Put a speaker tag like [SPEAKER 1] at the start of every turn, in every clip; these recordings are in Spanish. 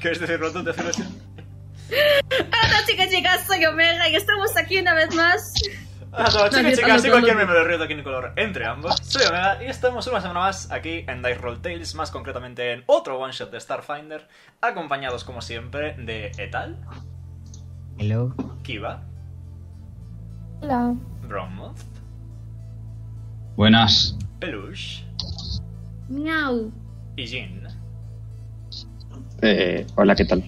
[SPEAKER 1] ¿Quieres decir pronto de 08?
[SPEAKER 2] Hola chicas, chicas, soy Omega y estamos aquí una vez más.
[SPEAKER 1] Hola a todos,
[SPEAKER 2] No,
[SPEAKER 1] chicas,
[SPEAKER 2] yo-
[SPEAKER 1] chicas, y
[SPEAKER 2] no, no,
[SPEAKER 1] cualquier
[SPEAKER 2] no.
[SPEAKER 1] meme de ruido aquí en color entre ambos. Soy Omega y estamos una semana más aquí en Dice Roll Tales, más concretamente en otro one shot de Starfinder, acompañados como siempre de Etal,
[SPEAKER 3] Hello.
[SPEAKER 1] Kiva,
[SPEAKER 4] Hola.
[SPEAKER 1] Bromoth,
[SPEAKER 5] Buenas.
[SPEAKER 1] Peluche
[SPEAKER 2] Miau.
[SPEAKER 1] y Jin.
[SPEAKER 5] Eh, hola, ¿qué tal?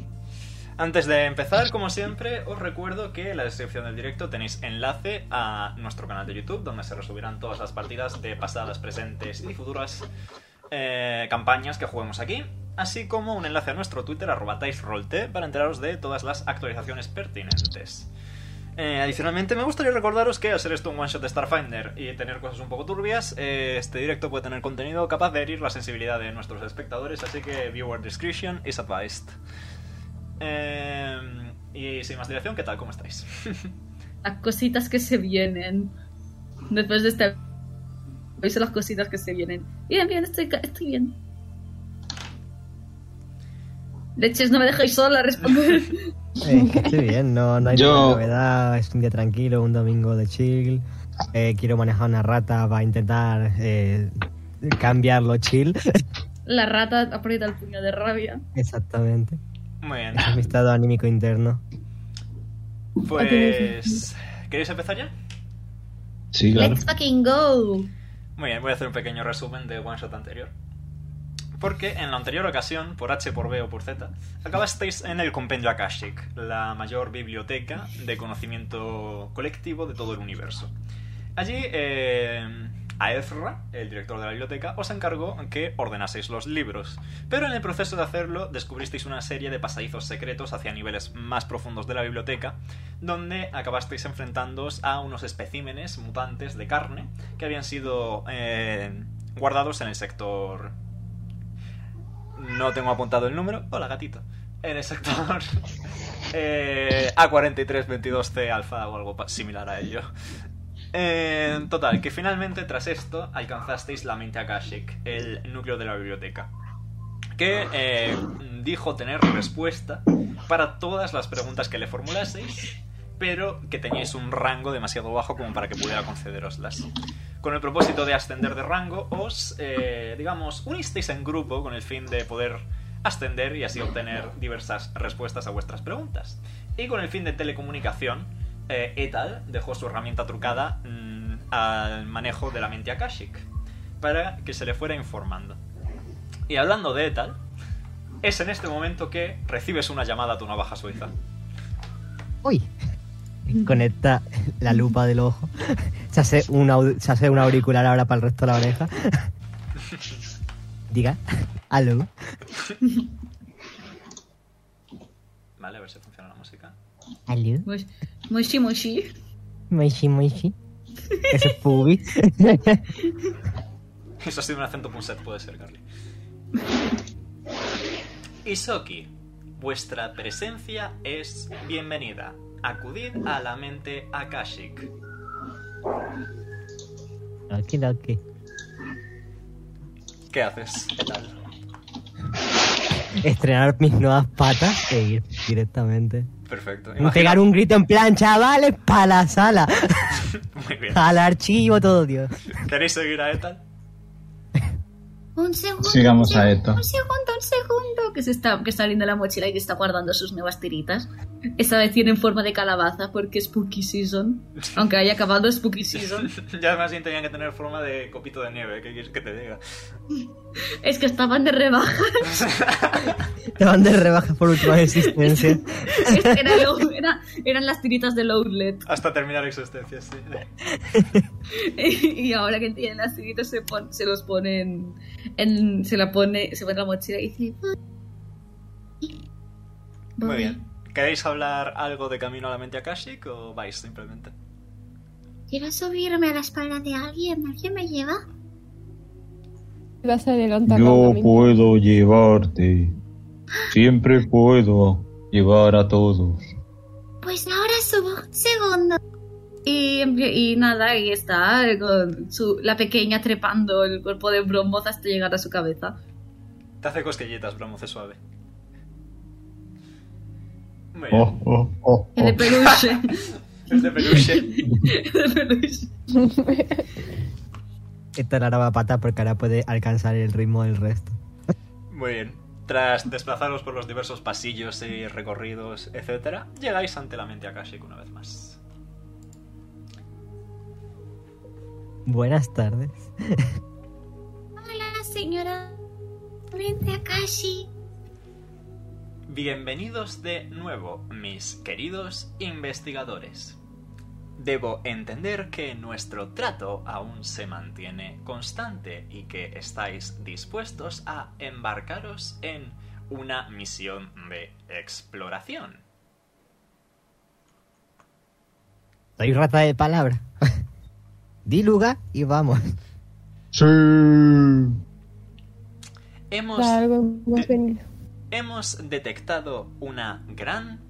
[SPEAKER 1] Antes de empezar, como siempre, os recuerdo que en la descripción del directo tenéis enlace a nuestro canal de YouTube, donde se resubirán todas las partidas de pasadas, presentes y futuras eh, campañas que juguemos aquí, así como un enlace a nuestro Twitter, arroba TiceRollT, para enteraros de todas las actualizaciones pertinentes. Eh, adicionalmente, me gustaría recordaros que al ser esto un one-shot de Starfinder y tener cosas un poco turbias, eh, este directo puede tener contenido capaz de herir la sensibilidad de nuestros espectadores, así que viewer discretion is advised. Eh, y sin más dilación, ¿qué tal? ¿Cómo estáis?
[SPEAKER 2] Las cositas que se vienen. Después de este. Veis las cositas que se vienen. Bien, bien, estoy, ca- estoy bien. Leches, no me dejáis sola a responder.
[SPEAKER 3] Eh, estoy bien, no, no hay
[SPEAKER 5] Yo-
[SPEAKER 3] ninguna novedad. Es un día tranquilo, un domingo de chill. Eh, quiero manejar una rata para intentar eh, cambiarlo chill.
[SPEAKER 2] La rata aprieta el puño de rabia.
[SPEAKER 3] Exactamente.
[SPEAKER 1] Muy bien.
[SPEAKER 3] Es mi estado anímico interno.
[SPEAKER 1] Pues. ¿Queréis empezar ya?
[SPEAKER 5] Sí, claro.
[SPEAKER 2] Let's fucking go.
[SPEAKER 1] Muy bien, voy a hacer un pequeño resumen de One Shot anterior. Porque en la anterior ocasión, por H, por B o por Z, acabasteis en el Compendio Akashic, la mayor biblioteca de conocimiento colectivo de todo el universo. Allí, eh, Aezra, el director de la biblioteca, os encargó que ordenaseis los libros, pero en el proceso de hacerlo descubristeis una serie de pasadizos secretos hacia niveles más profundos de la biblioteca, donde acabasteis enfrentándoos a unos especímenes mutantes de carne que habían sido eh, guardados en el sector... No tengo apuntado el número. Hola, gatito. En el sector eh, A4322C alfa o algo pa- similar a ello. En total, que finalmente tras esto alcanzasteis la mente Akashic, el núcleo de la biblioteca, que eh, dijo tener respuesta para todas las preguntas que le formulaseis, pero que teníais un rango demasiado bajo como para que pudiera concederoslas. Con el propósito de ascender de rango, os, eh, digamos, unisteis en grupo con el fin de poder ascender y así obtener diversas respuestas a vuestras preguntas. Y con el fin de telecomunicación, eh, Etal dejó su herramienta trucada mm, al manejo de la mente Akashic para que se le fuera informando. Y hablando de Etal, es en este momento que recibes una llamada a tu navaja suiza.
[SPEAKER 3] Uy. Conecta la lupa del ojo. Se hace un, au- se hace un auricular ahora para el resto de la oreja. Diga. Aló.
[SPEAKER 1] Vale, a ver si funciona la música.
[SPEAKER 3] Aló.
[SPEAKER 2] Moshi, moshi, moshi.
[SPEAKER 3] Moishi, moishi. Ese es Pubi.
[SPEAKER 1] Eso ha sido un acento punset, puede ser, Carly. Isoki, vuestra presencia es bienvenida. Acudid a la mente Akashic.
[SPEAKER 3] Oki doki.
[SPEAKER 1] ¿Qué haces? ¿Qué tal?
[SPEAKER 3] Estrenar mis nuevas patas e ir directamente.
[SPEAKER 1] Perfecto.
[SPEAKER 3] Pegar un grito en plan, chavales, para la sala.
[SPEAKER 1] Muy bien.
[SPEAKER 3] Al archivo todo, Dios.
[SPEAKER 1] ¿Queréis seguir a Etal?
[SPEAKER 2] Un segundo.
[SPEAKER 5] Sigamos a esto.
[SPEAKER 2] Un segundo, un segundo. Que se está, que está abriendo la mochila y que está guardando sus nuevas tiritas. Esta vez tiene en forma de calabaza porque es Spooky Season. Aunque haya acabado Spooky Season.
[SPEAKER 1] ya además bien tenían que tener forma de copito de nieve, ¿qué quieres que te diga?
[SPEAKER 2] Es que estaban de rebaja.
[SPEAKER 3] Te van de rebajas por última existencia.
[SPEAKER 2] Es que era lo- era- eran las tiritas del outlet.
[SPEAKER 1] Hasta terminar existencia, sí.
[SPEAKER 2] Y ahora que tienen las tiritas se, pon- se los ponen. En, se la pone. Se pone en la mochila y dice. "Bobby,
[SPEAKER 1] Muy
[SPEAKER 2] Bobby".
[SPEAKER 1] bien. ¿Queréis hablar algo de camino a la mente Akashic o vais simplemente?
[SPEAKER 6] Quiero subirme a la espalda de alguien. ¿Alguien me lleva?
[SPEAKER 4] Vas a adelantar
[SPEAKER 5] Yo
[SPEAKER 4] lentamente.
[SPEAKER 5] puedo llevarte. Siempre puedo llevar a todos.
[SPEAKER 6] Pues ahora subo. Un segundo.
[SPEAKER 2] Y, y nada, ahí está, eh, con su- la pequeña trepando el cuerpo de Bromoth hasta llegar a su cabeza.
[SPEAKER 1] Te hace cosquillitas, bromoce suave. Muy bien.
[SPEAKER 5] Oh, oh, oh,
[SPEAKER 7] El de
[SPEAKER 5] oh.
[SPEAKER 7] peluche.
[SPEAKER 1] Es de peluche.
[SPEAKER 7] El de peluche.
[SPEAKER 3] Esta la va a patar porque ahora puede alcanzar el ritmo del resto.
[SPEAKER 1] Muy bien. Tras desplazaros por los diversos pasillos y recorridos, etc., llegáis ante la mente Akashic una vez más.
[SPEAKER 3] Buenas tardes.
[SPEAKER 6] Hola, señora. Vente a Kashi.
[SPEAKER 1] Bienvenidos de nuevo, mis queridos investigadores. Debo entender que nuestro trato aún se mantiene constante y que estáis dispuestos a embarcaros en una misión de exploración.
[SPEAKER 3] Soy rata de palabra. Di lugar y vamos.
[SPEAKER 5] Sí.
[SPEAKER 1] Hemos
[SPEAKER 4] Para algo hemos venido.
[SPEAKER 1] hemos detectado una gran...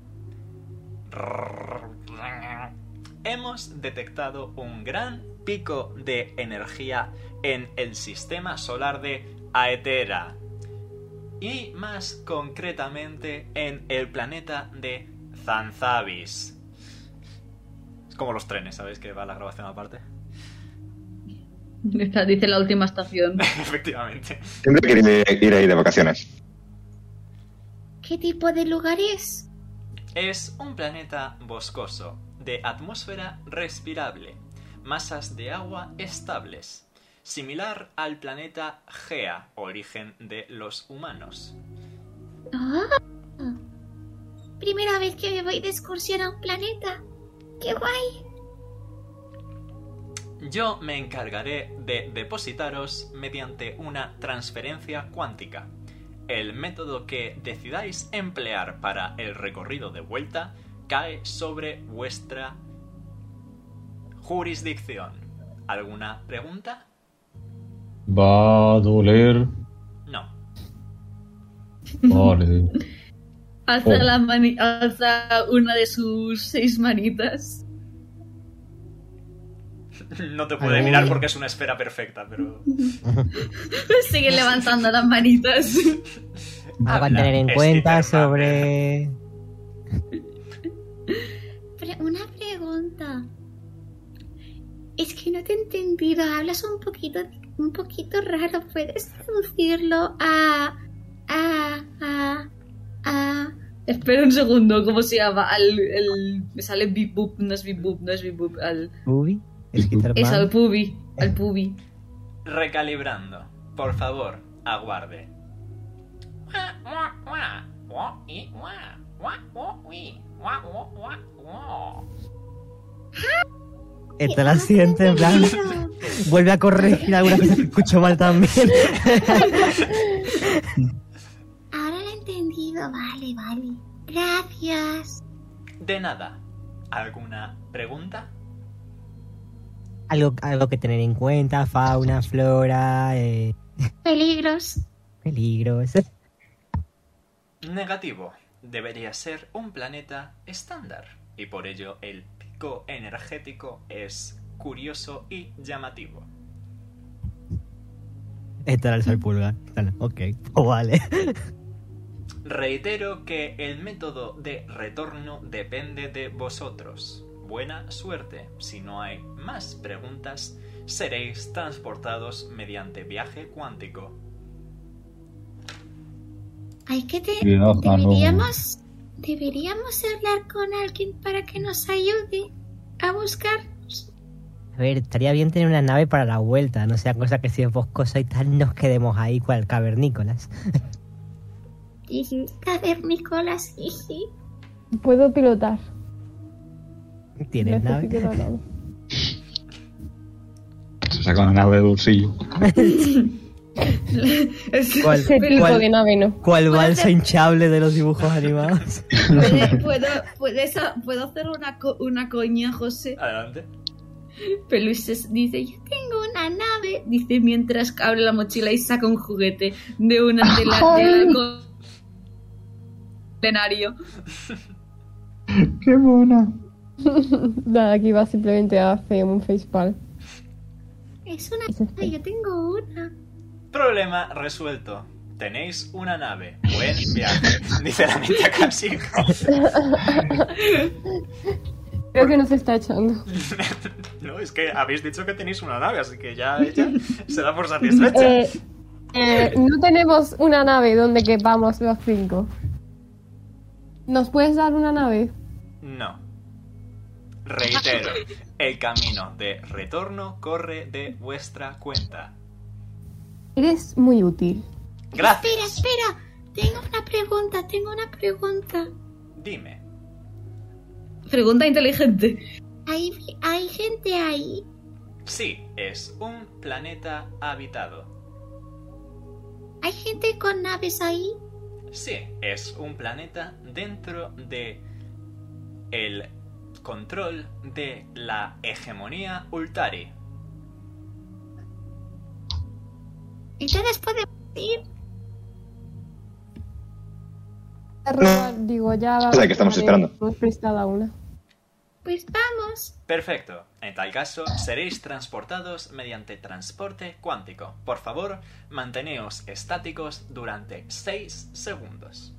[SPEAKER 1] Hemos detectado un gran pico de energía en el sistema solar de Aetera. Y más concretamente en el planeta de Zanzabis. Es como los trenes, ¿sabéis que va la grabación aparte?
[SPEAKER 7] Esta dice la última estación.
[SPEAKER 1] Efectivamente.
[SPEAKER 8] Siempre quiere ir- ir ahí de vacaciones.
[SPEAKER 6] ¿Qué tipo de lugar es?
[SPEAKER 1] Es un planeta boscoso, de atmósfera respirable, masas de agua estables, similar al planeta Gea, origen de los humanos.
[SPEAKER 6] Ah. Primera vez que me voy de excursión a un planeta. ¡Qué guay!
[SPEAKER 1] Yo me encargaré de depositaros mediante una transferencia cuántica. El método que decidáis emplear para el recorrido de vuelta cae sobre vuestra jurisdicción. ¿Alguna pregunta?
[SPEAKER 5] Va a doler.
[SPEAKER 1] No.
[SPEAKER 5] Vale.
[SPEAKER 7] Alza,
[SPEAKER 5] Oh.
[SPEAKER 7] la mani- alza una de sus seis manitas.
[SPEAKER 1] No te puede
[SPEAKER 3] Ay.
[SPEAKER 1] mirar porque es una esfera perfecta, pero.
[SPEAKER 7] Sigue levantando las manitas.
[SPEAKER 3] Algo a
[SPEAKER 1] Habla,
[SPEAKER 3] tener en
[SPEAKER 1] Steve
[SPEAKER 3] cuenta
[SPEAKER 1] Herman.
[SPEAKER 3] sobre.
[SPEAKER 6] Pre- una pregunta. Es que no te he entendido. Hablas un poquito, un poquito raro. ¿Puedes traducirlo a, a, a, a?
[SPEAKER 7] Espera un segundo, ¿cómo se llama? Al, el, me sale Bip Boop, no es Bip Boop, no es Bip Boop. Al,
[SPEAKER 3] Ubi. Es que
[SPEAKER 7] es al
[SPEAKER 3] hermano.
[SPEAKER 7] Pubi, al Pubi.
[SPEAKER 1] Recalibrando. Por favor, aguarde.
[SPEAKER 3] Esta la siente en plan.
[SPEAKER 6] Pero,
[SPEAKER 3] Vuelve a corregir alguna cosa que escucho mal también.
[SPEAKER 6] Ahora lo he entendido. Vale, vale. Gracias.
[SPEAKER 1] De nada. ¿Alguna pregunta?
[SPEAKER 3] algo, algo que tener en cuenta: fauna, flora, eh,
[SPEAKER 6] Peligros.
[SPEAKER 3] peligros.
[SPEAKER 1] Negativo. Debería ser un planeta estándar. Y por ello el pico energético es curioso y llamativo.
[SPEAKER 3] Esta era el sol pulgar. Ala, Ok, pues vale.
[SPEAKER 1] Reitero que el método de retorno depende de vosotros. Buena suerte. Si no hay más preguntas, seréis transportados mediante viaje cuántico.
[SPEAKER 6] Hay que te,
[SPEAKER 5] Cuidado, Jano.
[SPEAKER 6] deberíamos, deberíamos hablar con alguien para que nos ayude a buscar.
[SPEAKER 3] A ver, estaría bien tener una nave para la vuelta, no sea cosa que si es boscosa y tal nos quedemos ahí cual cavernícolas.
[SPEAKER 6] Cavernícolas, jiji.
[SPEAKER 4] Puedo pilotar.
[SPEAKER 3] ¿Tienes nave?
[SPEAKER 4] Necesito la nave.
[SPEAKER 5] Se saca una nave de bolsillo.
[SPEAKER 7] Es-
[SPEAKER 3] ¿Cuál?
[SPEAKER 4] Ese tipo
[SPEAKER 3] ¿Cuál?
[SPEAKER 4] de nave no.
[SPEAKER 3] ¿Cuál balsa hinchable de los dibujos animados?
[SPEAKER 7] ¿Puede- ¿Puedo, puedes- puedo hacer una, co- una coña, José?
[SPEAKER 1] Adelante.
[SPEAKER 7] Peluches dice, yo tengo una nave. Dice mientras abre la mochila y saca un juguete de una de la... De la co- plenario.
[SPEAKER 5] ¡Qué buena!
[SPEAKER 4] Nada, aquí va simplemente a hacer un facepal.
[SPEAKER 6] Es una. Yo tengo una.
[SPEAKER 1] Problema resuelto. Tenéis una nave. ven, viaje. Dice la mente casi.
[SPEAKER 4] Creo que nos está echando.
[SPEAKER 1] No, es que habéis dicho que tenéis una nave, así que ya ella se da por satisfecha.
[SPEAKER 4] Eh, eh, no tenemos una nave donde quepamos los cinco. ¿Nos puedes dar una nave?
[SPEAKER 1] No. Reitero, el camino de retorno corre de vuestra cuenta.
[SPEAKER 4] Eres muy útil.
[SPEAKER 1] Gracias.
[SPEAKER 6] Espera, espera. Tengo una pregunta, tengo una pregunta.
[SPEAKER 1] Dime.
[SPEAKER 7] Pregunta inteligente.
[SPEAKER 6] ¿Hay, hay gente ahí?
[SPEAKER 1] Sí, es un planeta habitado.
[SPEAKER 6] ¿Hay gente con naves ahí?
[SPEAKER 1] Sí, es un planeta dentro de el control de la hegemonía Ultari.
[SPEAKER 6] Entonces podemos ir.
[SPEAKER 4] Ya roba- Digo, ya
[SPEAKER 8] O sea, que estamos
[SPEAKER 4] ya le
[SPEAKER 8] esperando.
[SPEAKER 4] hemos prestado una.
[SPEAKER 6] Pues vamos.
[SPEAKER 1] Perfecto. En tal caso, seréis transportados mediante transporte cuántico. Por favor, manteneos estáticos durante 6 segundos.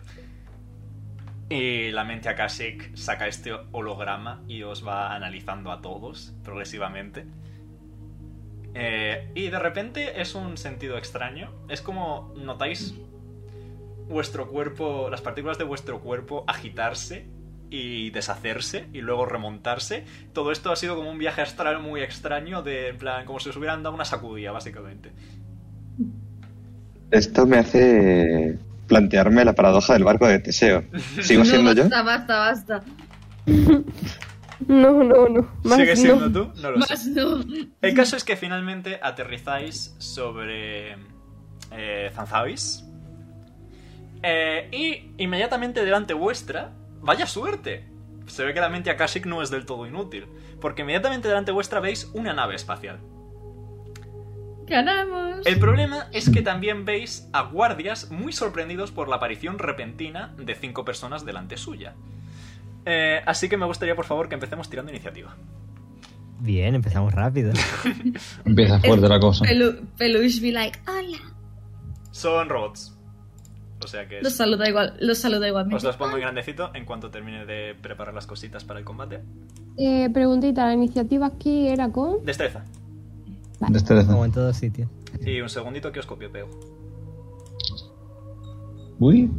[SPEAKER 1] Y la mente Akashic saca este holograma y os va analizando a todos progresivamente. Eh, y de repente es un sentido extraño. Es como notáis vuestro cuerpo, las partículas de vuestro cuerpo agitarse y deshacerse y luego remontarse. Todo esto ha sido como un viaje astral muy extraño, de en plan, como si os hubieran dado una sacudida, básicamente.
[SPEAKER 8] Esto me hace plantearme la paradoja del barco de Teseo. ¿Sigo siendo
[SPEAKER 7] no,
[SPEAKER 8] yo?
[SPEAKER 7] basta, basta, basta.
[SPEAKER 4] No, no, no. Más
[SPEAKER 1] ¿Sigue siendo
[SPEAKER 4] no.
[SPEAKER 1] tú? No lo sé.
[SPEAKER 7] Más no.
[SPEAKER 1] El caso es que finalmente aterrizáis sobre eh, Zanzavis. Eh, y inmediatamente delante vuestra, vaya suerte. Se ve que la mente Akashic no es del todo inútil. Porque inmediatamente delante vuestra veis una nave espacial.
[SPEAKER 7] Ganamos.
[SPEAKER 1] El problema es que también veis a guardias muy sorprendidos por la aparición repentina de cinco personas delante suya. Eh, así que me gustaría, por favor, que empecemos tirando iniciativa.
[SPEAKER 3] Bien, empezamos rápido.
[SPEAKER 5] Empieza fuerte la cosa.
[SPEAKER 7] Pelu Peluche be like.
[SPEAKER 6] Hola.
[SPEAKER 1] Son robots. O sea que
[SPEAKER 7] Los saluda igual, los saluda igualmente.
[SPEAKER 1] os los pongo en grandecito en cuanto termine de preparar las cositas para el combate.
[SPEAKER 4] Eh, preguntita, la iniciativa aquí era con.
[SPEAKER 1] Destreza.
[SPEAKER 5] De este de-
[SPEAKER 3] Como en todos sitios.
[SPEAKER 1] Y un segundito que os copio, pego.
[SPEAKER 5] Uy,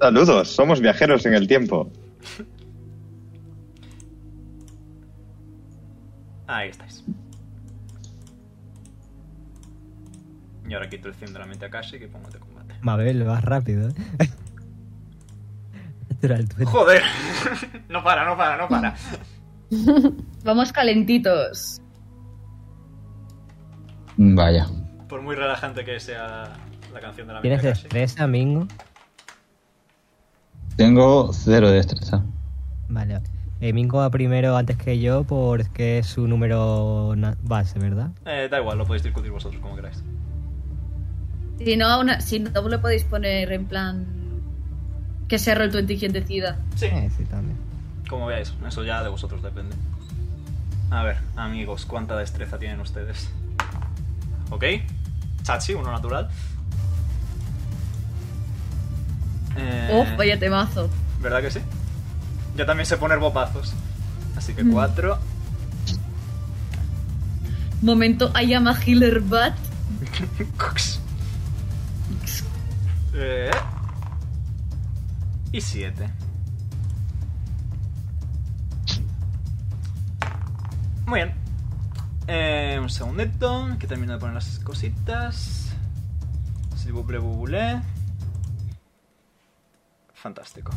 [SPEAKER 8] Saludos, somos viajeros en el tiempo.
[SPEAKER 1] Ahí estáis. Y ahora quito el cien de la mente Akashic y pongo el de combate.
[SPEAKER 3] Mabel, vas rápido. ¿eh? Natural 20.
[SPEAKER 1] ¡Joder! no para, no para, no para.
[SPEAKER 7] Vamos calentitos.
[SPEAKER 5] Mm, vaya.
[SPEAKER 1] Por muy relajante que sea la canción de la
[SPEAKER 3] ¿Tienes
[SPEAKER 1] mente Akashic.
[SPEAKER 3] destreza, Mingo?
[SPEAKER 5] Tengo cero de destreza.
[SPEAKER 3] Vale. Eh, Mingo va primero antes que yo porque es su número na- base, ¿verdad?
[SPEAKER 1] Eh, da igual, lo podéis discutir vosotros como queráis.
[SPEAKER 7] Si no, una, si no le podéis poner en plan. Que sea Roll 20 quien decida.
[SPEAKER 1] Sí.
[SPEAKER 3] Eh, sí, también.
[SPEAKER 1] Como veáis, eso ya de vosotros depende. A ver, amigos, ¿cuánta destreza tienen ustedes? ¿Ok? Chachi, uno natural. Eh,
[SPEAKER 7] Uf, Oh, vaya temazo.
[SPEAKER 1] ¿Verdad que sí? Yo también sé poner bopazos. Así
[SPEAKER 7] Mm.
[SPEAKER 1] que cuatro.
[SPEAKER 7] Momento, Ayama Healer Bat.
[SPEAKER 1] Eh, y siete. Muy bien. Eh, un segundito, que termino de poner las cositas. S'il vous plaît, vous voulez. Fantástico.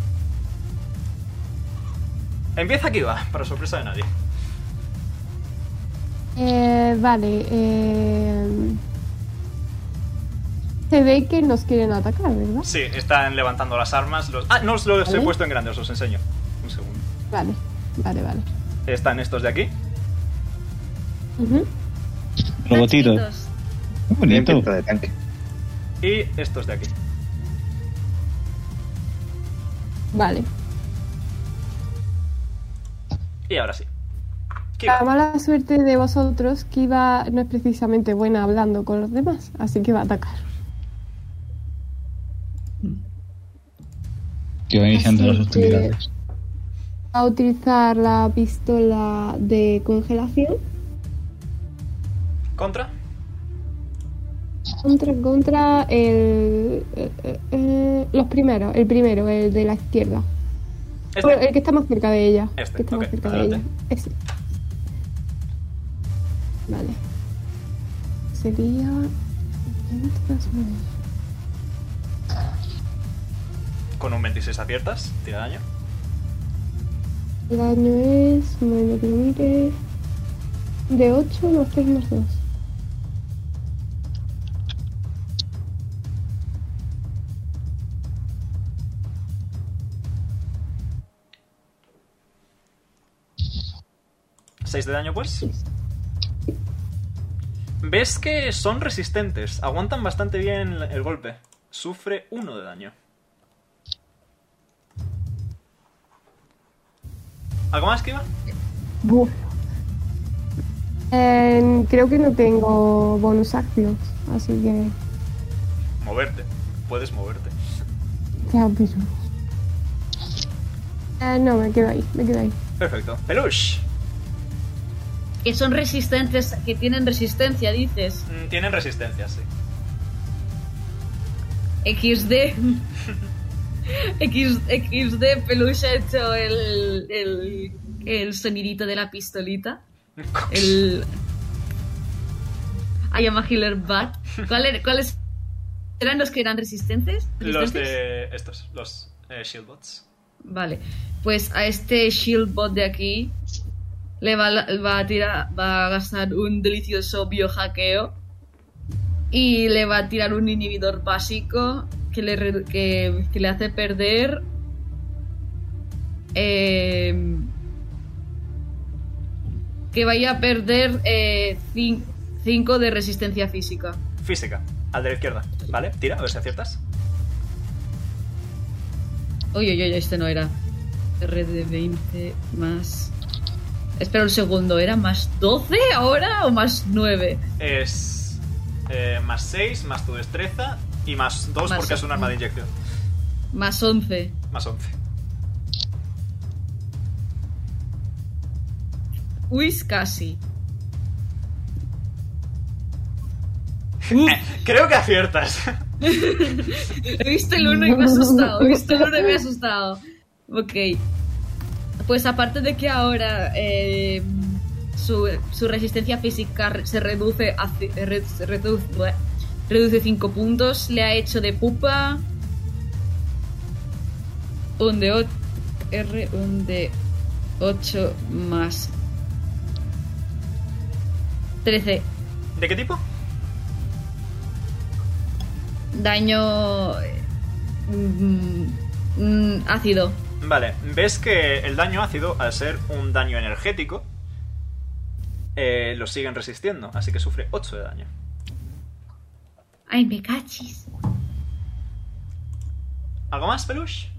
[SPEAKER 1] Empieza aquí va, para sorpresa de nadie.
[SPEAKER 4] Eh, vale. eh, Se ve que nos quieren atacar, ¿verdad?
[SPEAKER 1] Sí, están levantando las armas. Los... Ah, no os los he
[SPEAKER 4] ¿Vale?
[SPEAKER 1] puesto en grande, os los enseño. Un segundo.
[SPEAKER 4] Vale, vale, vale.
[SPEAKER 1] Están estos de aquí.
[SPEAKER 4] Ujú.
[SPEAKER 5] Robotito.
[SPEAKER 7] Chiquitos.
[SPEAKER 5] Muy
[SPEAKER 8] Tienen
[SPEAKER 5] bonito.
[SPEAKER 8] pinta de tanque.
[SPEAKER 1] Y estos de aquí.
[SPEAKER 4] Vale.
[SPEAKER 1] Y ahora sí. Kiba.
[SPEAKER 4] La mala suerte de vosotros, Kiva no es precisamente buena hablando con los demás, así que va a atacar.
[SPEAKER 5] Que van iniciando las
[SPEAKER 9] Así que-
[SPEAKER 5] hostilidades.
[SPEAKER 4] Va a utilizar la pistola de congelación
[SPEAKER 1] ¿Contra?
[SPEAKER 4] contra, contra el, eh, eh, eh, los primeros, el primero, el de la izquierda. Bueno,
[SPEAKER 1] Este.
[SPEAKER 4] Pues, el que está más cerca de ella.
[SPEAKER 1] Este,
[SPEAKER 4] que está
[SPEAKER 1] ok,
[SPEAKER 4] más cerca de
[SPEAKER 1] adelante.
[SPEAKER 4] ella. Ese. Vale. Sería.
[SPEAKER 1] Con un 26 aciertas, tira daño.
[SPEAKER 4] El daño es. Bueno, que lo mire. De 8 más 3 más 2.
[SPEAKER 1] ¿6 de daño, pues? Ves que son resistentes, aguantan bastante bien el golpe. Sufre 1 de daño. ¿Algo más, Kiva?
[SPEAKER 4] Buf. Eh, creo que no tengo bonus activos, así que.
[SPEAKER 1] Moverte. Puedes moverte.
[SPEAKER 4] Ya, pero. Eh, no, me quedo ahí, me quedo ahí.
[SPEAKER 1] Perfecto. Peluche.
[SPEAKER 2] Que son resistentes, que tienen resistencia, dices.
[SPEAKER 1] Mm, Tienen resistencia, sí.
[SPEAKER 2] XD. X, XD Peluche ha hecho el, el, el sonidito de la pistolita. El. I am a healer bat. ¿Cuál era- ¿Cuáles eran los que eran resistentes?
[SPEAKER 1] Los
[SPEAKER 2] ¿Resistentes?
[SPEAKER 1] de estos, los eh, Shieldbots.
[SPEAKER 2] Vale, pues a este shield bot de aquí le va, a- va a tirar, va a gastar un delicioso biohackeo y le va a tirar un inhibidor básico que le, re- que, que le hace perder eh, que vaya a perder 5 de resistencia física.
[SPEAKER 1] Física, al de la izquierda. Vale, tira, a ver si aciertas.
[SPEAKER 2] Uy, uy, uy, este no era. Red de 20 más. Espera un segundo, ¿era más 12 ahora o más 9?
[SPEAKER 1] Es eh, más 6, más tu destreza y más 2
[SPEAKER 2] Más
[SPEAKER 1] porque es un
[SPEAKER 2] ocho.
[SPEAKER 1] arma de inyección.
[SPEAKER 2] Más 11.
[SPEAKER 1] Más 11.
[SPEAKER 2] Uy, casi. Uf,
[SPEAKER 1] Creo que aciertas.
[SPEAKER 2] he visto el 1 y me ha asustado. He visto el 1 y me ha asustado. Ok. Pues aparte de que ahora eh, su, su resistencia física re- se reduce a ci- eh, re- se redu- bleh, reduce 5 puntos, le ha hecho de pupa un de 8 R, un de 8 más 13
[SPEAKER 1] ¿De qué tipo?
[SPEAKER 2] daño eh, mm, mm, ácido.
[SPEAKER 1] Vale, ves que el daño ácido, al ser un daño energético, eh, lo siguen resistiendo, así que sufre 8 de daño.
[SPEAKER 9] Ay, me cachis.
[SPEAKER 1] ¿Algo más, Peluche?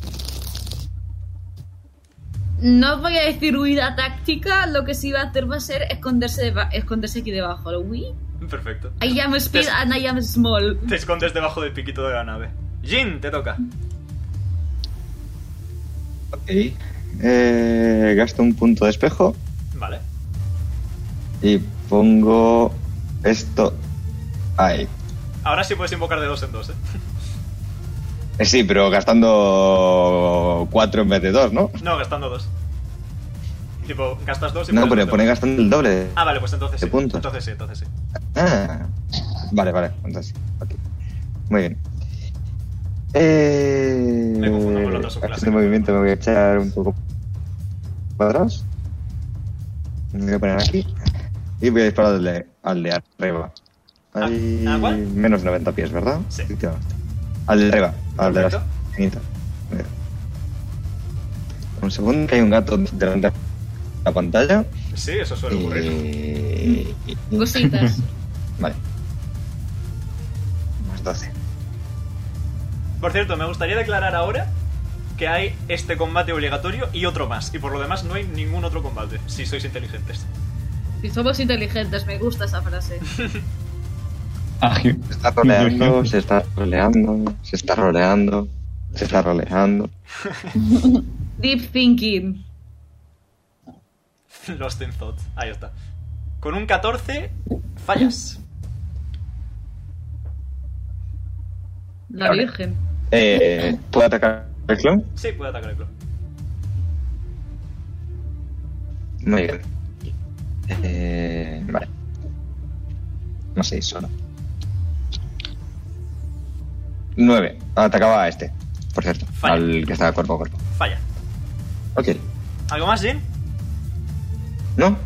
[SPEAKER 2] No voy a decir huida táctica, lo que sí va a hacer va a ser esconderse, deba- esconderse aquí debajo. Lo, Uy,
[SPEAKER 1] Perfecto.
[SPEAKER 2] I am speed and I am small.
[SPEAKER 1] Te escondes debajo del piquito de la nave. Jin, te toca.
[SPEAKER 8] Ok. Eh, gasto un punto de espejo
[SPEAKER 1] Vale.
[SPEAKER 8] y pongo esto ahí.
[SPEAKER 1] Ahora sí puedes invocar de dos en dos, ¿eh?
[SPEAKER 8] Eh, Sí, pero gastando cuatro en vez de dos, ¿no?
[SPEAKER 1] No, gastando dos. Tipo, gastas dos y
[SPEAKER 8] No,
[SPEAKER 1] pones
[SPEAKER 8] pero
[SPEAKER 1] dos.
[SPEAKER 8] pone gastando el doble.
[SPEAKER 1] Ah, vale, pues entonces sí.
[SPEAKER 8] de puntos.
[SPEAKER 1] Entonces sí, entonces sí.
[SPEAKER 8] Ah, vale, vale, entonces, ok. Muy bien. Eh,
[SPEAKER 1] Me confundo con la otra subclase.
[SPEAKER 8] haciendo movimiento me voy a echar un poco para atrás. Me voy a poner aquí. Y voy a disparar al de, al de arriba.
[SPEAKER 1] ¿A-
[SPEAKER 8] Ahí,
[SPEAKER 1] a cuál?
[SPEAKER 8] menos 90 pies, ¿verdad?
[SPEAKER 1] Sí.
[SPEAKER 8] Efectivamente. Al de arriba, al de la
[SPEAKER 1] Perfecto.
[SPEAKER 8] esquinita. Mira. Un segundo, que hay un gato delante de la pantalla.
[SPEAKER 1] Sí, eso suele ocurrir.
[SPEAKER 8] Eh,
[SPEAKER 2] Cositas.
[SPEAKER 8] Vale. Más 12.
[SPEAKER 1] Por cierto, me gustaría declarar ahora que hay este combate obligatorio y otro más. Y por lo demás no hay ningún otro combate, si sois inteligentes.
[SPEAKER 2] Si somos inteligentes, me gusta esa frase.
[SPEAKER 5] Agio.
[SPEAKER 8] Se está roleando, se está roleando, se está roleando, se está roleando.
[SPEAKER 2] Deep thinking.
[SPEAKER 1] Lost in Thought. Ahí está. Con un 14, fallas.
[SPEAKER 2] La
[SPEAKER 8] Vale.
[SPEAKER 2] Virgen.
[SPEAKER 8] Eh, ¿Puedo atacar el clon?
[SPEAKER 1] Sí, puede atacar el clon.
[SPEAKER 8] Muy bien. Eh, vale. No sé, solo. 9. Atacaba a este, por cierto.
[SPEAKER 1] Falla.
[SPEAKER 8] Al que estaba cuerpo a cuerpo.
[SPEAKER 1] Falla.
[SPEAKER 8] Ok.
[SPEAKER 1] ¿Algo más, Jin?
[SPEAKER 8] ¿No?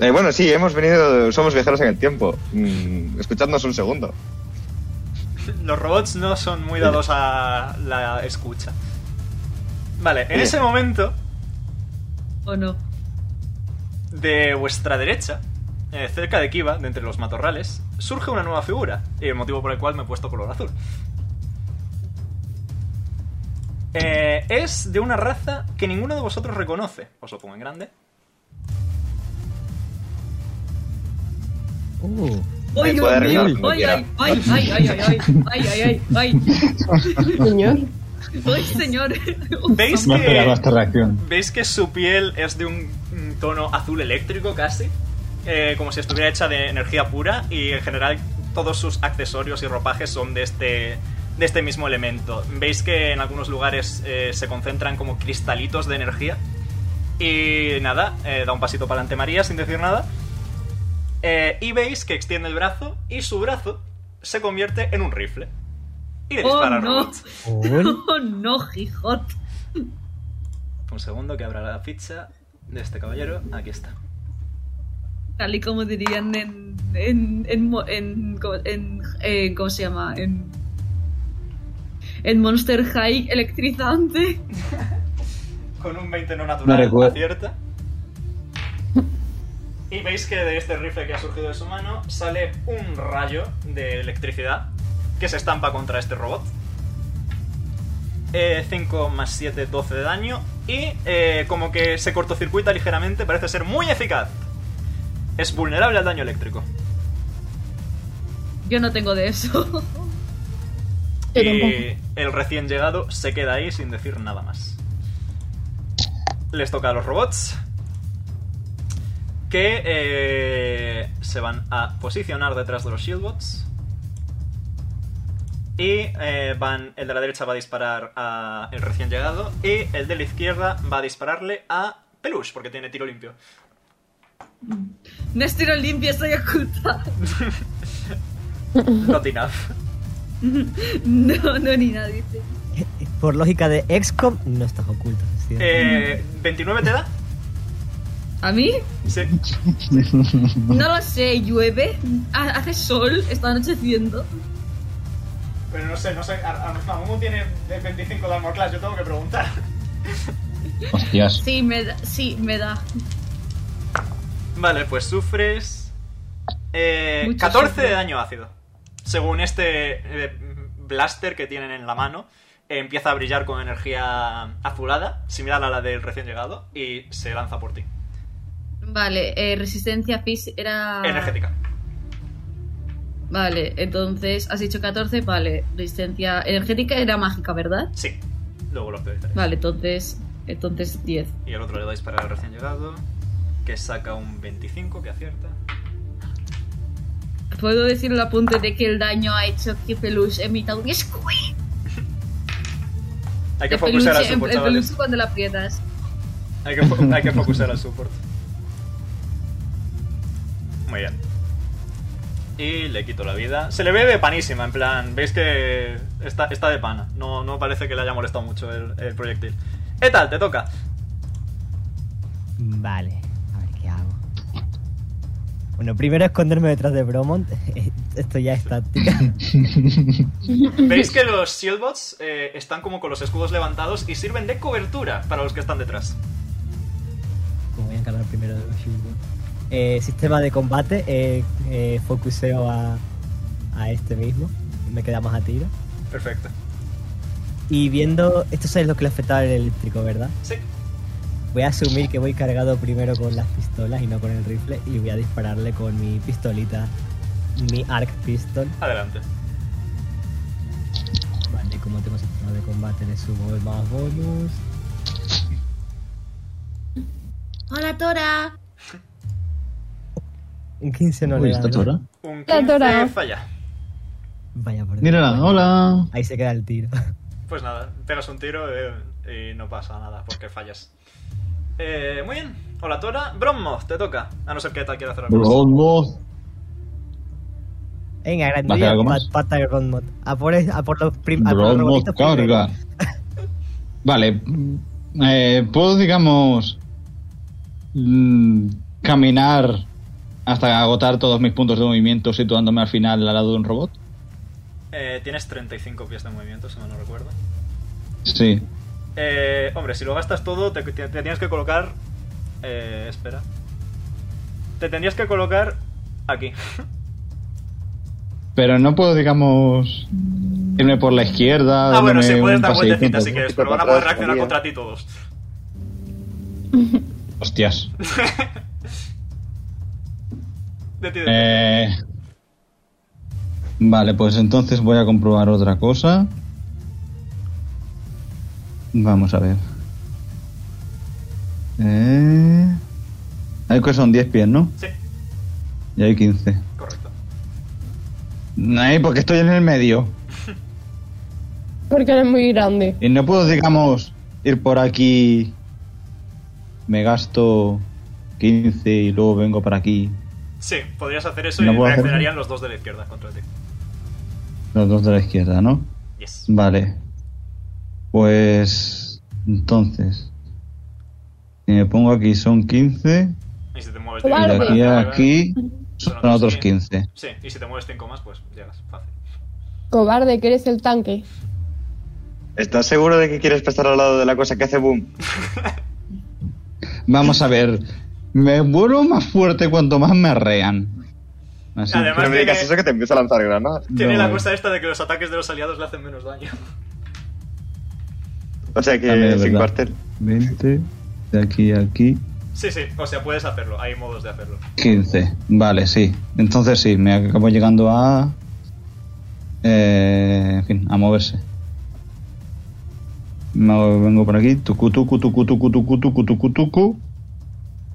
[SPEAKER 8] Eh, bueno, sí, hemos venido. Somos viajeros en el tiempo. Mm, escuchadnos un segundo.
[SPEAKER 1] Los robots no son muy dados a la escucha. Vale, en
[SPEAKER 8] Bien.
[SPEAKER 1] ese momento,
[SPEAKER 2] ¿O no?
[SPEAKER 1] de vuestra derecha, eh, cerca de Kiva, de entre los matorrales, surge una nueva figura, y el motivo por el cual me he puesto color azul. Eh, es de una raza que ninguno de vosotros reconoce. Os lo pongo en grande.
[SPEAKER 3] Uh,
[SPEAKER 8] Me
[SPEAKER 2] ¡Ay,
[SPEAKER 8] puede
[SPEAKER 2] ay,
[SPEAKER 8] arreglar
[SPEAKER 2] ay,
[SPEAKER 8] como
[SPEAKER 2] ay,
[SPEAKER 8] quiera.
[SPEAKER 2] ay, ay, ay, ay, ay, ay, ay, ay,
[SPEAKER 4] Señor.
[SPEAKER 2] ay, señor!
[SPEAKER 1] ¿Veis
[SPEAKER 5] No esperaba
[SPEAKER 1] que,
[SPEAKER 5] esta reacción.
[SPEAKER 1] ¿Veis que su piel es de un un tono azul eléctrico casi? Eh, como si estuviera hecha de energía pura y en general todos sus accesorios y ropajes son de este, de este mismo elemento. Veis que en algunos lugares eh, se concentran como cristalitos de energía. Y nada, eh, da un pasito para adelante María sin decir nada. Eh, y veis que extiende el brazo y su brazo se convierte en un rifle. Y le
[SPEAKER 2] Oh,
[SPEAKER 1] dispara al
[SPEAKER 2] no.
[SPEAKER 1] robot.
[SPEAKER 3] cool.
[SPEAKER 2] ¡Oh, no, Gijot!
[SPEAKER 1] Un segundo que abra la ficha de este caballero. Aquí está.
[SPEAKER 2] Tal y como dirían en... en, en, mo- en, co- en, eh, ¿Cómo se llama? En, en Monster High electrizante.
[SPEAKER 1] Con un 20 no
[SPEAKER 5] No
[SPEAKER 1] natural,
[SPEAKER 5] recuerdo.
[SPEAKER 1] acierta. Y veis que de este rifle que ha surgido de su mano sale un rayo de electricidad que se estampa contra este robot. 5 más 7, 12 de daño. Y eh, como que se cortocircuita ligeramente, parece ser muy eficaz. Es vulnerable al daño eléctrico.
[SPEAKER 2] Yo no tengo de eso.
[SPEAKER 4] Yo
[SPEAKER 1] Y el recién llegado se queda ahí sin decir nada más. Les toca a los robots. Que eh, se van a posicionar detrás de los shieldbots. Y eh, van. El de la derecha va a disparar a el recién llegado. Y el de la izquierda va a dispararle a Peluche, porque tiene tiro limpio.
[SPEAKER 2] No es tiro limpio, soy oculta.
[SPEAKER 1] Not enough.
[SPEAKER 2] No, no, ni nadie.
[SPEAKER 3] Por lógica de XCOM, no estás oculto. es cierto.
[SPEAKER 1] Eh, ¿29 te da?
[SPEAKER 2] ¿A mí?
[SPEAKER 1] Sí.
[SPEAKER 2] No lo sé, llueve, ha- hace sol, está anocheciendo.
[SPEAKER 1] Pero no sé, no sé. Amumu tiene 25 de armor class, yo tengo que preguntar.
[SPEAKER 5] Hostias.
[SPEAKER 2] Sí, me da, sí, me da.
[SPEAKER 1] Vale, pues sufres. eh,
[SPEAKER 2] Mucho
[SPEAKER 1] 14 de
[SPEAKER 2] sufro.
[SPEAKER 1] daño ácido. Según este eh, blaster que tienen en la mano, eh, empieza a brillar con energía azulada, similar a la del recién llegado, y se lanza por ti.
[SPEAKER 2] Vale, eh, resistencia fis era...
[SPEAKER 1] Energética.
[SPEAKER 2] Vale, entonces has dicho 14, vale, resistencia energética era mágica, ¿verdad?
[SPEAKER 1] Sí. Luego lo peor
[SPEAKER 2] Vale, entonces, entonces 10.
[SPEAKER 1] Y el otro le dais para el recién llegado, que saca un 25, que acierta.
[SPEAKER 2] Puedo decir el apunte de que el daño ha hecho que Peluche emita un squeak.
[SPEAKER 1] Hay que
[SPEAKER 2] El
[SPEAKER 1] focusar al
[SPEAKER 2] peluche-
[SPEAKER 1] support,
[SPEAKER 2] el- el
[SPEAKER 1] chavales.
[SPEAKER 2] peluche cuando la aprietas.
[SPEAKER 1] Hay que, fo- hay que focusar al support. Muy bien. Y le quito la vida. Se le ve de panísima, en plan. Veis que está, está de pana. No, no parece que le haya molestado mucho el, el proyectil. ¿Qué tal? Te toca.
[SPEAKER 3] Vale, a ver qué hago. Bueno, primero esconderme detrás de Bromont. Esto ya es táctica.
[SPEAKER 1] Veis que los shieldbots eh, están como con los escudos levantados y sirven de cobertura para los que están detrás.
[SPEAKER 3] Como voy a encargar primero de los shieldbots. Eh, sistema de combate, eh, eh, focuseo a, a este mismo. Me queda más a tiro.
[SPEAKER 1] Perfecto.
[SPEAKER 3] Y viendo, esto es lo que le afectaba el eléctrico, ¿verdad?
[SPEAKER 1] Sí.
[SPEAKER 3] Voy a asumir que voy cargado primero con las pistolas y no con el rifle y voy a dispararle con mi pistolita mi Arc Pistol.
[SPEAKER 1] Adelante.
[SPEAKER 3] Vale, como tengo sistema de combate, le subo el más bonus.
[SPEAKER 6] Hola, Tora.
[SPEAKER 3] Un 15 no
[SPEAKER 5] Uy,
[SPEAKER 3] le da.
[SPEAKER 5] está
[SPEAKER 3] ¿no?
[SPEAKER 5] Tora.
[SPEAKER 1] Un
[SPEAKER 4] La
[SPEAKER 1] 15
[SPEAKER 4] Dora.
[SPEAKER 1] falla.
[SPEAKER 3] Vaya por
[SPEAKER 5] Mírala, hola.
[SPEAKER 3] Ahí se queda el tiro.
[SPEAKER 1] Pues nada, pegas un tiro eh, y no pasa nada porque fallas. Eh, muy bien. Hola, Tora. Brommo, te toca. A no ser que te quiera hacer algo. más.
[SPEAKER 5] Bronmo.
[SPEAKER 3] Venga,
[SPEAKER 5] ¿Va a hacer
[SPEAKER 3] grandilla,
[SPEAKER 5] algo
[SPEAKER 3] pat,
[SPEAKER 5] más?
[SPEAKER 3] pata de Rodmod. A por, es- a por los prim- a por los
[SPEAKER 5] Bronmo
[SPEAKER 3] rebonitos primero.
[SPEAKER 5] carga. Vale. mm, eh, Puedo, digamos, mm, caminar hasta agotar todos mis puntos de movimiento situándome al final al lado de un robot.
[SPEAKER 1] Eh, tienes 35 pies de movimiento, si mal no recuerdo.
[SPEAKER 5] Sí.
[SPEAKER 1] Eh, hombre, si lo gastas todo, te, te- te tienes que colocar. Eh, espera. Te tendrías que colocar aquí.
[SPEAKER 5] Ah, Pero no puedo, digamos, irme por la izquierda.
[SPEAKER 1] Ah, bueno,
[SPEAKER 5] dándome
[SPEAKER 1] sí, puedes
[SPEAKER 5] un
[SPEAKER 1] dar
[SPEAKER 5] paseíto
[SPEAKER 1] vueltecita
[SPEAKER 5] por-
[SPEAKER 1] si quieres, pero van a poder reaccionar contra ti todos.
[SPEAKER 5] Hostias.
[SPEAKER 1] De ti, de ti.
[SPEAKER 5] Eh, vale, pues entonces voy a comprobar otra cosa. Vamos a ver. Eh, hay que son 10 pies, ¿no?
[SPEAKER 1] Sí,
[SPEAKER 5] Y hay 15.
[SPEAKER 1] correcto.
[SPEAKER 5] Ay, porque estoy en el medio.
[SPEAKER 4] Porque eres muy grande.
[SPEAKER 5] Y no puedo, digamos, ir por aquí. Me gasto 15 y luego vengo para aquí.
[SPEAKER 1] Sí, podrías hacer eso
[SPEAKER 5] No
[SPEAKER 1] y
[SPEAKER 5] puedo hacer-
[SPEAKER 1] reaccionarían los dos de la izquierda contra ti.
[SPEAKER 5] Los dos de la izquierda, ¿no?
[SPEAKER 1] Yes.
[SPEAKER 5] Vale. Pues. Entonces. Si me pongo aquí son 15.
[SPEAKER 1] Y si te mueves
[SPEAKER 5] Y de
[SPEAKER 4] Claro,
[SPEAKER 5] aquí
[SPEAKER 4] pero-
[SPEAKER 5] a
[SPEAKER 1] arriba-
[SPEAKER 5] Mm. aquí son otros 15.
[SPEAKER 1] Sí, y si te mueves 5 más, pues llegas, fácil.
[SPEAKER 4] Cobarde, que eres el tanque.
[SPEAKER 8] ¿Estás seguro de que quieres pasar al lado de la cosa que hace boom?
[SPEAKER 5] Vamos a ver. Me vuelvo más fuerte cuanto más me arrean. Así que-
[SPEAKER 1] Además,
[SPEAKER 8] No me digas
[SPEAKER 1] tiene-
[SPEAKER 8] eso que te empiezo a lanzar granadas.
[SPEAKER 1] Tiene
[SPEAKER 5] no,
[SPEAKER 1] la cosa esta de que los ataques de los aliados le hacen menos daño.
[SPEAKER 8] O sea que
[SPEAKER 5] También es
[SPEAKER 8] sin
[SPEAKER 5] verdad.
[SPEAKER 8] cuartel.
[SPEAKER 5] 20. De aquí a aquí.
[SPEAKER 1] Sí, sí, o sea, puedes hacerlo, hay modos de hacerlo.
[SPEAKER 5] 15. Vale, sí. Entonces sí, me acabo llegando a. eh, en fin, a moverse. Me- vengo por aquí. Tucu, tucu, tucu, tucu, tucu, tucu, tucu, tucu.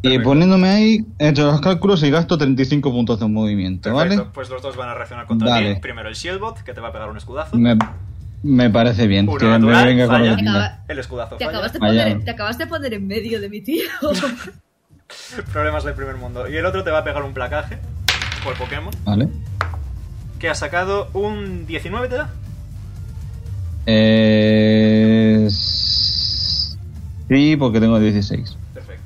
[SPEAKER 5] Y
[SPEAKER 1] Perfecto.
[SPEAKER 5] poniéndome ahí, he hecho los cálculos y gasto 35 puntos de movimiento,
[SPEAKER 1] Perfecto,
[SPEAKER 5] ¿vale?
[SPEAKER 1] pues los dos van a reaccionar contra
[SPEAKER 5] Vale.
[SPEAKER 1] ti. Primero el Shieldbot, que te va a pegar un escudazo.
[SPEAKER 5] Me, me parece bien.
[SPEAKER 1] Uno
[SPEAKER 5] que me
[SPEAKER 1] natural,
[SPEAKER 5] venga con lo
[SPEAKER 1] falla.
[SPEAKER 5] que tenga.
[SPEAKER 1] El escudazo
[SPEAKER 7] Te
[SPEAKER 1] falla.
[SPEAKER 7] acabas, de
[SPEAKER 5] Ah, Vaya.
[SPEAKER 7] poner, te acabas de poner en medio de mi tío.
[SPEAKER 1] Problemas del primer mundo. Y el otro te va a pegar un placaje por Pokémon,
[SPEAKER 5] Vale.
[SPEAKER 1] que ha sacado un 19, ¿te da?
[SPEAKER 5] Eh, sí, porque tengo 16.
[SPEAKER 1] Perfecto.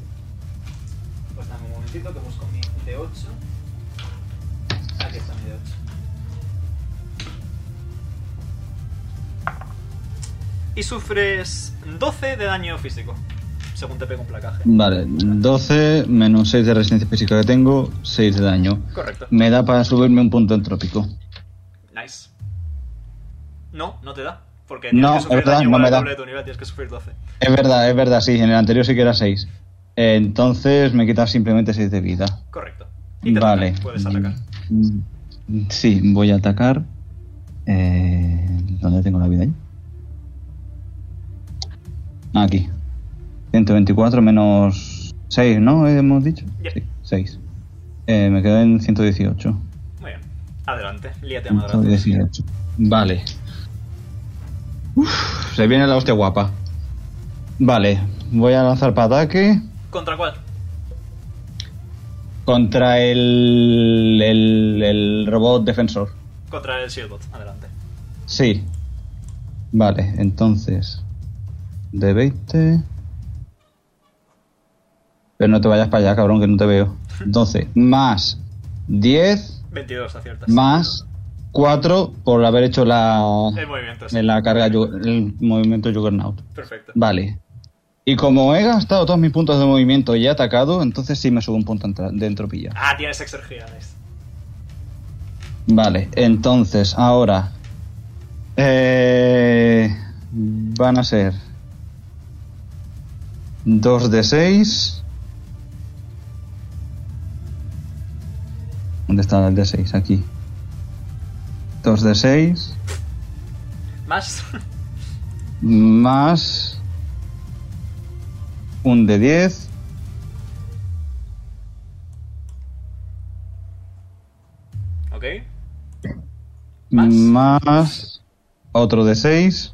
[SPEAKER 1] Pues dame un momentito que busco mi D8. Aquí está mi D8. Y sufres 12 de daño físico, según te pega un placaje.
[SPEAKER 5] Vale, 12 menos 6 de resistencia física que tengo, 6 de daño.
[SPEAKER 1] Correcto.
[SPEAKER 5] Me da para subirme un punto entrópico.
[SPEAKER 1] Nice. No, no te da. Porque
[SPEAKER 5] No,
[SPEAKER 1] tienes que
[SPEAKER 5] es
[SPEAKER 1] sufrir
[SPEAKER 5] verdad,
[SPEAKER 1] daño
[SPEAKER 5] no
[SPEAKER 1] igual
[SPEAKER 5] me
[SPEAKER 1] al
[SPEAKER 5] da.
[SPEAKER 1] doble de tu nivel, tienes que sufrir 12.
[SPEAKER 5] Es verdad, es verdad, sí, en el anterior sí que era 6. Entonces me quita simplemente 6 de vida.
[SPEAKER 1] Correcto. Y te
[SPEAKER 5] Vale.
[SPEAKER 1] toca, puedes atacar.
[SPEAKER 5] Mm, Sí, voy a atacar. Eh, ¿Dónde tengo la vida ahí? Aquí. 124 menos 6, ¿no? Hemos dicho.
[SPEAKER 1] Ya.
[SPEAKER 5] Sí, 6. Eh, me quedo en 118.
[SPEAKER 1] Muy bien. Adelante, líate a madrazos.
[SPEAKER 5] 118. Vale. Uf, se viene la hostia guapa. Vale, voy a lanzar para ataque
[SPEAKER 1] ¿Contra cuál?
[SPEAKER 5] contra el, el, el robot defensor.
[SPEAKER 1] Contra el Shieldbot. Adelante.
[SPEAKER 5] Sí. Vale, entonces. De 20. Pero no te vayas para allá, cabrón, que no te veo. 12. Más 10.
[SPEAKER 1] 22, aciertas.
[SPEAKER 5] Más 4 por haber hecho la,
[SPEAKER 1] El movimiento, sí.
[SPEAKER 5] en la carga, yu- el movimiento Juggernaut.
[SPEAKER 1] Perfecto.
[SPEAKER 5] Vale. Y como he gastado todos mis puntos de movimiento y he atacado, entonces sí me subo un punto entra- de entropía.
[SPEAKER 1] Ah, tienes exergia, nice.
[SPEAKER 5] Vale, entonces ahora eh, van a ser 2 de 6. ¿Dónde está el de 6? Aquí. 2 de 6
[SPEAKER 1] Más.
[SPEAKER 5] más un de 10
[SPEAKER 1] ok. Más.
[SPEAKER 5] más otro de 6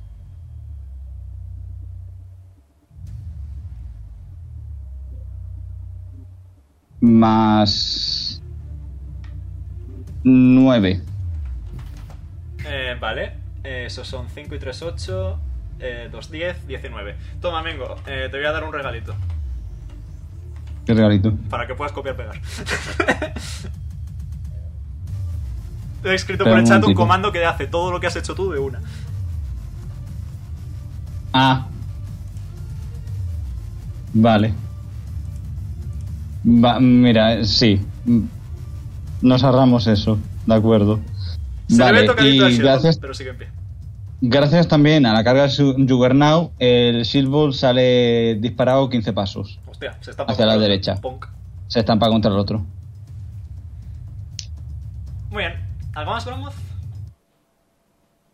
[SPEAKER 5] más 9
[SPEAKER 1] Eh, vale. Eh, esos son 5 y 3, 8. Eh, 2, 10, 19. Toma, Mingo, eh, te voy a dar un regalito.
[SPEAKER 5] qué regalito
[SPEAKER 1] Para que puedas copiar pegar. He escrito por
[SPEAKER 5] Espera
[SPEAKER 1] el
[SPEAKER 5] un
[SPEAKER 1] chat un
[SPEAKER 5] momentito.
[SPEAKER 1] comando que hace todo lo que has hecho tú de una.
[SPEAKER 5] Ah. Vale. Va, mira, eh, sí. Mm. Nos ahorramos eso, de acuerdo.
[SPEAKER 1] Se le ve
[SPEAKER 5] vale,
[SPEAKER 1] tocadito al
[SPEAKER 5] y
[SPEAKER 1] Shield,
[SPEAKER 5] gracias,
[SPEAKER 1] pero sigue en pie.
[SPEAKER 5] gracias también a la carga de su- Juggernaut, el Shield Ball sale disparado 15 pasos.
[SPEAKER 1] Hostia, se está
[SPEAKER 5] Hacia la derecha.
[SPEAKER 1] Punk.
[SPEAKER 5] Se estampa contra el otro.
[SPEAKER 1] Muy bien. ¿Algo más, Bromoth?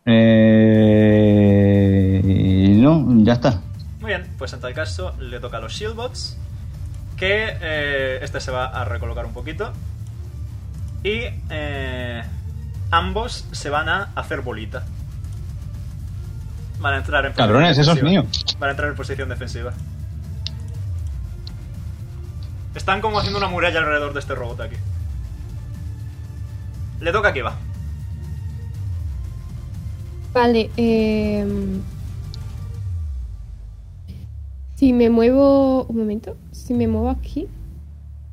[SPEAKER 5] Eh, no, ya está.
[SPEAKER 1] Muy bien, pues en tal caso le toca a los Shieldbots. Que eh, este se va a recolocar un poquito. Y eh, ambos se van a hacer bolita. Van a entrar en
[SPEAKER 5] Cabrones, eso es
[SPEAKER 1] defensiva.
[SPEAKER 5] mío.
[SPEAKER 1] Van a entrar en posición defensiva. Están como haciendo una muralla alrededor de este robot aquí. Le toca que va.
[SPEAKER 4] Vale, eh... Si me muevo... Un momento. Si me muevo aquí,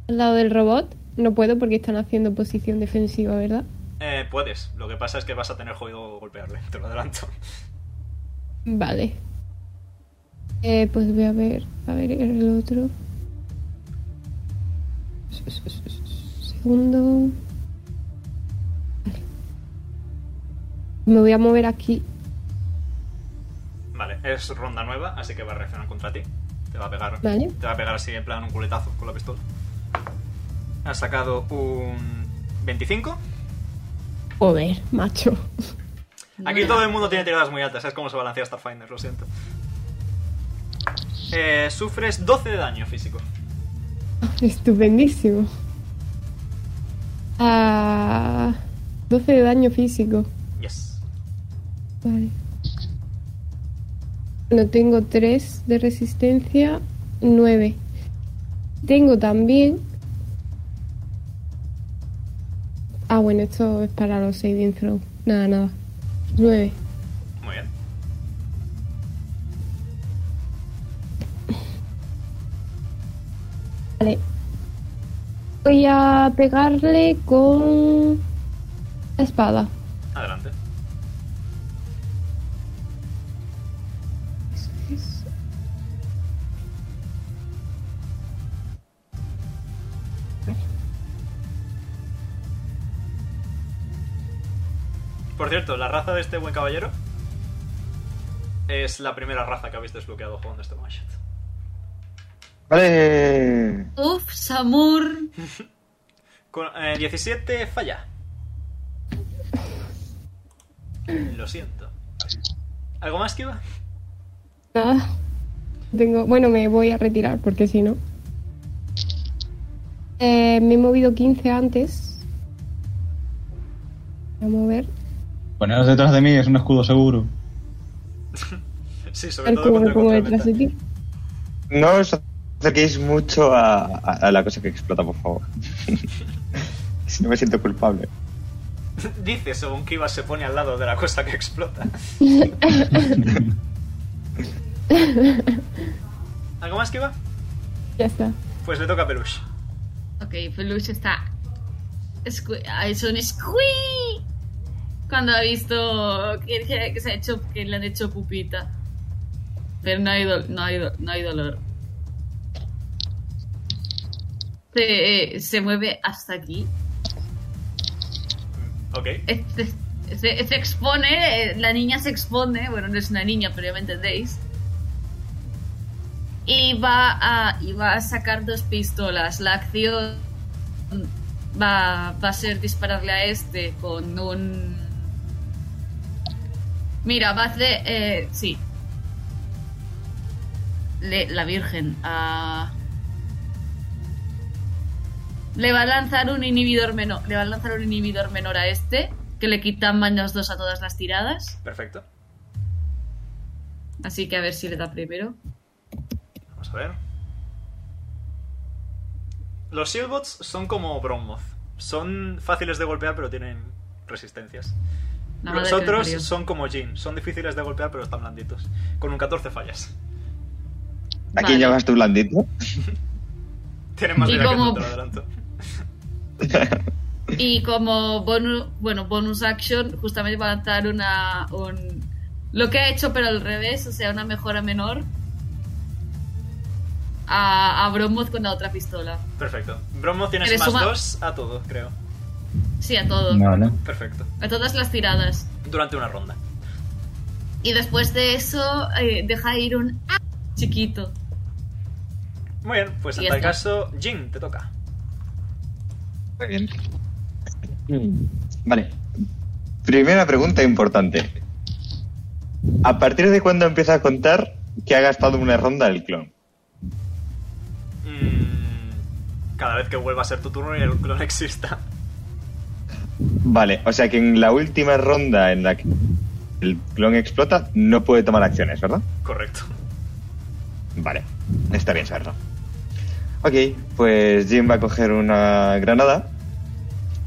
[SPEAKER 4] al lado del robot, no puedo porque están haciendo posición defensiva, ¿verdad?
[SPEAKER 1] Eh, puedes, lo que pasa es que vas a tener jodido golpearle, te lo adelanto.
[SPEAKER 4] Vale. Eh, pues voy a ver, a ver el otro. Segundo. Vale. Me voy a mover aquí.
[SPEAKER 1] Vale, es ronda nueva, así que va a reaccionar contra ti. Te va a pegar.
[SPEAKER 4] Vale.
[SPEAKER 1] Te va a pegar así en plan un culetazo con la pistola. Has sacado un 25.
[SPEAKER 4] Joder, macho.
[SPEAKER 1] Aquí todo el mundo tiene tiradas muy altas, es como se balancea Starfinder, lo siento. Eh, sufres 12 de daño físico.
[SPEAKER 4] Estupendísimo. Ah, 12 de daño físico.
[SPEAKER 1] Yes.
[SPEAKER 4] Vale. Bueno, tengo 3 de resistencia, 9. Tengo también... Ah, bueno, esto es para los saving throw. Nada, nada. 9.
[SPEAKER 1] Muy bien.
[SPEAKER 4] Vale. Voy a pegarle con... la espada.
[SPEAKER 1] Adelante. Por cierto, la raza de este buen caballero es la primera raza que habéis desbloqueado jugando este one shot.
[SPEAKER 8] Vale.
[SPEAKER 7] Uf, Samur.
[SPEAKER 1] Con eh, 17 falla. Lo siento. ¿Algo más que va?
[SPEAKER 4] Nada. Tengo, bueno, me voy a retirar porque si no. Eh, me he movido 15 antes. Voy a mover.
[SPEAKER 5] Poneros detrás de mí, es un escudo seguro.
[SPEAKER 1] Sí, sobre
[SPEAKER 4] Tal
[SPEAKER 1] todo
[SPEAKER 4] como me
[SPEAKER 1] contra
[SPEAKER 4] pongo
[SPEAKER 1] contra
[SPEAKER 4] detrás de ti.
[SPEAKER 8] No os acerquéis mucho a, a- a la cosa que explota, por favor. si no me siento culpable.
[SPEAKER 1] Dice según Kiva se pone al lado de la cosa que explota. ¿Algo más Kiva?
[SPEAKER 4] Ya está.
[SPEAKER 1] Pues le toca a Peluche.
[SPEAKER 7] Ok, Peluche está. escu- ah, Es un squee. Cuando ha visto que, que- que se ha hecho, que le han hecho pupita. Pero no hay, dol- no hay, dol- no hay dolor. Se, eh, se mueve hasta aquí.
[SPEAKER 1] Ok.
[SPEAKER 7] Este- se, se expone, eh, la niña se expone, bueno, no es una niña, pero ya me entendéis. Y va a, y va a sacar dos pistolas. La acción va, va a ser dispararle a este con un
[SPEAKER 2] Mira, hazle. Eh, sí. Le- la Virgen. a- Le va a lanzar un inhibidor menor. Le va a lanzar un inhibidor menor a este. Que le quitan menos dos a todas las tiradas.
[SPEAKER 1] Perfecto.
[SPEAKER 2] Así que a ver si le da primero.
[SPEAKER 1] Vamos a ver. Los Shieldbots son como Bronmoth. Son fáciles de golpear, pero tienen resistencias.
[SPEAKER 2] La madre
[SPEAKER 1] Los
[SPEAKER 2] que me
[SPEAKER 1] otros
[SPEAKER 2] parió.
[SPEAKER 1] son como Jin. Son difíciles de golpear, pero están blanditos. Con un 14 fallas.
[SPEAKER 8] ¿A
[SPEAKER 2] Vale.
[SPEAKER 8] quién llamas tú blandito?
[SPEAKER 1] Tienen más
[SPEAKER 2] Y
[SPEAKER 1] vida que
[SPEAKER 2] como-
[SPEAKER 1] tú, te lo adelanto.
[SPEAKER 2] Y como bonus, bueno, bonus action, justamente va a lanzar una, un, lo que ha hecho, pero al revés, o sea, una mejora menor a, a Bromoth con la otra pistola.
[SPEAKER 1] Perfecto. Bronmoth
[SPEAKER 2] Que
[SPEAKER 1] tienes
[SPEAKER 2] le
[SPEAKER 1] más
[SPEAKER 2] suma-
[SPEAKER 1] 2 a todo, creo.
[SPEAKER 2] Sí, a todo,
[SPEAKER 5] Vale.
[SPEAKER 1] Perfecto.
[SPEAKER 2] a todas las tiradas.
[SPEAKER 1] Durante una ronda.
[SPEAKER 2] Y después de eso, eh, deja ir un ¡ah! chiquito.
[SPEAKER 1] Muy bien, pues
[SPEAKER 2] Y
[SPEAKER 1] en
[SPEAKER 2] ya
[SPEAKER 1] tal
[SPEAKER 2] está.
[SPEAKER 1] caso, Jin, te toca.
[SPEAKER 8] Muy bien. Vale. Primera pregunta importante. ¿A partir de cuándo empieza a contar que ha gastado una ronda el clon?
[SPEAKER 1] Mm, Cada vez que vuelva a ser tu turno y el clon exista.
[SPEAKER 8] Vale, o sea que en la última ronda en la que el clon explota no puede tomar acciones, ¿verdad?
[SPEAKER 1] Correcto.
[SPEAKER 8] Vale, está bien saberlo. Ok, pues Jim va a coger una granada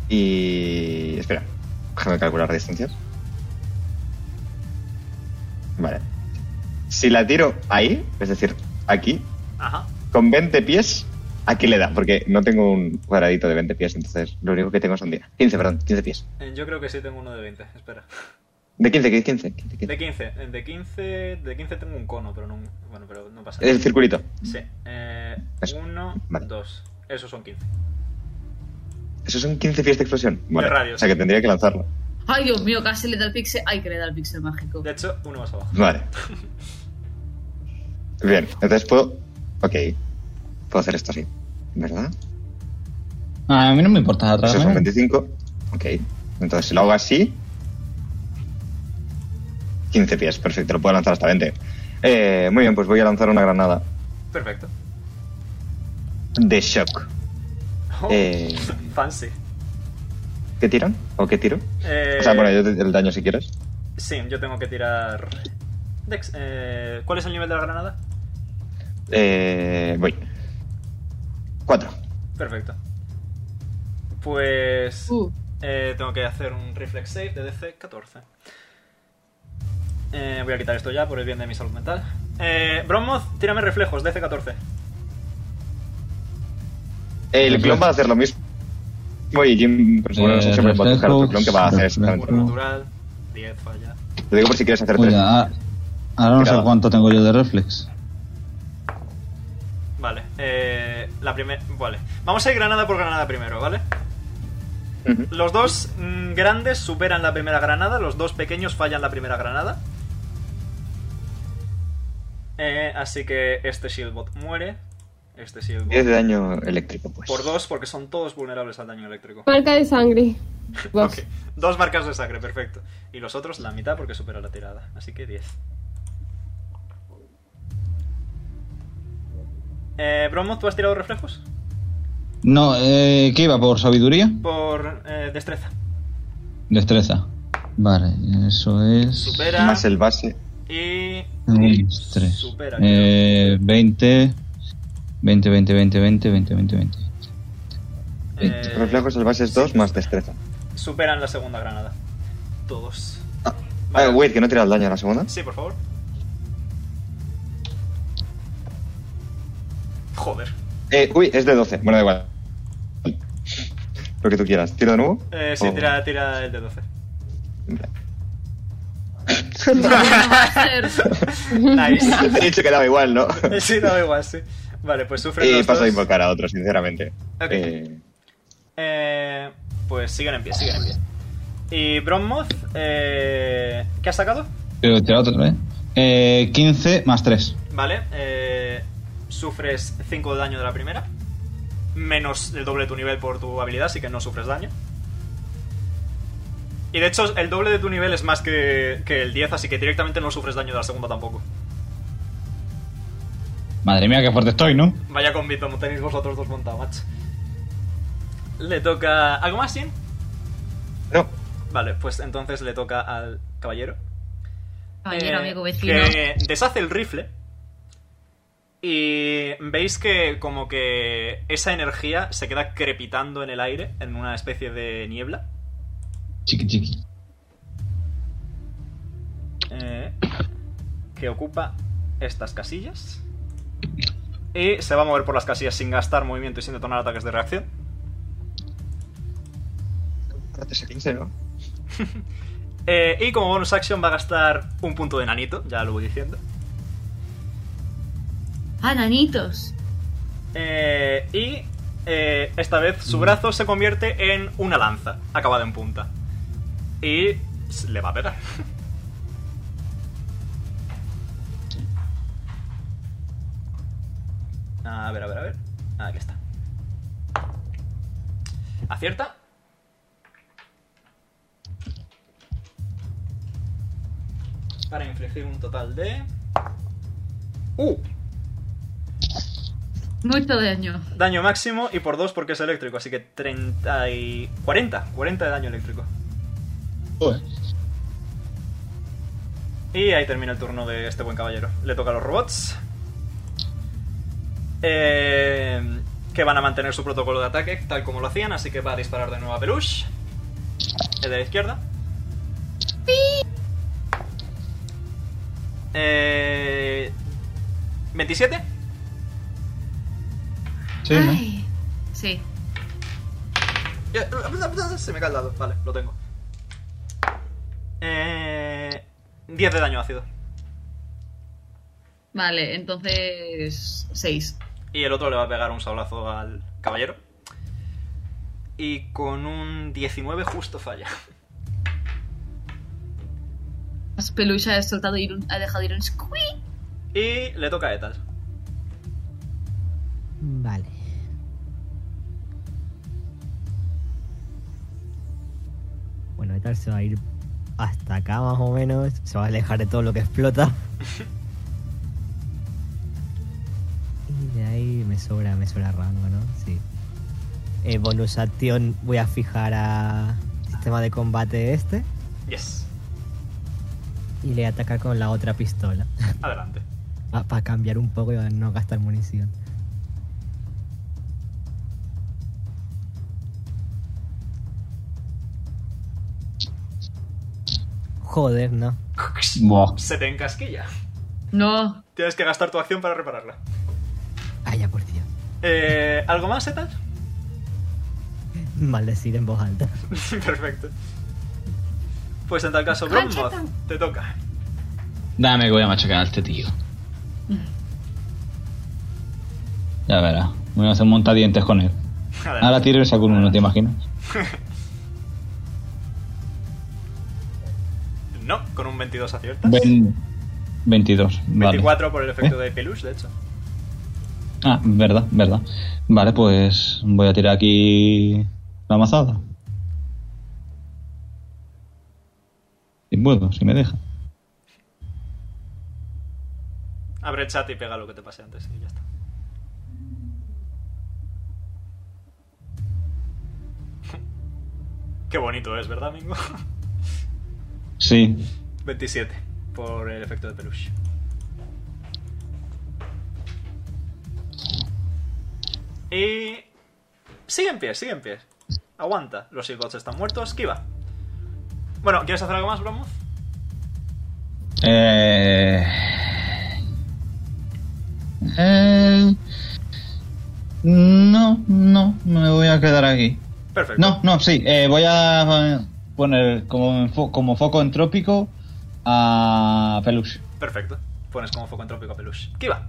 [SPEAKER 8] y... Espera, déjame calcular distancias. Vale. Si la tiro ahí, es decir, aquí,
[SPEAKER 1] Ajá.
[SPEAKER 8] con 20 pies, aquí le da, porque no tengo un cuadradito de 20 pies, entonces lo único que tengo son 10. 15, perdón, 15 pies.
[SPEAKER 1] Eh, Yo creo que sí tengo uno de 20, espera.
[SPEAKER 8] De 15, que 15, 15, 15.
[SPEAKER 1] De 15, eh, de 15, de 15 tengo un cono, pero no, bueno, pero no pasa nada.
[SPEAKER 8] El circulito.
[SPEAKER 1] Sí, eh,
[SPEAKER 8] Eso.
[SPEAKER 1] uno,
[SPEAKER 8] Vale.
[SPEAKER 1] dos. Esos son 15.
[SPEAKER 8] Esos son 15 pies de explosión. Vale,
[SPEAKER 1] radio,
[SPEAKER 8] o sea que
[SPEAKER 1] sí.
[SPEAKER 8] tendría que lanzarlo.
[SPEAKER 2] Ay, Dios mío, casi le da el pixel. Ay, que le da el pixel mágico.
[SPEAKER 1] De hecho, uno más abajo.
[SPEAKER 8] Vale. Bien, entonces puedo. Ok. Puedo hacer esto así. ¿Verdad?
[SPEAKER 5] A mí no me importa atrás. ¿eh?
[SPEAKER 8] Eso son 25. Ok. Entonces si lo hago así. 15 pies, perfecto. Lo puedo lanzar hasta 20. Eh, muy bien, pues voy a lanzar una granada
[SPEAKER 1] Perfecto.
[SPEAKER 8] de shock.
[SPEAKER 1] Oh,
[SPEAKER 8] Eh.
[SPEAKER 1] Fancy.
[SPEAKER 8] ¿Qué tiran? ¿O qué tiro?
[SPEAKER 1] Eh,
[SPEAKER 8] O sea, bueno, yo te- el daño si quieres.
[SPEAKER 1] Sí, yo tengo que tirar. Dex, eh, ¿cuál es el nivel de la granada?
[SPEAKER 8] Eh, voy. 4.
[SPEAKER 1] Perfecto. Pues.
[SPEAKER 2] Uh,
[SPEAKER 1] eh, tengo que hacer un reflex save de DC 14. Eh, voy a quitar esto ya por el bien de mi salud mental. Eh, Bromoth, tírame reflejos, DC 14.
[SPEAKER 8] El clon va a hacer lo mismo. Oye, Jim, pues, bueno, no sé
[SPEAKER 5] Eh,
[SPEAKER 8] si me va a dejar otro clon que va a hacer
[SPEAKER 5] reflejos,
[SPEAKER 8] exactamente lo
[SPEAKER 1] Uno
[SPEAKER 5] No.
[SPEAKER 8] mismo.
[SPEAKER 1] natural, 10 falla.
[SPEAKER 8] Lo digo por si quieres hacer
[SPEAKER 5] Oye,
[SPEAKER 8] tres.
[SPEAKER 5] ah, ahora no sé
[SPEAKER 8] Tirada.
[SPEAKER 5] cuánto tengo yo de reflex.
[SPEAKER 1] Vale, eh, la primera. Vale, vamos a ir granada por granada primero, ¿vale?
[SPEAKER 8] Ujú.
[SPEAKER 1] Los dos mm, grandes superan la primera granada, los dos pequeños fallan la primera granada. Eh, así que este Shieldbot muere. Este
[SPEAKER 8] 10 de
[SPEAKER 1] Shieldbot.
[SPEAKER 8] daño eléctrico, pues.
[SPEAKER 1] Por dos, porque son todos vulnerables al daño eléctrico.
[SPEAKER 4] Marca de sangre. Vos.
[SPEAKER 1] Ok, Dos marcas de sangre, perfecto. Y los otros la mitad porque supera la tirada. Así que 10. Eh, Bromoth, ¿tú has tirado reflejos?
[SPEAKER 5] No, eh, ¿qué iba? ¿Por sabiduría?
[SPEAKER 1] Por eh, destreza.
[SPEAKER 5] Destreza. Vale, eso es.
[SPEAKER 1] Supera.
[SPEAKER 8] Más el base.
[SPEAKER 1] Y.
[SPEAKER 5] Unos tres.
[SPEAKER 1] Supera.
[SPEAKER 5] Eh, 20. 20, 20, 20, 20, 20, 20, 20.
[SPEAKER 1] creo. Eh,
[SPEAKER 8] Reflejos, el base es 2 más destreza.
[SPEAKER 1] Superan la segunda granada. Todos.
[SPEAKER 8] Ah,
[SPEAKER 1] Vale.
[SPEAKER 8] wait, que no tira el daño a la segunda.
[SPEAKER 1] Sí, por favor. Joder.
[SPEAKER 8] Eh, uy, es de 12. Bueno, da igual. Lo que tú quieras. ¿Tiro de nuevo? Oh.
[SPEAKER 1] Eh, sí,
[SPEAKER 8] O-
[SPEAKER 1] tira, tira el de 12. Nice.
[SPEAKER 8] Te he dicho que daba igual, ¿no?
[SPEAKER 1] Sí, da igual, sí. Vale, pues sufren
[SPEAKER 8] y
[SPEAKER 1] los
[SPEAKER 8] paso a
[SPEAKER 1] dos.
[SPEAKER 8] invocar a otro, sinceramente.
[SPEAKER 1] Ok.
[SPEAKER 8] Eh,
[SPEAKER 1] Eh, pues siguen en pie, siguen en pie. Y Bronmoth, eh, ¿qué has sacado?
[SPEAKER 5] Pero tira otra vez. Eh, 15 más 3.
[SPEAKER 1] Vale, eh, sufres 5 de daño de la primera. Menos el doble de tu nivel por tu habilidad, así que no sufres daño. Y de hecho, el doble de tu nivel es más que, que el 10, así que directamente no sufres daño de la segunda tampoco.
[SPEAKER 5] Madre mía, qué fuerte estoy, ¿no?
[SPEAKER 1] Vaya convito, tenéis vosotros dos montados, macho. Le toca. ¿Algo más, Sin?
[SPEAKER 8] No,
[SPEAKER 1] Vale, pues entonces le toca al caballero.
[SPEAKER 2] Caballero,
[SPEAKER 1] eh,
[SPEAKER 2] amigo, vecino.
[SPEAKER 1] Que deshace el rifle. Y veis que como que esa energía se queda crepitando en el aire, en una especie de niebla.
[SPEAKER 5] Chiqui chiqui.
[SPEAKER 1] eh, que ocupa estas casillas. Y se va a mover por las casillas sin gastar movimiento y sin detonar ataques de reacción.
[SPEAKER 8] antes a 15, ¿no?
[SPEAKER 1] Eh, y como bonus action va a gastar un punto de nanito, ya lo voy diciendo.
[SPEAKER 2] Ah, nanitos.
[SPEAKER 1] Eh, y eh, esta vez su brazo se convierte en una lanza, acabada en punta. Y s- le va a pegar. A ver, a ver, a ver. Aquí está. ¿Acierta? Para infligir un total de... ¡Uh!
[SPEAKER 2] Mucho daño.
[SPEAKER 1] daño máximo y por 2 porque es eléctrico, así que 30 y 40, 40 de daño eléctrico.
[SPEAKER 5] Joder.
[SPEAKER 1] Y ahí termina el turno de este buen caballero. Le toca a los robots. Eh, que van a mantener su protocolo de ataque tal como lo hacían, así que va a disparar de nuevo a Peluche. El de la izquierda. Eh, 27.
[SPEAKER 5] Sí, ¿no?
[SPEAKER 2] Ay. Sí.
[SPEAKER 1] Ya, eh, Se me cae el dado. Vale, lo tengo. Eh, 10 de daño ácido.
[SPEAKER 2] Vale, entonces. Seis.
[SPEAKER 1] Y el otro le va a pegar un sablazo al caballero. Y con un 19 justo falla.
[SPEAKER 2] Las peluches ha soltado ir un- ha dejado ir un squeak.
[SPEAKER 1] Y le toca a Etal.
[SPEAKER 3] Vale. Bueno, tal se va a ir hasta acá más o menos. Se va a alejar de todo lo que explota. y de ahí me sobra, me sobra rango, ¿no? Sí. Eh, bonus acción voy a fijar a sistema de combate este
[SPEAKER 1] Yes.
[SPEAKER 3] y le voy a atacar con la otra pistola.
[SPEAKER 1] Adelante.
[SPEAKER 3] Para cambiar un poco y a no gastar munición. Joder, no.
[SPEAKER 5] Buah.
[SPEAKER 1] Se te encasquilla.
[SPEAKER 2] No.
[SPEAKER 1] Tienes que gastar tu acción para repararla.
[SPEAKER 3] Ah, ya por Dios.
[SPEAKER 1] Eh, ¿Algo más, Etal?
[SPEAKER 3] Maldecir en voz alta.
[SPEAKER 1] Perfecto. Pues en tal caso, Bronmoth, te toca.
[SPEAKER 5] Dame que voy a machacar a este tío. Ya verás. Voy a hacer montadientes con él.
[SPEAKER 1] Adelante.
[SPEAKER 5] Ahora tiro el saco uno, ¿no te imaginas?
[SPEAKER 1] No, con un 22 aciertas.
[SPEAKER 5] Ven- 22. Vale. ¿Eh?
[SPEAKER 1] 24 por el efecto de Peluche, de hecho.
[SPEAKER 5] Ah, verdad, verdad. Vale, pues voy a tirar aquí la mazada. Y puedo, si me deja.
[SPEAKER 1] Abre el chat y pega lo que te pasé antes y ya está. Qué bonito es, ¿verdad, Mingo?
[SPEAKER 5] Sí.
[SPEAKER 1] 27 por el efecto de peluche. Y. Sigue en pie, sigue en pie. Aguanta. Los Silgots están muertos. Esquiva. Bueno, ¿quieres hacer algo más, Bromoth?
[SPEAKER 5] Eh... Eh... No, no, me voy a quedar aquí.
[SPEAKER 1] Perfecto.
[SPEAKER 5] No, no, sí, eh, voy a eh, poner como, enfo- como foco entrópico a Peluche.
[SPEAKER 1] Perfecto. Pones como foco entrópico a peluche. Esquiva.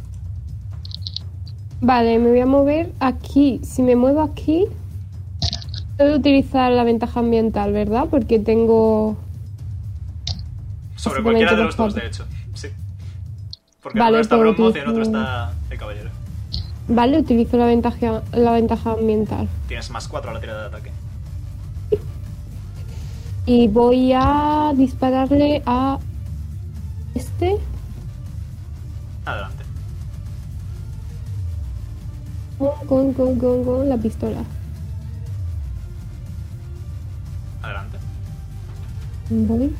[SPEAKER 4] Vale, me voy a mover aquí. Si me muevo aquí, puedo utilizar la ventaja ambiental, ¿verdad? Porque tengo...
[SPEAKER 1] Sobre
[SPEAKER 4] Simplemente
[SPEAKER 1] cualquiera de los
[SPEAKER 4] por
[SPEAKER 1] dos,
[SPEAKER 4] favor.
[SPEAKER 1] de hecho. Sí. Porque en
[SPEAKER 4] Vale,
[SPEAKER 1] uno está
[SPEAKER 4] pero
[SPEAKER 1] Bromoth y en otro
[SPEAKER 4] utilizo-
[SPEAKER 1] está el caballero.
[SPEAKER 4] Vale, utilizo la ventaja, la ventaja ambiental.
[SPEAKER 1] Tienes más 4 a la tirada de ataque.
[SPEAKER 4] Y Y voy a dispararle a este.
[SPEAKER 1] Adelante.
[SPEAKER 4] Con, con, con, con, con la pistola.
[SPEAKER 1] Adelante.
[SPEAKER 4] Voy.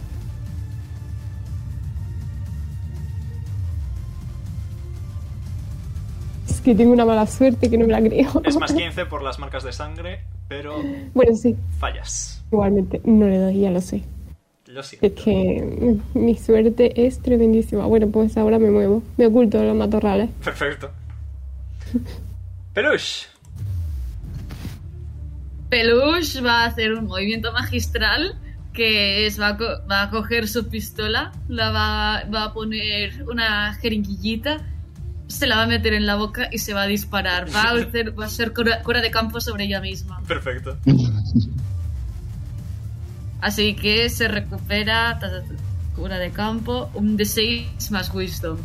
[SPEAKER 4] Es que tengo una mala suerte que no me la creo.
[SPEAKER 1] Es más 15 por las marcas de sangre, pero
[SPEAKER 4] Bueno, sí,
[SPEAKER 1] fallas.
[SPEAKER 4] igualmente no le doy, ya lo sé.
[SPEAKER 1] Lo
[SPEAKER 4] Es
[SPEAKER 1] siento.
[SPEAKER 4] que mi suerte es tremendísima. Bueno, pues ahora me muevo. Me oculto en los matorrales.
[SPEAKER 1] Perfecto. Peluche.
[SPEAKER 2] Peluche va a hacer un movimiento magistral que es va a, co- va a coger su pistola, la va, va a poner una jeringuillita, se la va a meter en la boca y se va a disparar. Va a hacer, va a ser cura, cura de campo sobre ella misma.
[SPEAKER 1] Perfecto.
[SPEAKER 2] Así que se recupera ta, ta, ta, cura de campo, un de 6 más wisdom.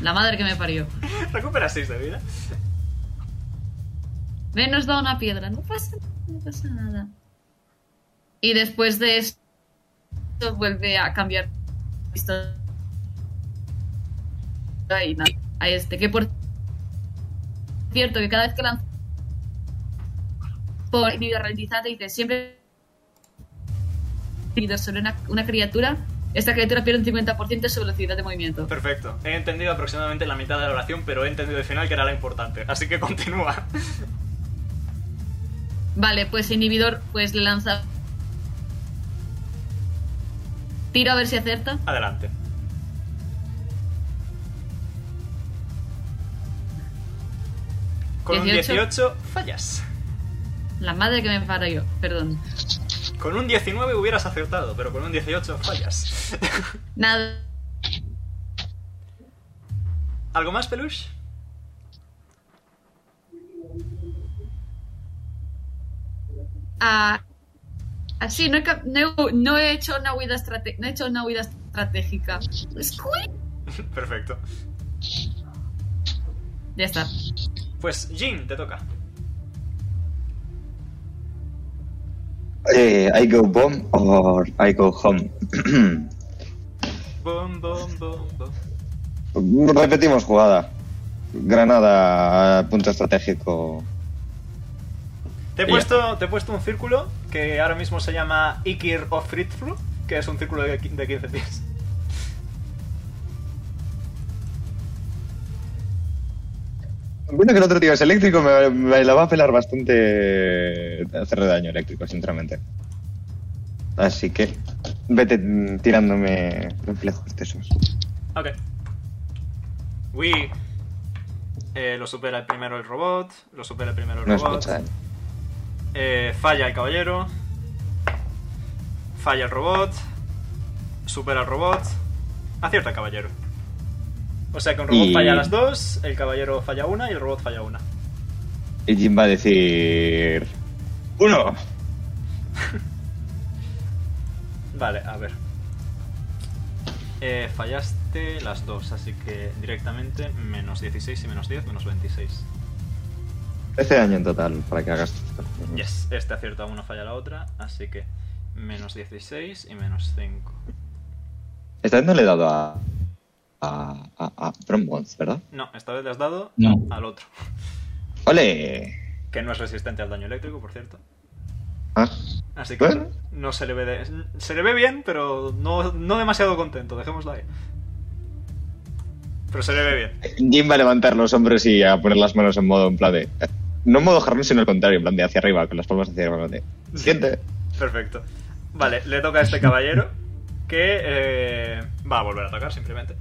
[SPEAKER 2] La madre que me parió.
[SPEAKER 1] Recupera 6 de vida.
[SPEAKER 2] Menos da una piedra, no pasa, no pasa nada. Y después de esto vuelve a cambiar pistola y nada, a este. Que por cierto, que cada vez que lanza por inhibidor ralentizante dice siempre inhibidor sobre una, una criatura, esta criatura pierde un 50% de su velocidad de movimiento.
[SPEAKER 1] Perfecto. He entendido aproximadamente la mitad de la oración, pero he entendido el final que era la importante. Así que continúa.
[SPEAKER 2] Vale, pues inhibidor pues le lanza. Tiro a ver si acierta.
[SPEAKER 1] Adelante. Con
[SPEAKER 2] 18.
[SPEAKER 1] un 18 fallas.
[SPEAKER 2] La madre que me paro yo, perdón.
[SPEAKER 1] Con un 19 hubieras acertado, pero con un 18 fallas.
[SPEAKER 2] Nada.
[SPEAKER 1] ¿Algo más, Peluche?
[SPEAKER 2] Ah, así, no he, cap- no, he- no he hecho una huida estrate- no he hecho una huida estratégica. Squeak.
[SPEAKER 1] Perfecto.
[SPEAKER 2] Ya está.
[SPEAKER 1] Pues, Jin, te toca.
[SPEAKER 8] Eh, I go bomb or I go home.
[SPEAKER 1] Bom, bom, bom, bom.
[SPEAKER 8] Repetimos jugada. Granada, punto estratégico.
[SPEAKER 1] Te he,
[SPEAKER 5] Ya.
[SPEAKER 1] puesto, te he puesto un círculo que ahora mismo se llama Ikir of Fritfru, que es un círculo de qui- de 15 pies.
[SPEAKER 8] Bueno, que el otro tío es eléctrico, me, me la va a pelar bastante hacerle daño eléctrico, sinceramente. Así que vete mm, tirándome reflejos de esos.
[SPEAKER 1] Ok. Wii. Eh, lo supera el primero el robot. Lo supera el primero el
[SPEAKER 8] No es mucho
[SPEAKER 1] robot.
[SPEAKER 8] daño.
[SPEAKER 1] Eh, falla el caballero. Falla el robot. Supera el robot. Acierta el caballero. O sea que un robot
[SPEAKER 8] Y-
[SPEAKER 1] falla las dos, el caballero falla una y el robot falla una.
[SPEAKER 8] Y Jim va a decir... ¡Uno!
[SPEAKER 1] Vale, a ver. Eh, fallaste las dos, así que directamente menos 16 y menos 10, menos 26.
[SPEAKER 8] Este daño en total, para que hagas...
[SPEAKER 1] Yes, este acierta una, falla la otra, así que menos 16 y menos 5.
[SPEAKER 8] Esta vez no le he dado a... A... A... a From Once, ¿verdad?
[SPEAKER 1] No, esta vez le has dado
[SPEAKER 5] No.
[SPEAKER 1] al otro,
[SPEAKER 8] ¡Ole!
[SPEAKER 1] que no es resistente al daño eléctrico, por cierto.
[SPEAKER 8] Ah,
[SPEAKER 1] Así que
[SPEAKER 8] Bueno.
[SPEAKER 1] no se le ve de- se le ve bien, pero no, no demasiado contento, dejémoslo ahí. Pero se le ve bien.
[SPEAKER 8] Jim va a levantar los hombros y a poner las manos en modo, en plan de... No en modo jarrón, sino al contrario, en plan de hacia arriba, con las palmas hacia arriba. en plan de, Siente.
[SPEAKER 1] Perfecto. Vale, le toca a este caballero que eh, va a volver a atacar simplemente.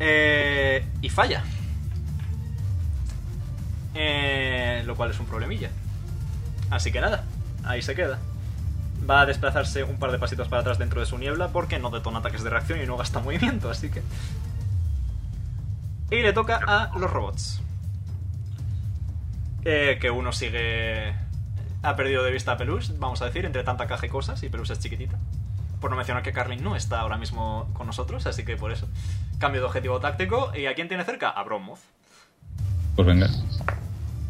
[SPEAKER 1] Eh, y falla. Eh, lo cual es un problemilla. Así que nada, ahí se queda. Va a desplazarse un par de pasitos para atrás dentro de su niebla porque no detona ataques de reacción y no gasta movimiento, así que... Y le toca a los robots. Eh, que uno sigue. Ha perdido de vista a Peluche, vamos a decir, entre tanta caja y cosas, y Peluche es chiquitita. Por no mencionar que Carlin no está ahora mismo con nosotros, así que por eso. Cambio de objetivo táctico. ¿Y a quién tiene cerca? A Bromoth.
[SPEAKER 5] Pues venga.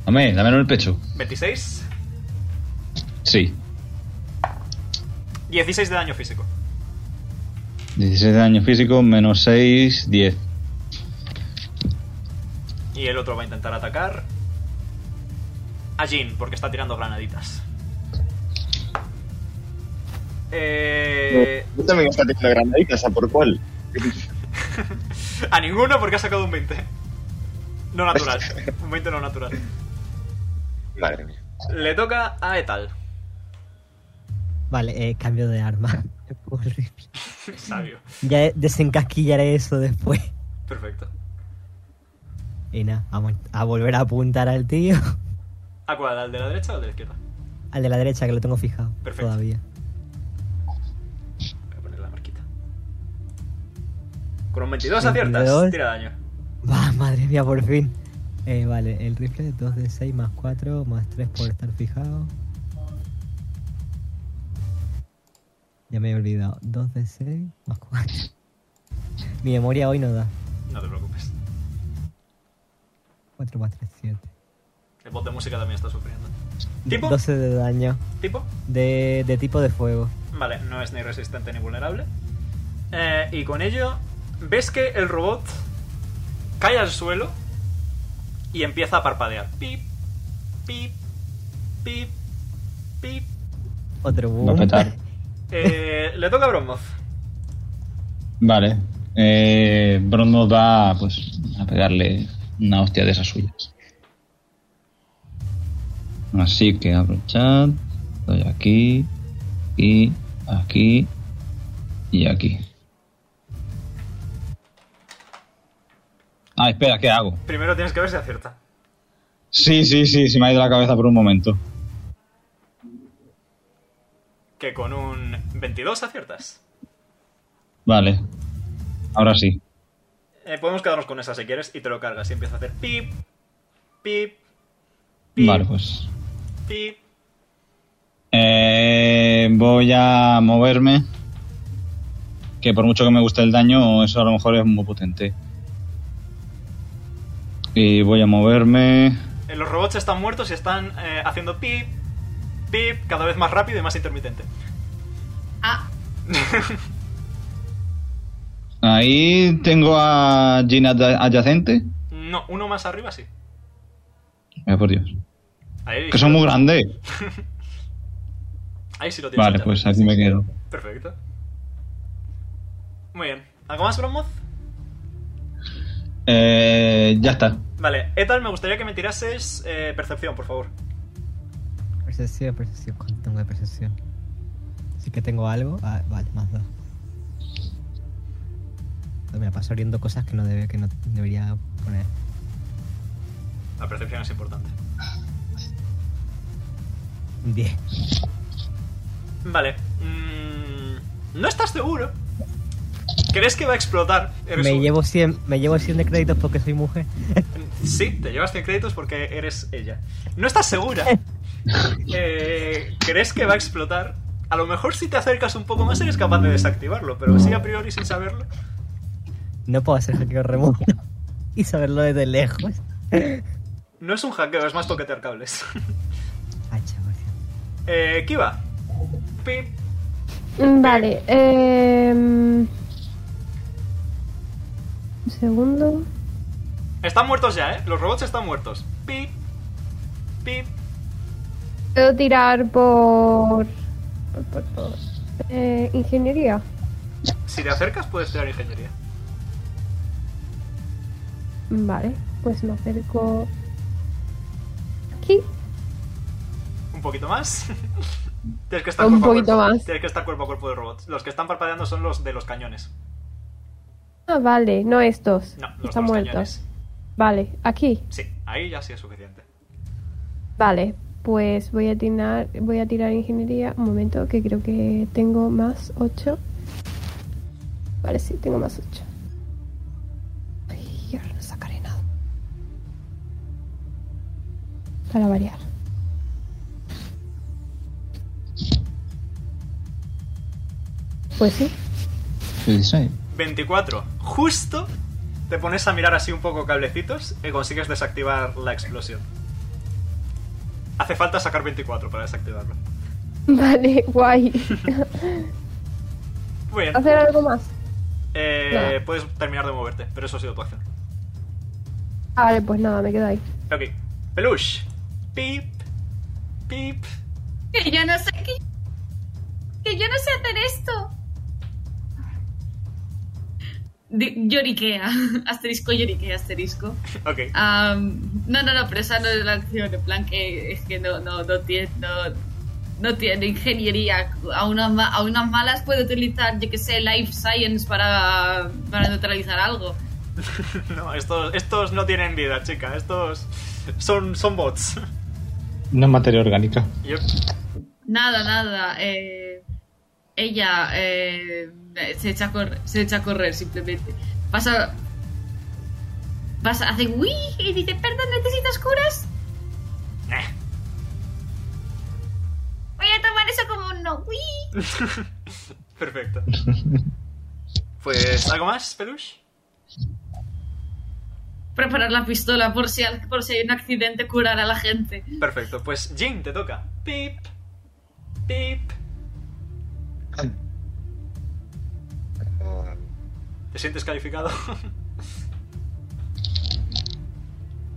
[SPEAKER 5] Dame, dame en el pecho.
[SPEAKER 1] 26.
[SPEAKER 5] Sí.
[SPEAKER 1] 16 de daño físico.
[SPEAKER 5] 16 de daño físico, menos 6, 10.
[SPEAKER 1] Y el otro va a intentar atacar a Jin, porque está tirando granaditas. Eh,
[SPEAKER 8] Yo también está tirando granaditas, ¿a por cuál?
[SPEAKER 1] a ninguno porque ha sacado un 20. No natural. Un 20 no natural.
[SPEAKER 8] Madre mía.
[SPEAKER 1] Le toca a Etal.
[SPEAKER 3] Vale, eh, cambio de arma. Horrible.
[SPEAKER 1] Sabio.
[SPEAKER 3] ya desencasquillaré eso después.
[SPEAKER 1] Perfecto.
[SPEAKER 3] Y nada, vamos a volver a apuntar al tío.
[SPEAKER 1] ¿A cuál? ¿Al de la derecha o al de la izquierda?
[SPEAKER 3] Al de la derecha, que lo tengo fijado
[SPEAKER 1] Perfecto.
[SPEAKER 3] todavía.
[SPEAKER 1] Voy a poner la marquita. Con un 22 aciertas.
[SPEAKER 3] 22.
[SPEAKER 1] Tira daño.
[SPEAKER 3] Va, madre mía, por fin. Eh, vale, el rifle 2 de 6 más 4 más 3 por estar fijado. Ya me he olvidado. 2 de 6 más 4. Mi memoria hoy no da.
[SPEAKER 1] No te preocupes.
[SPEAKER 3] 4 más 3, 7.
[SPEAKER 1] El bot de música también está sufriendo. ¿Tipo?
[SPEAKER 3] 12 de daño.
[SPEAKER 1] ¿Tipo?
[SPEAKER 3] De, de tipo de fuego.
[SPEAKER 1] Vale, no es ni resistente ni vulnerable. Eh, y con ello, ves que el robot cae al suelo y empieza a parpadear. Pip, pip, pip, pip.
[SPEAKER 3] Otro boom.
[SPEAKER 5] Va a petar.
[SPEAKER 1] Eh, le toca a Bromoth.
[SPEAKER 5] Vale. Eh, Brondo va pues, a pegarle una hostia de esas suyas. Así que abro chat. Doy aquí. Y aquí. Y aquí. Ah, espera, ¿qué hago?
[SPEAKER 1] Primero tienes que ver si acierta.
[SPEAKER 5] Sí, sí, sí, se me ha ido la cabeza por un momento.
[SPEAKER 1] Que con un 22 aciertas.
[SPEAKER 5] Vale. Ahora sí.
[SPEAKER 1] Eh, podemos quedarnos con esa si quieres y te lo cargas y empieza a hacer pip, pip, pip,
[SPEAKER 5] Vale, pues.
[SPEAKER 1] pip.
[SPEAKER 5] Eh, voy a moverme. Que por mucho que me guste el daño, eso a lo mejor es muy potente. Y voy a moverme.
[SPEAKER 1] Eh, Los robots están muertos y están eh, haciendo pip, pip, cada vez más rápido y más intermitente.
[SPEAKER 2] Ah,
[SPEAKER 5] Ahí tengo a Gina ad- adyacente.
[SPEAKER 1] No, uno más arriba sí.
[SPEAKER 5] Eh, por Dios.
[SPEAKER 1] Ahí,
[SPEAKER 5] Que son muy grandes.
[SPEAKER 1] ahí sí lo tienes.
[SPEAKER 5] Vale,
[SPEAKER 1] ya.
[SPEAKER 5] pues aquí me quedo.
[SPEAKER 1] Perfecto. Muy bien. ¿Algo más, Bromoth?
[SPEAKER 5] Eh, ya está.
[SPEAKER 1] Vale, Etal, me gustaría que me tirases eh, percepción, por favor.
[SPEAKER 3] Percepción, percepción. ¿Cuánto tengo de percepción? Así que tengo algo. Ah, vale, más dos. Me la paso abriendo cosas que no, debe, que no debería poner.
[SPEAKER 1] La percepción es importante.
[SPEAKER 3] Un 10.
[SPEAKER 1] Vale. mm, no estás seguro. ¿Crees que va a explotar? Eres
[SPEAKER 3] Me
[SPEAKER 1] un-
[SPEAKER 3] llevo, 100, me llevo 100 de créditos porque soy mujer.
[SPEAKER 1] Sí, te llevas 100 créditos porque eres ella. No estás segura. Eh, ¿Crees que va a explotar? A lo mejor si te acercas un poco más eres capaz de desactivarlo, pero así a priori sin saberlo.
[SPEAKER 3] No puedo hacer hackeo remoto y saberlo desde lejos.
[SPEAKER 1] No es un hackeo, es más toquetear cables.
[SPEAKER 3] Ah, chaval.
[SPEAKER 1] Eh, Kiva. Pip.
[SPEAKER 4] Mm, Vale, eh... Un segundo.
[SPEAKER 1] Están muertos ya, ¿eh? Los robots están muertos. Pip. Pip.
[SPEAKER 4] Puedo tirar por... por, por, por, eh, ingeniería.
[SPEAKER 1] Si te acercas puedes tirar ingeniería.
[SPEAKER 4] Vale, pues me acerco... Aquí.
[SPEAKER 1] Un poquito más. Tienes que estar
[SPEAKER 4] Un
[SPEAKER 1] cuerpo a
[SPEAKER 4] poquito
[SPEAKER 1] cuerpo.
[SPEAKER 4] más.
[SPEAKER 1] Tienes que estar cuerpo a cuerpo de robots. Los que están parpadeando son los de los cañones.
[SPEAKER 4] Ah, vale, no estos.
[SPEAKER 1] No, los de
[SPEAKER 4] Están
[SPEAKER 1] los
[SPEAKER 4] muertos.
[SPEAKER 1] cañones.
[SPEAKER 4] Vale, aquí.
[SPEAKER 1] Sí, ahí ya sí es suficiente.
[SPEAKER 4] Vale, pues voy a tirar, voy a tirar ingeniería. Un momento, que creo que tengo más 8. Vale, sí, tengo más 8. Ay, ahora no sacaré nada. Para variar. Pues sí.
[SPEAKER 5] 16.
[SPEAKER 4] Pues
[SPEAKER 1] 24. Justo Te pones a mirar así un poco cablecitos y consigues desactivar la explosión. Hace falta sacar 24 para desactivarlo.
[SPEAKER 4] Vale, guay.
[SPEAKER 1] Muy bien.
[SPEAKER 4] ¿Hacer algo más?
[SPEAKER 1] Eh, Puedes terminar de moverte, pero eso ha sido tu acción.
[SPEAKER 4] Vale, pues nada, me quedo ahí.
[SPEAKER 1] Ok. Peluche. Pip. Pip.
[SPEAKER 2] Que yo no sé que, que yo no sé hacer esto. Di- Lloriquea. Asterisco, lloriquea, asterisco.
[SPEAKER 1] Ok.
[SPEAKER 2] Am, no, no, no, pero esa no es la acción. En plan que es que no, no, no tiene. No, no tiene ingeniería. A unas, ma- a unas malas puede utilizar, yo que sé, life science para, para neutralizar algo.
[SPEAKER 1] No, estos, estos no tienen vida, chica. Estos son, son bots.
[SPEAKER 5] Una materia orgánica.
[SPEAKER 1] Yo-
[SPEAKER 2] Nada, nada. eh, ella eh, se, echa a correr, se echa a correr simplemente. Pasa. Pasa, hace uy y dice: Perdón, ¿necesitas curas?
[SPEAKER 1] Eh.
[SPEAKER 2] Voy a tomar eso como un no. uy.
[SPEAKER 1] Perfecto. Pues, ¿algo más, Peluche?
[SPEAKER 2] Preparar la pistola por si, al- por si hay un accidente, curar a la gente.
[SPEAKER 1] Perfecto. Pues, Jin, te toca. Pip. Pip. ¿Te sientes calificado?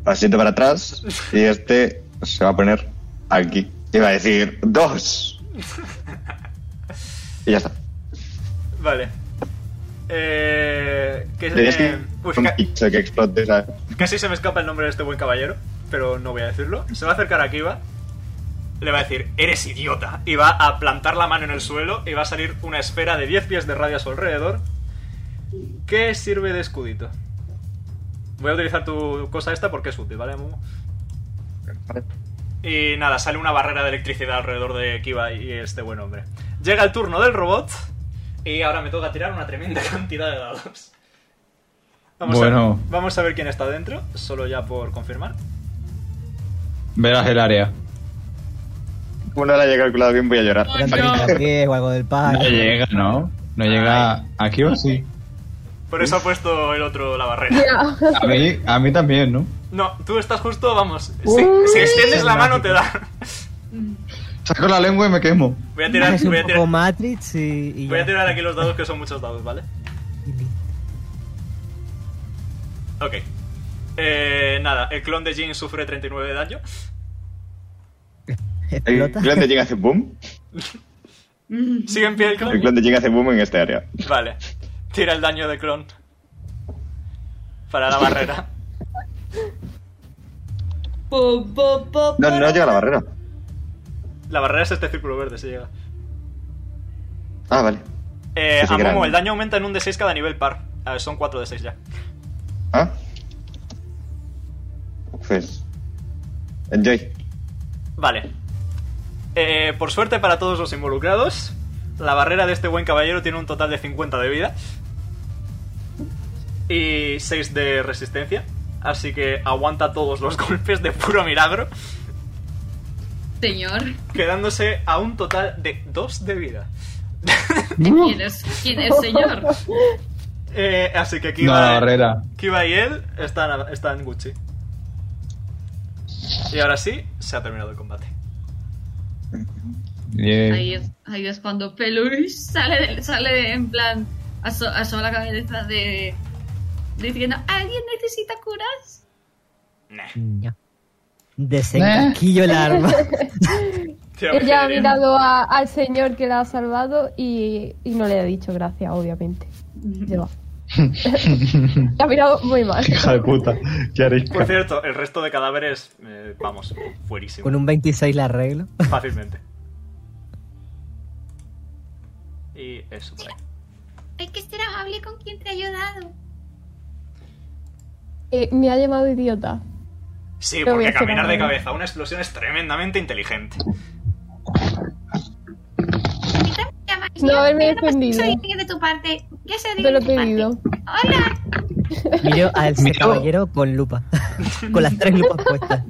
[SPEAKER 8] Pasito para atrás y este se va a poner aquí. Y va a decir dos. Y ya está.
[SPEAKER 1] vale. Eh, que,
[SPEAKER 8] Le decir
[SPEAKER 1] eh, uy,
[SPEAKER 8] un
[SPEAKER 1] ca-
[SPEAKER 8] pizza que explote. ¿sabes?
[SPEAKER 1] Casi se me escapa el nombre de este buen caballero, pero no voy a decirlo. Se va a acercar a Kiva, le va a decir, eres idiota, y va a plantar la mano en el suelo y va a salir una esfera de 10 pies de radio a su alrededor que sirve de escudito. Voy a utilizar tu cosa esta porque es útil, ¿vale, Momo? Y nada, sale una barrera de electricidad alrededor de Kiva y este buen hombre. Llega el turno del robot y ahora me toca tirar una tremenda cantidad de dados. a,
[SPEAKER 5] Bueno.
[SPEAKER 1] vamos a ver quién está dentro, solo ya por confirmar.
[SPEAKER 5] Verás el área.
[SPEAKER 8] Como no la haya calculado bien, voy a llorar.
[SPEAKER 2] Ay, no.
[SPEAKER 3] Eran 10 o algo del
[SPEAKER 5] No
[SPEAKER 1] Ah,
[SPEAKER 3] par.
[SPEAKER 5] llega, ¿no? No llega. Aquí o sí.
[SPEAKER 1] Por eso ha puesto el otro la barrera.
[SPEAKER 4] Ya.
[SPEAKER 5] A mí, a mí también, ¿no?
[SPEAKER 1] No, tú estás justo, vamos. si-
[SPEAKER 4] Uy.
[SPEAKER 1] si extiendes la mano te da.
[SPEAKER 5] Saco la lengua y me quemo.
[SPEAKER 1] Voy a tirar,
[SPEAKER 3] Es un
[SPEAKER 1] voy a
[SPEAKER 3] poco
[SPEAKER 1] tirar,
[SPEAKER 3] Matrix y, y
[SPEAKER 1] voy a
[SPEAKER 3] ya.
[SPEAKER 1] tirar aquí los dados que son muchos dados, ¿vale?
[SPEAKER 3] Y listo.
[SPEAKER 1] Ok. Eh, nada, el clon de Jin sufre 39 de daño.
[SPEAKER 8] El
[SPEAKER 3] Explota.
[SPEAKER 8] clon de Jin hace boom.
[SPEAKER 1] ¿Sigue en pie el
[SPEAKER 8] El
[SPEAKER 1] clon?
[SPEAKER 8] clon de Jin hace boom en este área.
[SPEAKER 1] Vale. Tira el daño de clon. Para la barrera.
[SPEAKER 2] Po, po, po,
[SPEAKER 8] No, no llega a la barrera.
[SPEAKER 1] La barrera es este círculo verde, si llega.
[SPEAKER 8] Ah, vale.
[SPEAKER 1] Eh,
[SPEAKER 8] Es
[SPEAKER 1] a Momo,
[SPEAKER 8] grande.
[SPEAKER 1] el daño aumenta en un de 6 cada nivel par. A ver, son 4 de 6 ya.
[SPEAKER 8] Ah. Pues. Enjoy.
[SPEAKER 1] Vale. Eh, por suerte para todos los involucrados, la barrera de este buen caballero tiene un total de 50 de vida. Y 6 de resistencia. Así que aguanta todos los golpes de puro milagro,
[SPEAKER 2] Señor,
[SPEAKER 1] quedándose a un total de 2 de vida.
[SPEAKER 2] ¿quién es, quién es señor?
[SPEAKER 1] Eh, así que aquí
[SPEAKER 5] No, la
[SPEAKER 1] va...
[SPEAKER 5] barrera.
[SPEAKER 1] Kiba y él están, están Gucci. Y ahora sí, se ha terminado el combate.
[SPEAKER 5] Bien.
[SPEAKER 2] Ahí es, ahí es cuando Peluche sale, del- sale de- en plan, aso- asoma la cabeza de. diciendo: ¿Alguien necesita curas?
[SPEAKER 3] Ya.
[SPEAKER 1] Eh.
[SPEAKER 3] Desencaquillo el arma.
[SPEAKER 1] Tira
[SPEAKER 4] Ella ha
[SPEAKER 1] artillería.
[SPEAKER 4] mirado a- al señor que la ha salvado y, y no le ha dicho gracias, obviamente. Se va. la ha mirado muy mal.
[SPEAKER 5] Hija de puta.
[SPEAKER 1] Por
[SPEAKER 5] Qué arisca.
[SPEAKER 1] cierto, el resto de cadáveres, eh, vamos, fuerísimo.
[SPEAKER 3] Con un 26 la arreglo.
[SPEAKER 1] Fácilmente. Y eso pues. por ahí.
[SPEAKER 6] Hay que ser amable con quien te ha ayudado.
[SPEAKER 4] Eh, me ha llamado idiota.
[SPEAKER 1] Sí,
[SPEAKER 4] Lo voy a
[SPEAKER 1] porque
[SPEAKER 4] hacer
[SPEAKER 1] caminar de
[SPEAKER 4] ahora.
[SPEAKER 1] cabeza, una explosión es tremendamente inteligente.
[SPEAKER 4] No haberme
[SPEAKER 6] Pero no pasa nada,
[SPEAKER 4] defendido
[SPEAKER 6] Soy alguien de tu parte. Ya sé
[SPEAKER 4] de lo pedido.
[SPEAKER 6] Hola.
[SPEAKER 3] Miro al caballero con lupa. con las tres lupas puestas.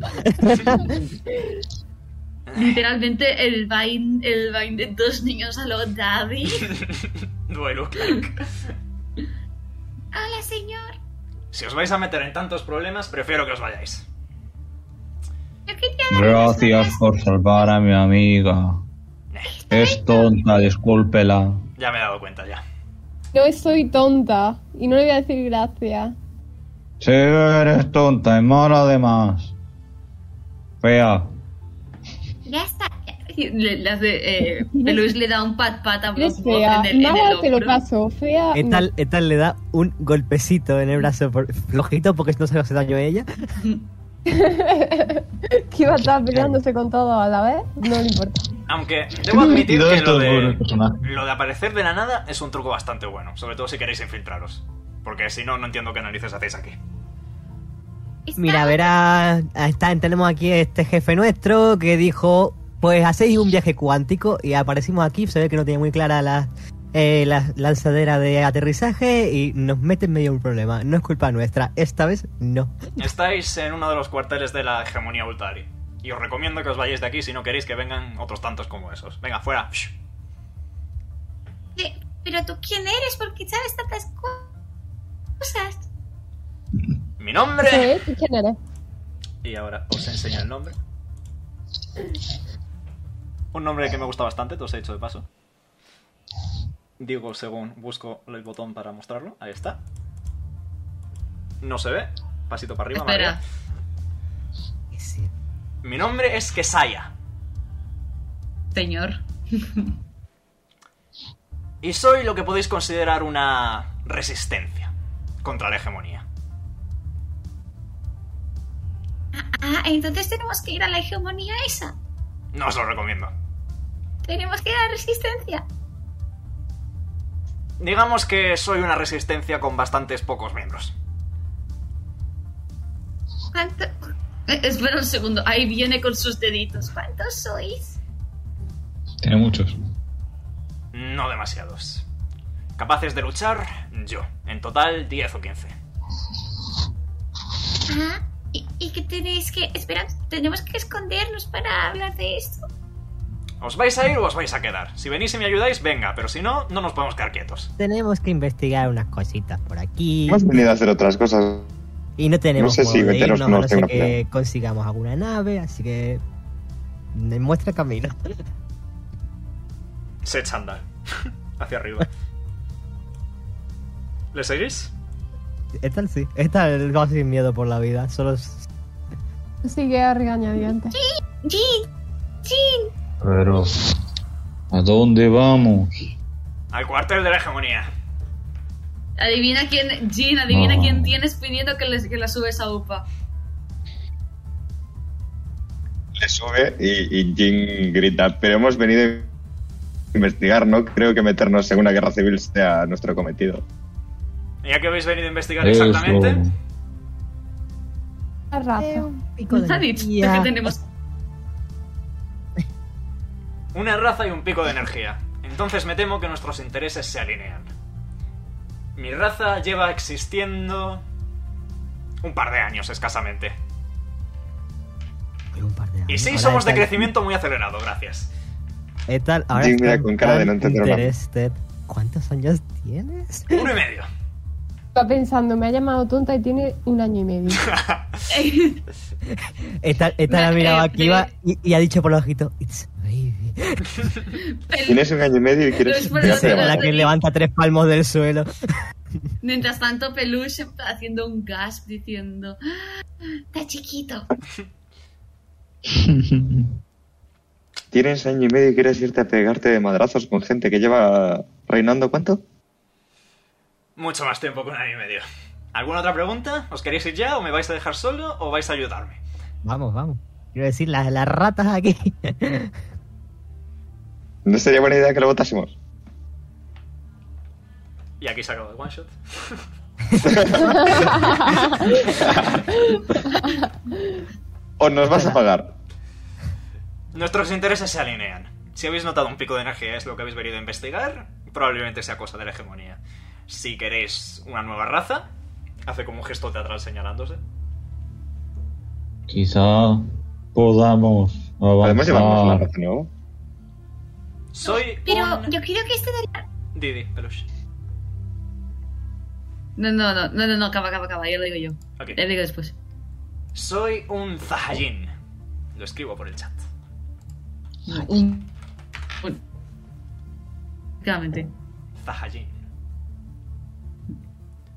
[SPEAKER 2] Literalmente el vain, el vain de dos niños a lo daddy.
[SPEAKER 1] Duelo, clank.
[SPEAKER 6] Hola, señor.
[SPEAKER 1] Si os vais a meter en tantos problemas, prefiero que os vayáis.
[SPEAKER 6] Yo quería darle las
[SPEAKER 5] Gracias
[SPEAKER 6] gracias.
[SPEAKER 5] por salvar a mi amiga. Es tonta, discúlpela.
[SPEAKER 1] Ya me he dado cuenta ya.
[SPEAKER 4] No soy tonta y no le voy a decir gracias.
[SPEAKER 5] Sí, eres tonta y mala además. Fea.
[SPEAKER 6] Ya está.
[SPEAKER 2] Y Le, le hace, eh, Luis le da un pat pat a
[SPEAKER 4] Eres
[SPEAKER 2] Bob
[SPEAKER 4] fea.
[SPEAKER 2] en el, en el
[SPEAKER 4] Nada te lo
[SPEAKER 2] hombro.
[SPEAKER 4] paso. Fea. no.
[SPEAKER 3] Etal, Etal le da un golpecito en el brazo por- flojito porque no se le hace daño a ella.
[SPEAKER 4] Que iba a estar peleándose con todo a la vez. No le importa.
[SPEAKER 1] Aunque debo admitir
[SPEAKER 5] Todo
[SPEAKER 1] que
[SPEAKER 5] esto
[SPEAKER 1] lo
[SPEAKER 5] es bueno, el
[SPEAKER 1] de,
[SPEAKER 5] personaje.
[SPEAKER 1] lo de aparecer de la nada es un truco bastante bueno, sobre todo si queréis infiltraros. Porque si no, no entiendo qué narices hacéis aquí.
[SPEAKER 6] Está-
[SPEAKER 3] Mira, verás, está, tenemos aquí a este jefe nuestro que dijo, pues hacéis un viaje cuántico y aparecimos aquí, se ve que no tenía muy clara la, eh, la lanzadera de aterrizaje y nos mete en medio de un problema. No es culpa nuestra, esta vez no.
[SPEAKER 1] Estáis en uno de los cuarteles de la hegemonía Ultari. Y os recomiendo que os vayáis de aquí si no queréis que vengan otros tantos como esos. Venga, fuera. Shh.
[SPEAKER 6] Pe- Pero tú quién eres porque sabes tantas co- cosas.
[SPEAKER 1] Mi
[SPEAKER 4] Eso
[SPEAKER 1] nombre.
[SPEAKER 4] es. ¿y ¿Quién eres?
[SPEAKER 1] Y ahora os enseño el nombre. Un nombre que me gusta bastante, te os he dicho de paso. Digo, según busco el botón para mostrarlo. Ahí está. No se ve. Pasito para arriba.
[SPEAKER 2] Espera.
[SPEAKER 1] María. Mi nombre es Kesaya.
[SPEAKER 2] Señor.
[SPEAKER 1] Y soy lo que podéis considerar una resistencia contra la hegemonía.
[SPEAKER 6] Ah, entonces tenemos que ir a la hegemonía esa.
[SPEAKER 1] No os lo recomiendo.
[SPEAKER 6] Tenemos que ir a la resistencia.
[SPEAKER 1] Digamos que soy una resistencia con bastantes pocos miembros.
[SPEAKER 6] ¿Cuánto,
[SPEAKER 2] Eh, Espera un segundo. Ahí viene con sus deditos.
[SPEAKER 6] ¿Cuántos sois?
[SPEAKER 5] Tiene muchos.
[SPEAKER 1] No demasiados. Capaces de luchar, yo. En total, 10 o 15.
[SPEAKER 6] Ah, ¿y, y qué tenéis que...? Espera, tenemos que escondernos para hablar de esto.
[SPEAKER 1] ¿Os vais a ir o os vais a quedar? Si venís y me ayudáis, venga, pero si no, no nos podemos quedar quietos.
[SPEAKER 3] Tenemos que investigar unas cositas por aquí
[SPEAKER 8] Hemos venido a hacer otras cosas.
[SPEAKER 3] y no tenemos
[SPEAKER 8] no sé
[SPEAKER 3] modo
[SPEAKER 8] si
[SPEAKER 3] de
[SPEAKER 8] meteros
[SPEAKER 3] irnos,
[SPEAKER 8] no
[SPEAKER 3] a no ser
[SPEAKER 8] tengo
[SPEAKER 3] que consigamos alguna nave, así que me muestra camino.
[SPEAKER 1] Se echa a andar. Hacia arriba. ¿Le seguís?
[SPEAKER 3] Etal sí, Etal va sin miedo por la vida, solo s-
[SPEAKER 4] Sigue a regañadientes.
[SPEAKER 6] ¡Jin! ¡Jin!
[SPEAKER 5] Pero. ¿A dónde vamos?
[SPEAKER 1] Al cuartel de la hegemonía.
[SPEAKER 2] Adivina quién. Jean, adivina
[SPEAKER 5] Oh.
[SPEAKER 2] quién tienes pidiendo que, les- que la subes a UPA.
[SPEAKER 8] Le sube y, y Jin grita, pero hemos venido a investigar, no creo que meternos en una guerra civil sea nuestro cometido.
[SPEAKER 1] Ya que habéis venido a investigar
[SPEAKER 5] Eso.
[SPEAKER 1] exactamente,
[SPEAKER 4] La raza.
[SPEAKER 3] pico de
[SPEAKER 2] Ha dicho que
[SPEAKER 3] energía.
[SPEAKER 2] tenemos.
[SPEAKER 1] una raza y un pico de energía. Entonces me temo que nuestros intereses se alinean. Mi raza lleva existiendo un par de años escasamente.
[SPEAKER 3] Pero un par de
[SPEAKER 1] Y
[SPEAKER 3] años.
[SPEAKER 1] sí,
[SPEAKER 3] Ahora
[SPEAKER 1] somos de
[SPEAKER 3] Etal-
[SPEAKER 1] crecimiento muy acelerado, gracias.
[SPEAKER 3] Etal, ahora
[SPEAKER 8] Jim mira
[SPEAKER 3] está
[SPEAKER 8] con cara de
[SPEAKER 3] tan
[SPEAKER 8] no entender una-
[SPEAKER 3] interested. ¿Cuántos años tienes?
[SPEAKER 1] Uno y medio.
[SPEAKER 4] Va pensando, me ha llamado tonta y tiene un año y medio.
[SPEAKER 2] eh,
[SPEAKER 3] Etal, Etal ha
[SPEAKER 2] Me-
[SPEAKER 3] mirado
[SPEAKER 2] eh,
[SPEAKER 3] aquí
[SPEAKER 2] me-
[SPEAKER 3] va y, y ha dicho por los ojitos, it's baby.
[SPEAKER 8] Tienes un año y medio y
[SPEAKER 2] No,
[SPEAKER 8] quieres
[SPEAKER 2] es por Pero te
[SPEAKER 3] Dice,
[SPEAKER 8] investigarte
[SPEAKER 2] vas
[SPEAKER 3] la
[SPEAKER 2] a
[SPEAKER 8] más.
[SPEAKER 3] que
[SPEAKER 2] ir.
[SPEAKER 3] levanta tres palmos del suelo.
[SPEAKER 2] Mientras tanto, Peluche haciendo un gasp diciendo.
[SPEAKER 6] Está chiquito.
[SPEAKER 8] Tienes año y medio y quieres irte a pegarte de madrazos con gente que lleva reinando cuánto?
[SPEAKER 1] Mucho más tiempo que un año y medio. ¿Alguna otra pregunta? ¿Os queréis ir ya o me vais a dejar solo o vais a ayudarme?
[SPEAKER 3] Vamos, vamos. Quiero decir, las, las ratas aquí.
[SPEAKER 8] No sería buena idea que lo votásemos.
[SPEAKER 1] Y aquí se acabó el one shot.
[SPEAKER 8] O nos vas a pagar.
[SPEAKER 1] Nuestros intereses se alinean. Si habéis notado un pico de energía es lo que habéis venido a investigar, probablemente sea cosa de la hegemonía. Si queréis una nueva raza, hace como un gesto teatral señalándose.
[SPEAKER 5] Quizá podamos
[SPEAKER 8] Podemos llevarnos la
[SPEAKER 5] avanzar.
[SPEAKER 8] raza nueva.
[SPEAKER 1] Soy
[SPEAKER 6] Pero
[SPEAKER 1] un...
[SPEAKER 6] yo creo que este de la-
[SPEAKER 1] Didi, peluche.
[SPEAKER 2] No, no, no, no, no, no, acaba, acaba, acaba, ya lo digo yo.
[SPEAKER 1] Ok.
[SPEAKER 2] Ya lo digo después.
[SPEAKER 1] Soy un Zahajin. Lo escribo por el chat.
[SPEAKER 2] Un. un- Claramente.
[SPEAKER 1] Zahajin.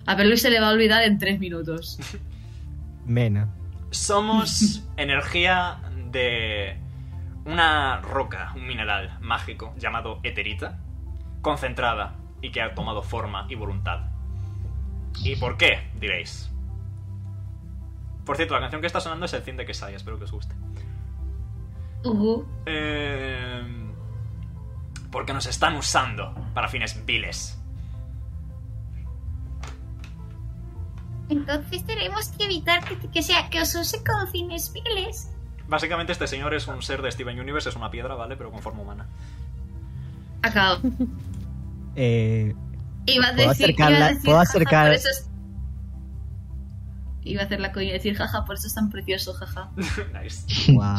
[SPEAKER 2] A Perluis se le va a olvidar en tres minutos.
[SPEAKER 3] Menos.
[SPEAKER 1] Somos energía de una roca, un mineral mágico llamado eterita, concentrada y que ha tomado forma y voluntad. ¿Y por qué? Diréis. Por cierto, la canción que está sonando es El Cien de Quesaya, espero que os guste.
[SPEAKER 2] Ujú.
[SPEAKER 1] Eh, porque nos están usando para fines viles.
[SPEAKER 6] Entonces tenemos que evitar que, que sea que os use con fines viles.
[SPEAKER 1] Básicamente este señor es un ser de Steven Universe, es una piedra, ¿vale? Pero con forma humana.
[SPEAKER 2] Acabo.
[SPEAKER 3] Eh,
[SPEAKER 2] Iba a
[SPEAKER 3] ¿Puedo
[SPEAKER 2] decir.
[SPEAKER 3] acercar
[SPEAKER 2] iba
[SPEAKER 3] la-
[SPEAKER 2] a decir
[SPEAKER 3] puedo
[SPEAKER 2] jaja,
[SPEAKER 3] acercar-
[SPEAKER 2] por eso es- Iba a hacer la coña y decir, jaja, por eso es tan precioso, jaja.
[SPEAKER 1] nice.
[SPEAKER 3] wow.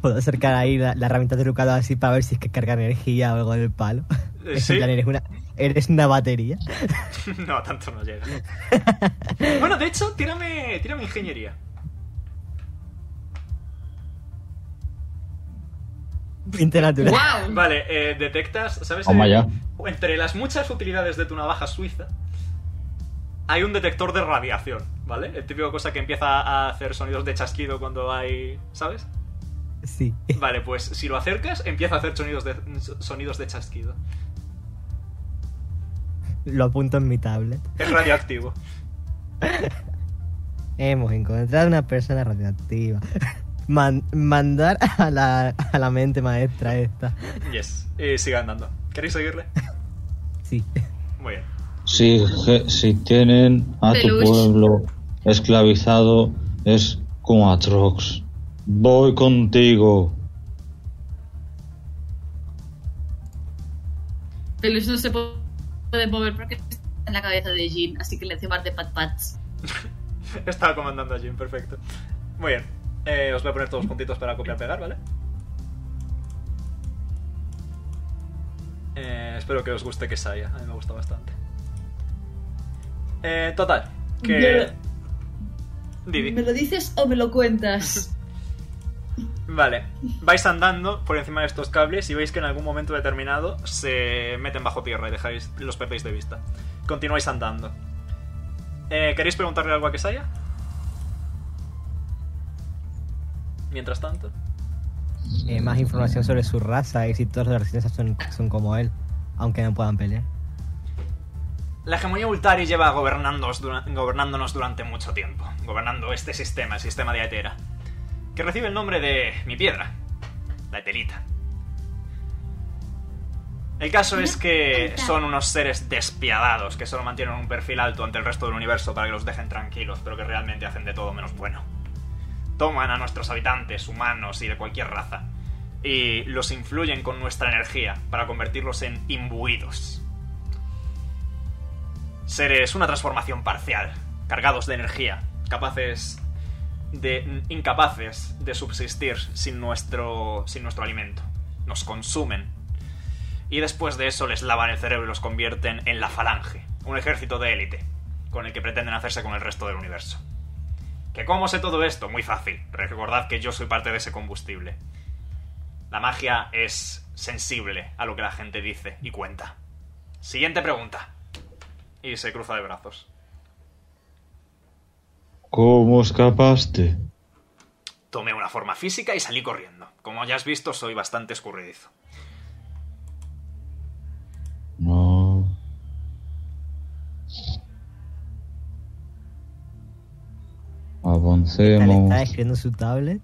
[SPEAKER 3] Puedo acercar ahí la, la herramienta de Lucado así para ver si es que carga energía o algo del palo.
[SPEAKER 1] Eh,
[SPEAKER 3] Es
[SPEAKER 1] sí.
[SPEAKER 3] en plan, eres una, eres una batería.
[SPEAKER 1] No, tanto no llega. bueno, de hecho, tírame, tírame ingeniería.
[SPEAKER 3] Pinte natural.
[SPEAKER 2] ¡Wow!
[SPEAKER 1] Vale, eh, detectas, ¿sabes?
[SPEAKER 5] Toma
[SPEAKER 1] Eh,
[SPEAKER 5] ya.
[SPEAKER 1] Entre las muchas utilidades de tu navaja suiza, hay un detector de radiación, ¿vale? El típico cosa que empieza a hacer sonidos de chasquido cuando hay, ¿sabes?
[SPEAKER 3] Sí.
[SPEAKER 1] Vale, pues si lo acercas, empieza a hacer sonidos de, sonidos de chasquido.
[SPEAKER 3] Lo apunto en mi tablet.
[SPEAKER 1] Es radioactivo.
[SPEAKER 3] Hemos encontrado una persona radioactiva. Man- mandar a la, a la mente maestra esta.
[SPEAKER 1] Yes. Y sigue andando. ¿Queréis seguirle?
[SPEAKER 3] Sí.
[SPEAKER 1] Muy bien.
[SPEAKER 5] Si, je- si tienen a tu
[SPEAKER 2] Peluche.
[SPEAKER 5] pueblo esclavizado, es como Atrox. Voy contigo.
[SPEAKER 2] Perluis no se po- puede mover porque está en la cabeza de Jean, así que le hace más de pat pats.
[SPEAKER 1] Estaba comandando a Jim, perfecto. Muy bien. Eh, os voy a poner todos puntitos para copiar-pegar, ¿vale? Eh, espero que os guste que Saya. A mí me gusta bastante. Eh, total. Que...
[SPEAKER 2] Yo-
[SPEAKER 1] Didi.
[SPEAKER 2] ¿Me lo dices o me lo cuentas?
[SPEAKER 1] Vale, vais andando por encima de estos cables y veis que en algún momento determinado se meten bajo tierra y dejáis, los perdéis de vista. Continuáis andando. Eh, ¿Queréis preguntarle algo a Kesaya? Mientras tanto.
[SPEAKER 3] Eh, más información sobre su raza y si todos los resistencias son, son como él. Aunque no puedan pelear.
[SPEAKER 1] La hegemonía Ultari lleva gobernándonos, dura- gobernándonos durante mucho tiempo, gobernando este sistema, el sistema de Aetera, que recibe el nombre de mi piedra, la Eterita. El caso es que son unos seres despiadados que solo mantienen un perfil alto ante el resto del universo para que los dejen tranquilos, pero que realmente hacen de todo menos bueno. Toman a nuestros habitantes, humanos y de cualquier raza, y los influyen con nuestra energía para convertirlos en imbuidos, seres una transformación parcial, cargados de energía, capaces de incapaces de subsistir sin nuestro sin nuestro alimento. Nos consumen. Y después de eso les lavan el cerebro y los convierten en la Falange, un ejército de élite con el que pretenden hacerse con el resto del universo. ¿Que cómo sé todo esto? Muy fácil. Recordad que yo soy parte de ese combustible. La magia es sensible a lo que la gente dice y cuenta. Siguiente pregunta. Y se cruza de brazos.
[SPEAKER 5] ¿Cómo escapaste?
[SPEAKER 1] Tomé una forma física y salí corriendo. Como ya has visto, soy bastante escurridizo.
[SPEAKER 5] No.
[SPEAKER 3] Tal
[SPEAKER 5] Avancemos.
[SPEAKER 3] está escribiendo su tablet.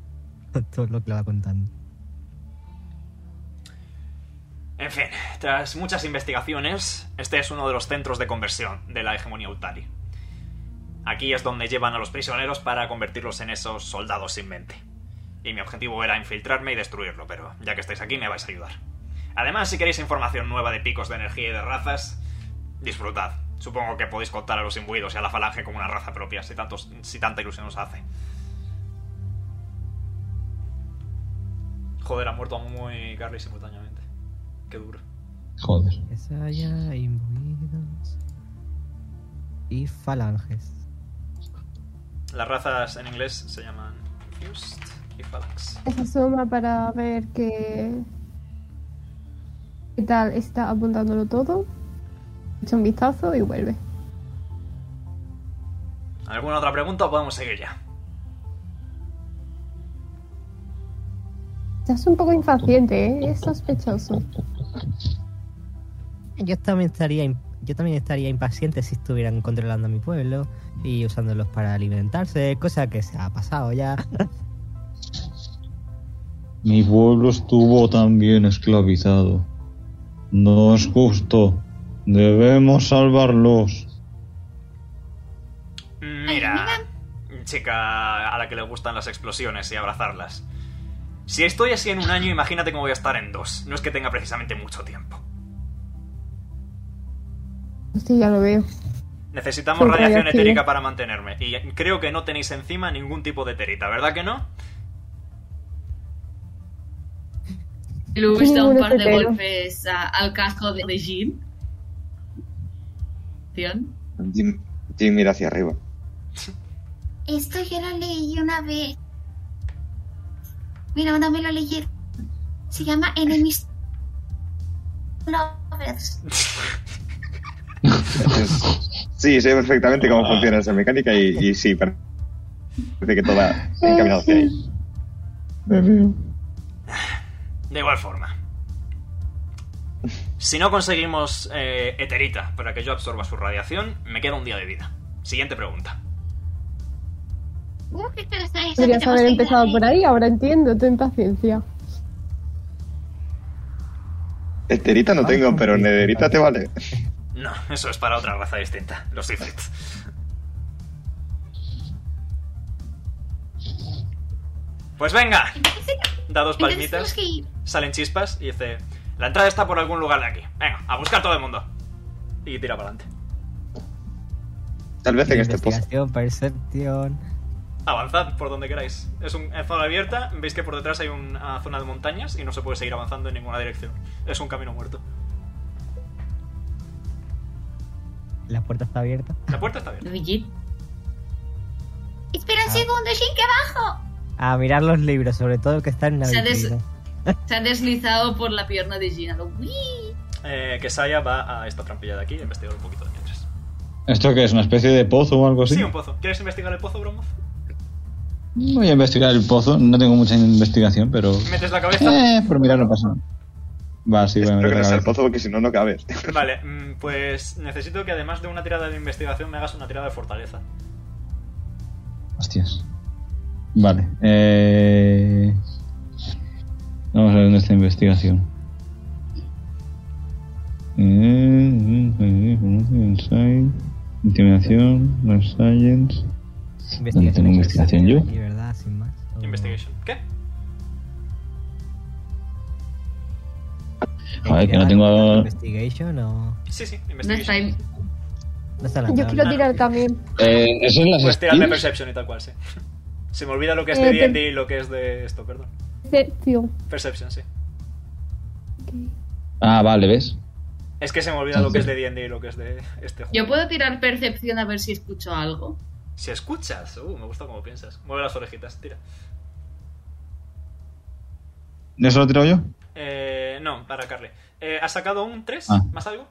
[SPEAKER 3] Todo lo que le va contando.
[SPEAKER 1] En fin, tras muchas investigaciones, este es uno de los centros de conversión de la hegemonía Utari. Aquí es donde llevan a los prisioneros para convertirlos en esos soldados sin mente. Y mi objetivo era infiltrarme y destruirlo, pero ya que estáis aquí me vais a ayudar. Además, si queréis información nueva de picos de energía y de razas, disfrutad. Supongo que podéis contar a los imbuidos y a la falange como una raza propia, si, tantos, si tanta ilusión os hace. Joder, ha muerto muy Carly simultáneamente. Qué duro.
[SPEAKER 5] Joder.
[SPEAKER 3] Que se haya imbuidos. y falanges.
[SPEAKER 1] Las razas en inglés se llaman Fused y Phalanx.
[SPEAKER 4] Se asoma para ver qué. qué tal está apuntándolo todo. Echa un vistazo y vuelve.
[SPEAKER 1] ¿Alguna otra pregunta o podemos seguir ya?
[SPEAKER 4] Estás un poco impaciente, ¿eh? Es sospechoso.
[SPEAKER 3] Yo también estaría im- yo también estaría impaciente si estuvieran controlando a mi pueblo y usándolos para alimentarse, cosa que se ha pasado ya.
[SPEAKER 5] Mi pueblo estuvo también esclavizado. No es justo. Debemos salvarlos.
[SPEAKER 1] Mira, chica a la que le gustan las explosiones y abrazarlas. Si estoy así en un año, imagínate cómo voy a estar en dos. No es que tenga precisamente mucho tiempo.
[SPEAKER 4] Sí, ya lo veo.
[SPEAKER 1] Necesitamos
[SPEAKER 4] Son
[SPEAKER 1] radiación
[SPEAKER 4] radiactivas.
[SPEAKER 1] etérica para mantenerme. Y creo que no tenéis encima ningún tipo de terita, ¿verdad que no?
[SPEAKER 2] Luz da un
[SPEAKER 4] Ninguno
[SPEAKER 2] par
[SPEAKER 4] se
[SPEAKER 2] de
[SPEAKER 4] pega.
[SPEAKER 2] golpes a- al casco de, de Jean. Acción.
[SPEAKER 8] Jim, Jim mira hacia arriba.
[SPEAKER 6] Esto yo lo leí una vez. Mira, no me lo leyeron. Se llama Enemies Lovers.
[SPEAKER 8] Es- Sí, sé perfectamente cómo
[SPEAKER 5] Ah.
[SPEAKER 8] funciona esa mecánica y, y sí, parece que todo va encaminado hacia ahí.
[SPEAKER 1] De igual forma. Si no conseguimos eh, Eterita para que yo absorba su radiación, me queda un día de vida. Siguiente pregunta.
[SPEAKER 6] Uh, qué interesante.
[SPEAKER 4] Podrías
[SPEAKER 6] Tenemos
[SPEAKER 4] haber
[SPEAKER 6] que
[SPEAKER 4] empezado
[SPEAKER 6] ir
[SPEAKER 4] por ahí, ahora entiendo tu impaciencia.
[SPEAKER 8] Esterita no tengo, pero nederita te vale.
[SPEAKER 1] No, eso es para otra raza distinta, los Ifrit. Pues venga, da dos
[SPEAKER 6] Entonces tenemos
[SPEAKER 1] palmitas,
[SPEAKER 6] que ir.
[SPEAKER 1] salen chispas y dice: La entrada está por algún lugar de aquí. Venga, a buscar todo el mundo. Y tira para adelante.
[SPEAKER 8] Tal vez en este pozo.
[SPEAKER 3] Investigación, percepción.
[SPEAKER 1] Avanzad por donde queráis. Es un- es zona abierta, veis que por detrás hay una zona de montañas y no se puede seguir avanzando en ninguna dirección. Es un camino muerto.
[SPEAKER 3] La puerta está abierta.
[SPEAKER 1] La puerta está abierta.
[SPEAKER 2] Brigitte.
[SPEAKER 6] Espera un
[SPEAKER 3] Ah.
[SPEAKER 6] segundo, Shin, que abajo.
[SPEAKER 3] A mirar los libros, sobre todo el que está en la
[SPEAKER 2] Se ha des-
[SPEAKER 3] vitrina.
[SPEAKER 2] Se ha deslizado por la pierna de Jean. a lo ¡uy!
[SPEAKER 1] Eh, que Saya va a esta trampilla de aquí y investigar un poquito de mientras.
[SPEAKER 5] ¿Esto qué es? ¿Una especie de pozo o algo así?
[SPEAKER 1] Sí, un pozo. ¿Quieres investigar el pozo, Bromoth?
[SPEAKER 5] Voy a investigar el pozo. No tengo mucha investigación, pero.
[SPEAKER 1] Metes la cabeza.
[SPEAKER 5] Eh, por mirar no pasa nada. Va, sí, voy a
[SPEAKER 8] Espero que
[SPEAKER 5] meter
[SPEAKER 8] no
[SPEAKER 5] la
[SPEAKER 8] sea el
[SPEAKER 5] cabeza.
[SPEAKER 8] pozo porque si no, no cabes.
[SPEAKER 1] Vale, mm, pues necesito que además de una tirada de investigación me hagas una tirada de fortaleza.
[SPEAKER 5] Hostias. Vale. Eh... Vamos a ver dónde está investigación. Eh, Insight, Intimidación, Life Science.
[SPEAKER 3] Investigación.
[SPEAKER 5] tengo investigación yo?
[SPEAKER 3] Y verdad, sin más. O-
[SPEAKER 1] Investigation. ¿Qué?
[SPEAKER 5] Joder, que no tengo-
[SPEAKER 3] Investigation o.
[SPEAKER 1] Sí, sí,
[SPEAKER 2] No está
[SPEAKER 1] investigation.
[SPEAKER 2] ahí.
[SPEAKER 3] No está la
[SPEAKER 4] Yo
[SPEAKER 3] tabla.
[SPEAKER 4] quiero tirar también.
[SPEAKER 5] Eh, ¿Eso es las
[SPEAKER 1] Puedes tirar de
[SPEAKER 5] skills?
[SPEAKER 1] Pues perception y tal cual, sí. Se me olvida lo que es de
[SPEAKER 4] Eh, te-
[SPEAKER 1] D&D y lo que es de esto, perdón.
[SPEAKER 4] Percepción.
[SPEAKER 1] Perception, sí.
[SPEAKER 5] Ah, vale, ¿ves?
[SPEAKER 1] Es que se me olvida lo que es de D&D y lo que es de este juego.
[SPEAKER 2] Yo puedo tirar percepción a ver si escucho algo.
[SPEAKER 1] Si escuchas, uh, me gusta cómo piensas. Mueve las orejitas, tira.
[SPEAKER 5] ¿De eso lo tiro yo?
[SPEAKER 1] Eh, no, para Carly. Eh, ¿Has sacado un 3?
[SPEAKER 5] Ah.
[SPEAKER 1] ¿Más algo?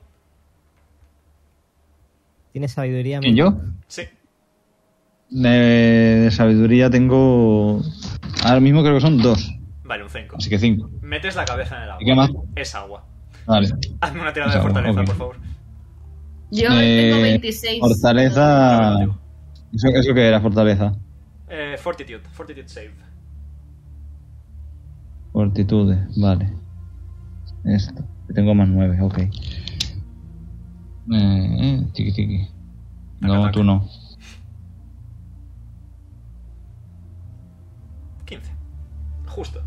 [SPEAKER 3] Tiene sabiduría.
[SPEAKER 5] ¿Quién yo?
[SPEAKER 1] Sí.
[SPEAKER 5] Eh, de sabiduría tengo. Ahora mismo creo que son dos.
[SPEAKER 1] Vale, un 5.
[SPEAKER 5] Así que cinco.
[SPEAKER 1] Metes la cabeza en el agua.
[SPEAKER 5] ¿Y qué más?
[SPEAKER 1] Es agua.
[SPEAKER 5] Vale.
[SPEAKER 1] Hazme una tirada
[SPEAKER 5] Es
[SPEAKER 1] de
[SPEAKER 5] agua,
[SPEAKER 1] fortaleza,
[SPEAKER 5] ok.
[SPEAKER 1] por favor.
[SPEAKER 2] Yo
[SPEAKER 5] Eh,
[SPEAKER 2] tengo 26.
[SPEAKER 5] Fortaleza. ¿Eso, eso qué era fortaleza?
[SPEAKER 1] Eh, fortitude, fortitude save.
[SPEAKER 5] Fortitude, vale. Esto. Tengo más nueve, ok. Eh, eh, tiqui tiqui.
[SPEAKER 1] Taca,
[SPEAKER 5] No,
[SPEAKER 1] taca.
[SPEAKER 5] tú no.
[SPEAKER 1] 15. Justo.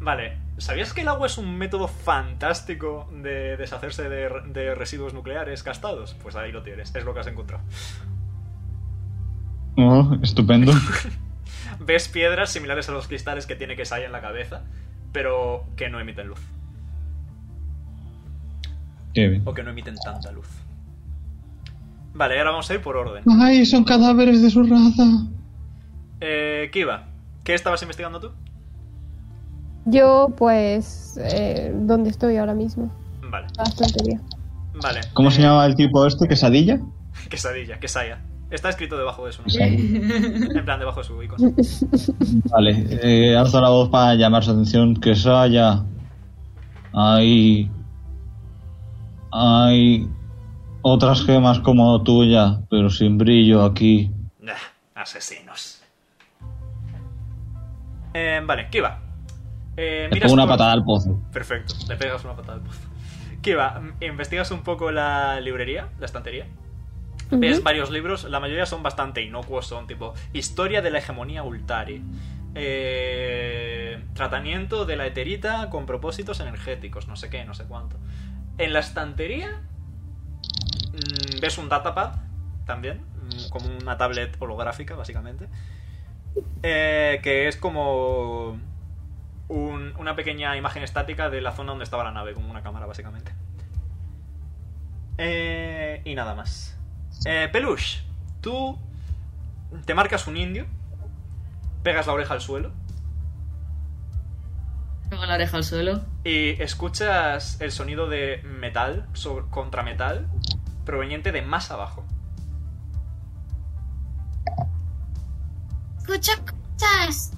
[SPEAKER 1] Vale, ¿sabías que el agua es un método fantástico de deshacerse de, re- de residuos nucleares gastados? Pues ahí lo tienes, es lo que has encontrado.
[SPEAKER 5] Oh, estupendo.
[SPEAKER 1] Ves piedras similares a los cristales que tiene Kesai en la cabeza, pero que no emiten luz.
[SPEAKER 5] Qué bien.
[SPEAKER 1] O que no emiten tanta luz. Vale, ahora vamos a ir por orden.
[SPEAKER 5] ¡Ay, son cadáveres de su raza!
[SPEAKER 1] Eh, Kiva, ¿qué estabas investigando tú?
[SPEAKER 4] Yo, pues, eh, ¿dónde estoy ahora mismo?
[SPEAKER 1] Vale,
[SPEAKER 4] Bastante bien.
[SPEAKER 1] vale.
[SPEAKER 5] ¿Cómo se
[SPEAKER 1] Eh,
[SPEAKER 5] llamaba el tipo este? ¿Quesadilla?
[SPEAKER 1] Quesadilla, quesaya. Está escrito debajo de su nombre.
[SPEAKER 5] Quesadilla.
[SPEAKER 1] En plan, debajo de su icono.
[SPEAKER 5] Vale, eh, alzo la voz para llamar su atención. Que haya. Hay. Hay. Otras gemas como tuya, pero sin brillo aquí.
[SPEAKER 1] Nah, asesinos. Eh, vale, Kiva. Eh,
[SPEAKER 5] Le
[SPEAKER 1] miras
[SPEAKER 5] pongo una
[SPEAKER 1] por-
[SPEAKER 5] patada al pozo.
[SPEAKER 1] Perfecto, le pegas una patada al pozo. Kiva, mm, investigas un poco la librería, la estantería. Ves varios libros, la mayoría son bastante inocuos, son tipo Historia de la hegemonía Ultari. eh, tratamiento de la eterita con propósitos energéticos, no sé qué, no sé cuánto. En la estantería mm, ves un datapad también, mm, como una tablet holográfica básicamente, eh, que es como un- una pequeña imagen estática de la zona donde estaba la nave, como una cámara básicamente. Eh, y nada más. Eh, Peluche, tú te marcas un indio, pegas la oreja al suelo
[SPEAKER 2] Pongo la oreja al suelo.
[SPEAKER 1] y escuchas el sonido de metal sobre- contra metal proveniente de más abajo.
[SPEAKER 6] Escucha cosas.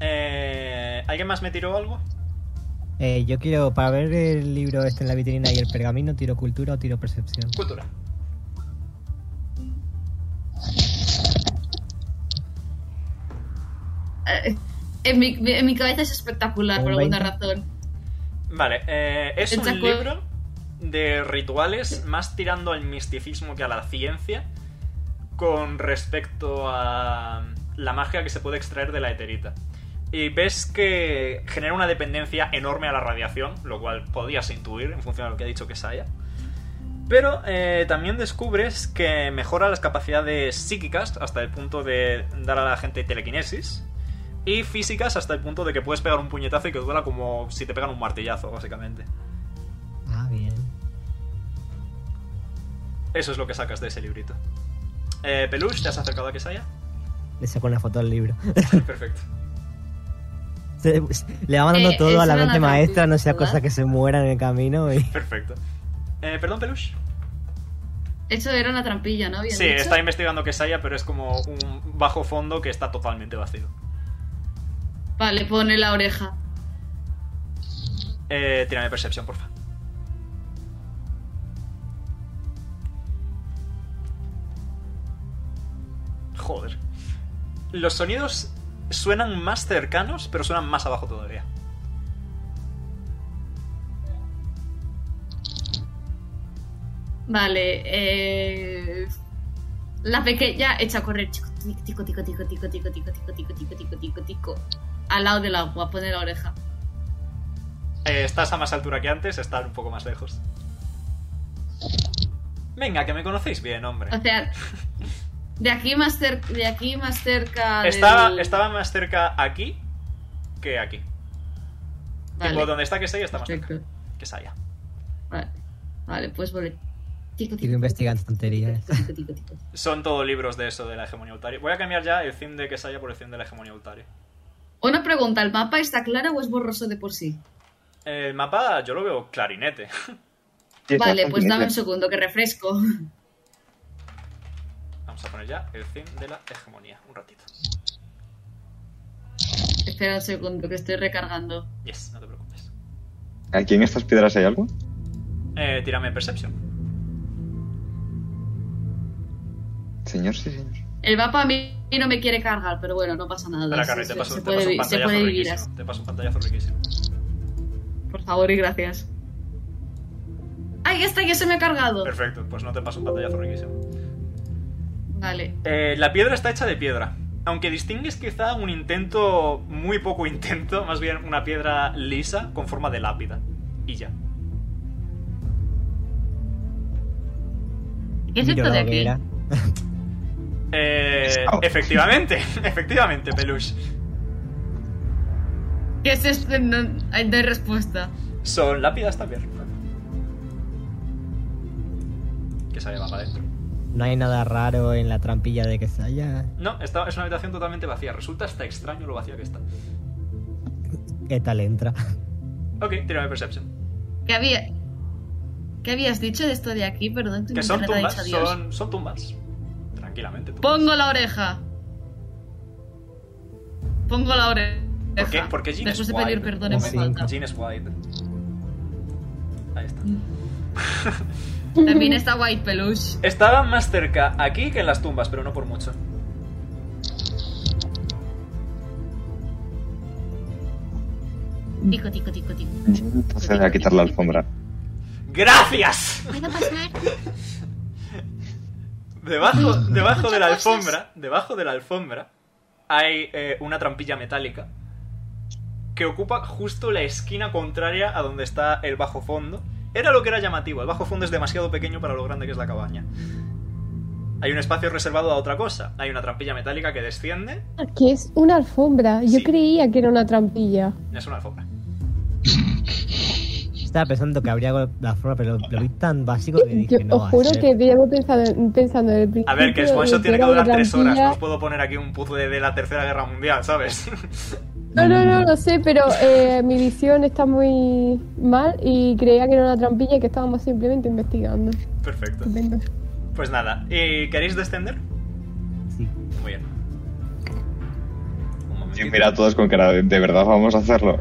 [SPEAKER 1] Eh, ¿Alguien más me tiró algo?
[SPEAKER 3] Eh, yo quiero, para ver el libro este en la vitrina y el pergamino, tiro cultura o tiro percepción.
[SPEAKER 1] Cultura.
[SPEAKER 2] Eh, en, mi, en mi cabeza es espectacular por
[SPEAKER 3] Un
[SPEAKER 2] alguna
[SPEAKER 3] 20.
[SPEAKER 2] razón.
[SPEAKER 1] Vale, eh, es
[SPEAKER 2] El
[SPEAKER 1] un
[SPEAKER 2] saco-
[SPEAKER 1] libro de rituales más tirando al misticismo que a la ciencia con respecto a la magia que se puede extraer de la eterita. Y ves que genera una dependencia enorme a la radiación, lo cual podías intuir en función de lo que ha dicho que Saya. Pero eh, también descubres que mejora las capacidades psíquicas hasta el punto de dar a la gente telequinesis y físicas hasta el punto de que puedes pegar un puñetazo y que duela como si te pegan un martillazo, básicamente.
[SPEAKER 3] Ah, bien.
[SPEAKER 1] Eso es lo que sacas de ese librito. Eh, Peluche, ¿te has acercado a Kesaya?
[SPEAKER 3] Le saco una foto al libro.
[SPEAKER 1] Perfecto.
[SPEAKER 3] Se- Le va mandando
[SPEAKER 2] Eh,
[SPEAKER 3] todo a la
[SPEAKER 2] es una
[SPEAKER 3] mente maestra, no sea
[SPEAKER 2] narrativa.
[SPEAKER 3] cosa que se muera en el camino. Y...
[SPEAKER 1] Perfecto. Eh, ¿Perdón, Peluche?
[SPEAKER 2] Eso era una trampilla, ¿no? Habías
[SPEAKER 1] Sí,
[SPEAKER 2] dicho.
[SPEAKER 1] está investigando Kesaya, pero es como un bajo fondo que está totalmente vacío.
[SPEAKER 2] Vale, pone la oreja.
[SPEAKER 1] Eh, tírame Percepción, porfa. Joder. Los sonidos suenan más cercanos, pero suenan más abajo todavía.
[SPEAKER 2] Vale, eh... La pequeña echa a correr. Tico, tico, tico, tico, tico, tico, tico, tico, tico, tico, tico, tico, tico. Al lado del agua, pone la oreja.
[SPEAKER 1] Eh, estás a más altura que antes, están un poco más lejos. Venga, que me conocéis bien, hombre.
[SPEAKER 2] O sea, de aquí más cerca... De aquí más cerca...
[SPEAKER 1] Estaba,
[SPEAKER 2] del-
[SPEAKER 1] estaba más cerca aquí que aquí.
[SPEAKER 2] Vale,
[SPEAKER 1] Tipo, donde está que está más cerca
[SPEAKER 2] perfecto.
[SPEAKER 1] que Saya.
[SPEAKER 2] Vale, vale, pues vale. Tico,
[SPEAKER 3] Sigo investigando tonterías.
[SPEAKER 2] tico, tico, tico, tico.
[SPEAKER 1] Son todos libros de eso, de la hegemonía ultaria. Voy a cambiar ya el theme de que Saya por el theme de la hegemonía ultaria.
[SPEAKER 2] Una pregunta, ¿el mapa está claro o es borroso de por sí?
[SPEAKER 1] El mapa yo lo veo clarinete.
[SPEAKER 8] Sí, está
[SPEAKER 2] Vale, pues
[SPEAKER 8] bastante
[SPEAKER 2] dame un
[SPEAKER 8] bien.
[SPEAKER 2] segundo que refresco.
[SPEAKER 1] Vamos a poner ya el theme de la hegemonía. Un ratito.
[SPEAKER 2] Espera un segundo que estoy recargando.
[SPEAKER 1] Yes, no te preocupes.
[SPEAKER 8] ¿Aquí en estas piedras hay algo?
[SPEAKER 1] Eh, tírame Perception.
[SPEAKER 8] Señor, sí, señor.
[SPEAKER 2] El mapa a mí no me quiere cargar, pero bueno, no pasa nada.
[SPEAKER 1] Espera,
[SPEAKER 2] Se-
[SPEAKER 1] Carrie, te
[SPEAKER 2] se-
[SPEAKER 1] paso,
[SPEAKER 2] se
[SPEAKER 1] te
[SPEAKER 2] puede
[SPEAKER 1] paso un
[SPEAKER 2] vi- se
[SPEAKER 1] pantallazo
[SPEAKER 2] puede vivir así.
[SPEAKER 1] riquísimo. Te paso un pantallazo riquísimo.
[SPEAKER 2] Por favor y gracias. ¡Ay, ya está! Ya se me ha cargado.
[SPEAKER 1] Perfecto, pues no te paso un pantallazo riquísimo.
[SPEAKER 2] Vale.
[SPEAKER 1] Eh, la piedra está hecha de piedra. Aunque distingues quizá un intento, muy poco intento, más bien una piedra lisa con forma de lápida. Y ya.
[SPEAKER 2] ¿Qué es
[SPEAKER 3] Miro
[SPEAKER 2] esto de
[SPEAKER 3] la
[SPEAKER 2] aquí?
[SPEAKER 3] hoguera.
[SPEAKER 1] Eh, efectivamente, efectivamente, Peluche.
[SPEAKER 2] ¿Qué es esto? No, hay, no hay respuesta.
[SPEAKER 1] Son lápidas también. que se lleva para adentro.
[SPEAKER 3] No hay nada raro en la trampilla de que se haya.
[SPEAKER 1] No, está, es una habitación totalmente vacía. Resulta hasta extraño lo vacía que está.
[SPEAKER 3] ¿Qué tal entra?
[SPEAKER 1] Ok, tírame Perception.
[SPEAKER 2] ¿Qué, había... ¿Qué habías dicho de esto de aquí? Perdón, tu
[SPEAKER 1] Que son
[SPEAKER 2] internet ha
[SPEAKER 1] tumbas,
[SPEAKER 2] dicho adiós.
[SPEAKER 1] son, son tumbas. Tranquilamente. tumbas.
[SPEAKER 2] Pongo la oreja. Pongo la oreja.
[SPEAKER 1] ¿Por qué? Porque Jean es
[SPEAKER 2] Después de
[SPEAKER 1] white.
[SPEAKER 2] pedir perdón
[SPEAKER 8] Oh,
[SPEAKER 2] en voz
[SPEAKER 3] Sí.
[SPEAKER 2] alta.
[SPEAKER 1] Jean es white. Ahí está.
[SPEAKER 2] Mm. También está White Peluche.
[SPEAKER 1] Estaba más cerca aquí que en las tumbas, pero no por mucho.
[SPEAKER 2] Tico, tico, tico, tico.
[SPEAKER 8] Entonces voy a quitar la alfombra.
[SPEAKER 1] ¡Gracias!
[SPEAKER 6] ¿Puedo pasar?
[SPEAKER 1] Debajo,
[SPEAKER 2] Mm.
[SPEAKER 1] debajo de la
[SPEAKER 6] Muchas gracias.
[SPEAKER 1] alfombra, debajo de la alfombra, hay eh, una trampilla metálica que ocupa justo la esquina contraria a donde está el bajo fondo. Era lo que era llamativo, el bajo fondo es demasiado pequeño para lo grande que es la cabaña. Hay un espacio reservado a otra cosa. Hay una trampilla metálica que desciende.
[SPEAKER 4] Que es una alfombra. Yo
[SPEAKER 1] Sí.
[SPEAKER 4] creía que era una trampilla.
[SPEAKER 1] Es una alfombra.
[SPEAKER 3] Estaba pensando que habría la forma, pero lo vi tan básico que
[SPEAKER 4] Yo
[SPEAKER 3] dije, no, va
[SPEAKER 4] os
[SPEAKER 3] a
[SPEAKER 4] juro
[SPEAKER 3] ser.
[SPEAKER 4] que llevo pensando, pensando en el principio.
[SPEAKER 1] A ver, que el one shot
[SPEAKER 4] de
[SPEAKER 1] tiene que
[SPEAKER 4] era una
[SPEAKER 1] durar tres horas. No
[SPEAKER 4] trampilla.
[SPEAKER 1] os puedo poner aquí un puzzle de la Tercera Guerra Mundial, ¿sabes?
[SPEAKER 4] No, no, no, lo sé, pero eh, mi visión está muy mal y creía que era una trampilla y que estábamos simplemente investigando.
[SPEAKER 1] Perfecto.
[SPEAKER 4] Estupendo.
[SPEAKER 1] Pues nada, ¿y queréis descender?
[SPEAKER 3] Sí.
[SPEAKER 1] Muy bien. Un
[SPEAKER 8] Y
[SPEAKER 1] momentito.
[SPEAKER 8] mira a todos con cara de, ¿de verdad vamos a hacerlo.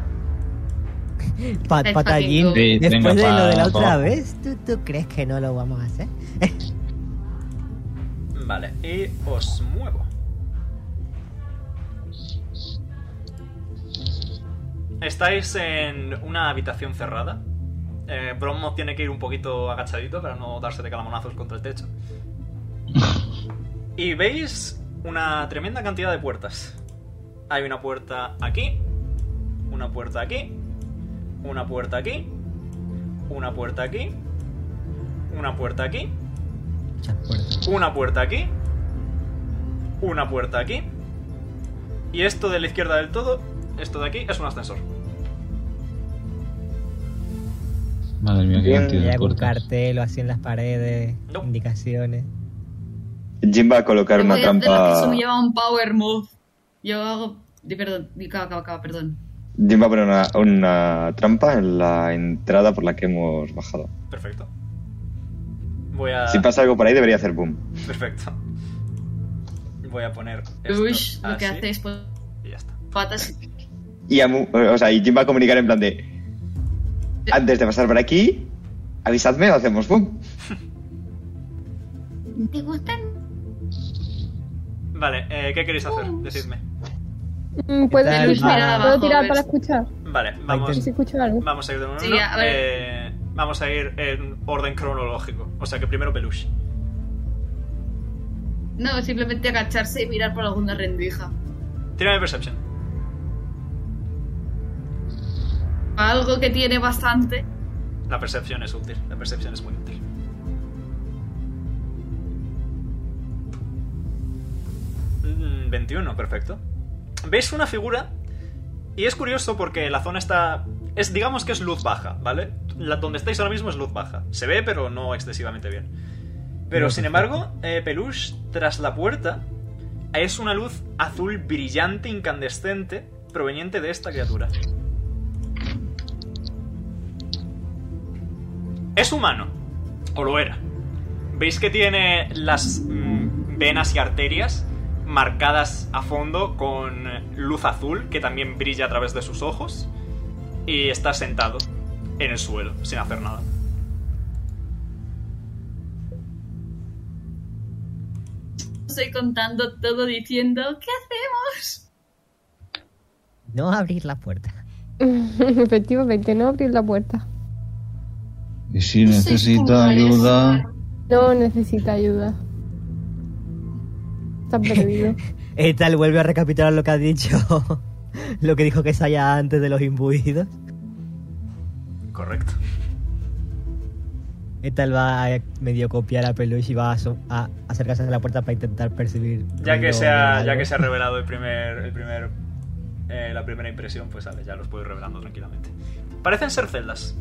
[SPEAKER 3] Pa-
[SPEAKER 2] El
[SPEAKER 3] patallín,
[SPEAKER 2] fucking
[SPEAKER 5] go. Sí,
[SPEAKER 3] después de
[SPEAKER 5] venga,
[SPEAKER 3] lo de la
[SPEAKER 5] pa-
[SPEAKER 3] otra
[SPEAKER 5] pa-
[SPEAKER 3] vez, ¿tú, tú crees que no lo vamos a hacer?
[SPEAKER 1] Vale, y os muevo. Estáis en una habitación cerrada. Eh, Bromo tiene que ir un poquito agachadito para no darse de calamonazos contra el techo. Y veis una tremenda cantidad de puertas. Hay una puerta aquí, una puerta aquí, una puerta aquí, una puerta aquí, una puerta aquí,
[SPEAKER 3] Muchas puertas.
[SPEAKER 1] una puerta aquí. Una puerta aquí. Y esto de la izquierda del todo, esto de aquí, es un ascensor.
[SPEAKER 5] Madre mía, qué
[SPEAKER 8] Bien,
[SPEAKER 5] cantidad
[SPEAKER 3] Hay
[SPEAKER 5] de
[SPEAKER 3] algún
[SPEAKER 5] puertas.
[SPEAKER 3] cartel o así en las paredes,
[SPEAKER 1] No.
[SPEAKER 3] indicaciones.
[SPEAKER 8] Jim va a colocar
[SPEAKER 2] Te
[SPEAKER 8] una
[SPEAKER 2] voy a hacer lo que
[SPEAKER 8] trampa.
[SPEAKER 2] se me lleva un power move. Yo hago... di- Perdón, di- acaba, acaba, acaba, perdón.
[SPEAKER 8] Jim va a poner una, una trampa en la entrada por la que hemos bajado.
[SPEAKER 1] Perfecto. Voy a.
[SPEAKER 8] Si pasa algo por ahí debería hacer boom.
[SPEAKER 1] Perfecto. Voy a poner. Esto Ah,
[SPEAKER 2] Ush, lo que
[SPEAKER 1] así,
[SPEAKER 2] hacéis pues,
[SPEAKER 1] Y ya está.
[SPEAKER 2] patas...
[SPEAKER 8] Y, Amu- eh, o sea, y Jim va a comunicar en plan de... Antes de pasar por aquí, avisadme o hacemos boom.
[SPEAKER 6] ¿Te gustan?
[SPEAKER 1] Vale, eh, ¿qué queréis hacer? Decidme.
[SPEAKER 4] Mm, ¿Puedo,
[SPEAKER 3] tal?
[SPEAKER 4] ¿puedo
[SPEAKER 2] Mira
[SPEAKER 4] tirar,
[SPEAKER 2] abajo, ¿ves?
[SPEAKER 4] para escuchar?
[SPEAKER 1] Vale, vamos.
[SPEAKER 4] Si escucho algo.
[SPEAKER 1] Vamos a ir de uno en
[SPEAKER 2] Sí,
[SPEAKER 1] uno.
[SPEAKER 2] a ver.
[SPEAKER 1] Eh, vamos a ir en orden cronológico. O sea que primero peluche.
[SPEAKER 2] No, simplemente agacharse y mirar por alguna rendija.
[SPEAKER 1] Tírame Perception.
[SPEAKER 2] Algo que tiene bastante.
[SPEAKER 1] La percepción es útil. La percepción es muy útil. Mm, 21, perfecto. ¿Ves una figura? Y es curioso porque la zona está... Es, digamos que es luz baja, ¿vale? La, donde estáis ahora mismo es luz baja. Se ve, pero no excesivamente bien. Pero,
[SPEAKER 3] No,
[SPEAKER 1] sin
[SPEAKER 3] perfecto.
[SPEAKER 1] embargo, eh, Peluche, tras la puerta, es una luz azul brillante, incandescente, proveniente de esta criatura. Es humano. O lo era. Veis que tiene las mm, venas y arterias marcadas a fondo con eh, luz azul que también brilla a través de sus ojos. Y está sentado en el suelo, sin hacer nada.
[SPEAKER 2] Estoy contando todo diciendo, ¿qué hacemos?
[SPEAKER 3] No abrir la puerta.
[SPEAKER 4] Efectivamente, no abrir la puerta.
[SPEAKER 5] Y si
[SPEAKER 6] No sois
[SPEAKER 5] necesita
[SPEAKER 6] culpables.
[SPEAKER 5] ayuda...
[SPEAKER 4] No necesita ayuda. Está perdido.
[SPEAKER 3] Eh, tal, vuelve a recapitular lo que ha dicho. lo que dijo que Saya antes de los imbuidos.
[SPEAKER 1] Correcto.
[SPEAKER 3] Eh, tal va a medio copiar a Peluche y va a, so- a acercarse a la puerta para intentar percibir.
[SPEAKER 1] Ya que
[SPEAKER 3] ruido
[SPEAKER 1] se
[SPEAKER 3] o
[SPEAKER 1] ha,
[SPEAKER 3] algo.
[SPEAKER 1] ya que se ha revelado el primer, el primer, eh, la primera impresión, pues vale, ya los puedo ir revelando tranquilamente. Parecen ser celdas.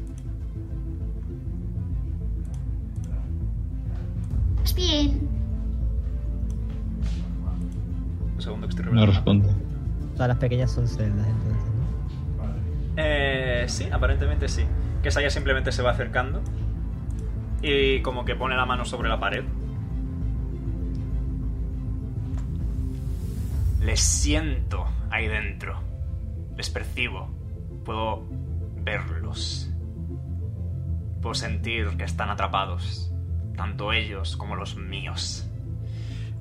[SPEAKER 6] bien.
[SPEAKER 1] Un segundo que estoy
[SPEAKER 5] No
[SPEAKER 1] revelando.
[SPEAKER 5] responde.
[SPEAKER 3] Todas las pequeñas son celdas, entonces. ¿no?
[SPEAKER 1] Eh, sí, aparentemente sí. Que Saya simplemente se va acercando y como que pone la mano sobre la pared. Les siento ahí dentro. Les percibo. Puedo verlos. Puedo sentir que están atrapados. Tanto ellos como los míos.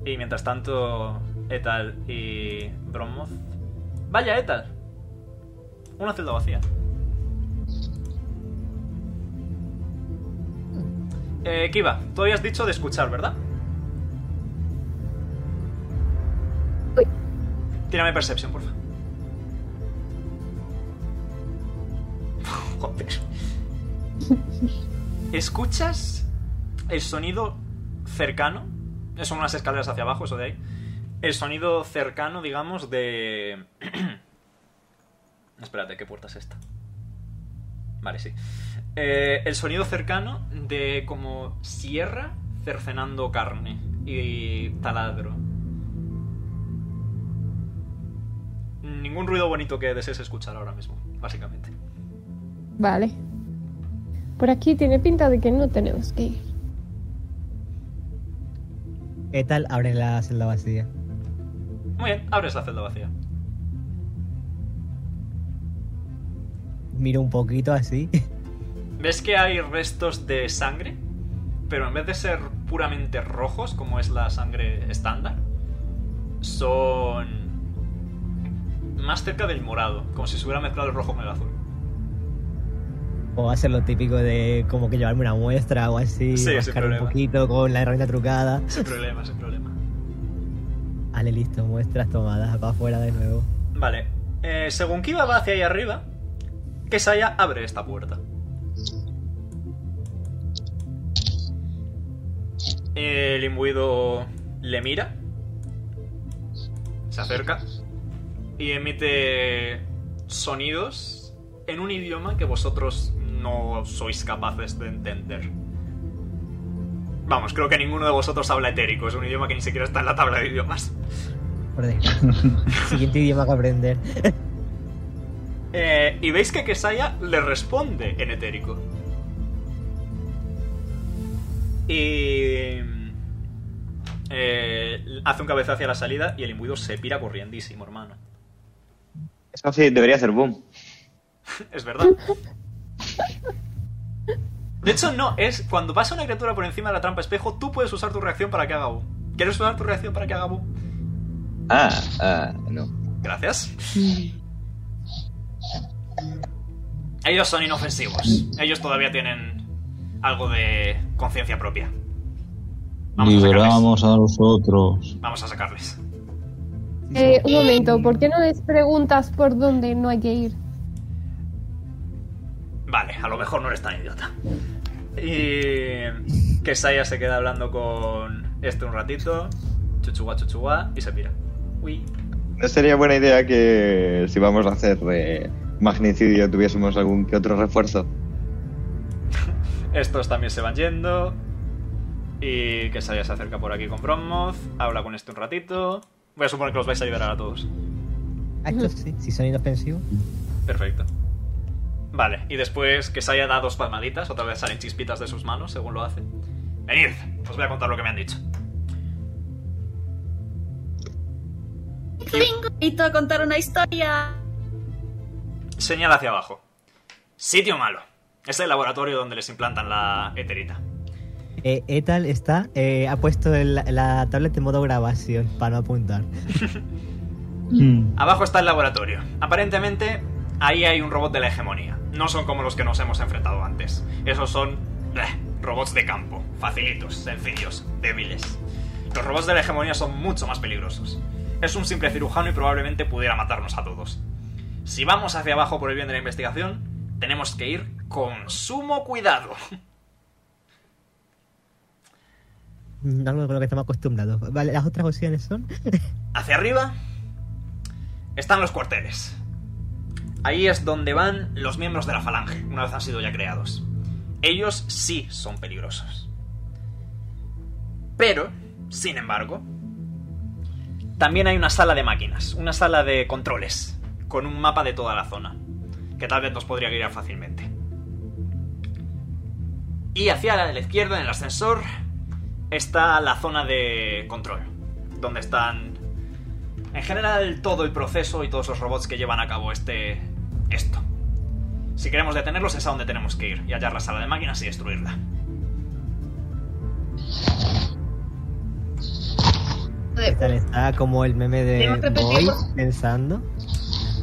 [SPEAKER 1] Y mientras tanto, Etal y Bromoth. Vaya, Etal. Una celda vacía. Eh, Kiva, tú habías dicho de escuchar, ¿verdad?
[SPEAKER 4] Uy.
[SPEAKER 1] Tírame Perception, porfa. Joder. Escuchas el sonido cercano. Son unas escaleras hacia abajo, eso de ahí. El sonido cercano, digamos, de. Espérate, ¿qué puerta es esta? Vale, sí. Eh, el sonido cercano de como sierra cercenando carne y taladro. Ningún ruido bonito que desees escuchar ahora mismo, básicamente.
[SPEAKER 4] Vale. Por aquí tiene pinta de que no tenemos que ir.
[SPEAKER 3] ¿Qué tal? Abre la celda vacía.
[SPEAKER 1] Muy bien, abres la celda vacía.
[SPEAKER 3] Miro un poquito así.
[SPEAKER 1] ¿Ves que hay restos de sangre? Pero en vez de ser puramente rojos, como es la sangre estándar, son más cerca del morado, como si se hubiera mezclado el rojo con el azul.
[SPEAKER 3] O hacer lo típico de como que llevarme una muestra o así.
[SPEAKER 1] Sí, sin
[SPEAKER 3] mascar un
[SPEAKER 1] problema.
[SPEAKER 3] poquito con la herramienta trucada.
[SPEAKER 1] Sin problema, sin problema.
[SPEAKER 3] Vale, listo, muestras tomadas. Va afuera de nuevo.
[SPEAKER 1] Vale. Eh, según Kiva va hacia ahí arriba, Kesaya abre esta puerta. El imbuido le mira, se acerca y emite sonidos en un idioma que vosotros no sois capaces de entender. Vamos, creo que ninguno de vosotros habla etérico, es un idioma que ni siquiera está en la tabla de idiomas.
[SPEAKER 3] Por desgracia. Siguiente idioma que aprender.
[SPEAKER 1] Eh, y veis que Kesaya le responde en etérico. Y. eh, hace un cabezazo hacia la salida y el imbuido se pira corriendísimo, hermano.
[SPEAKER 8] Eso sí, debería ser boom.
[SPEAKER 1] Es verdad. De hecho, no, es cuando pasa una criatura por encima de la trampa espejo, tú puedes usar tu reacción para que haga boom. ¿Quieres usar tu reacción para que haga boom?
[SPEAKER 8] Ah, ah, no.
[SPEAKER 1] Gracias. Ellos son inofensivos. Ellos todavía tienen algo de conciencia propia. Vamos a sacarles.
[SPEAKER 5] Liberamos a los otros.
[SPEAKER 1] Vamos a sacarles.
[SPEAKER 4] Eh, un momento, ¿por qué no les preguntas por dónde no hay que ir?
[SPEAKER 1] Vale, a lo mejor no eres tan idiota. Y que Saya se queda hablando con este un ratito. Chuchuá, chuchuá. Y se pira. Uy.
[SPEAKER 8] No sería buena idea que si vamos a hacer eh, magnicidio tuviésemos algún que otro refuerzo.
[SPEAKER 1] Estos también se van yendo. Y que Saya se acerca por aquí con Bronmoth. Habla con este un ratito. Voy a suponer que los vais a liberar a todos.
[SPEAKER 3] Ah, esto sí, si son inofensivos.
[SPEAKER 1] Perfecto. Vale, y después que se haya dado dos palmaditas, otra vez salen chispitas de sus manos, según lo hace. Venid, os voy a contar lo que me han dicho.
[SPEAKER 2] Y te voy a contar una historia.
[SPEAKER 1] Señala hacia abajo. Sitio malo. Es el laboratorio donde les implantan la eterita.
[SPEAKER 3] Eh, Etal está, eh, ha puesto el- la tablet en modo grabación para no apuntar.
[SPEAKER 1] Abajo está el laboratorio. Aparentemente, ahí hay un robot de la hegemonía. No son como los que nos hemos enfrentado antes. Esos son bleh, robots de campo, facilitos, sencillos, débiles. Los robots de la hegemonía son mucho más peligrosos. Es un simple cirujano y probablemente pudiera matarnos a todos. Si vamos hacia abajo por el bien de la investigación, tenemos que ir con sumo cuidado.
[SPEAKER 3] Mm, Algo con lo que estamos acostumbrados. Vale, las otras opciones son.
[SPEAKER 1] Hacia arriba están los cuarteles. Ahí es donde van los miembros de la falange, una vez han sido ya creados. Ellos sí son peligrosos. Pero, sin embargo, también hay una sala de máquinas, una sala de controles, con un mapa de toda la zona, que tal vez nos podría guiar fácilmente. Y hacia la de la izquierda, en el ascensor, está la zona de control, donde están en general todo el proceso y todos los robots que llevan a cabo este esto. Si queremos detenerlos es a donde tenemos que ir y hallar la sala de máquinas y destruirla.
[SPEAKER 3] ¿Qué tal está como el meme
[SPEAKER 2] Tengo que
[SPEAKER 3] de voy
[SPEAKER 2] repetirlo.
[SPEAKER 3] pensando?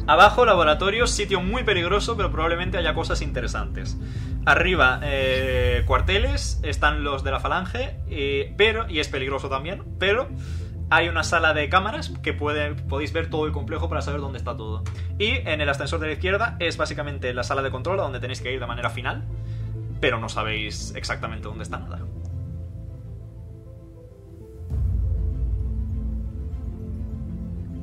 [SPEAKER 1] Abajo, laboratorio, sitio muy peligroso, pero probablemente haya cosas interesantes. Arriba, eh, cuarteles, están los de la falange, eh, pero, y es peligroso también, pero hay una sala de cámaras que puede, podéis ver todo el complejo para saber dónde está todo. Y en el ascensor de la izquierda es básicamente la sala de control a donde tenéis que ir de manera final, pero no sabéis exactamente dónde está nada.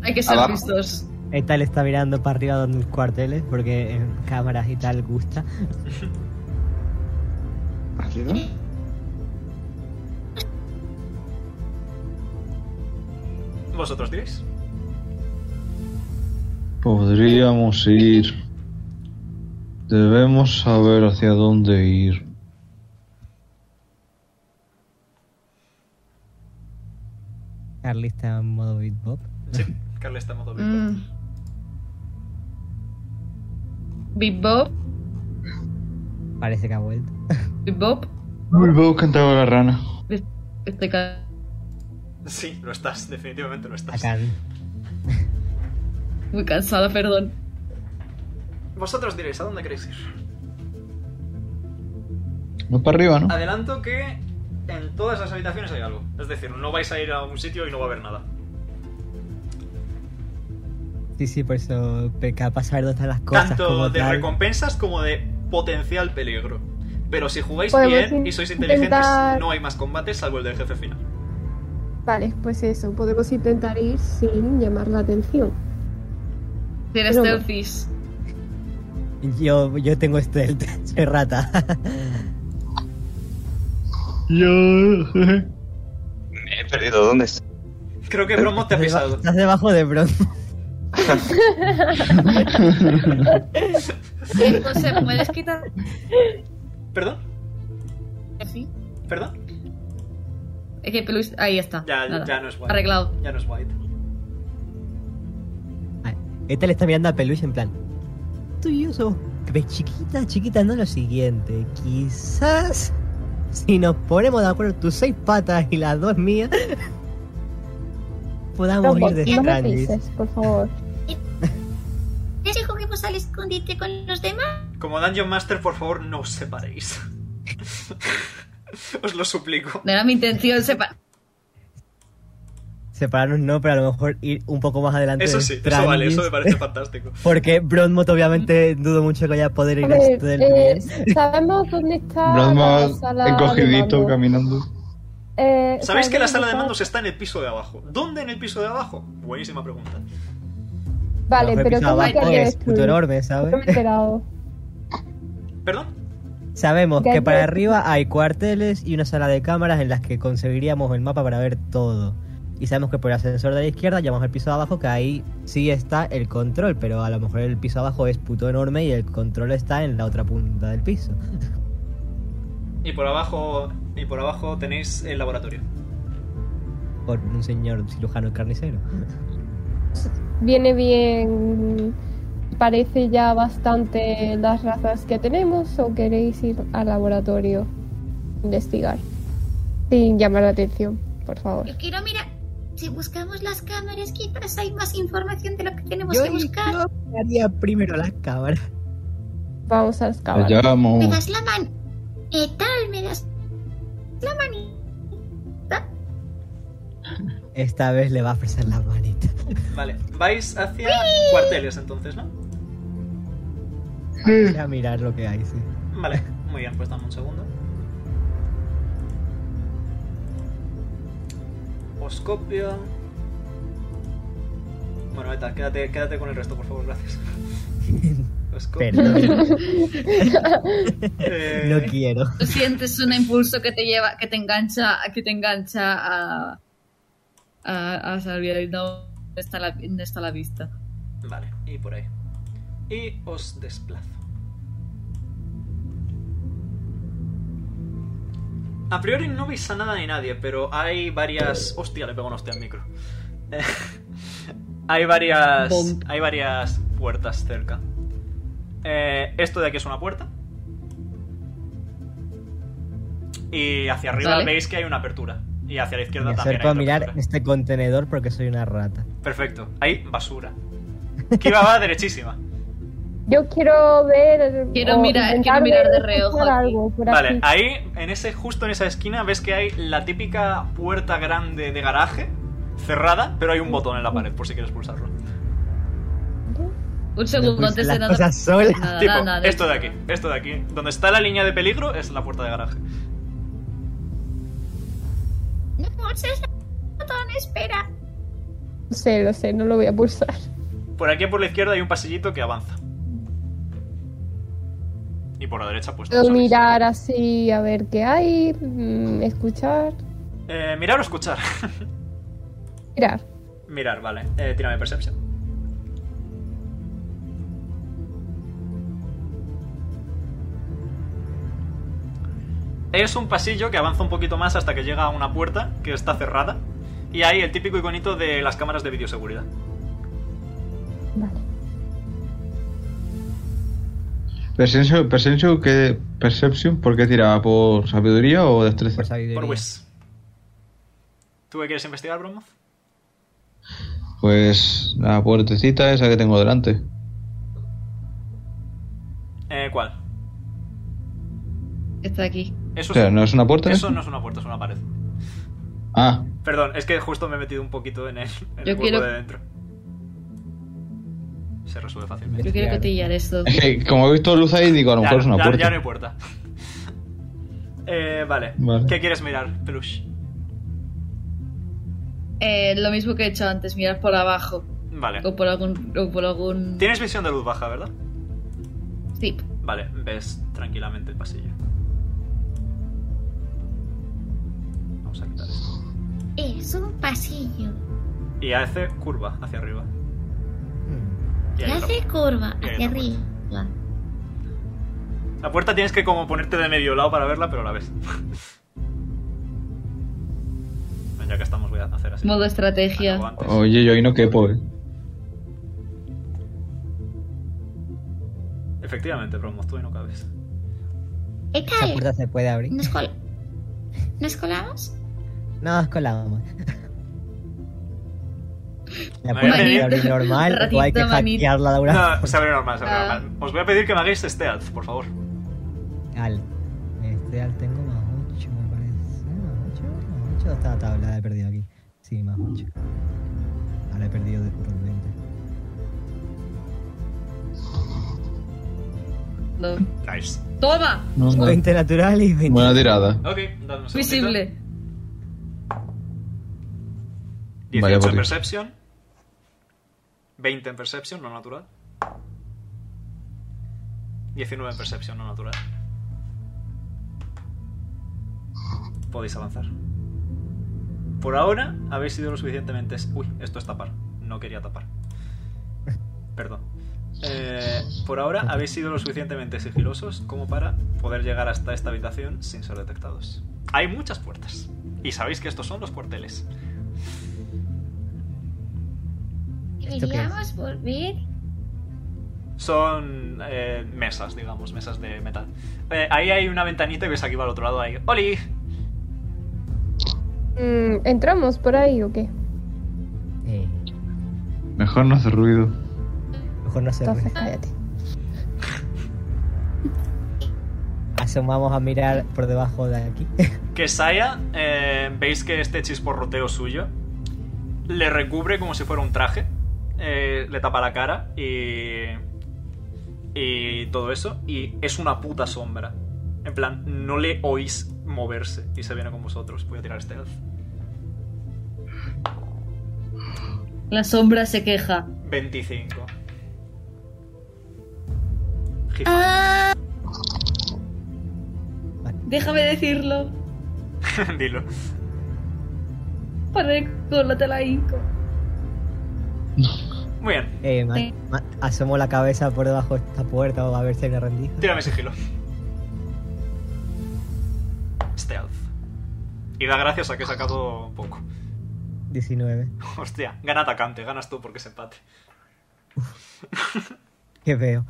[SPEAKER 2] Hay que ser
[SPEAKER 8] Abajo.
[SPEAKER 2] listos.
[SPEAKER 3] Eh, tal está mirando para arriba donde los cuarteles, porque en cámaras y tal gusta.
[SPEAKER 8] ¿Rápido?
[SPEAKER 1] ¿Vosotros diréis?
[SPEAKER 5] Podríamos ir. Debemos saber hacia dónde ir.
[SPEAKER 3] Carly está en modo beatbox.
[SPEAKER 1] Sí, Carla está en modo beatbox.
[SPEAKER 2] Mm. Bebop,
[SPEAKER 3] Parece que ha vuelto.
[SPEAKER 2] bebop,
[SPEAKER 5] Muy bien, cantaba la rana.
[SPEAKER 2] este ca-
[SPEAKER 1] Sí, lo estás, definitivamente lo estás.
[SPEAKER 3] Acá.
[SPEAKER 2] muy cansada, perdón.
[SPEAKER 1] Vosotros diréis, ¿a dónde queréis ir?
[SPEAKER 5] No para arriba, ¿no?
[SPEAKER 1] Adelanto que en todas las habitaciones hay algo. Es decir, no vais a ir a un sitio y no va a haber nada.
[SPEAKER 3] Sí, sí, por eso peca para saber dónde están las cosas.
[SPEAKER 1] Tanto
[SPEAKER 3] como
[SPEAKER 1] de
[SPEAKER 3] tal.
[SPEAKER 1] recompensas como de potencial peligro. Pero si jugáis
[SPEAKER 4] Podemos
[SPEAKER 1] bien y sois
[SPEAKER 4] intentar-
[SPEAKER 1] inteligentes, no hay más combates salvo el del jefe final.
[SPEAKER 4] Vale, pues eso, podemos intentar ir sin llamar la atención.
[SPEAKER 2] Era
[SPEAKER 4] Pero-
[SPEAKER 2] stealthies.
[SPEAKER 3] Yo, yo tengo este soy rata.
[SPEAKER 5] Yo.
[SPEAKER 8] Me he perdido. ¿Dónde está?
[SPEAKER 1] Creo que Bromo te ha
[SPEAKER 3] Estás deba-
[SPEAKER 1] pisado.
[SPEAKER 3] Estás debajo de Bronco.
[SPEAKER 2] José, ¿puedes quitar?
[SPEAKER 1] ¿Perdón?
[SPEAKER 2] Sí.
[SPEAKER 1] ¿Perdón?
[SPEAKER 2] Es que Pelus- Ahí está.
[SPEAKER 1] Ya,
[SPEAKER 2] Nada.
[SPEAKER 1] ya no es White.
[SPEAKER 2] Arreglado.
[SPEAKER 1] Ya no es White.
[SPEAKER 3] Este le está mirando a Peluche en plan. Tú y yo somos ves, chiquita, chiquita, no lo siguiente. Quizás si nos ponemos de acuerdo tus seis patas y las dos mías, podamos
[SPEAKER 4] no,
[SPEAKER 3] ir de
[SPEAKER 4] no me
[SPEAKER 3] Strandis.
[SPEAKER 4] pises, por favor.
[SPEAKER 6] ¿Les dijo que vos al escondite con los demás?
[SPEAKER 1] Como Dungeon Master, por favor, no os separéis. os lo suplico.
[SPEAKER 2] No era mi intención sepa.
[SPEAKER 3] Separarnos no, pero a lo mejor ir un poco más adelante.
[SPEAKER 1] Eso
[SPEAKER 3] de
[SPEAKER 1] sí, eso vale,
[SPEAKER 3] Strandis,
[SPEAKER 1] eso me parece fantástico.
[SPEAKER 3] Porque Bronmot obviamente dudo mucho que vaya a poder
[SPEAKER 4] A
[SPEAKER 3] ir a
[SPEAKER 4] ver,
[SPEAKER 3] esto del
[SPEAKER 4] eh,
[SPEAKER 3] bien.
[SPEAKER 4] sabemos dónde está
[SPEAKER 5] Brahma
[SPEAKER 4] la sala de
[SPEAKER 5] encogidito
[SPEAKER 4] mando.
[SPEAKER 5] caminando.
[SPEAKER 4] Eh,
[SPEAKER 1] ¿Sabéis que la sala de
[SPEAKER 4] dónde
[SPEAKER 1] mandos está en el piso de abajo? ¿Dónde en el piso de abajo? Buenísima pregunta.
[SPEAKER 4] está? Vale,
[SPEAKER 3] Mejor
[SPEAKER 4] pero
[SPEAKER 3] piso
[SPEAKER 4] ¿cómo
[SPEAKER 3] abajo
[SPEAKER 4] que hay que
[SPEAKER 3] es puto
[SPEAKER 4] destruir?
[SPEAKER 3] enorme,
[SPEAKER 4] No
[SPEAKER 3] ¿sabes?
[SPEAKER 4] me he enterado.
[SPEAKER 1] ¿Perdón?
[SPEAKER 3] Sabemos
[SPEAKER 4] Ya,
[SPEAKER 3] que
[SPEAKER 4] ya.
[SPEAKER 3] para arriba hay cuarteles y una sala de cámaras en las que concebiríamos el mapa para ver todo. Y sabemos que por el ascensor de la izquierda llamamos al piso de abajo, que ahí sí está el control, pero a lo mejor el piso de abajo es puto enorme y el control está en la otra punta del piso.
[SPEAKER 1] Y por abajo, y por abajo tenéis el laboratorio.
[SPEAKER 3] Por un señor cirujano carnicero.
[SPEAKER 4] Viene bien. Parece ya bastante las razas que tenemos o queréis ir al laboratorio a investigar. Sin llamar la atención, por favor.
[SPEAKER 6] Yo quiero mirar. Si buscamos las cámaras, quizás hay más información de lo que tenemos que buscar.
[SPEAKER 3] yo haría primero las cámaras.
[SPEAKER 4] Vamos a las cámaras.
[SPEAKER 5] Allá
[SPEAKER 6] Me
[SPEAKER 5] vamos.
[SPEAKER 6] das la mano. ¿Qué tal? Me das la manita.
[SPEAKER 3] Esta vez le va a ofrecer la manita.
[SPEAKER 1] Vale, vais hacia cuarteles entonces, ¿no?
[SPEAKER 3] Voy a mirar lo que hay, sí.
[SPEAKER 1] Vale, muy bien, pues dame un segundo. Os copio. Bueno, Eta, quédate, quédate con el resto, por favor, gracias. Los co-
[SPEAKER 3] Perdón,
[SPEAKER 1] Eh,
[SPEAKER 3] no quiero.
[SPEAKER 2] Tú sientes un impulso que te lleva, que te engancha, que te engancha a, a, a saber dónde está, la, dónde está la vista.
[SPEAKER 1] Vale, y por ahí. Y os desplazo. A priori no veis a nada ni nadie, pero hay varias. Hostia, le pego un hostia al micro. Eh, hay varias.
[SPEAKER 2] Bom.
[SPEAKER 1] Hay varias puertas cerca. Eh, esto de aquí es una puerta. Y hacia arriba
[SPEAKER 2] Vale.
[SPEAKER 1] veis que hay una apertura. Y hacia la izquierda
[SPEAKER 3] Me
[SPEAKER 1] también.
[SPEAKER 3] acerco
[SPEAKER 1] hay
[SPEAKER 3] a
[SPEAKER 1] otra
[SPEAKER 3] mirar
[SPEAKER 1] apertura.
[SPEAKER 3] este contenedor porque soy una rata.
[SPEAKER 1] Perfecto. Hay basura. Kiva va derechísima.
[SPEAKER 4] Yo quiero ver.
[SPEAKER 2] Quiero
[SPEAKER 4] o
[SPEAKER 2] mirar- quiero
[SPEAKER 4] intentar
[SPEAKER 2] mirar de
[SPEAKER 4] ver,
[SPEAKER 2] reojo
[SPEAKER 4] escuchar
[SPEAKER 2] aquí.
[SPEAKER 4] algo por
[SPEAKER 1] Vale,
[SPEAKER 4] aquí.
[SPEAKER 1] ahí, en ese, justo en esa esquina, ves que hay la típica puerta grande de garaje, cerrada, pero hay un botón en la pared, por si quieres pulsarlo.
[SPEAKER 2] Un segundo
[SPEAKER 3] Pues
[SPEAKER 2] antes
[SPEAKER 3] las
[SPEAKER 2] de nada.
[SPEAKER 3] cosas solas.
[SPEAKER 2] nada,
[SPEAKER 1] tipo,
[SPEAKER 2] nada, nada.
[SPEAKER 1] esto de aquí, esto de aquí. Donde está la línea de peligro es la puerta de garaje.
[SPEAKER 6] No pulses el botón, espera.
[SPEAKER 4] Lo sé, lo sé, no lo voy a pulsar.
[SPEAKER 1] Por aquí por la izquierda hay un pasillito que avanza. Y por la derecha, pues...
[SPEAKER 4] Puedo
[SPEAKER 1] no sabéis.
[SPEAKER 4] mirar así a ver qué hay, mm, escuchar,
[SPEAKER 1] Eh, mirar o escuchar.
[SPEAKER 4] mirar.
[SPEAKER 1] mirar, vale. Eh, tírame Perception. Es un pasillo que avanza un poquito más hasta que llega a una puerta que está cerrada. Y hay el típico iconito de las cámaras de videoseguridad.
[SPEAKER 4] Vale.
[SPEAKER 5] Perception, perception, ¿qué, perception, ¿por qué tiraba? ¿Por sabiduría o destreza?
[SPEAKER 3] Por sabiduría.
[SPEAKER 1] Por Wiz. ¿Tú qué quieres investigar, Bromoth?
[SPEAKER 5] Pues la puertecita esa que tengo delante.
[SPEAKER 1] Eh, ¿Cuál?
[SPEAKER 2] Está aquí.
[SPEAKER 1] Eso,
[SPEAKER 5] O sea,
[SPEAKER 1] es,
[SPEAKER 5] ¿no es una puerta? ¿eh?
[SPEAKER 1] eso no es una puerta, es una pared.
[SPEAKER 5] Ah,
[SPEAKER 1] Perdón, es que justo me he metido un poquito en el, en el
[SPEAKER 2] Yo
[SPEAKER 1] hueco
[SPEAKER 2] quiero-
[SPEAKER 1] de dentro. Se resuelve fácilmente.
[SPEAKER 2] Yo quiero cotillar esto.
[SPEAKER 5] es que como he visto luz ahí, digo, a lo
[SPEAKER 1] Ya,
[SPEAKER 5] mejor es una
[SPEAKER 1] ya-
[SPEAKER 5] puerta.
[SPEAKER 1] ya no hay puerta. Eh, vale.
[SPEAKER 5] Vale.
[SPEAKER 1] ¿Qué quieres mirar, Peluche?
[SPEAKER 2] Eh, lo mismo que he hecho antes, mirar por abajo.
[SPEAKER 1] Vale.
[SPEAKER 2] O por algún. O por algún.
[SPEAKER 1] Tienes visión de luz baja, ¿verdad?
[SPEAKER 2] Sí.
[SPEAKER 1] Vale, ves tranquilamente el pasillo. Vamos a quitar esto.
[SPEAKER 6] Es un pasillo.
[SPEAKER 1] Y hace curva hacia arriba.
[SPEAKER 3] Mm.
[SPEAKER 1] Y
[SPEAKER 6] Y
[SPEAKER 1] ahí está.
[SPEAKER 6] hace curva
[SPEAKER 1] Y ahí
[SPEAKER 6] hacia
[SPEAKER 1] está puerta.
[SPEAKER 6] arriba.
[SPEAKER 1] La puerta tienes que como ponerte de medio lado para verla, pero la ves. Bueno, ya que estamos, voy a hacer así.
[SPEAKER 2] Modo estrategia.
[SPEAKER 1] Acabo antes.
[SPEAKER 5] Oye, yo ahí no quepo, eh.
[SPEAKER 1] Efectivamente, Promoz, tú ahí no cabes.
[SPEAKER 6] Esta
[SPEAKER 3] ¿Esa
[SPEAKER 6] es.
[SPEAKER 3] puerta se puede abrir?
[SPEAKER 6] ¿Nos, col- ¿Nos colamos?
[SPEAKER 3] Nos colamos.
[SPEAKER 1] Me voy a
[SPEAKER 3] La puerta se puede
[SPEAKER 1] pedir-
[SPEAKER 3] abrir normal o hay que
[SPEAKER 2] Ratito, manito.
[SPEAKER 3] hackearla de una
[SPEAKER 1] No, se abre normal, se abre
[SPEAKER 2] Ah.
[SPEAKER 1] normal. Os voy a pedir que me hagáis stealth, por favor.
[SPEAKER 3] Al. Este al tengo más 8, me parece. Ah, Más 8, más 8. Está la tabla, la he perdido aquí. Sí, más 8. Ahora he perdido de por 20.
[SPEAKER 2] No.
[SPEAKER 1] Nice.
[SPEAKER 2] ¡Toma!
[SPEAKER 5] No, no.
[SPEAKER 3] 20 natural y 20.
[SPEAKER 5] Buena tirada.
[SPEAKER 1] Ok, dadme un segundito.
[SPEAKER 2] Visible.
[SPEAKER 5] Vaya
[SPEAKER 1] 18
[SPEAKER 5] por
[SPEAKER 1] en
[SPEAKER 5] Dios.
[SPEAKER 1] Perception. 20 en Perception, no natural. 19 en Perception, no natural. Podéis avanzar. Por ahora habéis sido lo suficientemente... Uy, esto es tapar. No quería tapar. Perdón. Eh, por ahora habéis sido lo suficientemente sigilosos como para poder llegar hasta esta habitación sin ser detectados. Hay muchas puertas. Y sabéis que estos son los cuarteles.
[SPEAKER 3] qué es?
[SPEAKER 6] Deberíamos volver.
[SPEAKER 1] Son eh, mesas, digamos, mesas de metal. Eh, ahí hay una ventanita y ves aquí va al otro lado ahí. ¡Oli!
[SPEAKER 4] Mm, ¿Entramos por ahí o qué?
[SPEAKER 3] Eh,
[SPEAKER 5] Mejor no hace ruido.
[SPEAKER 3] mejor no se
[SPEAKER 4] Entonces cállate.
[SPEAKER 3] Asomamos a mirar por debajo de aquí.
[SPEAKER 1] Que Saya, eh, veis que este chisporroteo suyo le recubre como si fuera un traje, eh, le tapa la cara y. y todo eso, y es una puta sombra. En plan, no le oís moverse y se viene con vosotros. Voy a tirar este
[SPEAKER 2] La sombra se queja.
[SPEAKER 1] 25. Gifal.
[SPEAKER 2] Déjame decirlo.
[SPEAKER 1] Dilo.
[SPEAKER 2] Para el culo te la hinco.
[SPEAKER 1] Muy bien.
[SPEAKER 3] Eh, ma-
[SPEAKER 2] Sí.
[SPEAKER 3] ma- asomo la cabeza por debajo de esta puerta o a ver si hay una rendija.
[SPEAKER 1] Tírame sigilo. Stealth. Y da gracias a que he sacado poco.
[SPEAKER 3] 19.
[SPEAKER 1] Hostia, gana atacante, ganas tú porque es empate.
[SPEAKER 3] Qué feo.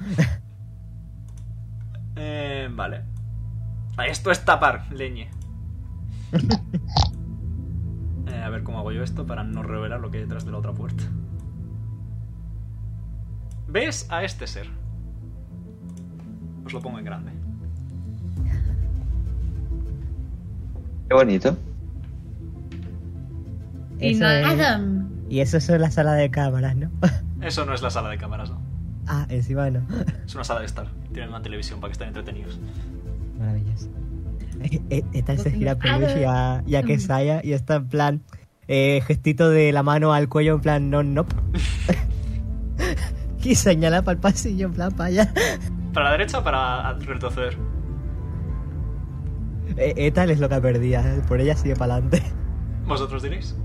[SPEAKER 1] Eh, vale. Ah, Esto es tapar, leñe. Eh, a ver cómo hago yo esto para no revelar lo que hay detrás de la otra puerta. ¿Ves a este ser? Os lo pongo en grande.
[SPEAKER 8] Qué bonito.
[SPEAKER 2] Y
[SPEAKER 3] Eso
[SPEAKER 2] no-
[SPEAKER 3] es-
[SPEAKER 6] Adam.
[SPEAKER 3] y eso es la sala de cámaras, ¿no?
[SPEAKER 1] Eso no es la sala de cámaras, no.
[SPEAKER 3] ah, encima no.
[SPEAKER 1] Es una sala de estar. Tienen una televisión para que estén entretenidos.
[SPEAKER 3] Maravilloso. Eh, eh, Esta se gira a Peluche y a, y a Kesaya y está en plan eh, gestito de la mano al cuello en plan no, no. y señala para el pasillo en plan para allá.
[SPEAKER 1] ¿Para la derecha o para retroceder?
[SPEAKER 3] Eh, eh, tal es lo que perdía, por ella sigue para adelante.
[SPEAKER 1] ¿Vosotros diréis?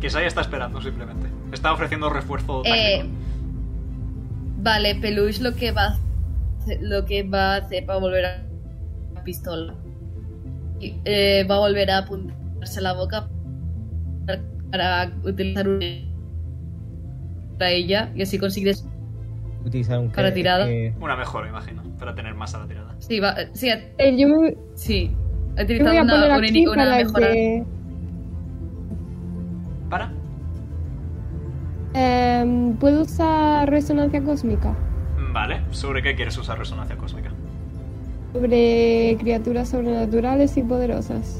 [SPEAKER 1] Kisaya está esperando, simplemente. Está ofreciendo refuerzo
[SPEAKER 2] Eh,
[SPEAKER 1] táctico.
[SPEAKER 2] Vale, Peluche lo que va a hacer- lo que va a hacer va a volver a la pistola. Y, eh, va a volver a apuntarse la boca para utilizar un para ella y así consigues
[SPEAKER 3] Utilizar un
[SPEAKER 2] Para tirada.
[SPEAKER 3] eh,
[SPEAKER 1] Una mejora, imagino, para tener más a la tirada.
[SPEAKER 2] sí va sí, ha-
[SPEAKER 4] Eh, yo me,
[SPEAKER 2] sí ha
[SPEAKER 4] yo me voy
[SPEAKER 2] utilizado
[SPEAKER 4] a poner
[SPEAKER 2] una, una,
[SPEAKER 4] aquí
[SPEAKER 2] ini- una
[SPEAKER 4] para
[SPEAKER 2] mejora
[SPEAKER 4] que.
[SPEAKER 1] ¿Para?
[SPEAKER 4] em, ¿Puedo usar resonancia cósmica?
[SPEAKER 1] Vale, ¿sobre qué quieres usar resonancia cósmica?
[SPEAKER 4] Sobre criaturas sobrenaturales y poderosas.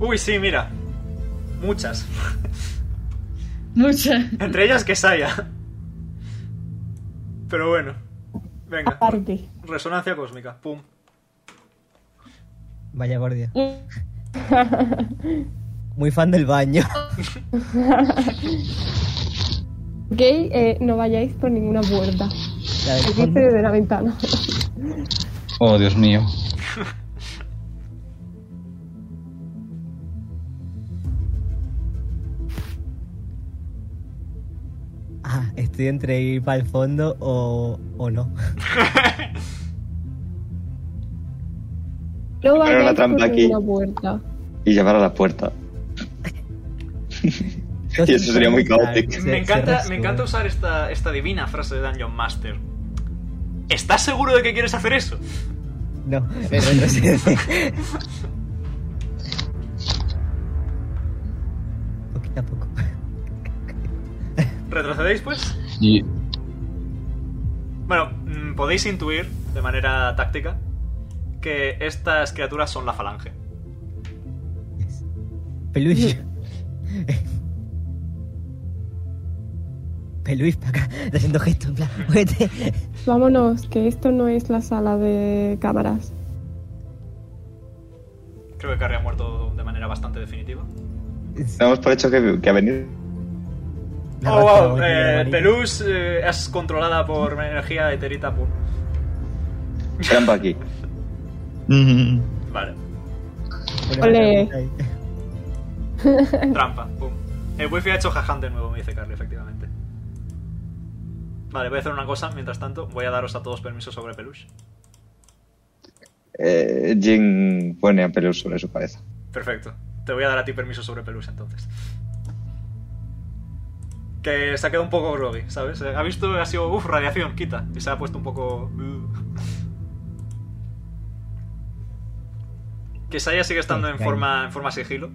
[SPEAKER 1] Uy, sí, mira. Muchas.
[SPEAKER 2] mucha
[SPEAKER 1] Entre ellas Kesaya. Pero bueno. Venga.
[SPEAKER 4] Aparte.
[SPEAKER 1] Resonancia cósmica. Pum.
[SPEAKER 3] Vaya por Dios.
[SPEAKER 2] un-
[SPEAKER 3] Muy fan del baño.
[SPEAKER 4] Ok, eh, no vayáis por ninguna puerta.
[SPEAKER 3] La del
[SPEAKER 4] Aquí estoy
[SPEAKER 3] fondo.
[SPEAKER 4] desde la ventana.
[SPEAKER 5] Oh, Dios mío.
[SPEAKER 3] Ah, estoy entre ir para el fondo o, o no.
[SPEAKER 4] No
[SPEAKER 8] Pero la
[SPEAKER 4] vayáis por
[SPEAKER 8] trampa aquí.
[SPEAKER 4] ninguna puerta.
[SPEAKER 8] Y llevar a la puerta.
[SPEAKER 3] Yo
[SPEAKER 8] Y eso sería muy
[SPEAKER 3] siempre-
[SPEAKER 8] caótico.
[SPEAKER 3] Se-
[SPEAKER 1] me,
[SPEAKER 3] se
[SPEAKER 1] encanta, me
[SPEAKER 3] resuelve.
[SPEAKER 1] encanta usar esta, esta divina frase de Dungeon Master. ¿Estás seguro de que quieres hacer eso?
[SPEAKER 3] No, me retrocede. Poquito a poco.
[SPEAKER 1] ¿Retrocedéis, pues?
[SPEAKER 5] Y-
[SPEAKER 1] Bueno, mm, podéis intuir de manera táctica que estas criaturas son la falange.
[SPEAKER 3] Peluche. Peluche para acá, está haciendo gestos en plan, muévete.
[SPEAKER 4] Vámonos, que esto no es la sala de cámaras.
[SPEAKER 1] Creo que Carrie ha muerto de manera bastante definitiva.
[SPEAKER 8] Damos por hecho que, que ha venido.
[SPEAKER 3] La
[SPEAKER 1] oh,
[SPEAKER 3] rata la
[SPEAKER 1] wow.
[SPEAKER 3] muerte de
[SPEAKER 1] Eh,
[SPEAKER 3] amarillo.
[SPEAKER 1] Pelus eh, es controlada por energía eterita. pur.
[SPEAKER 8] Trampa aquí.
[SPEAKER 5] Mm.
[SPEAKER 1] Vale.
[SPEAKER 3] Bueno,
[SPEAKER 4] Ole.
[SPEAKER 3] ahí.
[SPEAKER 1] Trampa. Pum. El wifi ha hecho jaján de nuevo, me dice Carly, efectivamente. Vale, voy a hacer una cosa. Mientras tanto, voy a daros a todos permisos sobre Peluche.
[SPEAKER 8] Eh, Jin pone a Pelus sobre su cabeza.
[SPEAKER 1] Perfecto. Te voy a dar a ti permiso sobre Peluche, entonces. Que se ha quedado un poco groggy, ¿sabes? Eh, Ha visto, ha sido, uff, radiación, quita. Y se ha puesto un poco... "Uh". Que Saya sigue estando en
[SPEAKER 3] Ok.
[SPEAKER 1] forma, en forma sigilo.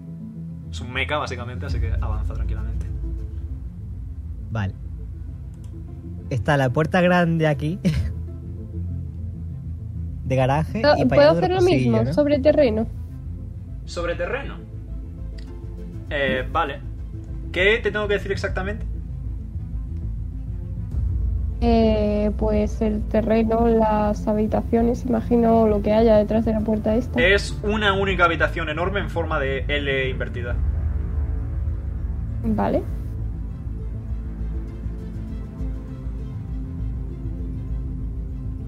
[SPEAKER 1] Es un mecha, básicamente, así que avanza tranquilamente.
[SPEAKER 3] Vale. Está la puerta grande aquí. De garaje. y para allá
[SPEAKER 4] ¿Puedo
[SPEAKER 3] otro
[SPEAKER 4] hacer lo
[SPEAKER 3] pasillo,
[SPEAKER 4] mismo
[SPEAKER 3] ¿no?
[SPEAKER 4] sobre terreno?
[SPEAKER 1] Sobre terreno. Eh, vale. ¿Qué te tengo que decir exactamente?
[SPEAKER 4] Eh, pues el terreno, las habitaciones, imagino lo que haya detrás de la puerta esta.
[SPEAKER 1] Es una única habitación enorme en forma de L invertida.
[SPEAKER 4] Vale.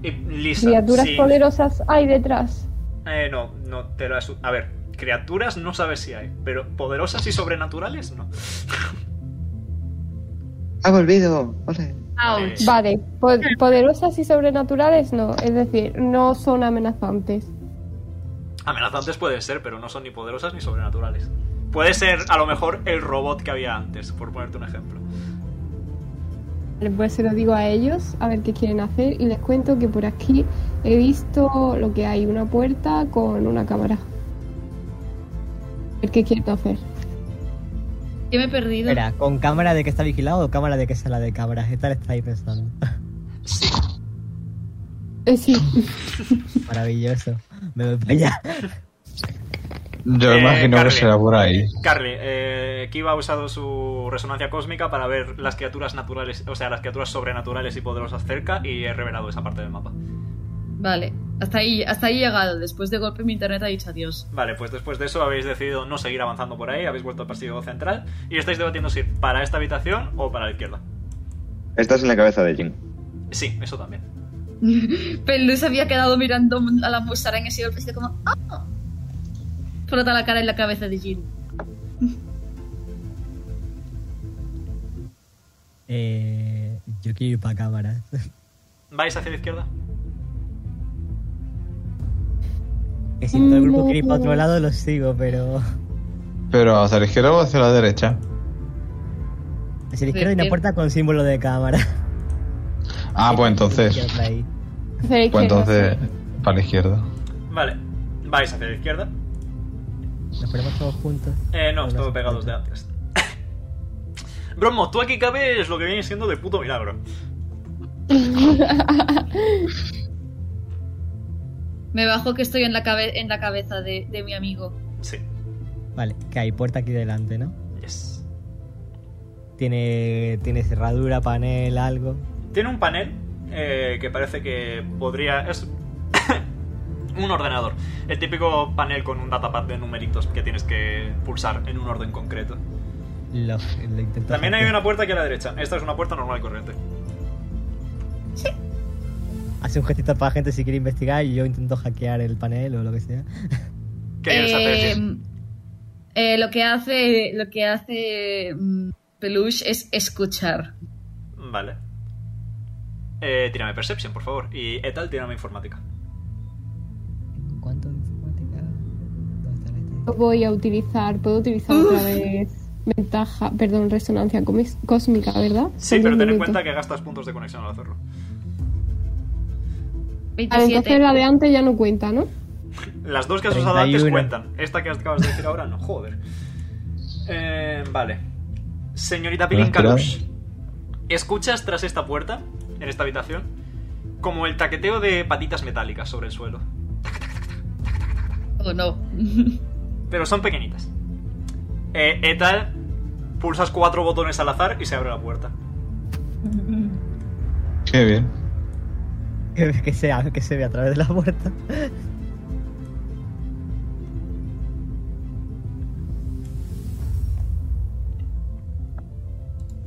[SPEAKER 1] Y Lisa,
[SPEAKER 4] Criaturas
[SPEAKER 1] sí.
[SPEAKER 4] poderosas hay detrás.
[SPEAKER 1] Eh, no, no te lo asu- A ver, criaturas no sabes si hay, pero poderosas y sobrenaturales no.
[SPEAKER 8] Ha volvido. Ole.
[SPEAKER 2] Ouch.
[SPEAKER 1] Sí.
[SPEAKER 4] Vale, po- poderosas y sobrenaturales no, es decir, no son amenazantes.
[SPEAKER 1] Amenazantes puede ser, pero no son ni poderosas ni sobrenaturales. Puede ser, a lo mejor, el robot que había antes, por ponerte un ejemplo.
[SPEAKER 4] Vale, Pues se lo digo a ellos, a ver qué quieren hacer, y les cuento que por aquí he visto lo que hay, una puerta con una cámara. A ver qué quieren hacer.
[SPEAKER 7] Yo me he perdido.
[SPEAKER 3] Espera, ¿con cámara de que está vigilado o cámara de que sala de cabras? Esta la estáis pensando.
[SPEAKER 4] Eh, sí,
[SPEAKER 3] Maravilloso. Me voy para allá.
[SPEAKER 5] Yo
[SPEAKER 1] Eh,
[SPEAKER 5] imagino
[SPEAKER 1] Carly.
[SPEAKER 5] que será por ahí.
[SPEAKER 1] Carly, eh, Kiva ha usado su resonancia cósmica para ver las criaturas naturales, o sea, las criaturas sobrenaturales y poderosas cerca y he revelado esa parte del mapa.
[SPEAKER 7] Vale, hasta ahí, hasta ahí he llegado. Después de golpe mi internet ha dicho adiós.
[SPEAKER 1] Vale, pues después de eso habéis decidido no seguir avanzando por ahí, habéis vuelto al pasillo central y estáis debatiendo si ir para esta habitación o para la izquierda.
[SPEAKER 8] Estás en la cabeza de Jin.
[SPEAKER 1] Sí, eso también.
[SPEAKER 7] Pelú se había quedado mirando a la musara en ese golpe y como ¡Ah! Frota la cara en la cabeza de Jin.
[SPEAKER 3] Eh, yo quiero ir para cámara.
[SPEAKER 1] ¿Vais hacia la izquierda?
[SPEAKER 3] Que si todo el grupo quiere ir para otro lado, los sigo, pero.
[SPEAKER 5] Pero hacia la izquierda o hacia la derecha.
[SPEAKER 3] Hacia la izquierda hay una puerta con símbolo de cámara.
[SPEAKER 5] Ah, pues
[SPEAKER 3] Quiero ir
[SPEAKER 5] entonces.
[SPEAKER 3] para ahí.
[SPEAKER 4] Hacer
[SPEAKER 5] Pues
[SPEAKER 4] que no
[SPEAKER 5] entonces, para la izquierda.
[SPEAKER 1] Vale, vais hacia la izquierda.
[SPEAKER 3] Nos ponemos todos juntos.
[SPEAKER 1] Eh, no,
[SPEAKER 3] Con
[SPEAKER 1] estamos
[SPEAKER 3] las
[SPEAKER 1] pegados de antes. Bromo, tú aquí cabes lo que viene siendo de puto milagro.
[SPEAKER 7] Me bajo que estoy en la, cabe- en la cabeza de, de mi amigo.
[SPEAKER 1] Sí,
[SPEAKER 3] Vale, que hay puerta aquí delante, ¿no?
[SPEAKER 1] yes.
[SPEAKER 3] Tiene, tiene cerradura, panel, algo.
[SPEAKER 1] Tiene un panel eh, que parece que podría. Es un ordenador. El típico panel con un datapad de numeritos que tienes que pulsar en un orden concreto.
[SPEAKER 3] Lo, lo intento
[SPEAKER 1] También hay
[SPEAKER 3] hacer.
[SPEAKER 1] una puerta aquí a la derecha. Esta es una puerta normal y corriente.
[SPEAKER 3] Hace un gestito para la gente si quiere investigar y yo intento hackear el panel o lo que sea.
[SPEAKER 1] ¿Qué quieres hacer? Jess?
[SPEAKER 7] Eh, eh, lo que hace, lo que hace mm, Peluche es escuchar.
[SPEAKER 1] Vale. Eh, tírame Perception, por favor. Y Etal, tírame Informática.
[SPEAKER 3] ¿Cuánto de informática? ¿Dónde está la
[SPEAKER 4] lo
[SPEAKER 3] estadística?
[SPEAKER 4] voy a utilizar, puedo utilizar otra vez ventaja, perdón, resonancia comis- cósmica, ¿verdad?
[SPEAKER 1] Sí,
[SPEAKER 4] Son
[SPEAKER 1] pero
[SPEAKER 4] diez
[SPEAKER 1] ten en
[SPEAKER 4] minutos.
[SPEAKER 1] cuenta que gastas puntos de conexión al hacerlo.
[SPEAKER 4] Vale, entonces
[SPEAKER 7] 27.
[SPEAKER 4] la de antes ya no cuenta, ¿no?
[SPEAKER 1] Las dos que has usado antes
[SPEAKER 3] 31.
[SPEAKER 1] cuentan. Esta que acabas de decir ahora no, joder. Eh, vale. Señorita Pilinkalush, escuchas tras esta puerta, en esta habitación, como el taqueteo de patitas metálicas sobre el suelo.
[SPEAKER 7] Oh, no.
[SPEAKER 1] Pero son pequeñitas. Eh, Etal, pulsas cuatro botones al azar y se abre la puerta.
[SPEAKER 5] Qué bien.
[SPEAKER 3] Que, que sea, que se ve a través de la puerta.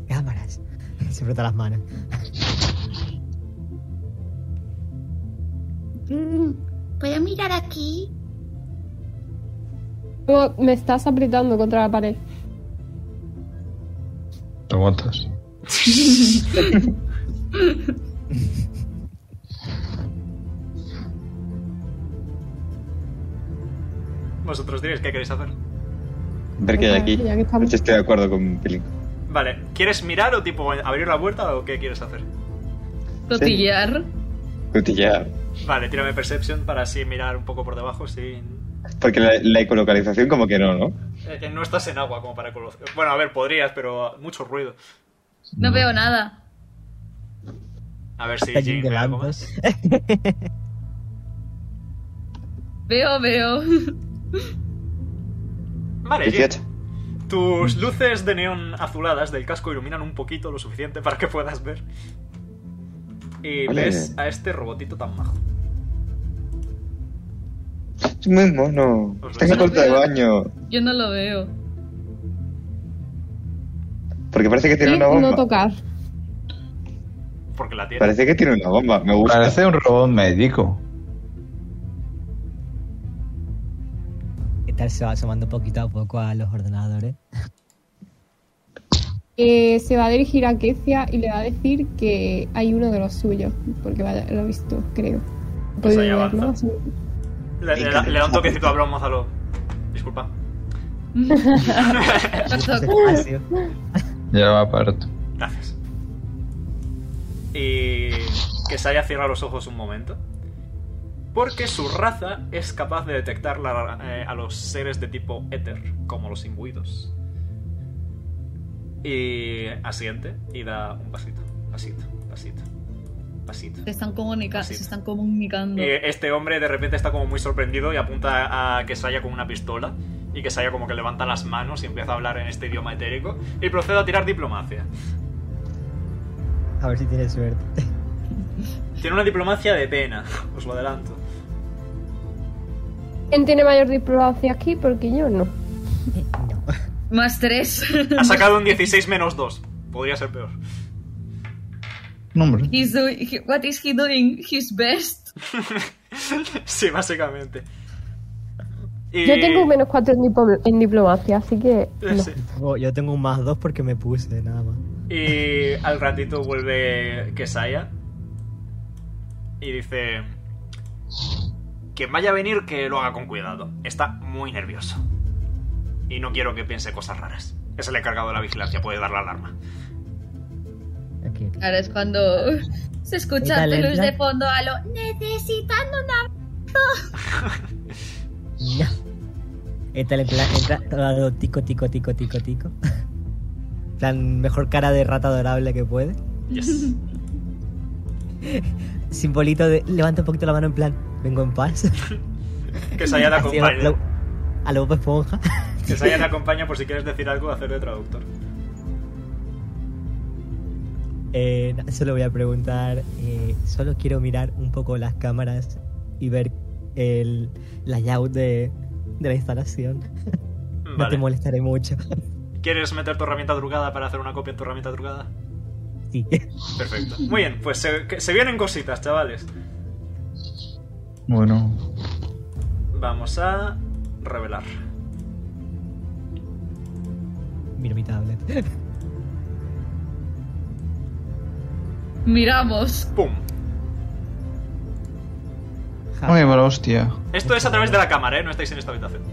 [SPEAKER 3] Cámaras. Se frota las manos.
[SPEAKER 6] Mm, ¿Puedo mirar aquí?
[SPEAKER 4] Luego me estás apretando contra la pared.
[SPEAKER 5] Lo aguantas.
[SPEAKER 1] Vosotros diréis qué queréis hacer.
[SPEAKER 8] Ver qué hay aquí.
[SPEAKER 4] Ya que estamos-
[SPEAKER 8] Yo estoy de acuerdo con Pilín.
[SPEAKER 1] Vale, ¿quieres mirar o tipo abrir la puerta o qué quieres hacer?
[SPEAKER 7] Cotillar.
[SPEAKER 8] Cotillear.
[SPEAKER 1] Vale, tírame Perception para así mirar un poco por debajo sin
[SPEAKER 8] Porque la, la ecolocalización como que no, ¿no?
[SPEAKER 1] Eh, eh, no estás en agua como para conocer. Bueno, a ver, podrías, pero mucho ruido.
[SPEAKER 7] No veo nada.
[SPEAKER 1] A ver si
[SPEAKER 3] Está
[SPEAKER 1] Jin
[SPEAKER 3] Jin
[SPEAKER 1] ve algo
[SPEAKER 3] delante.
[SPEAKER 1] más.
[SPEAKER 7] Veo, veo.
[SPEAKER 1] Vale, Jin.
[SPEAKER 8] 18.
[SPEAKER 1] Tus luces de neón azuladas del casco iluminan un poquito lo suficiente para que puedas ver. Y
[SPEAKER 8] Ole.
[SPEAKER 1] ves a este robotito tan majo.
[SPEAKER 8] Es muy mono.
[SPEAKER 1] Os
[SPEAKER 8] Está en
[SPEAKER 1] lo
[SPEAKER 8] la corta de
[SPEAKER 7] enseño.
[SPEAKER 8] baño.
[SPEAKER 7] Yo no lo veo.
[SPEAKER 8] Porque parece que tiene
[SPEAKER 4] Y
[SPEAKER 8] una
[SPEAKER 4] no
[SPEAKER 8] bomba.
[SPEAKER 4] tocar.
[SPEAKER 1] Porque la tiene.
[SPEAKER 8] Parece que tiene una bomba. Me gusta.
[SPEAKER 5] Parece un robot médico.
[SPEAKER 3] ¿Qué tal se va asomando poquito a poco a los ordenadores?
[SPEAKER 4] Eh, se va a dirigir a Kecia y le va a decir que hay uno de los suyos, porque va- lo ha visto, creo. Ha
[SPEAKER 1] Pues ahí
[SPEAKER 4] podido ver, ¿no?
[SPEAKER 1] avanza. Le, le da- le da un toquecito a Brown Gonzalo. Disculpa.
[SPEAKER 3] Mucho espacio.
[SPEAKER 5] Ya lo aparto.
[SPEAKER 1] Gracias. Y que Saya cierra los ojos un momento. Porque su raza es capaz de detectar la- eh, a los seres de tipo éter, como los imbuidos. Y asiente y da un pasito, pasito, pasito, pasito.
[SPEAKER 2] Se están, comunica-
[SPEAKER 1] Sí.
[SPEAKER 2] se están comunicando.
[SPEAKER 1] Eh, este hombre de repente está como muy sorprendido y apunta a Kesaya con una pistola. Y Kesaya como que levanta las manos y empieza a hablar en este idioma etérico. Y procede a tirar diplomacia.
[SPEAKER 3] A ver si tiene suerte.
[SPEAKER 1] Tiene una diplomacia de pena, os lo adelanto.
[SPEAKER 4] ¿Quién tiene mayor diplomacia aquí? Porque yo no.
[SPEAKER 3] No.
[SPEAKER 2] Más tres.
[SPEAKER 1] Ha sacado un 16 menos 2. Podría ser peor.
[SPEAKER 5] No, hombre.
[SPEAKER 2] He's doing, he- what is he doing? His best.
[SPEAKER 1] Sí, básicamente. Y-
[SPEAKER 4] Yo tengo un menos cuatro en, diplo- en diplomacia, así que.
[SPEAKER 1] Eh,
[SPEAKER 4] no.
[SPEAKER 1] sí.
[SPEAKER 3] Oh, Yo tengo un más dos porque me puse, nada más.
[SPEAKER 1] Y al ratito vuelve Kesaya. Y dice... Quien vaya a venir que lo haga con cuidado. Está muy nervioso. Y no quiero que piense cosas raras. Es el encargado de la vigilancia, puede dar la alarma.
[SPEAKER 3] Aquí, aquí.
[SPEAKER 2] Ahora es cuando se escucha
[SPEAKER 3] Dale,
[SPEAKER 2] Luz
[SPEAKER 3] la-
[SPEAKER 2] de fondo a lo...
[SPEAKER 6] Necesitan
[SPEAKER 3] No. Entra en plan, entra todo tico, tico, tico, tico, tico. En plan, mejor cara de rata adorable que puede.
[SPEAKER 1] Yes.
[SPEAKER 3] Simbolito de levanta un poquito la mano en plan, vengo en paz.
[SPEAKER 1] Kesaya te
[SPEAKER 3] Así a lo-
[SPEAKER 1] acompaña.
[SPEAKER 3] A lo Bob Esponja.
[SPEAKER 1] Kesaya te acompaña por si quieres decir algo de hacer de traductor.
[SPEAKER 3] Eh, na- solo voy a preguntar, eh, solo quiero mirar un poco las cámaras y ver el layout de, de la instalación. No te
[SPEAKER 1] Vale.
[SPEAKER 3] molestaré mucho.
[SPEAKER 1] ¿Quieres meter tu herramienta drugada para hacer una copia en tu herramienta drugada?
[SPEAKER 3] Sí.
[SPEAKER 1] Perfecto. Muy bien, pues se, que- se vienen cositas, chavales.
[SPEAKER 5] Bueno.
[SPEAKER 1] Vamos a revelar.
[SPEAKER 3] Miro mi tablet.
[SPEAKER 2] Miramos.
[SPEAKER 1] ¡Pum!
[SPEAKER 3] Ja.
[SPEAKER 5] Ay, mala hostia.
[SPEAKER 1] Esto es a través de la cámara, ¿eh? No estáis en esta habitación.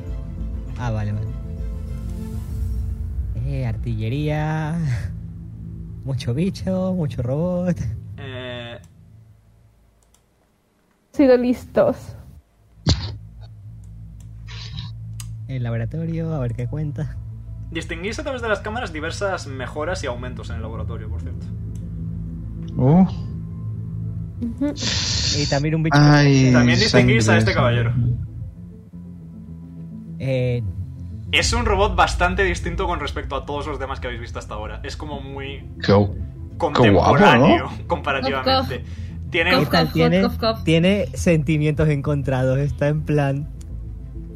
[SPEAKER 3] Ah, vale, vale. Eh, artillería. Mucho bicho, mucho robot.
[SPEAKER 1] Eh,
[SPEAKER 4] Han sido listos.
[SPEAKER 3] El laboratorio, a ver qué cuenta.
[SPEAKER 1] distinguís a través de las cámaras diversas mejoras y aumentos en el laboratorio, por cierto.
[SPEAKER 5] Uh.
[SPEAKER 3] Y también un bicho.
[SPEAKER 5] Ay,
[SPEAKER 1] También distinguís a este caballero.
[SPEAKER 3] Eh,
[SPEAKER 1] Es un robot bastante distinto con respecto a todos los demás que habéis visto hasta ahora. Es como muy
[SPEAKER 5] Go.
[SPEAKER 1] contemporáneo, comparativamente. Tiene,
[SPEAKER 3] ¿qué
[SPEAKER 2] Cof,
[SPEAKER 3] tal?
[SPEAKER 2] cof,
[SPEAKER 3] tiene,
[SPEAKER 2] cof, cof.
[SPEAKER 3] tiene sentimientos encontrados. Está en plan.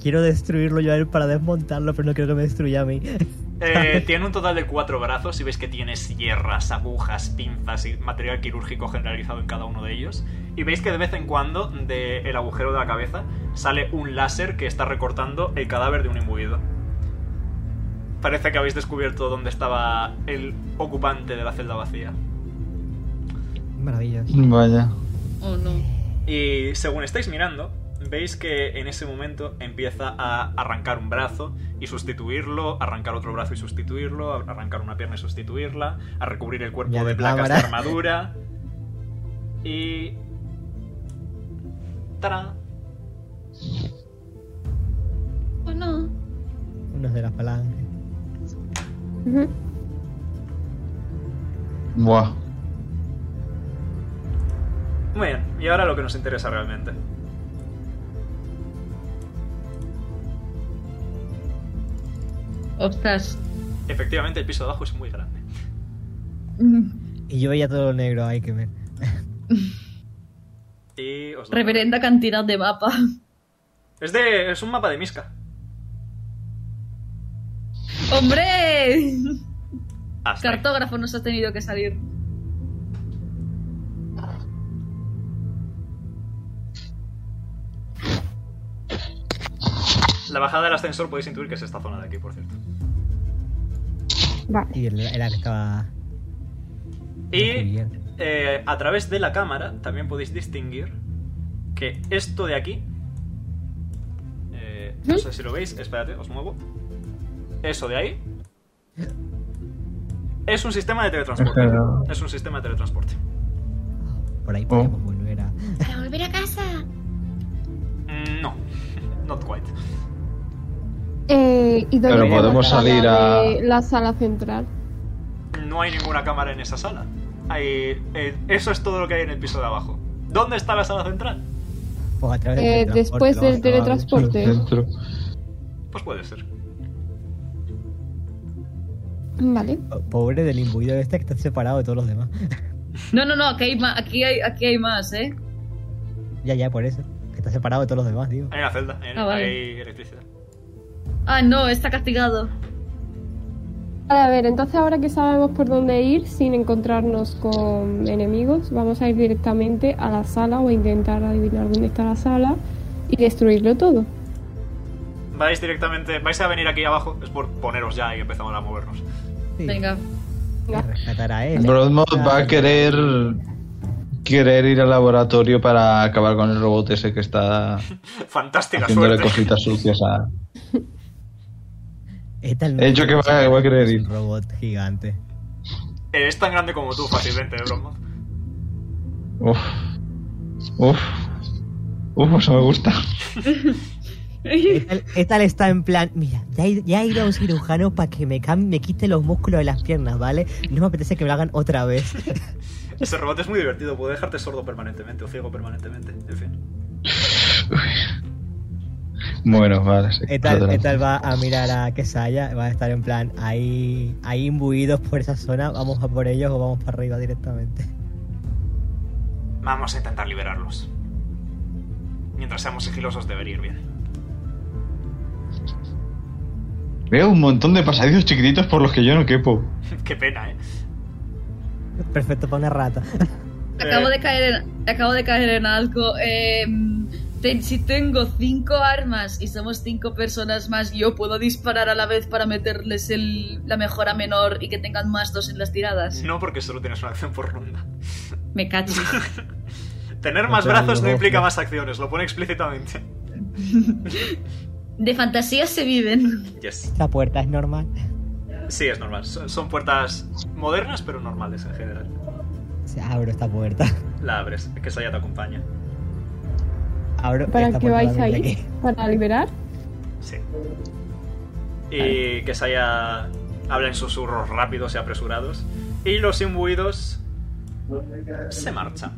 [SPEAKER 3] Quiero destruirlo yo a él para desmontarlo, pero no quiero que me destruya a mí.
[SPEAKER 1] eh, tiene un total de cuatro brazos y veis que tiene sierras, agujas, pinzas y material quirúrgico generalizado en cada uno de ellos. Y veis que de vez en cuando, del agujero de la cabeza, sale un láser que está recortando el cadáver de un imbuido. Parece que habéis descubierto dónde estaba el ocupante de la celda vacía.
[SPEAKER 3] Maravilloso.
[SPEAKER 5] Vaya.
[SPEAKER 2] Oh, no.
[SPEAKER 1] Y según estáis mirando, veis que en ese momento empieza a arrancar un brazo y sustituirlo, arrancar otro brazo y sustituirlo, a- arrancar una pierna y sustituirla, a recubrir el cuerpo
[SPEAKER 3] Ya
[SPEAKER 1] de
[SPEAKER 3] de
[SPEAKER 1] placas de
[SPEAKER 3] cámara.
[SPEAKER 1] armadura. Y. ¡Tarán!
[SPEAKER 6] o no.
[SPEAKER 3] Unos de las falanges.
[SPEAKER 4] Ujú.
[SPEAKER 5] Buah.
[SPEAKER 1] Muy bien, y ahora lo que nos interesa realmente.
[SPEAKER 2] Ostras.
[SPEAKER 1] Efectivamente, el piso de abajo es muy grande.
[SPEAKER 2] Mm.
[SPEAKER 3] Y yo veía todo lo negro, hay que ver.
[SPEAKER 1] Y os doy-
[SPEAKER 2] Reverenda cantidad de mapa.
[SPEAKER 1] Es, de, es un mapa de Miska.
[SPEAKER 2] ¡Hombre!
[SPEAKER 1] Hasta ahí.
[SPEAKER 2] Cartógrafo nos ha tenido que salir.
[SPEAKER 1] la bajada del ascensor podéis intuir que es esta zona de aquí, por cierto.
[SPEAKER 4] Vale.
[SPEAKER 3] Y el- era que estaba.
[SPEAKER 1] Y eh, a través de la cámara también podéis distinguir que esto de aquí. eh, no sé si lo veis, espérate, os muevo. Eso de ahí. Es un sistema de teletransporte.
[SPEAKER 10] Pero-
[SPEAKER 1] Es un sistema de teletransporte.
[SPEAKER 3] Por ahí podíamos volver a.
[SPEAKER 6] Para volver a casa.
[SPEAKER 1] Mm, No, not quite.
[SPEAKER 4] Eh, ¿y dónde
[SPEAKER 5] Pero
[SPEAKER 4] queda
[SPEAKER 5] podemos
[SPEAKER 4] la sala
[SPEAKER 5] salir a-
[SPEAKER 4] de- La sala central.
[SPEAKER 1] No hay ninguna cámara en esa sala. Hay- eh, eso es todo lo que hay en el piso de abajo. ¿Dónde está la sala central?
[SPEAKER 3] Pues a través
[SPEAKER 4] Eh,
[SPEAKER 3] teletransporte,
[SPEAKER 4] después
[SPEAKER 3] lo
[SPEAKER 4] del
[SPEAKER 3] más probable.
[SPEAKER 4] teletransporte.
[SPEAKER 10] Dentro.
[SPEAKER 1] Pues puede ser.
[SPEAKER 4] Vale.
[SPEAKER 3] Pobre del imbuido este que está separado de todos los demás.
[SPEAKER 2] No, no, no, aquí hay, ma- aquí hay, aquí hay más, ¿eh?
[SPEAKER 3] ya, ya, por eso. Que está separado de todos los demás, digo.
[SPEAKER 1] Hay una celda, hay,
[SPEAKER 2] Ah, vale.
[SPEAKER 1] hay electricidad.
[SPEAKER 2] Ah, no, está castigado.
[SPEAKER 4] Vale, a ver, entonces ahora que sabemos por dónde ir sin encontrarnos con enemigos, vamos a ir directamente a la sala o a intentar adivinar dónde está la sala y destruirlo todo.
[SPEAKER 1] Vais directamente, vais a venir aquí abajo, es por poneros ya y empezamos a movernos.
[SPEAKER 3] Sí.
[SPEAKER 2] Venga.
[SPEAKER 3] Y Rescatar a él.
[SPEAKER 5] Broadmoor
[SPEAKER 3] Claro.
[SPEAKER 5] va a querer querer ir al laboratorio para acabar con el robot ese que está
[SPEAKER 1] Fantástica
[SPEAKER 5] haciéndole
[SPEAKER 1] suerte.
[SPEAKER 5] cositas sucias a...
[SPEAKER 3] Es tan
[SPEAKER 5] He dicho que va- va a querer ir.
[SPEAKER 3] Un robot gigante.
[SPEAKER 1] Eres tan grande como tú, fácilmente, ¿eh, de broma.
[SPEAKER 5] Uf. Uf. Uf, eso me gusta.
[SPEAKER 3] Esta- Esta le está en plan, mira, ya he, ya he ido a un cirujano para que me, cam- me quite los músculos de las piernas, ¿vale? No me apetece que me lo hagan otra vez.
[SPEAKER 1] Ese robot es muy divertido, puede dejarte sordo permanentemente o ciego permanentemente. En fin.
[SPEAKER 5] Bueno, vale, sí.
[SPEAKER 3] Etal,
[SPEAKER 5] adelante.
[SPEAKER 3] Etal va a mirar a Kesaya, va a estar en plan, ahí, ahí imbuidos por esa zona, vamos a por ellos o vamos para arriba directamente.
[SPEAKER 1] Vamos a intentar liberarlos. Mientras seamos sigilosos, debería ir bien.
[SPEAKER 5] Veo un montón de pasadizos chiquititos por los que yo no quepo.
[SPEAKER 1] Qué pena, eh.
[SPEAKER 3] Perfecto para una rata.
[SPEAKER 2] Acabo
[SPEAKER 1] Eh.
[SPEAKER 2] de caer en, acabo de caer en algo. Eh, te- si tengo cinco armas y somos cinco personas más, yo puedo disparar a la vez para meterles el, la mejora menor y que tengan más dos en las tiradas.
[SPEAKER 1] Eh, No porque solo tienes una acción por ronda.
[SPEAKER 2] Me cacho.
[SPEAKER 1] Tener
[SPEAKER 3] No
[SPEAKER 1] más
[SPEAKER 3] te
[SPEAKER 1] brazos no
[SPEAKER 3] digo,
[SPEAKER 1] implica
[SPEAKER 3] no.
[SPEAKER 1] más acciones, lo pone explícitamente.
[SPEAKER 2] De fantasía se viven.
[SPEAKER 1] Yes.
[SPEAKER 3] Esta puerta es normal.
[SPEAKER 1] Sí, es normal. Son son puertas modernas, pero normales en general.
[SPEAKER 3] Se- Abro esta puerta.
[SPEAKER 1] La abres, que esa ya te acompaña.
[SPEAKER 3] Abro
[SPEAKER 4] ¿Para
[SPEAKER 3] esta
[SPEAKER 4] qué
[SPEAKER 3] puerta
[SPEAKER 4] vais
[SPEAKER 3] de
[SPEAKER 4] ahí?
[SPEAKER 3] aquí.
[SPEAKER 4] ¿Para liberar?
[SPEAKER 1] Sí. Y que se haya. Habla en susurros rápidos y apresurados. Y los imbuidos. Se marchan.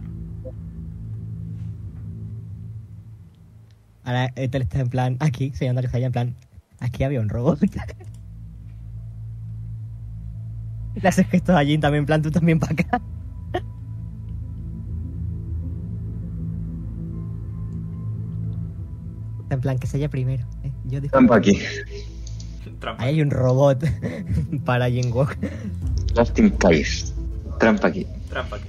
[SPEAKER 3] Ahora Etal está en plan, aquí, señalando a Kesaya en plan, aquí había un robot. Le haces gestos allí también, en plan, tú también para acá. Está En plan, que se haya primero. eh, Yo digo-
[SPEAKER 8] Trampa aquí.
[SPEAKER 1] Trampa.
[SPEAKER 3] Ahí hay un robot para Jinwok.
[SPEAKER 8] Justin Case. Trampa aquí.
[SPEAKER 1] Trampa aquí.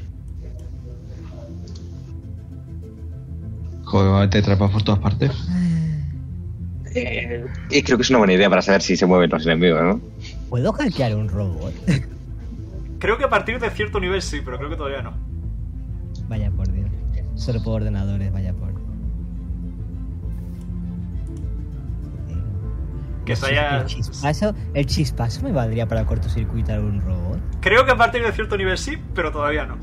[SPEAKER 5] Joder, va a meter trampas por todas partes.
[SPEAKER 8] Y creo que es una buena idea para saber si se mueven los enemigos, ¿no?
[SPEAKER 3] ¿Puedo hackear un robot?
[SPEAKER 1] Creo que a partir de cierto nivel sí, pero creo que todavía no.
[SPEAKER 3] vaya por Dios. Solo por ordenadores, vaya por.
[SPEAKER 1] Que se haya.
[SPEAKER 3] haya... El chispazo, el chispazo me valdría para cortocircuitar un robot.
[SPEAKER 1] Creo que a partir de cierto nivel sí, pero todavía no.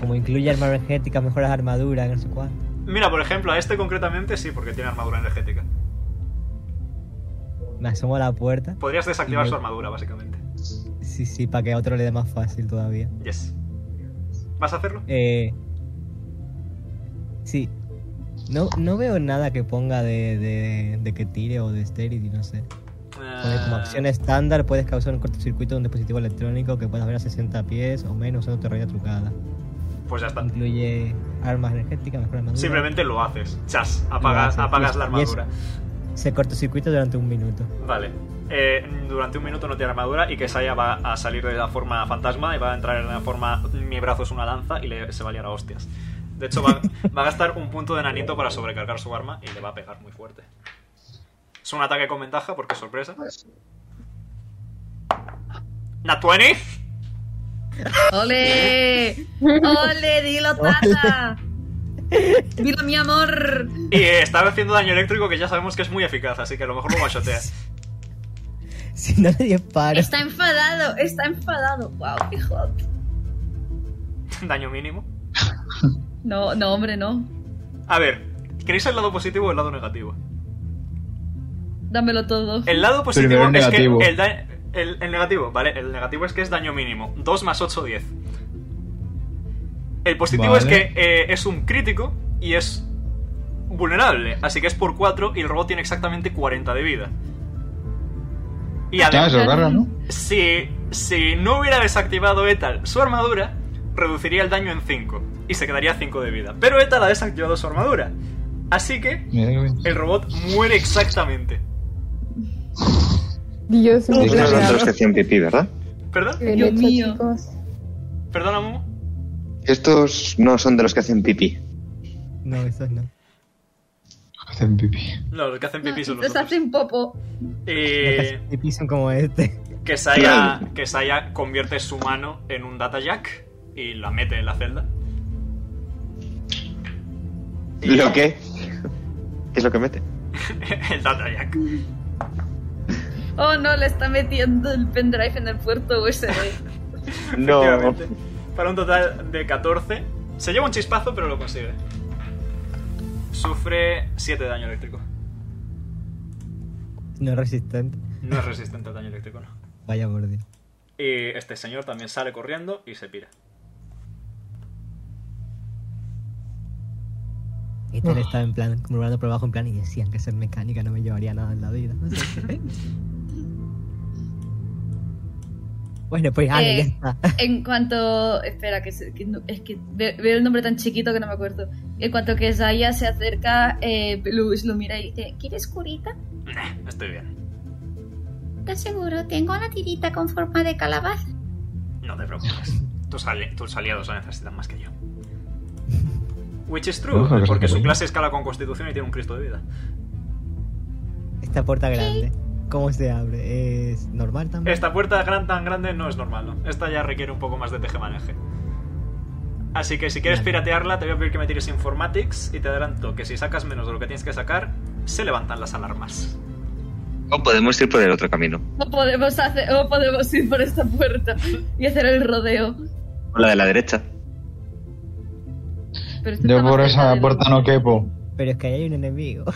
[SPEAKER 3] Como incluye armas energéticas, mejoras armaduras, no sé cuál.
[SPEAKER 1] Mira, por ejemplo, a este concretamente sí, porque tiene armadura energética.
[SPEAKER 3] Me asomo a la puerta.
[SPEAKER 1] Podrías desactivar
[SPEAKER 3] Y-
[SPEAKER 1] su armadura, básicamente.
[SPEAKER 3] Sí, sí, para que a otro le dé más fácil todavía.
[SPEAKER 1] Yes. ¿Vas a hacerlo?
[SPEAKER 3] Eh, sí. No, no veo nada que ponga de, de, de que tire o de y no sé. Pone
[SPEAKER 1] Ah.
[SPEAKER 3] como acción estándar puedes causar un cortocircuito de un dispositivo electrónico que puedas ver a 60 pies o menos usando tu herramienta trucada.
[SPEAKER 1] Pues ya está.
[SPEAKER 3] Incluye armas energéticas, mejor armadura.
[SPEAKER 1] Simplemente lo haces. Chas, apagas,
[SPEAKER 3] haces,
[SPEAKER 1] apagas
[SPEAKER 3] yes,
[SPEAKER 1] la
[SPEAKER 3] yes.
[SPEAKER 1] armadura.
[SPEAKER 3] Se cortocircuita durante un minuto.
[SPEAKER 1] Vale. Eh, durante un minuto no tiene armadura y que Saya va a salir de la forma fantasma y va a entrar en la forma mi brazo es una lanza y le, se va a liar a hostias. De hecho, va, va a gastar un punto de nanito para sobrecargar su arma y le va a pegar muy fuerte. Es un ataque con ventaja porque es sorpresa. Nat 20.
[SPEAKER 2] ¡Ole! ¡Ole! ¡Dilo, Tata! ¡Dilo, mi amor!
[SPEAKER 1] Y eh, está haciendo daño eléctrico que ya sabemos que es muy eficaz, así que a lo mejor lo machotea.
[SPEAKER 3] Si no le disparo.
[SPEAKER 2] Está enfadado, está enfadado. ¡Wow, qué hot!
[SPEAKER 1] Daño mínimo.
[SPEAKER 2] No, no, hombre, no.
[SPEAKER 1] A ver, ¿queréis el lado positivo o el lado negativo?
[SPEAKER 2] Dámelo todo.
[SPEAKER 1] El lado positivo
[SPEAKER 5] Primero el
[SPEAKER 1] es
[SPEAKER 5] negativo.
[SPEAKER 1] que el, da- el- el negativo, ¿vale? El negativo es que es daño mínimo. 2 más 8, 10. El positivo
[SPEAKER 5] Vale.
[SPEAKER 1] es que eh, es un crítico y es vulnerable. Así que es por 4 y el robot tiene exactamente 40 de vida. Y
[SPEAKER 5] Ya,
[SPEAKER 1] además,
[SPEAKER 5] se lo carga, ¿no?
[SPEAKER 1] si, si no hubiera desactivado Etal su armadura, reduciría el daño en 5 y se quedaría 5 de vida. Pero Etal ha desactivado su armadura. Así que
[SPEAKER 5] Mira qué bien.
[SPEAKER 1] el robot muere exactamente.
[SPEAKER 4] Dios mío.
[SPEAKER 8] Dices los de 100 pipí, ¿verdad?
[SPEAKER 1] ¿Perdón?
[SPEAKER 4] Bien
[SPEAKER 2] Dios
[SPEAKER 4] hecho,
[SPEAKER 2] mío.
[SPEAKER 4] chicos.
[SPEAKER 1] ¿Perdona, Momo?
[SPEAKER 8] Estos no son de los que hacen pipí.
[SPEAKER 3] No, eso no.
[SPEAKER 5] Hacen pipí.
[SPEAKER 1] No, los que hacen pipí son los
[SPEAKER 2] Entonces
[SPEAKER 1] otros.
[SPEAKER 2] hacen popo.
[SPEAKER 1] Eh,
[SPEAKER 3] Y pisan como este.
[SPEAKER 1] que Saya, que Saya convierte su mano en un data jack y la mete en la celda. Y-
[SPEAKER 8] ¿Lo qué? ¿Qué es lo que mete?
[SPEAKER 1] El data jack.
[SPEAKER 2] Oh no, le está metiendo el pendrive en el puerto USB.
[SPEAKER 8] No.
[SPEAKER 1] efectivamente. Para un total de 14. Se lleva un chispazo, pero lo consigue. Sufre 7 de daño eléctrico.
[SPEAKER 3] No es resistente.
[SPEAKER 1] No es resistente al daño eléctrico, no.
[SPEAKER 3] Vaya por Dios.
[SPEAKER 1] Y este señor también sale corriendo y se pira.
[SPEAKER 3] Y tal Este estaba en plan, como mirando por abajo en plan y decían que ser mecánica no me llevaría nada en la vida. bueno, pues Ale,
[SPEAKER 2] Eh.
[SPEAKER 3] ya está.
[SPEAKER 2] En cuanto. Espera, que, se- que no- es que ve- veo el nombre tan chiquito que no me acuerdo. En cuanto que Zaya se acerca, eh, Luz lo mira y dice:
[SPEAKER 6] ¿Quieres curita?
[SPEAKER 1] Nah, Estoy bien.
[SPEAKER 6] ¿Estás seguro? Tengo una tirita con forma de calabaza.
[SPEAKER 1] No te preocupes. Tus, ali- tus aliados la necesitan más que yo. Which is true,
[SPEAKER 5] Ojo, que se
[SPEAKER 1] porque su
[SPEAKER 5] acuerda.
[SPEAKER 1] clase escala con constitución y tiene un cristo de vida.
[SPEAKER 3] Esta puerta grande. ¿Cómo se abre? ¿Es normal también?
[SPEAKER 1] Esta puerta gran tan grande no es normal, ¿no? Esta ya requiere un poco más de tejemaneje. Así que si quieres
[SPEAKER 3] Vale.
[SPEAKER 1] piratearla, te voy a pedir que me tires informatics y te adelanto que si sacas menos de lo que tienes que sacar, se levantan las alarmas.
[SPEAKER 8] O podemos ir por el otro camino.
[SPEAKER 2] No podemos, hacer, no podemos ir por esta puerta y hacer el rodeo.
[SPEAKER 8] O la de la derecha.
[SPEAKER 2] Pero este
[SPEAKER 5] Yo
[SPEAKER 2] está más
[SPEAKER 5] por
[SPEAKER 2] cerca
[SPEAKER 5] esa
[SPEAKER 2] del-
[SPEAKER 5] puerta no quepo.
[SPEAKER 3] Pero es que ahí hay un enemigo.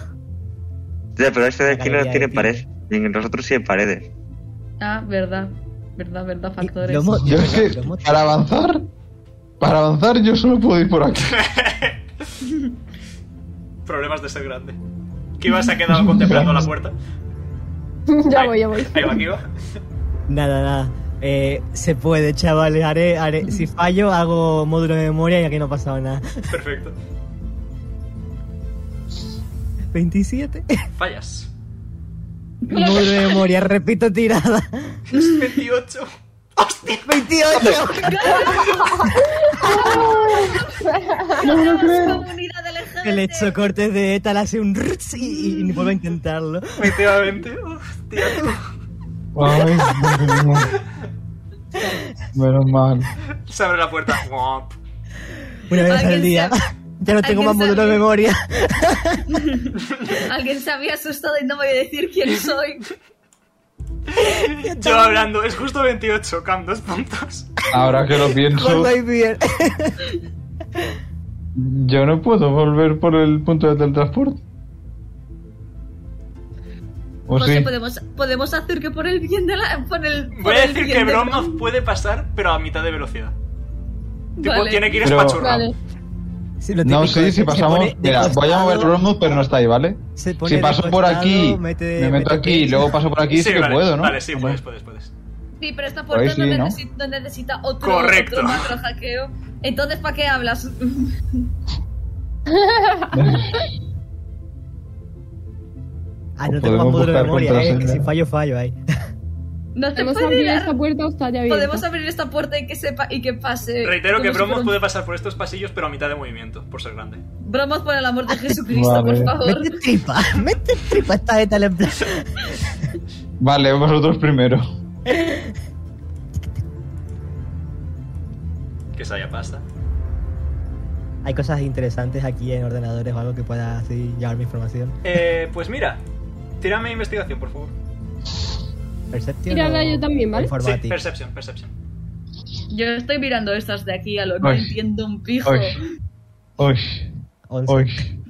[SPEAKER 8] Ya, pero este de aquí no
[SPEAKER 3] Galería de
[SPEAKER 8] tiene
[SPEAKER 3] tigre.
[SPEAKER 8] pared. Y en nosotros sí hay paredes.
[SPEAKER 2] Ah, verdad. Verdad, verdad, factores.
[SPEAKER 3] Lo hemos-
[SPEAKER 5] Yo es que
[SPEAKER 3] lo hemos-
[SPEAKER 5] para avanzar, para avanzar yo solo puedo ir por aquí.
[SPEAKER 1] Problemas de ser grande. Kiva se ha quedado contemplando la puerta.
[SPEAKER 4] Ya
[SPEAKER 1] Ahí-
[SPEAKER 4] voy, ya voy.
[SPEAKER 1] Ahí va Kiva.
[SPEAKER 3] Nada, nada. Eh, se puede, chavales. Haré, haré. Si fallo, hago módulo de memoria y aquí no ha pasado nada.
[SPEAKER 1] Perfecto.
[SPEAKER 3] 27.
[SPEAKER 1] Fallas.
[SPEAKER 3] módulo de memoria, repito tirada.
[SPEAKER 1] 28. ¡Hostia!
[SPEAKER 3] 28.
[SPEAKER 2] Comunidad LGBT.
[SPEAKER 3] El hecho cortes de Etal hace un rrts y, y- y vuelve a intentarlo.
[SPEAKER 1] Efectivamente. Hostia, tú.
[SPEAKER 5] Ay, menos mal. Menos mal.
[SPEAKER 1] Se abre la puerta. Guap.
[SPEAKER 3] Una vez
[SPEAKER 2] Alguien
[SPEAKER 3] al día.
[SPEAKER 2] se-
[SPEAKER 3] Ya no tengo
[SPEAKER 2] alguien
[SPEAKER 3] más módulo de
[SPEAKER 2] sabe.
[SPEAKER 3] memoria.
[SPEAKER 2] Alguien se había asustado y no voy a decir quién soy.
[SPEAKER 5] Pues
[SPEAKER 1] Yo hablando, es justo 28, Cam, dos puntos.
[SPEAKER 5] Ahora que lo pienso,
[SPEAKER 3] Cuando hay bien.
[SPEAKER 5] yo no puedo volver por el punto de teletransporte. ¿O
[SPEAKER 2] José,
[SPEAKER 5] sí?
[SPEAKER 2] Pues podemos, podemos hacer que por el bien de la. Por el, por
[SPEAKER 1] Voy a
[SPEAKER 2] el
[SPEAKER 1] decir
[SPEAKER 2] bien
[SPEAKER 1] que
[SPEAKER 2] de-
[SPEAKER 1] Bromov puede pasar, pero a mitad de velocidad. Tipo,
[SPEAKER 2] Vale.
[SPEAKER 1] tiene que ir
[SPEAKER 5] Pero-
[SPEAKER 1] espachurrado.
[SPEAKER 4] Vale.
[SPEAKER 3] Sí, lo típico,
[SPEAKER 5] No, sí,
[SPEAKER 3] se
[SPEAKER 5] si pasamos.
[SPEAKER 3] pone de
[SPEAKER 5] Mira, voy a
[SPEAKER 3] costado,
[SPEAKER 5] mover Romnus, pero no está ahí, ¿ale?
[SPEAKER 3] se pone
[SPEAKER 5] Si
[SPEAKER 3] de
[SPEAKER 5] paso por
[SPEAKER 3] costado,
[SPEAKER 5] aquí,
[SPEAKER 3] mete-
[SPEAKER 5] me meto
[SPEAKER 3] mete
[SPEAKER 5] aquí y
[SPEAKER 3] pecho.
[SPEAKER 5] luego paso por aquí, sí, que
[SPEAKER 1] vale,
[SPEAKER 5] puedo, ¿no?
[SPEAKER 1] Vale, sí, puedes, puedes, puedes.
[SPEAKER 2] Sí, pero esta puerta
[SPEAKER 5] Ahí
[SPEAKER 2] no,
[SPEAKER 5] Pues sí,
[SPEAKER 2] necesi-
[SPEAKER 5] ¿no?
[SPEAKER 2] no necesita otro,
[SPEAKER 1] Correcto.
[SPEAKER 2] otro macro hackeo. Entonces, ¿para qué hablas?
[SPEAKER 3] Ah, no
[SPEAKER 5] O
[SPEAKER 3] tengo más
[SPEAKER 5] podemos
[SPEAKER 3] módulo de
[SPEAKER 5] buscar
[SPEAKER 3] memoria, eh. Que eh,
[SPEAKER 5] contraseña.
[SPEAKER 3] si fallo, fallo ahí.
[SPEAKER 7] No te
[SPEAKER 4] ¿Podemos
[SPEAKER 7] puede
[SPEAKER 4] abrir
[SPEAKER 7] dar-
[SPEAKER 4] esta puerta o está ya abierta?
[SPEAKER 7] Podemos abrir esta puerta y que sepa y que pase.
[SPEAKER 1] Reitero que
[SPEAKER 2] como si fuera
[SPEAKER 1] Bromos
[SPEAKER 2] un-
[SPEAKER 1] puede pasar por estos pasillos, pero a mitad de movimiento, por ser grande.
[SPEAKER 2] Bromos por el amor de Jesucristo,
[SPEAKER 5] Vale.
[SPEAKER 2] por favor.
[SPEAKER 3] Mete tripa, mete tripa esta de tal en plan.
[SPEAKER 5] Vale, vosotros primero.
[SPEAKER 1] Que se haya pasta.
[SPEAKER 3] Hay cosas interesantes aquí en ordenadores o algo que pueda así llevar mi información.
[SPEAKER 1] Eh, pues mira, tírame investigación, por favor.
[SPEAKER 3] Perception.
[SPEAKER 4] Tírala
[SPEAKER 3] o
[SPEAKER 4] yo también, ¿vale?
[SPEAKER 3] Informatics.
[SPEAKER 1] Sí, Perception, Perception.
[SPEAKER 2] Yo estoy mirando estas de aquí a lo no
[SPEAKER 5] Uy.
[SPEAKER 2] entiendo un pijo.
[SPEAKER 5] Uy. Uy.
[SPEAKER 3] Once.
[SPEAKER 5] Uy.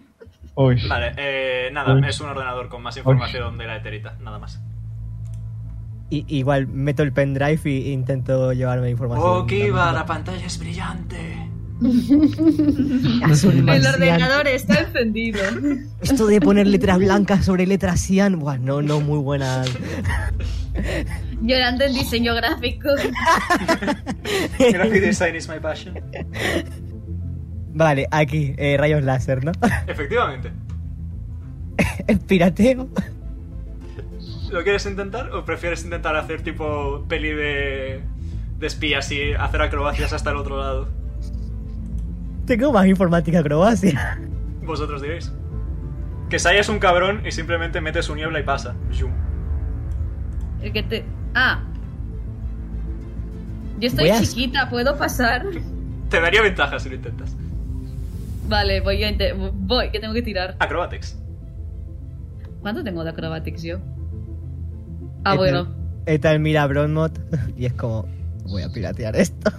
[SPEAKER 5] Uy.
[SPEAKER 1] Vale, eh, nada,
[SPEAKER 5] Uy.
[SPEAKER 1] es un ordenador con más información de la eterita, nada más.
[SPEAKER 3] Y- igual meto el pendrive y intento llevarme información.
[SPEAKER 1] Ok, va, la pantalla es brillante.
[SPEAKER 3] Azul
[SPEAKER 2] El
[SPEAKER 3] marciano.
[SPEAKER 2] ordenador está encendido.
[SPEAKER 3] Esto de poner letras blancas sobre letras cian, bueno, no muy buena.
[SPEAKER 2] Llorando en diseño gráfico.
[SPEAKER 1] Graphic design is my passion.
[SPEAKER 3] Vale, aquí, eh, rayos láser, ¿no?
[SPEAKER 1] Efectivamente.
[SPEAKER 3] El pirateo.
[SPEAKER 1] ¿Lo quieres intentar o prefieres intentar hacer tipo peli de, de espías y hacer acrobacias hasta el otro lado?
[SPEAKER 3] Tengo más informática acrobacia.
[SPEAKER 1] Vosotros diréis. Que Saya es un cabrón y simplemente mete su niebla y pasa. Yum.
[SPEAKER 2] El que te. Ah. Yo estoy
[SPEAKER 3] Voy a-
[SPEAKER 2] chiquita, ¿puedo pasar?
[SPEAKER 1] Te daría ventaja si lo intentas.
[SPEAKER 2] Vale, voy a inte- Voy, que tengo que tirar.
[SPEAKER 1] Acrobatics.
[SPEAKER 2] ¿Cuánto tengo de acrobatics yo? Ah,
[SPEAKER 3] Este-
[SPEAKER 2] bueno.
[SPEAKER 3] Esta es mira Bronmot y es como, voy a piratear esto.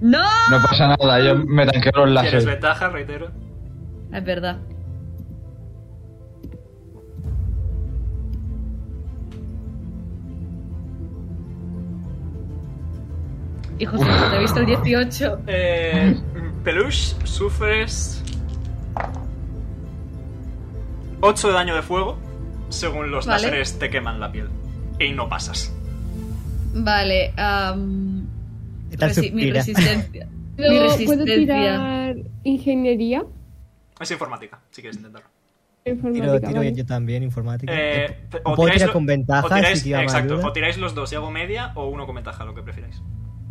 [SPEAKER 2] ¡No!
[SPEAKER 5] No pasa nada, yo me tanqueo el
[SPEAKER 1] Tienes
[SPEAKER 5] láser.
[SPEAKER 1] ventaja, reitero.
[SPEAKER 2] Es verdad. Hijo de puta, he visto el 18.
[SPEAKER 1] Eh, Peluche, sufres 8 de daño de fuego. Según los
[SPEAKER 2] Vale.
[SPEAKER 1] láseres te queman la piel. Y no pasas.
[SPEAKER 2] Vale, am,
[SPEAKER 3] Tal
[SPEAKER 2] resi- mi
[SPEAKER 3] suspira.
[SPEAKER 2] resistencia. mi
[SPEAKER 4] Luego, ¿Puedo
[SPEAKER 2] resistencia.
[SPEAKER 4] tirar ingeniería?
[SPEAKER 1] Es informática, si quieres intentarlo.
[SPEAKER 4] Informática,
[SPEAKER 3] Tiro, tiro
[SPEAKER 4] vale.
[SPEAKER 3] yo también, informática.
[SPEAKER 1] Eh, te-
[SPEAKER 3] o puedo tirar
[SPEAKER 1] lo-
[SPEAKER 3] con ventaja,
[SPEAKER 1] o tiráis-
[SPEAKER 3] si te llama
[SPEAKER 1] exacto,
[SPEAKER 3] ayuda.
[SPEAKER 1] o tiráis los dos y hago media o uno con ventaja, lo que prefiráis.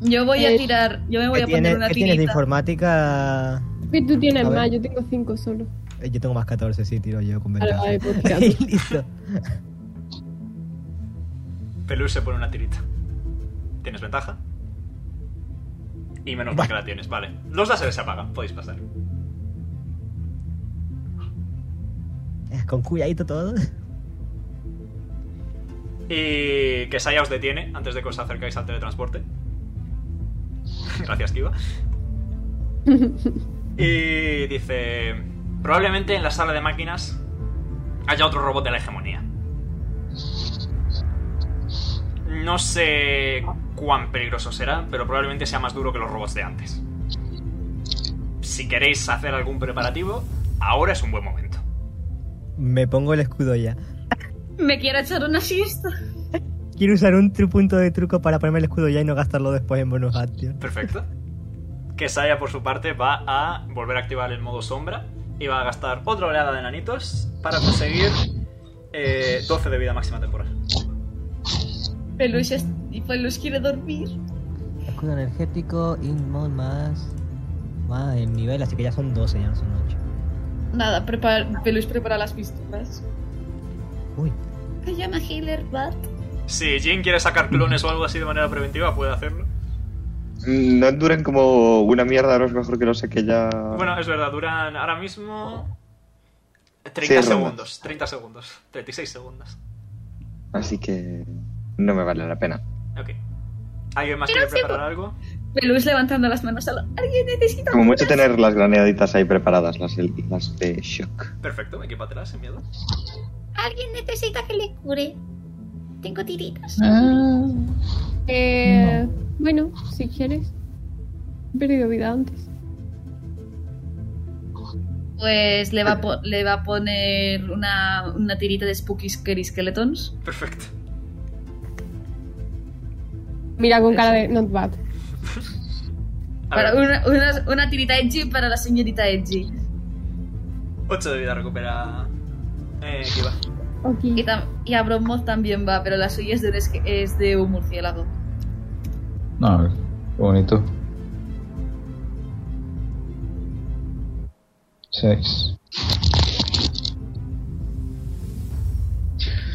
[SPEAKER 2] Yo voy a
[SPEAKER 4] Eh,
[SPEAKER 2] tirar. Yo me voy
[SPEAKER 3] ¿Qué,
[SPEAKER 2] a
[SPEAKER 3] tiene-
[SPEAKER 2] poner una
[SPEAKER 3] qué tienes de
[SPEAKER 2] tirita.
[SPEAKER 3] informática?
[SPEAKER 4] ¿Qué tú tienes
[SPEAKER 3] A ver.
[SPEAKER 4] más? Yo tengo 5 solo.
[SPEAKER 3] Eh, Yo tengo más 14, sí, tiro yo con
[SPEAKER 4] Vale,
[SPEAKER 3] ventaja.
[SPEAKER 4] vale, pues tirando.
[SPEAKER 3] Y Listo.
[SPEAKER 1] Peluche se pone una tirita. ¿Tienes ventaja? Y menos mal que la tienes, vale. Los láseres se apagan, podéis pasar.
[SPEAKER 3] Eh, Con cuidadito todo.
[SPEAKER 1] Y que Saya os detiene antes de que os acercáis al teletransporte. Gracias, Kiva. Y dice... Probablemente en la sala de máquinas haya otro robot de la hegemonía. No sé cuán peligroso será, pero probablemente sea más duro que los robots de antes. Si queréis hacer algún preparativo, ahora es un buen momento.
[SPEAKER 3] Me pongo el escudo ya.
[SPEAKER 2] Me quiero echar una siesta.
[SPEAKER 3] Quiero usar un tru- punto de truco para ponerme el escudo ya y no gastarlo después en bonus action.
[SPEAKER 1] Perfecto. Que Saya, por su parte, va a volver a activar el modo sombra y va a gastar otra oleada de nanitos para conseguir eh, 12 de vida máxima temporal.
[SPEAKER 2] Peluche, es- y Peluche quiere dormir.
[SPEAKER 3] Escudo energético, inmod más. Más el nivel, así que ya son 12, ya no son 8.
[SPEAKER 2] Nada, prepara, Peluche prepara las pistolas.
[SPEAKER 3] Uy,
[SPEAKER 2] Se llama Healer Bat.
[SPEAKER 1] Si Jin quiere sacar clones o algo así de manera preventiva, puede hacerlo.
[SPEAKER 8] Mm, No duran como una mierda, no es mejor que lo saque ya.
[SPEAKER 1] Bueno, es verdad, duran ahora mismo 30
[SPEAKER 8] Sí, rondas.
[SPEAKER 1] segundos, 30 segundos, 36 segundos.
[SPEAKER 8] Así que no me vale la pena.
[SPEAKER 1] Ok. ¿Alguien más quiere preparar algo?
[SPEAKER 2] Peluche levantando las manos a la... Alguien necesita...
[SPEAKER 8] Como mucho tener las granaditas ahí preparadas, las, las de shock.
[SPEAKER 1] Perfecto, equipátelas sin miedo.
[SPEAKER 6] Alguien necesita que le cure. Tengo tiritas.
[SPEAKER 2] Ah.
[SPEAKER 4] Eh, Bueno, si quieres. He perdido vida antes.
[SPEAKER 2] Pues le va a, po- le va a poner una, una tirita de Spooky Scary Skeletons.
[SPEAKER 1] Perfecto.
[SPEAKER 4] Mira con cara de not bad.
[SPEAKER 1] A
[SPEAKER 2] Para
[SPEAKER 1] ver,
[SPEAKER 2] una, una, una tirita edgy para la señorita edgy.
[SPEAKER 1] 8 de vida recupera. Eh, Kiva.
[SPEAKER 4] Ok.
[SPEAKER 2] Y, tam- y Abromoth también va, pero la suya es de un, esque- es de un murciélago.
[SPEAKER 5] No, qué bonito. Seis.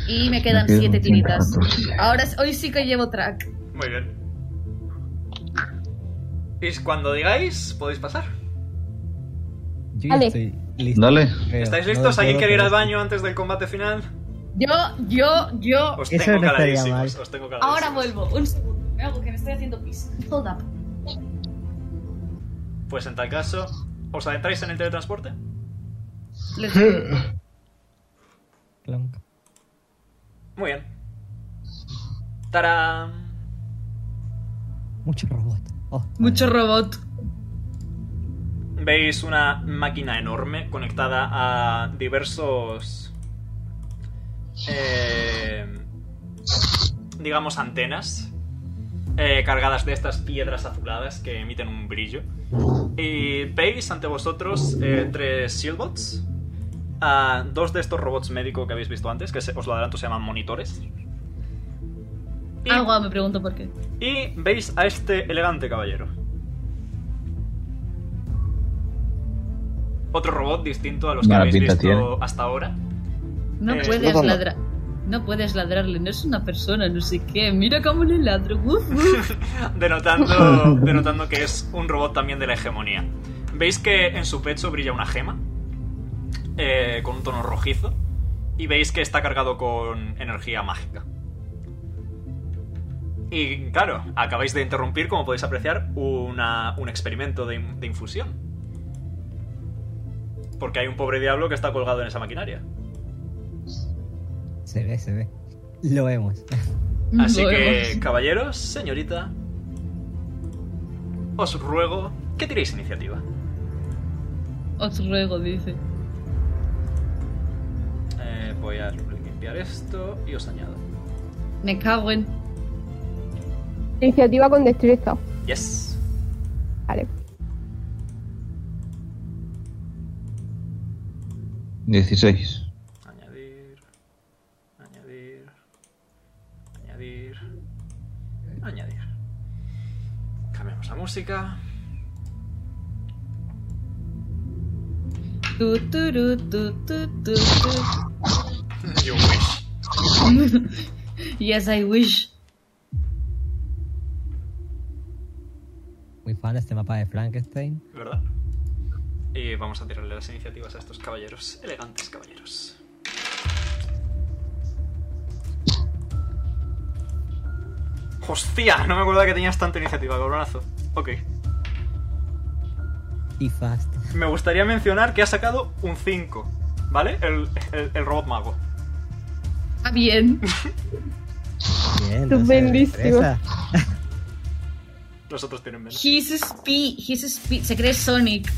[SPEAKER 2] Y
[SPEAKER 1] Pues
[SPEAKER 2] me quedan
[SPEAKER 5] Me quedan
[SPEAKER 2] siete tiritas.
[SPEAKER 5] cinco.
[SPEAKER 2] Ahora, s- hoy sí que llevo track.
[SPEAKER 1] Muy bien. Y cuando digáis, podéis pasar.
[SPEAKER 10] Yo
[SPEAKER 4] Dale.
[SPEAKER 10] estoy listo.
[SPEAKER 5] Dale.
[SPEAKER 10] creo.
[SPEAKER 1] ¿Estáis
[SPEAKER 10] No
[SPEAKER 1] listos?
[SPEAKER 10] del
[SPEAKER 1] ¿Alguien
[SPEAKER 10] todo,
[SPEAKER 1] quiere ir
[SPEAKER 10] pero
[SPEAKER 1] al baño antes del combate final?
[SPEAKER 2] Yo, yo, yo.
[SPEAKER 1] Os
[SPEAKER 3] Eso
[SPEAKER 1] tengo
[SPEAKER 3] no estaría
[SPEAKER 1] caladísimos.
[SPEAKER 3] mal.
[SPEAKER 1] Os tengo
[SPEAKER 2] Ahora
[SPEAKER 1] caladísimos.
[SPEAKER 2] vuelvo. Un segundo. Me hago que me estoy haciendo pis. Hold up.
[SPEAKER 1] Pues en tal caso, ¿os adentráis en el teletransporte?
[SPEAKER 2] Let's-
[SPEAKER 10] Clonk.
[SPEAKER 1] Muy bien. ¡Tarán!
[SPEAKER 3] Mucho robot. Oh,
[SPEAKER 7] Mucho robot.
[SPEAKER 1] Veis una máquina enorme conectada a diversos. eh, digamos, antenas. eh, cargadas de estas piedras azuladas que emiten un brillo. Y veis ante vosotros eh, tres shieldbots. a dos de estos robots médicos que habéis visto antes, que se- os lo adelanto, se llaman monitores. Y-
[SPEAKER 2] Ah, guau, me pregunto por qué.
[SPEAKER 1] y veis a este elegante caballero. Otro robot distinto a los que
[SPEAKER 5] Mala
[SPEAKER 1] habéis
[SPEAKER 5] pinta
[SPEAKER 1] visto
[SPEAKER 5] tiene.
[SPEAKER 1] hasta ahora.
[SPEAKER 2] No
[SPEAKER 1] Eh,
[SPEAKER 2] puedes
[SPEAKER 8] no, no.
[SPEAKER 2] ladrar. No puedes ladrarle, no es una persona, no sé qué. Mira cómo le ladro. Uf, uf.
[SPEAKER 1] Denotando, denotando que es un robot también de la hegemonía. Veis que en su pecho brilla una gema eh, con un tono rojizo. Y veis que está cargado con energía mágica. Y claro, acabáis de interrumpir, como podéis apreciar, una- un experimento de, in- de infusión. Porque hay un pobre diablo que está colgado en esa maquinaria.
[SPEAKER 3] Se ve, se ve. Lo vemos.
[SPEAKER 1] Así
[SPEAKER 2] Lo
[SPEAKER 1] que,
[SPEAKER 2] hemos-
[SPEAKER 1] caballeros, señorita, os ruego que tiréis iniciativa.
[SPEAKER 2] Os ruego, dice.
[SPEAKER 1] Eh, voy a limpiar esto y os añado.
[SPEAKER 2] Me cago en.
[SPEAKER 4] Iniciativa con destreza.
[SPEAKER 1] Yes.
[SPEAKER 4] Vale.
[SPEAKER 5] 16.
[SPEAKER 1] Añadir. Añadir. Añadir. Añadir. Cambiamos la música.
[SPEAKER 2] Tu, tu, ru, tu, tu, tu, tu.
[SPEAKER 1] You wish.
[SPEAKER 2] Yes, I wish.
[SPEAKER 3] Muy fan de este mapa de Frankenstein.
[SPEAKER 1] ¿Verdad? Y vamos a tirarle las iniciativas a estos caballeros. Elegantes caballeros. ¡Hostia! No me acordaba que tenías tanta iniciativa, cabronazo. Ok.
[SPEAKER 3] Y fast.
[SPEAKER 1] Me gustaría mencionar que ha sacado un 5, ¿vale? El, el- el robot mago.
[SPEAKER 2] Está bien.
[SPEAKER 3] Bien. no sé,
[SPEAKER 4] Estupendísimo.
[SPEAKER 3] destreza.
[SPEAKER 1] Los otros tienen menos.
[SPEAKER 2] He's a speed. He's a speed. Se cree Sonic.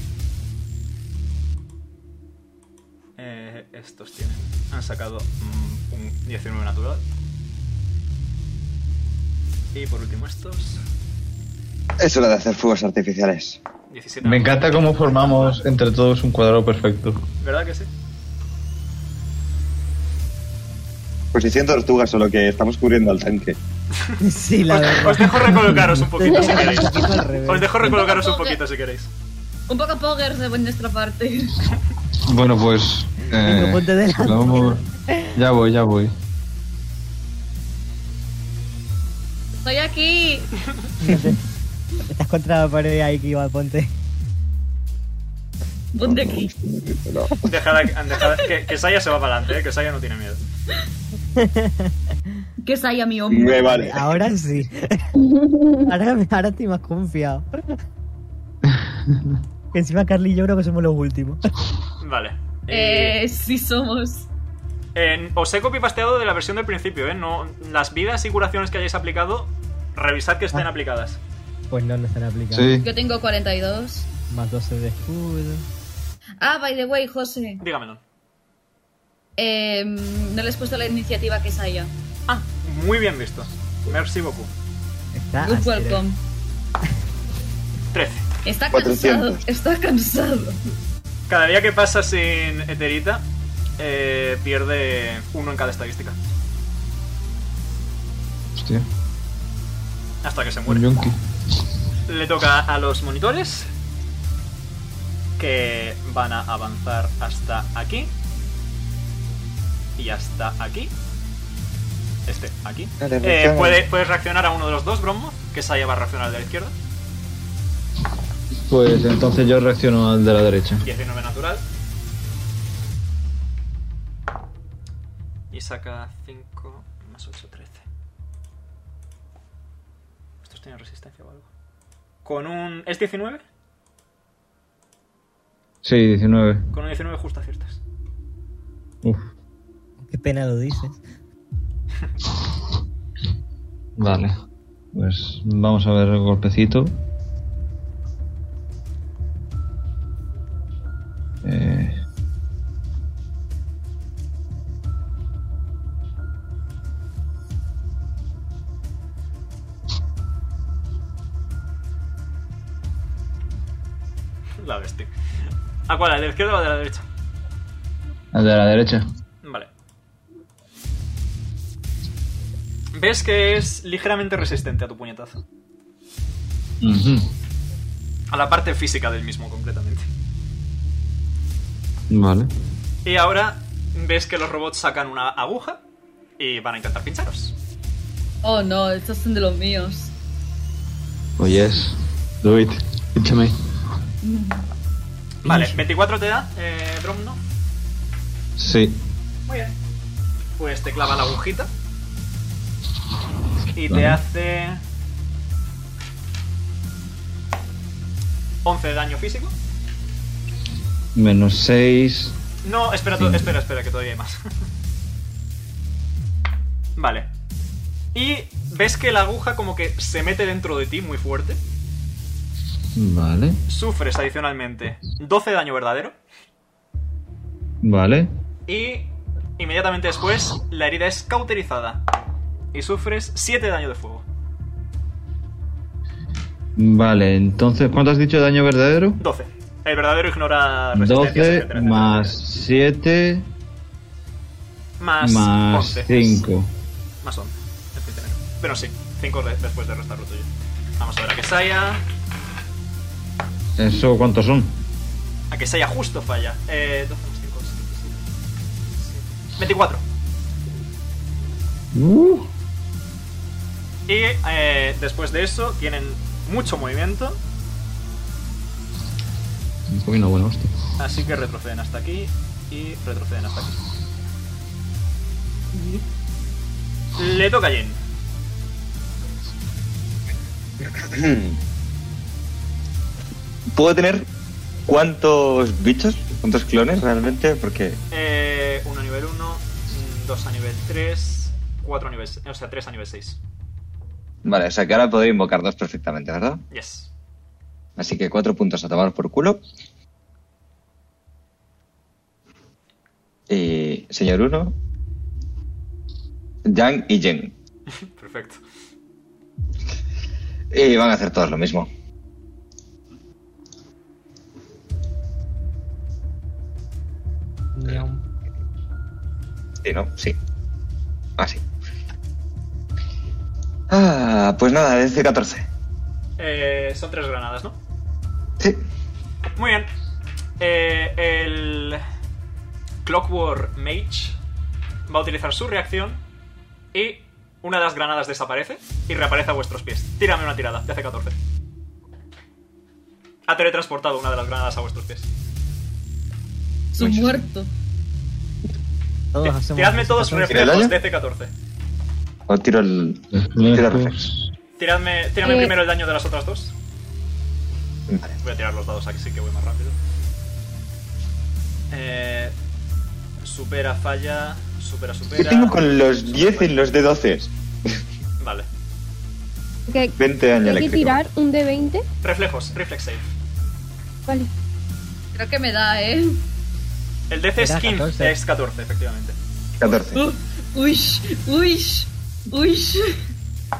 [SPEAKER 1] Eh, estos tienen. Han sacado mm, un 19 natural. Y por último estos.
[SPEAKER 8] Es hora de hacer fuegos artificiales.
[SPEAKER 1] 17
[SPEAKER 5] Me
[SPEAKER 1] natural.
[SPEAKER 5] encanta cómo formamos entre todos un cuadrado perfecto.
[SPEAKER 1] ¿Verdad que sí?
[SPEAKER 8] Posición tortuga, solo que estamos cubriendo al tanque.
[SPEAKER 3] Sí, la verdad.
[SPEAKER 1] Os dejo recolocaros un poquito si queréis.
[SPEAKER 3] Al revés.
[SPEAKER 1] Os dejo recolocaros un poquito si queréis.
[SPEAKER 2] Un poco poggers de nuestra parte.
[SPEAKER 5] Bueno, pues. eh,
[SPEAKER 3] Nico, ponte delante.
[SPEAKER 5] vamos- Ya voy, ya voy.
[SPEAKER 2] Estoy aquí.
[SPEAKER 3] Estás contra la pared ahí que iba ponte.
[SPEAKER 2] Ponte aquí.
[SPEAKER 1] Dejad, a- dejad- que, que Saya se va para adelante, eh, que Saya no tiene miedo.
[SPEAKER 2] ¿Qué es ahí a mi hombro?
[SPEAKER 8] Me vale.
[SPEAKER 3] Ahora sí. Ahora, ahora estoy más confiado. Que encima Carly y yo creo que somos los últimos.
[SPEAKER 1] Vale. Eh,
[SPEAKER 2] Eh, sí somos.
[SPEAKER 1] en- os he copipasteado de la versión del principio, ¿eh? No, las vidas y curaciones que hayáis aplicado, revisad que estén
[SPEAKER 3] Ah.
[SPEAKER 1] aplicadas.
[SPEAKER 3] Pues no, no están aplicados.
[SPEAKER 5] Sí.
[SPEAKER 2] Yo tengo 42.
[SPEAKER 3] Más 12 de escudo.
[SPEAKER 2] Ah, by the way, José.
[SPEAKER 1] Dígamelo.
[SPEAKER 2] Eh, no le has puesto la iniciativa que es allá.
[SPEAKER 1] Ah, muy bien visto. Merci beaucoup.
[SPEAKER 3] Está
[SPEAKER 2] Good
[SPEAKER 3] así,
[SPEAKER 2] welcome.
[SPEAKER 1] 13.
[SPEAKER 2] Está
[SPEAKER 8] 400.
[SPEAKER 2] cansado. Está cansado.
[SPEAKER 1] Cada día que pasa sin Eterita, eh, pierde uno en cada estadística.
[SPEAKER 5] Hostia,
[SPEAKER 1] Hasta que se muere.
[SPEAKER 5] un yonki.
[SPEAKER 1] Le toca a los monitores. Que van a avanzar hasta aquí. Y hasta aquí. Este, aquí.
[SPEAKER 8] Dale,
[SPEAKER 1] Eh,
[SPEAKER 8] reacciona.
[SPEAKER 1] puede- puedes reaccionar a uno de los dos, Bromo. Que Saya va a reaccionar al de la izquierda.
[SPEAKER 5] Pues entonces yo reacciono al de la derecha.
[SPEAKER 1] 19 natural. Y saca 5 más 8, 13. ¿Estos tienen resistencia o algo? Con un... ¿Es 19?
[SPEAKER 5] Sí, 19.
[SPEAKER 1] Con un 19 justo aciertas.
[SPEAKER 5] Uf.
[SPEAKER 3] ¿eh?
[SPEAKER 10] Qué pena lo dices.
[SPEAKER 5] Vale. Pues vamos a ver el golpecito. Eh.
[SPEAKER 1] La bestia. ¿A cuál? ¿A la izquierda o a la derecha?
[SPEAKER 5] Al de la derecha.
[SPEAKER 1] Vale. ¿Ves que es ligeramente resistente a tu puñetazo?
[SPEAKER 5] Ujú.
[SPEAKER 1] A la parte física del mismo completamente.
[SPEAKER 5] Vale.
[SPEAKER 1] Y ahora ves que los robots sacan una aguja y van a intentar pincharos.
[SPEAKER 2] Oh no, estos son de los míos.
[SPEAKER 5] Oye, es. Do it. Échame.
[SPEAKER 1] Vale, 24 te da, eh, Brom, ¿no?
[SPEAKER 5] Sí.
[SPEAKER 1] Muy bien. Pues te clava la agujita. Y te
[SPEAKER 5] Vale.
[SPEAKER 1] hace. 11 de daño físico.
[SPEAKER 5] Menos 6.
[SPEAKER 1] No, espera, to- espera, espera, que todavía hay más. vale. Y ves que la aguja como que se mete dentro de ti muy fuerte.
[SPEAKER 5] Vale.
[SPEAKER 1] Sufres adicionalmente 12 de daño verdadero.
[SPEAKER 5] Vale.
[SPEAKER 1] Y inmediatamente después la herida es cauterizada. Y sufres 7 de daño de fuego.
[SPEAKER 5] Vale, entonces, ¿cuánto has dicho de daño verdadero?
[SPEAKER 1] 12. El verdadero ignora resistencias,
[SPEAKER 5] 12
[SPEAKER 1] etcétera,
[SPEAKER 5] más
[SPEAKER 1] etcétera.
[SPEAKER 5] 7
[SPEAKER 1] más,
[SPEAKER 5] más
[SPEAKER 1] 11.
[SPEAKER 5] 5.
[SPEAKER 1] Más 11. etcétera. Pero sí, 5 después de restar lo tuyo. Vamos a ver a que Saya.
[SPEAKER 5] ¿Eso cuántos son?
[SPEAKER 1] A que Saya justo falla. Eh, 12 más 5, 24.
[SPEAKER 5] Uh,
[SPEAKER 1] Y eh, después de eso tienen mucho movimiento.
[SPEAKER 5] un poquito bueno, hostia.
[SPEAKER 1] Así que retroceden hasta aquí y retroceden hasta aquí. Le toca a Jen.
[SPEAKER 8] ¿Puedo tener cuántos bichos? ¿Cuántos clones realmente? Porque
[SPEAKER 1] Eh, uno a nivel 1, 2 a nivel 3, 4 a nivel se- o sea, 3 a nivel 6.
[SPEAKER 8] Vale, o sea que ahora podré invocar dos perfectamente, ¿verdad?
[SPEAKER 1] Yes.
[SPEAKER 8] Así que cuatro puntos a tomar por culo. Y Eh, señor uno, Yang y Jen.
[SPEAKER 1] Perfecto.
[SPEAKER 8] Y van a hacer todos lo mismo. Sí, ¿no? Sí. Ah, sí. Ah, pues nada, es de 14.
[SPEAKER 1] Eh, son 3 granadas, ¿no?
[SPEAKER 8] Sí.
[SPEAKER 1] Muy bien. Eh, el Clockwork Mage va a utilizar su reacción y una de las granadas desaparece y reaparece a vuestros pies. Tírame una tirada, de hace 14. Ha teletransportado una de las granadas a vuestros pies.
[SPEAKER 2] Su
[SPEAKER 8] Uy.
[SPEAKER 2] muerto.
[SPEAKER 3] Todos
[SPEAKER 1] Ti-
[SPEAKER 3] hacemos
[SPEAKER 1] Tiradme todos
[SPEAKER 3] cosas.
[SPEAKER 1] reflejos
[SPEAKER 8] daño?
[SPEAKER 1] de C14.
[SPEAKER 8] O tiro el... Tira reflejos.
[SPEAKER 1] Tiradme, tírame
[SPEAKER 4] Eh.
[SPEAKER 1] primero el daño de las otras dos.
[SPEAKER 8] Vale.
[SPEAKER 1] Voy a tirar los dados aquí, sí que voy más rápido. Eh, supera, falla, supera,
[SPEAKER 8] ¿Qué
[SPEAKER 1] supera.
[SPEAKER 8] tengo con los 10 y los de 12?
[SPEAKER 1] Vale.
[SPEAKER 4] Que
[SPEAKER 8] 20 años
[SPEAKER 4] hay que
[SPEAKER 8] eléctrico.
[SPEAKER 4] tirar un de 20.
[SPEAKER 1] Reflejos, reflex save.
[SPEAKER 4] Vale.
[SPEAKER 2] Creo que me da, ¿eh?
[SPEAKER 1] El DC es
[SPEAKER 10] Era
[SPEAKER 1] 15,
[SPEAKER 10] 14.
[SPEAKER 1] es 14, efectivamente.
[SPEAKER 8] 14.
[SPEAKER 2] Uh, uy, uy, uy.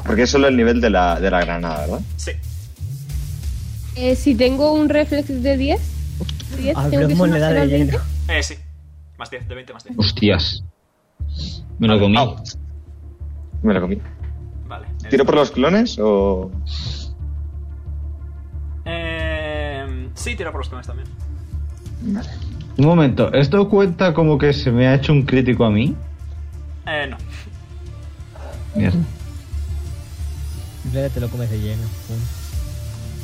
[SPEAKER 8] Porque es solo el nivel de la, de la granada, ¿verdad?
[SPEAKER 1] Sí.
[SPEAKER 4] Eh, si tengo un reflex de 10, 10
[SPEAKER 3] A
[SPEAKER 4] tengo que
[SPEAKER 3] Bloodmoon le da
[SPEAKER 4] sumarlo
[SPEAKER 3] de
[SPEAKER 4] al 20.
[SPEAKER 3] lleno.
[SPEAKER 1] Eh, sí. Más 10, de 20 más 10.
[SPEAKER 5] Hostias. Me lo
[SPEAKER 1] Vale.
[SPEAKER 5] comí.
[SPEAKER 8] Au. Ah, Me la comí.
[SPEAKER 1] Vale.
[SPEAKER 8] ¿Tiro por los clones o.?
[SPEAKER 1] Eh, sí, tira por los clones también.
[SPEAKER 5] Un momento, ¿esto cuenta como que se me ha hecho un crítico a mí?
[SPEAKER 1] Eh, no.
[SPEAKER 5] Mierda.
[SPEAKER 10] Simplemente te lo comes de lleno. pum.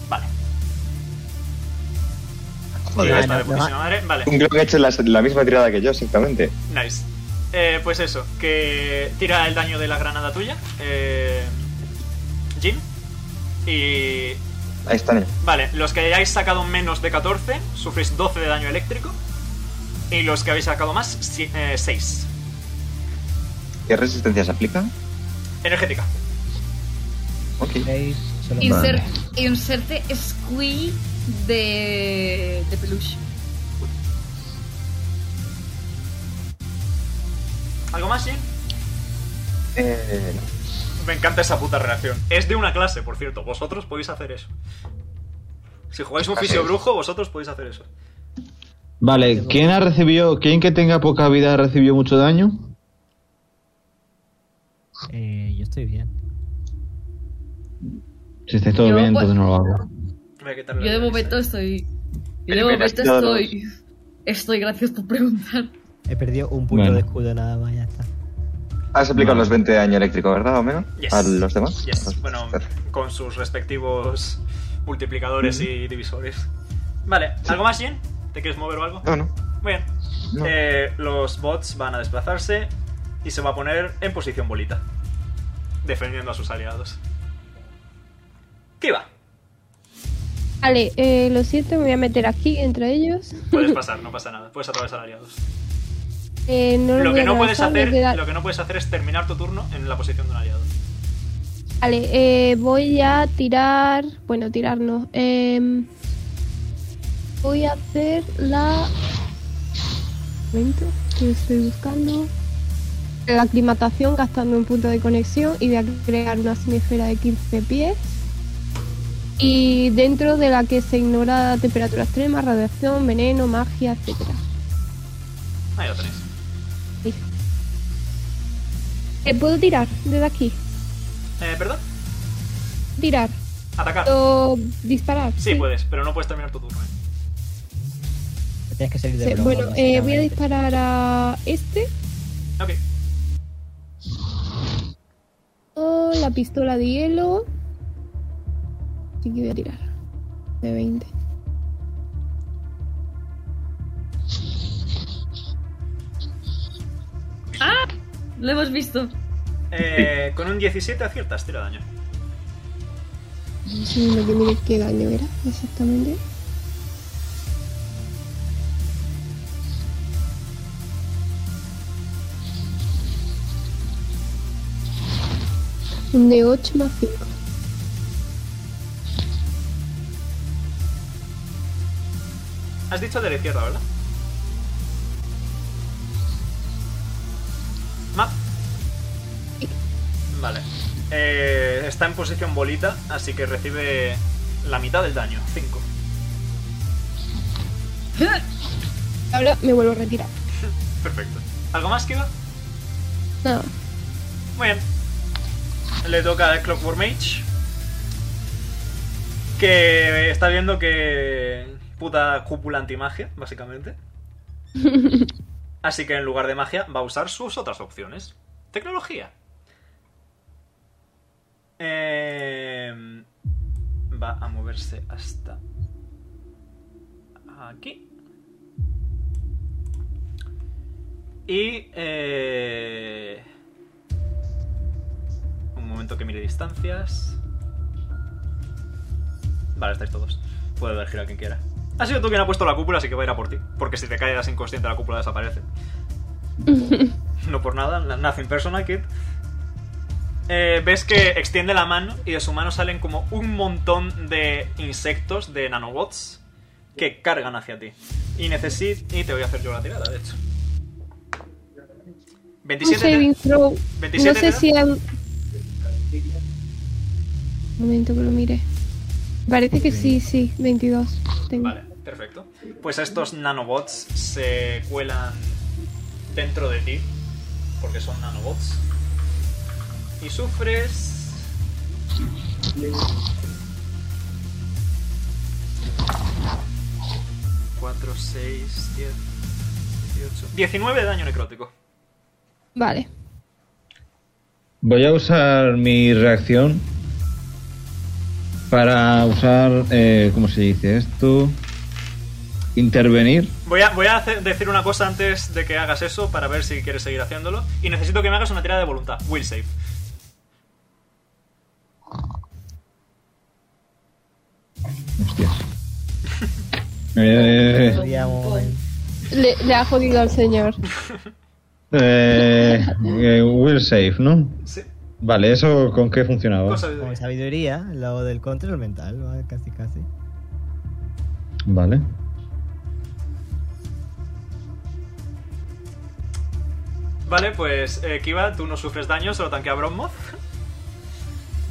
[SPEAKER 1] Vale.
[SPEAKER 8] Joder,
[SPEAKER 1] Ahí
[SPEAKER 10] Ah,
[SPEAKER 1] está,
[SPEAKER 10] no,
[SPEAKER 1] de
[SPEAKER 10] no.
[SPEAKER 1] putísima madre. Vale.
[SPEAKER 8] Un clon que ha hecho las- la misma tirada que yo, exactamente.
[SPEAKER 1] Nice. Eh, pues eso, que tira el daño de la granada tuya, eh, Jin. Y.
[SPEAKER 8] Ahí están.
[SPEAKER 1] Vale, los que hayáis sacado menos de 14, sufrís 12 de daño eléctrico. Y los que habéis sacado más, eh, 6.
[SPEAKER 8] ¿Qué resistencias aplica?
[SPEAKER 1] Energética.
[SPEAKER 8] Ok.
[SPEAKER 1] Eh,
[SPEAKER 10] Veis, solo-
[SPEAKER 8] Insert-
[SPEAKER 2] Inserte, inserte squee de, de peluche.
[SPEAKER 1] ¿Algo más, Jin?
[SPEAKER 8] Eh, no.
[SPEAKER 1] Me encanta esa puta reacción. Es de una clase, por cierto. Vosotros podéis hacer eso. Si jugáis un
[SPEAKER 8] Así
[SPEAKER 1] fisio
[SPEAKER 8] es.
[SPEAKER 1] brujo, vosotros podéis hacer eso.
[SPEAKER 5] Vale, ¿quién ha recibido, quién que tenga poca vida ha recibido mucho daño?
[SPEAKER 10] Eh, yo estoy bien.
[SPEAKER 5] Si estáis todo
[SPEAKER 2] Yo,
[SPEAKER 5] bien,
[SPEAKER 2] pues-
[SPEAKER 5] entonces no lo hago.
[SPEAKER 1] Voy a quitarle
[SPEAKER 2] Yo de
[SPEAKER 1] la-
[SPEAKER 2] momento estoy. Yo de
[SPEAKER 8] Eliminas
[SPEAKER 2] momento
[SPEAKER 8] todos.
[SPEAKER 2] estoy. Estoy, gracias por preguntar.
[SPEAKER 10] He perdido un punto
[SPEAKER 5] Bueno.
[SPEAKER 10] de escudo nada más, ya está.
[SPEAKER 8] Has aplicado los 20 de daño eléctrico, ¿verdad, Homero?
[SPEAKER 1] Yes.
[SPEAKER 8] ¿A los demás?
[SPEAKER 1] Yes, Bueno, con sus respectivos multiplicadores y divisores. Vale, ¿algo más, Jen? ¿Te quieres mover o algo?
[SPEAKER 8] No, no.
[SPEAKER 1] Muy bien.
[SPEAKER 8] no.
[SPEAKER 1] Eh, los bots van a desplazarse y se va a poner en posición bolita. Defendiendo a sus aliados. ¿Qué va?
[SPEAKER 4] Vale, eh, lo siento, me voy a meter aquí entre ellos.
[SPEAKER 1] Puedes pasar, no pasa nada. Puedes atravesar aliados.
[SPEAKER 4] Eh, no lo
[SPEAKER 1] Lo
[SPEAKER 4] voy
[SPEAKER 1] que
[SPEAKER 4] a
[SPEAKER 1] no puedes
[SPEAKER 4] lanzar,
[SPEAKER 1] hacer,
[SPEAKER 4] les voy a dar-
[SPEAKER 1] lo que no puedes hacer es terminar tu turno en la posición de un aliado.
[SPEAKER 4] Vale, eh, voy a tirar. Bueno, tirar no. em, voy a hacer la. Un momento, que estoy buscando. La aclimatación gastando un punto de conexión y voy a crear una semiesfera de 15 pies. Y dentro de la que se ignora temperatura extrema, radiación, veneno, magia, etcétera.
[SPEAKER 1] Ahí lo tenéis.
[SPEAKER 4] Eh, ¿Puedo tirar desde aquí?
[SPEAKER 1] Eh, ¿Perdón?
[SPEAKER 4] ¿Tirar?
[SPEAKER 1] ¿Atacar?
[SPEAKER 4] ¿O disparar?
[SPEAKER 1] Sí, puedes, pero no puedes terminar tu turno. ¿eh?
[SPEAKER 10] Tienes que salir de
[SPEAKER 4] Sí,
[SPEAKER 10] broma,
[SPEAKER 4] bueno, eh, voy a
[SPEAKER 10] básicamente.
[SPEAKER 4] disparar a este.
[SPEAKER 1] Ok.
[SPEAKER 4] Oh, la pistola de hielo. Así que voy a tirar. De 20.
[SPEAKER 2] Lo hemos visto.
[SPEAKER 1] Eh, con un 17 aciertas, tira daño.
[SPEAKER 4] Sí, no que mire qué daño era exactamente. Un de 8 más 5.
[SPEAKER 1] Has dicho de la izquierda, ¿verdad? Map. Vale. Eh, está en posición bolita, así que recibe la mitad del daño, 5.
[SPEAKER 4] Ahora me vuelvo a retirar.
[SPEAKER 1] Perfecto. ¿Algo más que va?
[SPEAKER 4] Nada.
[SPEAKER 1] Muy bien. Le toca a Clockwork Mage. Que está viendo que. Puta cúpula antimagia, básicamente. Así que en lugar de magia va a usar sus otras opciones. Tecnología. Em, va a moverse hasta. Aquí. Y. Eh, un momento que mire distancias. Vale, estáis todos. Puede ver a quien quiera. Ha sido tú quien ha puesto la cúpula, así que va a ir a por ti. Porque si te caes inconsciente, la cúpula desaparece. no por nada, na- nothing personal, kid. Eh, ves que extiende la mano y de su mano salen como un montón de insectos de nanobots que cargan hacia ti. Y necesito. Y te voy a hacer yo la tirada, de hecho.
[SPEAKER 4] Un
[SPEAKER 1] 27 te-
[SPEAKER 4] saving throw.
[SPEAKER 1] 27
[SPEAKER 4] no
[SPEAKER 1] te
[SPEAKER 4] sé
[SPEAKER 1] da.
[SPEAKER 4] si han... Un momento que lo mire. Parece que sí, sí, 22. Tengo.
[SPEAKER 1] Vale, perfecto. Pues estos nanobots se cuelan dentro de ti, porque son nanobots. Y sufres... Cuatro, seis, diez, 18... 19 de daño necrótico.
[SPEAKER 4] Vale.
[SPEAKER 5] Voy a usar mi reacción para usar, eh, ¿cómo se dice esto? Intervenir.
[SPEAKER 1] Voy a, voy a hacer- decir una cosa antes de que hagas eso para ver si quieres seguir haciéndolo. Y necesito que me hagas una tirada de voluntad. Will save.
[SPEAKER 5] Hostias. Eh,
[SPEAKER 10] Podríamos-
[SPEAKER 4] Le, le ha jodido al señor.
[SPEAKER 5] eh, eh, will save, ¿no?
[SPEAKER 1] Sí.
[SPEAKER 5] Vale, ¿eso con qué funcionaba?
[SPEAKER 1] Con sabiduría.
[SPEAKER 10] Con sabiduría, lo del control mental, ¿no? casi casi.
[SPEAKER 5] Vale.
[SPEAKER 1] Vale, pues eh, Kiva, tú no sufres daño, solo tanquea Bronmoth.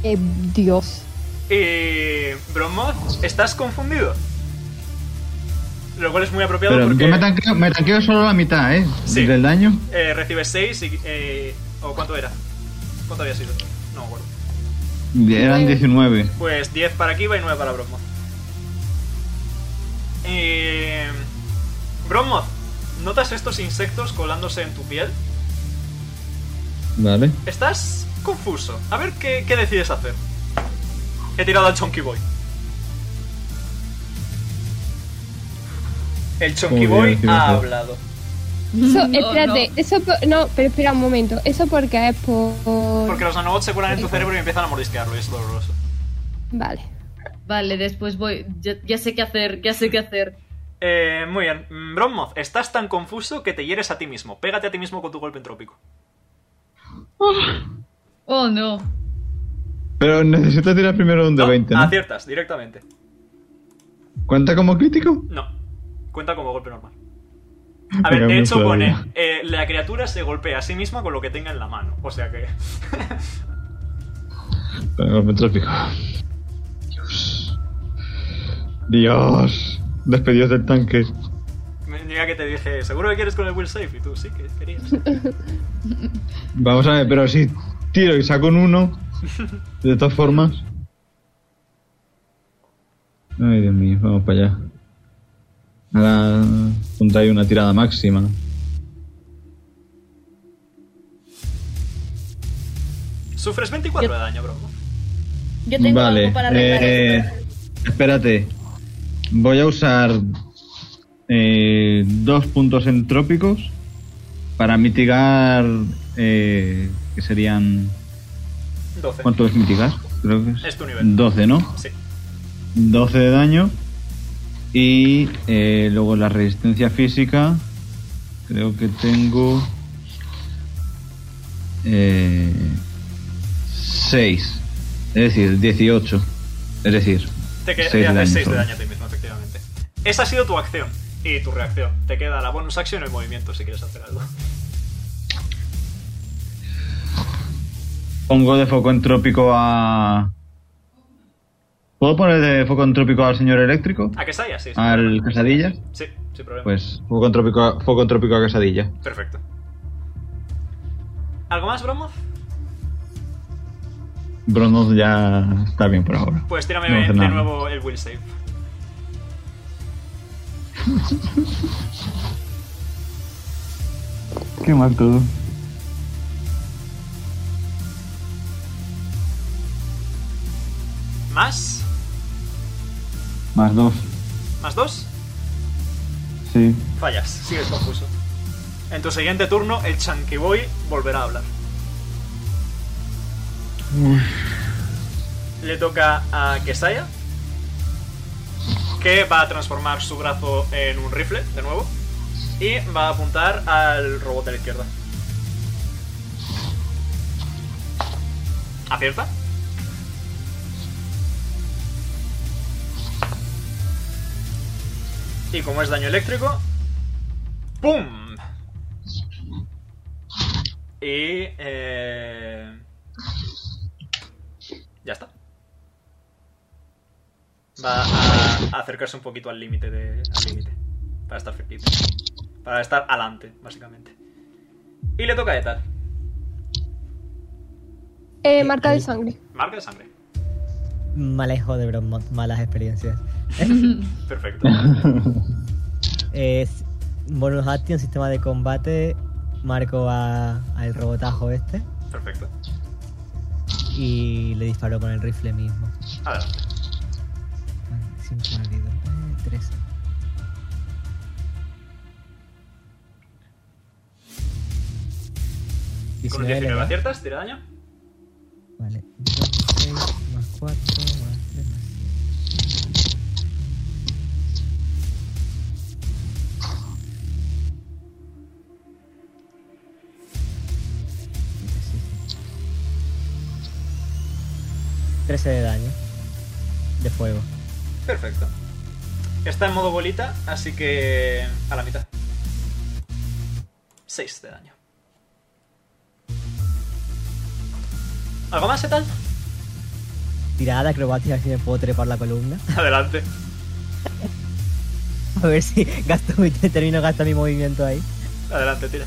[SPEAKER 4] Eh, Dios.
[SPEAKER 1] Y. Bronmoth, estás confundido. Lo cual es muy apropiado
[SPEAKER 5] Pero
[SPEAKER 1] porque
[SPEAKER 5] yo me tanqueo, me tanqueo solo la mitad, ¿eh?
[SPEAKER 1] Sí.
[SPEAKER 5] Del daño.
[SPEAKER 1] eh, recibes 6 y. eh, ¿O cuánto era? ¿Cuánto había sido? No me acuerdo.
[SPEAKER 5] Eran 19.
[SPEAKER 1] Pues 10 para Kiva y 9 para Bronmoth. Eh, Bronmoth, ¿notas estos insectos colándose en tu piel?
[SPEAKER 5] Vale.
[SPEAKER 1] Estás confuso. A ver qué, qué decides hacer. He tirado al Chonky Boy. El Chonky
[SPEAKER 5] Muy bien,
[SPEAKER 1] Boy
[SPEAKER 5] sí,
[SPEAKER 1] ha
[SPEAKER 5] sí.
[SPEAKER 1] hablado.
[SPEAKER 4] Eso,
[SPEAKER 2] No,
[SPEAKER 4] espérate,
[SPEAKER 2] Oh, no.
[SPEAKER 4] eso por- no, pero espera un momento. Eso porque es por.
[SPEAKER 1] Porque los nanobots se cuelan en tu cerebro y empiezan a mordisquearlo y es doloroso.
[SPEAKER 4] Vale.
[SPEAKER 2] Vale, después voy. Ya, ya sé qué hacer, ya sé qué hacer.
[SPEAKER 1] Eh, muy bien. Mm, Bronmoth, estás tan confuso que te hieres a ti mismo. Pégate a ti mismo con tu golpe entrópico.
[SPEAKER 2] Oh, no.
[SPEAKER 5] Pero necesito tirar primero un de
[SPEAKER 1] No,
[SPEAKER 5] 20, ¿no?
[SPEAKER 1] Aciertas directamente.
[SPEAKER 5] ¿Cuenta como crítico?
[SPEAKER 1] No. Cuenta como golpe normal. A ver,
[SPEAKER 5] Venga,
[SPEAKER 1] de
[SPEAKER 5] muy
[SPEAKER 1] hecho pone,
[SPEAKER 5] todavía.
[SPEAKER 1] eh, la criatura se golpea a sí misma con lo que tenga en la mano. O sea que...
[SPEAKER 5] Con el golpe trópico. Dios. Dios. Despedidos del tanque.
[SPEAKER 1] Me diga que te dije, seguro que quieres con el Will Safe y tú sí que querías.
[SPEAKER 5] Vamos a ver, pero si tiro y saco un 1, de todas formas. Ay, Dios mío, vamos para allá. Ahora juntáis una tirada máxima.
[SPEAKER 1] Sufres 24 de daño, bro.
[SPEAKER 2] Yo tengo
[SPEAKER 5] vale.
[SPEAKER 2] algo para arreglar
[SPEAKER 5] eh,
[SPEAKER 2] esto.
[SPEAKER 5] espérate. Voy a usar eh, dos puntos entrópicos para mitigar. eh, que serían.
[SPEAKER 1] 12.
[SPEAKER 5] ¿Cuánto es mitigar? Creo que es.
[SPEAKER 1] Es tu nivel.
[SPEAKER 5] 12, ¿no?
[SPEAKER 1] Sí.
[SPEAKER 5] 12 de daño. Y eh, luego la resistencia física. Creo que tengo. 6. Es decir, 18. Es decir,
[SPEAKER 1] Te, que-
[SPEAKER 5] seis
[SPEAKER 1] te
[SPEAKER 5] de daño
[SPEAKER 1] haces 6 de
[SPEAKER 5] solo.
[SPEAKER 1] daño a ti mismo, efectivamente. Esa ha sido tu acción y tu reacción. Te queda la bonus action y el movimiento si quieres hacer algo.
[SPEAKER 5] pongo de foco entrópico a. ¿Puedo poner de foco entrópico al señor eléctrico?
[SPEAKER 1] ¿A que está ya? Sí. sí.
[SPEAKER 5] ¿Al Casadilla?
[SPEAKER 1] Sí, sin problema.
[SPEAKER 5] Pues foco entrópico a, foco entrópico a Casadilla.
[SPEAKER 1] Perfecto. ¿Algo más, Bromo?
[SPEAKER 5] Bronos ya está bien por ahora.
[SPEAKER 1] Pues tírame
[SPEAKER 5] No,
[SPEAKER 1] de
[SPEAKER 5] nada.
[SPEAKER 1] nuevo el Will Save.
[SPEAKER 5] Qué mal todo.
[SPEAKER 1] ¿Más?
[SPEAKER 5] Más dos.
[SPEAKER 1] ¿Más 2?
[SPEAKER 5] Sí.
[SPEAKER 1] Fallas, sigues confuso. En tu siguiente turno, el Chunky Boy volverá a hablar. Le toca a Kesaya, que va a transformar su brazo en un rifle, de nuevo, y va a apuntar al robot de la izquierda. ¿Acierta? Y como es daño eléctrico, ¡pum! Y... Eh... Ya está. Va a acercarse un poquito al límite de... Al límite. Para estar cerquita. Para estar adelante, básicamente. Y le toca a Etar.
[SPEAKER 4] Eh, marca de sangre.
[SPEAKER 1] Marca de sangre.
[SPEAKER 3] Malejo de Bromont, malas experiencias.
[SPEAKER 1] Perfecto.
[SPEAKER 3] Es bonus action, sistema de combate. Marco a- al robotajo este
[SPEAKER 1] Perfecto.
[SPEAKER 3] y le disparo con el rifle mismo.
[SPEAKER 1] Adelante.
[SPEAKER 3] Vale, Siempre me olvido. Eh, 13.
[SPEAKER 1] Con un
[SPEAKER 3] 19,
[SPEAKER 1] 19
[SPEAKER 3] ¿no?
[SPEAKER 1] aciertas, tira daño.
[SPEAKER 3] Vale. 6 más 4 más 3 más 13 de daño. De fuego.
[SPEAKER 1] Perfecto. Está en modo bolita, así que. a la mitad. 6 de daño. ¿Algo más, tal?
[SPEAKER 3] Tirada acrobática, a ver si me puedo trepar la columna.
[SPEAKER 1] Adelante.
[SPEAKER 3] A ver si gasto mi, termino gasto mi movimiento ahí.
[SPEAKER 1] Adelante, tira.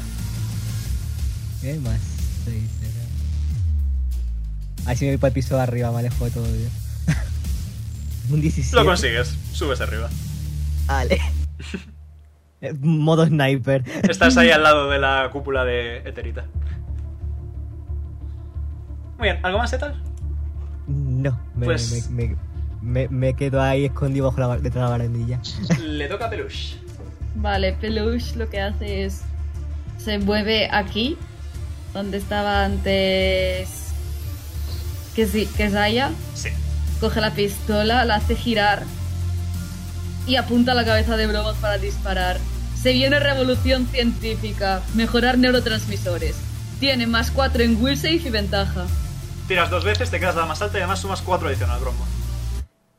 [SPEAKER 3] Eh, más 6 Ahí sí me voy para el piso de arriba, me alejo de todo, tío. Un 17.
[SPEAKER 1] Lo consigues. Subes arriba.
[SPEAKER 3] Vale. Eh, Modo sniper.
[SPEAKER 1] Estás ahí al lado de la cúpula de Eterita. Muy bien, ¿algo más, tal?
[SPEAKER 3] No, me,
[SPEAKER 1] Pues-
[SPEAKER 3] me, me, me- me quedo ahí escondido bajo la, bar- detrás de la barandilla.
[SPEAKER 1] Le toca a Peluche.
[SPEAKER 2] Vale, Peluche lo que hace es. Se mueve aquí, donde estaba antes. Que sí, que Zaya.
[SPEAKER 1] Sí.
[SPEAKER 2] Coge la pistola, la hace girar. Y apunta a la cabeza de Bromont para disparar. Se viene revolución científica. Mejorar neurotransmisores. Tiene más 4 en will save y ventaja.
[SPEAKER 1] Tiras dos veces, te quedas la más alta y además sumas 4 adicional, Brombo.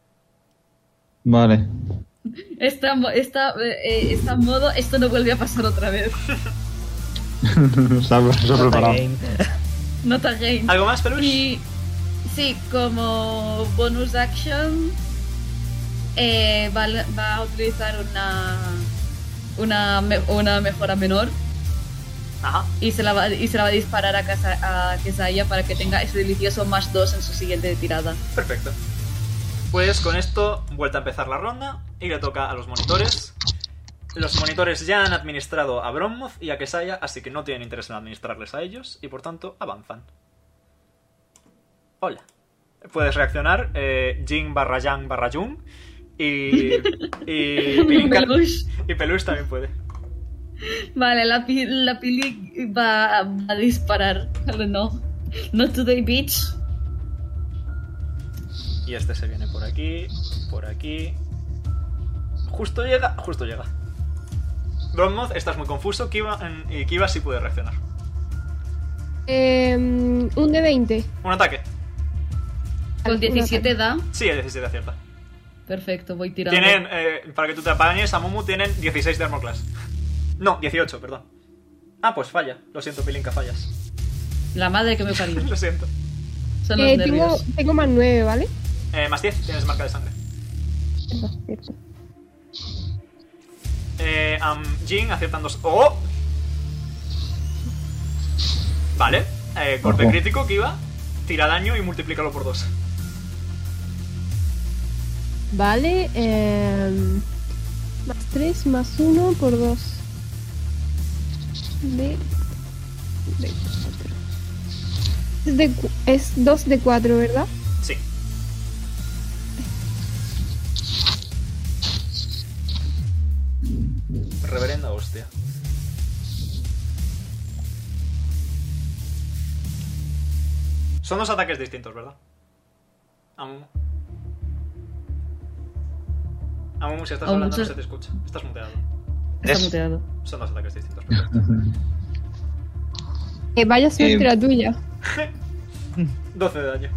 [SPEAKER 5] Vale.
[SPEAKER 2] Está, en mo- está, eh, eh, está en modo, esto no vuelve a pasar otra vez.
[SPEAKER 5] Está está preparado.
[SPEAKER 3] Again.
[SPEAKER 2] Not again.
[SPEAKER 1] ¿Algo más, Peluche?
[SPEAKER 2] Y sí, como bonus action eh, va, a la- va a utilizar una una, me- una mejora menor
[SPEAKER 1] Ajá.
[SPEAKER 2] y se la va, y se la va a disparar a, Kasa- a Kesaya para que tenga ese delicioso más 2 en su siguiente tirada.
[SPEAKER 1] Perfecto. Pues con esto, vuelta a empezar la ronda y le toca a los monitores. Los monitores ya han administrado a Bronmoth y a Kesaya, así que no tienen interés en administrarles a ellos y por tanto avanzan. Hola. Puedes reaccionar eh, Jin barra Yang barra Jung y, y, Pilinka-
[SPEAKER 2] Peluche.
[SPEAKER 1] y Peluche también puede.
[SPEAKER 2] Vale, la, pi- la pili va, va a disparar. Pero no. Not today, bitch.
[SPEAKER 1] Y este se viene por aquí, por aquí. Justo llega, justo llega. Bronmoth, estás muy confuso. Kiva, mm, y Kiva sí puede reaccionar.
[SPEAKER 4] Eh, un de 20.
[SPEAKER 1] Un ataque.
[SPEAKER 2] Con 17 da.
[SPEAKER 1] Sí, el 17 acierta.
[SPEAKER 2] Perfecto, voy tirando.
[SPEAKER 1] Tienen, eh, para que tú te apañes, a Momo tienen 16 de armor class. No, 18, perdón. Ah, pues falla. Lo siento, Pilinka, fallas.
[SPEAKER 2] La madre que me parió.
[SPEAKER 1] Lo siento.
[SPEAKER 2] Son los
[SPEAKER 4] Eh, tengo,
[SPEAKER 2] nervios.
[SPEAKER 4] tengo más 9, ¿vale?
[SPEAKER 1] Eh, más 10, tienes marca de sangre.
[SPEAKER 4] Eso es cierto.
[SPEAKER 1] Eh, am Jin aciertan dos. ¡Oh! Vale. Eh, golpe
[SPEAKER 5] Ojo.
[SPEAKER 1] crítico, Kiva. Tira daño y multiplícalo por dos.
[SPEAKER 4] Vale, em, más 3, más 1 por 2. De. de cuatro. Es, de cu- es 2 de 4, ¿verdad?
[SPEAKER 1] Sí. Reverenda hostia. Son dos ataques distintos, ¿verdad? Amumu. Amumu, si estás
[SPEAKER 2] Aún
[SPEAKER 1] hablando no
[SPEAKER 2] mucho-
[SPEAKER 1] se te escucha. Estás muteado.
[SPEAKER 2] Está
[SPEAKER 8] Es-
[SPEAKER 2] muteado.
[SPEAKER 1] Son dos ataques distintos. perfecto.
[SPEAKER 4] Eh, vaya suerte
[SPEAKER 5] Em.
[SPEAKER 4] la tuya.
[SPEAKER 1] 12 de daño.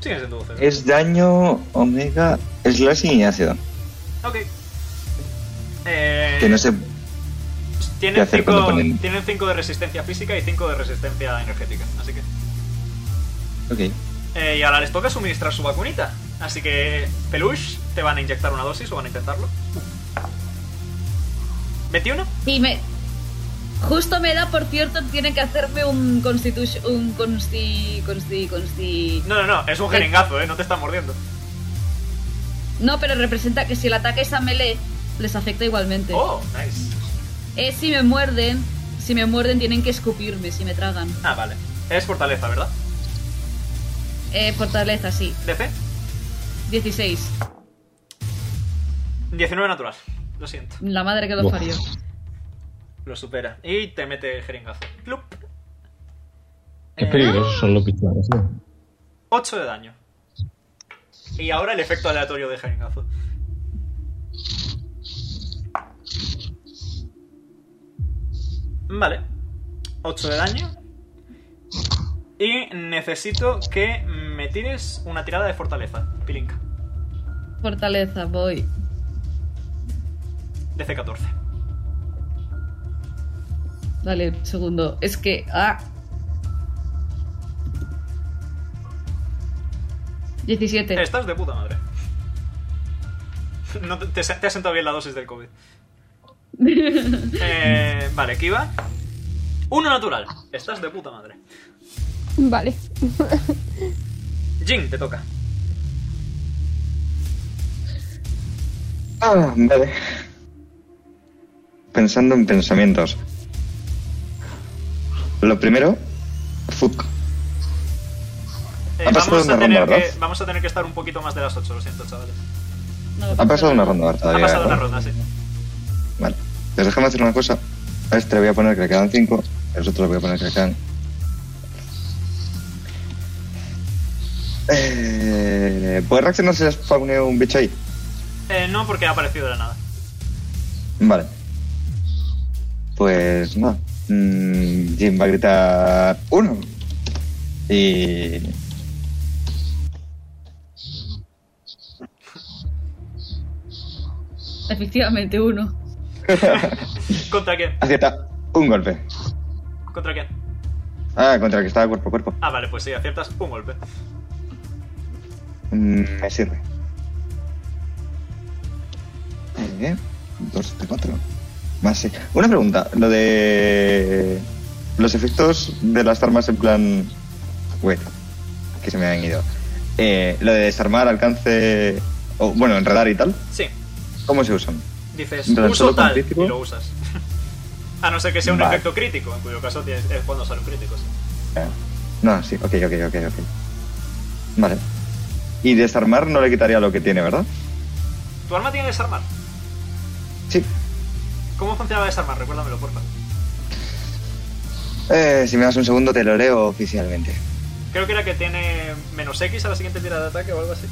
[SPEAKER 1] Sigue siendo 12 de daño.
[SPEAKER 8] Es daño omega slash y ácido.
[SPEAKER 1] Ok. Eh...
[SPEAKER 8] Que no sé. ¿Qué
[SPEAKER 1] Tienen
[SPEAKER 8] hacer
[SPEAKER 1] 5
[SPEAKER 8] cuando ponen?
[SPEAKER 1] de resistencia física y 5 de resistencia energética, así que...
[SPEAKER 8] Ok.
[SPEAKER 1] Eh, y ahora les toca suministrar su vacunita. Así que, Peluche, ¿te van a inyectar una dosis o van a intentarlo? ¿21?
[SPEAKER 2] Y me,
[SPEAKER 7] Justo me da, por cierto, tiene que hacerme un constitution. Un consti. consti. consti.
[SPEAKER 1] No, no, no, es un jeringazo, ¿eh? No te está mordiendo.
[SPEAKER 7] No, pero representa que si el ataque es a melee, les afecta igualmente.
[SPEAKER 1] Oh, nice.
[SPEAKER 7] Eh, si me muerden, si me muerden tienen que escupirme, si me tragan.
[SPEAKER 1] Ah, vale. Es fortaleza, ¿verdad?
[SPEAKER 7] Eh, fortaleza, sí.
[SPEAKER 1] DC.
[SPEAKER 7] 16.
[SPEAKER 1] 19 natural. Lo siento.
[SPEAKER 7] La madre que lo
[SPEAKER 5] Buah.
[SPEAKER 7] parió.
[SPEAKER 1] Lo supera. Y te mete el jeringazo. Plup.
[SPEAKER 5] Es peligroso, son los pistones.
[SPEAKER 1] 8 de daño. Y ahora el efecto aleatorio de jeringazo. Vale. 8 de daño. Y necesito que me tires una tirada de fortaleza, Pilinka.
[SPEAKER 7] Fortaleza, voy.
[SPEAKER 1] DC 14.
[SPEAKER 7] Vale, un segundo. Es que. ¡Ah! 17.
[SPEAKER 1] Estás de puta madre. No te, te se- te ha sentado bien la dosis del COVID. Eh, vale, aquí va. Uno natural. Estás de puta madre.
[SPEAKER 4] Vale.
[SPEAKER 1] Jin, te toca.
[SPEAKER 8] Ah, vale. Pensando en pensamientos. Lo primero, Fuck.
[SPEAKER 1] Eh,
[SPEAKER 8] Ha pasado
[SPEAKER 1] vamos,
[SPEAKER 8] una
[SPEAKER 1] a tener
[SPEAKER 8] ronda,
[SPEAKER 1] que,
[SPEAKER 8] ¿verdad?
[SPEAKER 1] vamos a tener que estar un poquito más de las 8, lo siento, chavales.
[SPEAKER 7] No,
[SPEAKER 8] Ha pasado una ronda ahora
[SPEAKER 1] Ha
[SPEAKER 8] todavía.
[SPEAKER 1] pasado una
[SPEAKER 8] ¿verdad?
[SPEAKER 1] ronda, sí.
[SPEAKER 8] Vale. Pues déjame hacer una cosa. A este le voy a poner que le quedan 5. A los otros le voy a poner que le quedan. Eh, ¿Puede reaccionar si le spawné un bicho ahí?
[SPEAKER 1] Eh, no, porque ha aparecido de la nada.
[SPEAKER 8] Vale. Pues nada. Mm, Jim va a gritar uno. Y.
[SPEAKER 7] Efectivamente, uno.
[SPEAKER 1] ¿Contra quién?
[SPEAKER 8] Acierta un golpe.
[SPEAKER 1] ¿Contra quién?
[SPEAKER 8] Ah, contra el que estaba cuerpo a cuerpo.
[SPEAKER 1] Ah, vale, pues sí, aciertas un golpe.
[SPEAKER 8] Mm, me sirve. Eh, dos de cuatro. Más sí. Una pregunta. Lo de. Los efectos de las armas en plan. Wait. Que se me han ido. Eh, lo de desarmar, alcance. O, bueno, enredar y tal.
[SPEAKER 1] Sí.
[SPEAKER 8] ¿Cómo se usan?
[SPEAKER 1] Dices,
[SPEAKER 8] ¿Entonces
[SPEAKER 1] uso
[SPEAKER 8] solo con
[SPEAKER 1] tal
[SPEAKER 8] crítico?
[SPEAKER 1] y lo usas. a no ser que sea un
[SPEAKER 8] Vale.
[SPEAKER 1] efecto crítico, en cuyo caso tienes- es cuando sale un crítico. sí.
[SPEAKER 8] Eh, No, sí, ok, ok, ok, ok. Vale. Y desarmar no le quitaría lo que tiene, ¿verdad?
[SPEAKER 1] ¿Tu arma tiene desarmar?
[SPEAKER 8] Sí.
[SPEAKER 1] ¿Cómo funcionaba desarmar? Recuérdamelo, porfa.
[SPEAKER 8] Eh, si me das un segundo te lo leo oficialmente.
[SPEAKER 1] Creo que era que tiene menos X a la siguiente tirada de ataque o algo así.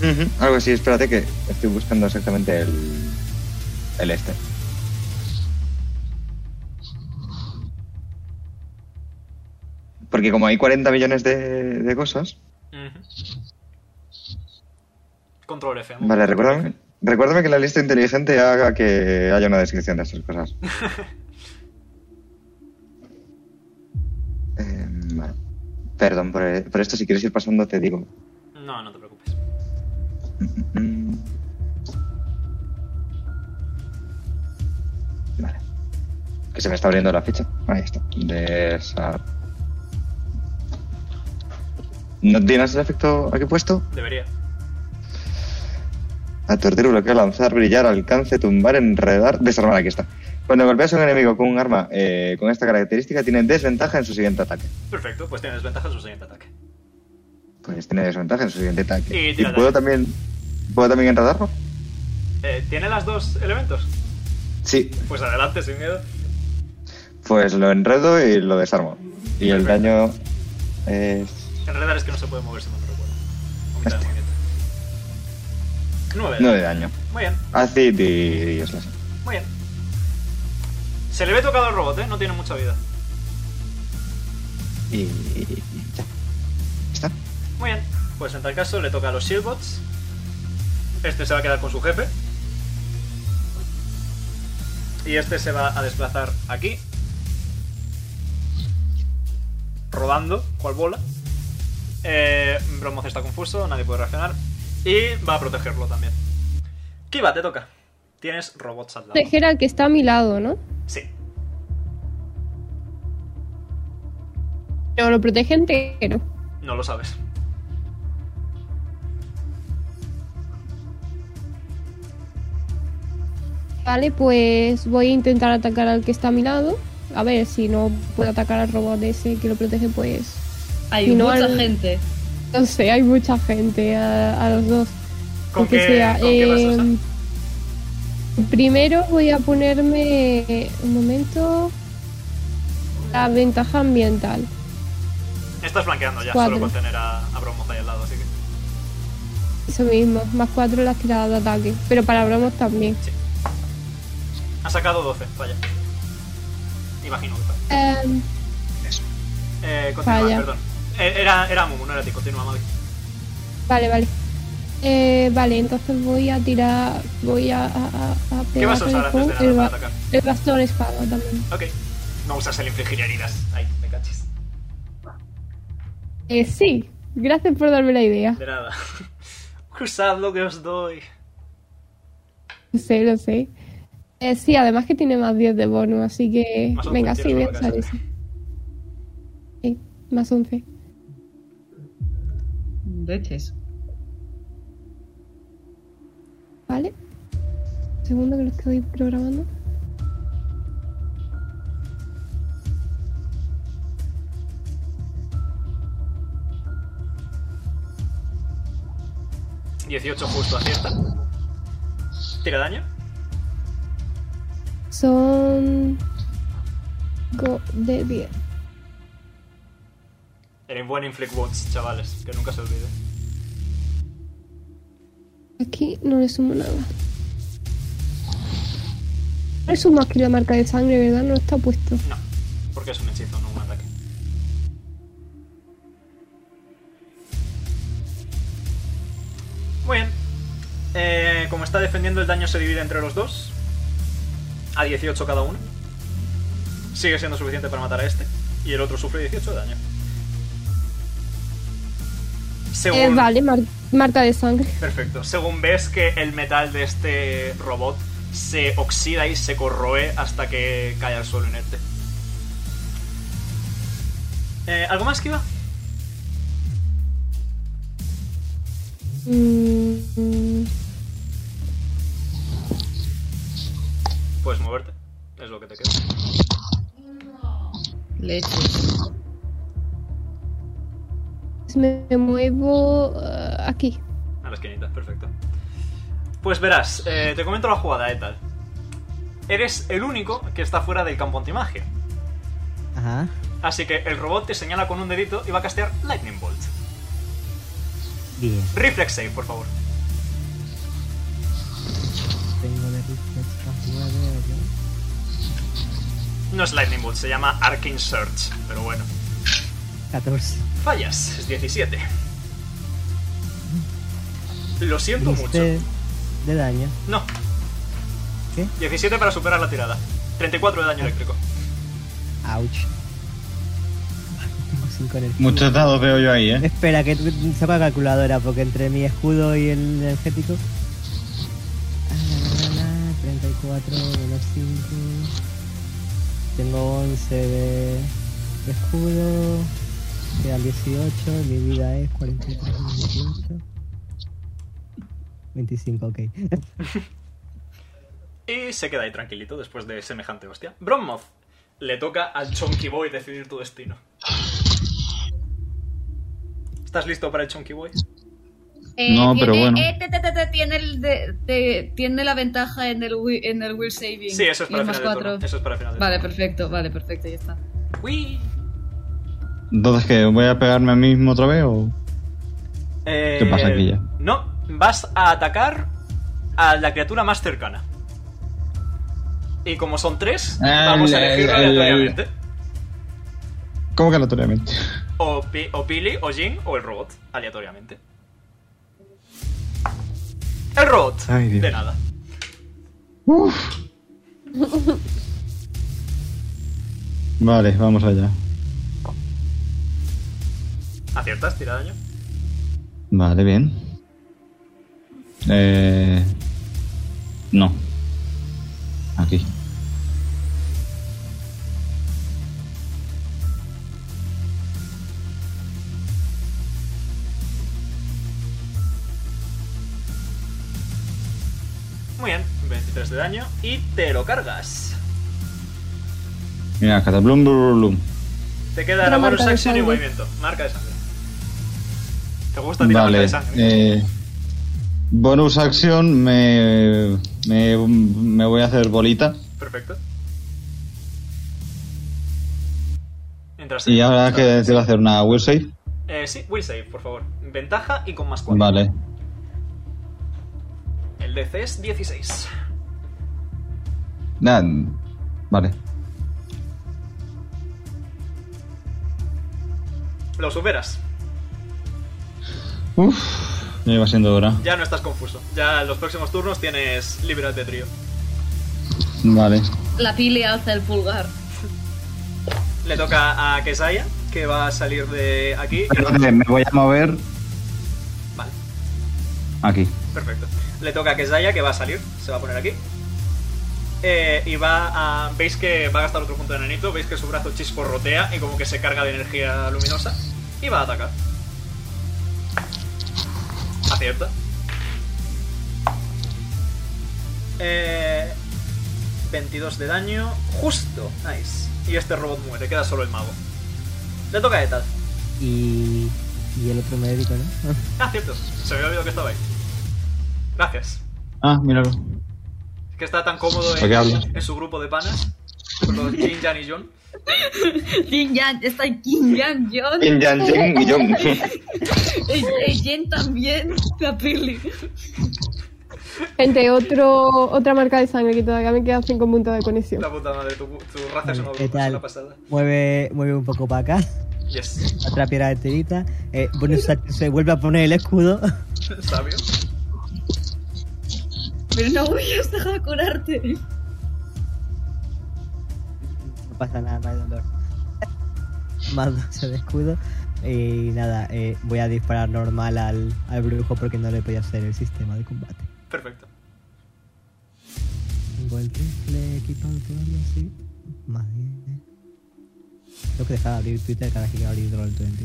[SPEAKER 8] Ujú, Algo así, espérate que estoy buscando exactamente el, el este. Porque como hay 40 millones de, de cosas...
[SPEAKER 1] Control F. amor.
[SPEAKER 8] Vale, recuérdame, recuérdame que la lista inteligente haga que haya una descripción de estas cosas. Eh, vale. Perdón, por, por esto si quieres ir pasando te digo.
[SPEAKER 1] No, no te preocupes.
[SPEAKER 8] Mm, mm, mm. Vale. Que se me está abriendo la ficha. Ahí está. Desar... ¿No tienes el efecto aquí puesto?
[SPEAKER 1] Debería.
[SPEAKER 8] Aturdir, bloquear, lanzar, brillar, alcance, tumbar, enredar, desarmar. Aquí está. Cuando golpeas a un enemigo con un arma eh, con esta característica, tiene desventaja en su siguiente ataque.
[SPEAKER 1] Perfecto, pues tiene desventaja en su siguiente ataque.
[SPEAKER 8] Pues tiene desventaja en su siguiente ataque.
[SPEAKER 1] Y tira
[SPEAKER 8] puedo
[SPEAKER 1] daño.
[SPEAKER 8] también. ¿Puedo también enredarlo?
[SPEAKER 1] Eh, ¿Tiene las dos elementos?
[SPEAKER 8] Sí.
[SPEAKER 1] Pues adelante, sin miedo.
[SPEAKER 8] Pues lo enredo y lo desarmo. Y el daño es
[SPEAKER 1] Enredar es que no se puede moverse, no me recuerdo. A mitad de
[SPEAKER 8] Este.
[SPEAKER 1] movimiento. Nueve.
[SPEAKER 8] 9 de daño.
[SPEAKER 1] Muy bien,
[SPEAKER 8] Acid y slash.
[SPEAKER 1] muy bien. Se le ve tocado al robot, ¿eh? No tiene mucha vida.
[SPEAKER 8] Y y ya. ¿Está?
[SPEAKER 1] Muy bien. Pues en tal caso le toca a los Shieldbots. Este se va a quedar con su jefe. Y este se va a desplazar aquí. Rodando, cual bola. Eh, Bromoz está confuso, nadie puede reaccionar. Y va a protegerlo también. Kiva, te toca. Tienes robots al lado.
[SPEAKER 4] Proteger al que está a mi lado, ¿no?
[SPEAKER 1] Sí.
[SPEAKER 4] Pero lo protege entero.
[SPEAKER 1] No lo sabes.
[SPEAKER 4] Vale, pues voy a intentar atacar al que está a mi lado. A ver, si no puedo atacar al robot ese que lo protege, pues...
[SPEAKER 2] Hay
[SPEAKER 4] Si no,
[SPEAKER 2] mucha
[SPEAKER 4] al-
[SPEAKER 2] gente.
[SPEAKER 4] No sé, hay mucha gente a, a los dos.
[SPEAKER 1] ¿Con
[SPEAKER 4] Lo que
[SPEAKER 1] qué,
[SPEAKER 4] sea.
[SPEAKER 1] ¿con qué vas a usar?
[SPEAKER 4] Em, primero voy a ponerme... Un momento... La ventaja ambiental.
[SPEAKER 1] Estás blanqueando ya,
[SPEAKER 4] cuatro.
[SPEAKER 1] solo con tener a, a Bromoth ahí al lado, así que.
[SPEAKER 4] Eso mismo, más cuatro las tiradas de ataque. Pero para bromos también.
[SPEAKER 1] Ha sacado 12, vaya. Imagino que falla.
[SPEAKER 4] Em,
[SPEAKER 1] Eh, continúa,
[SPEAKER 4] Falla.
[SPEAKER 1] perdón. Eh, Era, era Mumu, no era a ti, continúa, Mavi.
[SPEAKER 4] vale, vale. Eh, vale, entonces voy a tirar. Voy a. a, a- a
[SPEAKER 1] ¿Qué vas a
[SPEAKER 4] pegarle
[SPEAKER 1] usar antes de nada
[SPEAKER 4] con el,
[SPEAKER 1] para
[SPEAKER 4] ba-
[SPEAKER 1] atacar?
[SPEAKER 4] el bastón espada también.
[SPEAKER 1] Ok. No usas el infligir heridas. Ay, me cachis.
[SPEAKER 4] Eh, sí, gracias por darme la idea.
[SPEAKER 1] De nada. Usad lo que os doy.
[SPEAKER 4] Lo sé, lo sé. Eh, sí, además que tiene más 10 de bonus, así que.
[SPEAKER 1] Más 11
[SPEAKER 4] venga,
[SPEAKER 1] tienes,
[SPEAKER 4] sí, voy a
[SPEAKER 1] ¿no?
[SPEAKER 4] usar eso. Sí, más 11.
[SPEAKER 2] Leches.
[SPEAKER 4] Vale. Segundo que lo estoy programando.
[SPEAKER 1] ¿18 justo acierta? ¿Tira daño?
[SPEAKER 4] Son. Go de 10.
[SPEAKER 1] El buen inflict wounds, chavales, que nunca se olvide.
[SPEAKER 4] Aquí no le sumo nada. No le sumo aquí la marca de sangre, ¿verdad? No está puesto. Eh,
[SPEAKER 1] No, porque es un hechizo, no un ataque. Muy bien. Eh, como está defendiendo, el daño se divide entre los dos. A 18 cada uno. Sigue siendo suficiente para matar a este. Y el otro sufre 18 de daño. Según...
[SPEAKER 4] Eh, vale, mar- marca de sangre.
[SPEAKER 1] Perfecto. Según ves que el metal de este robot se oxida y se corroe hasta que cae al suelo inerte. Eh, ¿Algo más, Kiva?
[SPEAKER 4] Mm, mm,
[SPEAKER 1] Puedes moverte. Es lo que te queda.
[SPEAKER 2] Leches.
[SPEAKER 4] pues me, me muevo eh, aquí.
[SPEAKER 1] A la esquinita, perfecto. Pues verás, eh, te comento la jugada, tal. Eres el único que está fuera del campo antimagia.
[SPEAKER 3] Ajá.
[SPEAKER 1] Así que el robot te señala con un dedito y va a castear Lightning Bolt.
[SPEAKER 3] Bien.
[SPEAKER 1] Reflex save, por favor.
[SPEAKER 3] Tengo de reflex más nueve, ok.
[SPEAKER 1] No es Lightning Bolt, se llama Arcane Search, pero bueno.
[SPEAKER 3] 14.
[SPEAKER 1] Fallas, es 17. Lo siento mucho.
[SPEAKER 3] Este de daño.
[SPEAKER 1] No.
[SPEAKER 3] ¿Qué?
[SPEAKER 1] 17 para superar la tirada. 34 de daño eléctrico.
[SPEAKER 3] Ouch. Tengo 5 en el
[SPEAKER 5] Muchos dados veo yo ahí, ¿eh?
[SPEAKER 3] Espera, que tú- saco la calculadora, porque entre mi escudo y el energético. Ah, la, la, la, 34 menos 5. Tengo 11 de, de escudo. Quedan 18. Mi vida es 43 menos 18. 25, ok.
[SPEAKER 1] Y se queda ahí tranquilito después de semejante hostia. Bronmoth, le toca al Chonky Boy decidir tu destino. ¿Estás listo para el Chonky Boy?
[SPEAKER 2] Eh,
[SPEAKER 5] No, pero
[SPEAKER 2] tiene-
[SPEAKER 5] bueno.
[SPEAKER 2] eh, te- te- te- te- tiene, el de- te- tiene la ventaja en el, wi- en el will saving.
[SPEAKER 1] Sí, eso es
[SPEAKER 2] Y
[SPEAKER 1] para el
[SPEAKER 2] más
[SPEAKER 1] final del
[SPEAKER 2] cuatro.
[SPEAKER 1] turno. Eso es para el final del
[SPEAKER 2] Vale,
[SPEAKER 1] turno.
[SPEAKER 2] perfecto, vale, perfecto, ya está.
[SPEAKER 1] Uy.
[SPEAKER 5] Entonces, ¿qué? ¿Voy a pegarme a mí mismo otra vez o...?
[SPEAKER 1] Eh,
[SPEAKER 5] ¿Qué pasa aquí ya?
[SPEAKER 1] No, vas a atacar a la criatura más cercana. Y como son tres,
[SPEAKER 5] Ah,
[SPEAKER 1] vamos a
[SPEAKER 5] la,
[SPEAKER 1] elegirlo
[SPEAKER 5] la, la, la.
[SPEAKER 1] aleatoriamente.
[SPEAKER 5] ¿Cómo que aleatoriamente?
[SPEAKER 1] O, Pi- o Pili, o Jin, o el robot, aleatoriamente. El robot,
[SPEAKER 5] Ay, Dios.
[SPEAKER 1] de nada.
[SPEAKER 5] Vale, vamos allá.
[SPEAKER 1] ¿Aciertas? Tira daño.
[SPEAKER 5] Vale, bien. Eh... No. Aquí.
[SPEAKER 1] Muy bien, 23 de daño y te lo cargas.
[SPEAKER 5] Mira, cataplum, blum, blum.
[SPEAKER 1] Te queda
[SPEAKER 4] Otra
[SPEAKER 1] la bonus
[SPEAKER 4] marca de
[SPEAKER 1] action y
[SPEAKER 4] sangre.
[SPEAKER 1] movimiento. Marca de sangre. ¿Te gusta tirar marca
[SPEAKER 5] Vale.
[SPEAKER 1] de sangre?
[SPEAKER 5] Eh, bonus action, me, me, me voy a hacer bolita.
[SPEAKER 1] Perfecto. Mientras
[SPEAKER 5] Y ahora que decido hacer una will save.
[SPEAKER 1] Eh, sí, will save, por favor. Ventaja y con más 4.
[SPEAKER 5] Vale.
[SPEAKER 1] El DC es 16.
[SPEAKER 5] Nah, vale.
[SPEAKER 1] Lo superas.
[SPEAKER 5] Uf, ya iba siendo hora.
[SPEAKER 1] Ya no estás confuso. Ya en los próximos turnos tienes liberal de trío.
[SPEAKER 5] Vale.
[SPEAKER 2] La pile alza el pulgar.
[SPEAKER 1] Le toca a Kesaya, que va a salir de aquí. y va-
[SPEAKER 5] Espérate, eh, Me voy a mover
[SPEAKER 1] Vale,
[SPEAKER 5] aquí.
[SPEAKER 1] perfecto. Le toca a Kesaya, que va a salir. Se va a poner aquí. Eh, y va a. Veis que va a gastar otro punto de nanito. Veis que su brazo chisporrotea y como que se carga de energía luminosa. Y va a atacar. Acierta. Eh, 22 de daño. Justo. Nice. Y este robot muere. Queda solo el mago. Le toca a Etal.
[SPEAKER 10] Y, y el otro médico, ¿no?
[SPEAKER 1] Ah, cierto. Se me había olvidado que estaba ahí. Gracias.
[SPEAKER 5] Ah, míralo.
[SPEAKER 1] Es que está tan cómodo
[SPEAKER 5] ¿A qué hablas?
[SPEAKER 1] en, en su grupo de panas. Con los Jin, Jan y John.
[SPEAKER 2] Yin Yang, está Yin Yang, John.
[SPEAKER 8] Yin, Yang, Jing y yo.
[SPEAKER 2] Eh, eh, Yen también, la pili.
[SPEAKER 4] Gente, otro, otra marca de sangre que todavía me quedan 5 puntos de conexión.
[SPEAKER 1] La puta madre, tu, tu raza es una,
[SPEAKER 10] ¿Qué
[SPEAKER 1] es
[SPEAKER 10] tal?
[SPEAKER 1] una pasada.
[SPEAKER 10] Mueve, mueve un poco para acá.
[SPEAKER 1] Yes.
[SPEAKER 10] Otra piedra de tirita. Eh, bonus action, se vuelve a poner el escudo.
[SPEAKER 1] Sabio.
[SPEAKER 2] Pero no huyes, deja de curarte.
[SPEAKER 10] No pasa nada, no hay dolor. Más 12 de escudo. Y nada, eh, voy a disparar normal al, al brujo porque no le podía hacer el sistema de combate.
[SPEAKER 1] Perfecto.
[SPEAKER 10] Tengo el rifle equipado todavía, sí. Más 10. eh. Tengo que dejar de abrir Twitter cada vez que quiero abrir Roll 20.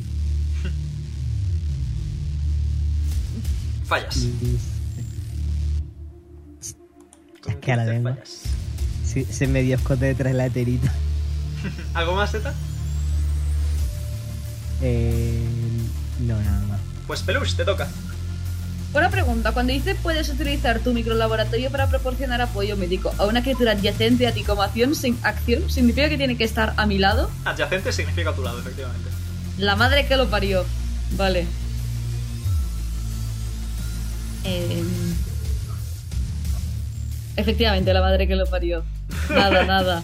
[SPEAKER 1] Fallas.
[SPEAKER 10] Es que a la
[SPEAKER 1] Te
[SPEAKER 10] lengua.
[SPEAKER 1] fallas.
[SPEAKER 10] Sí, se me dio escote detrás de la eterita.
[SPEAKER 1] ¿Algo más, Z?
[SPEAKER 10] Eh, no, nada más.
[SPEAKER 1] Pues Peluche, te toca.
[SPEAKER 2] Una pregunta, cuando dice puedes utilizar tu microlaboratorio para proporcionar apoyo médico a una criatura adyacente a ti como acción, sin acción, ¿significa que tiene que estar a mi lado?
[SPEAKER 1] Adyacente significa a tu lado, efectivamente.
[SPEAKER 2] La madre que lo parió. Vale. Em, Efectivamente, la madre que lo parió. Nada, nada.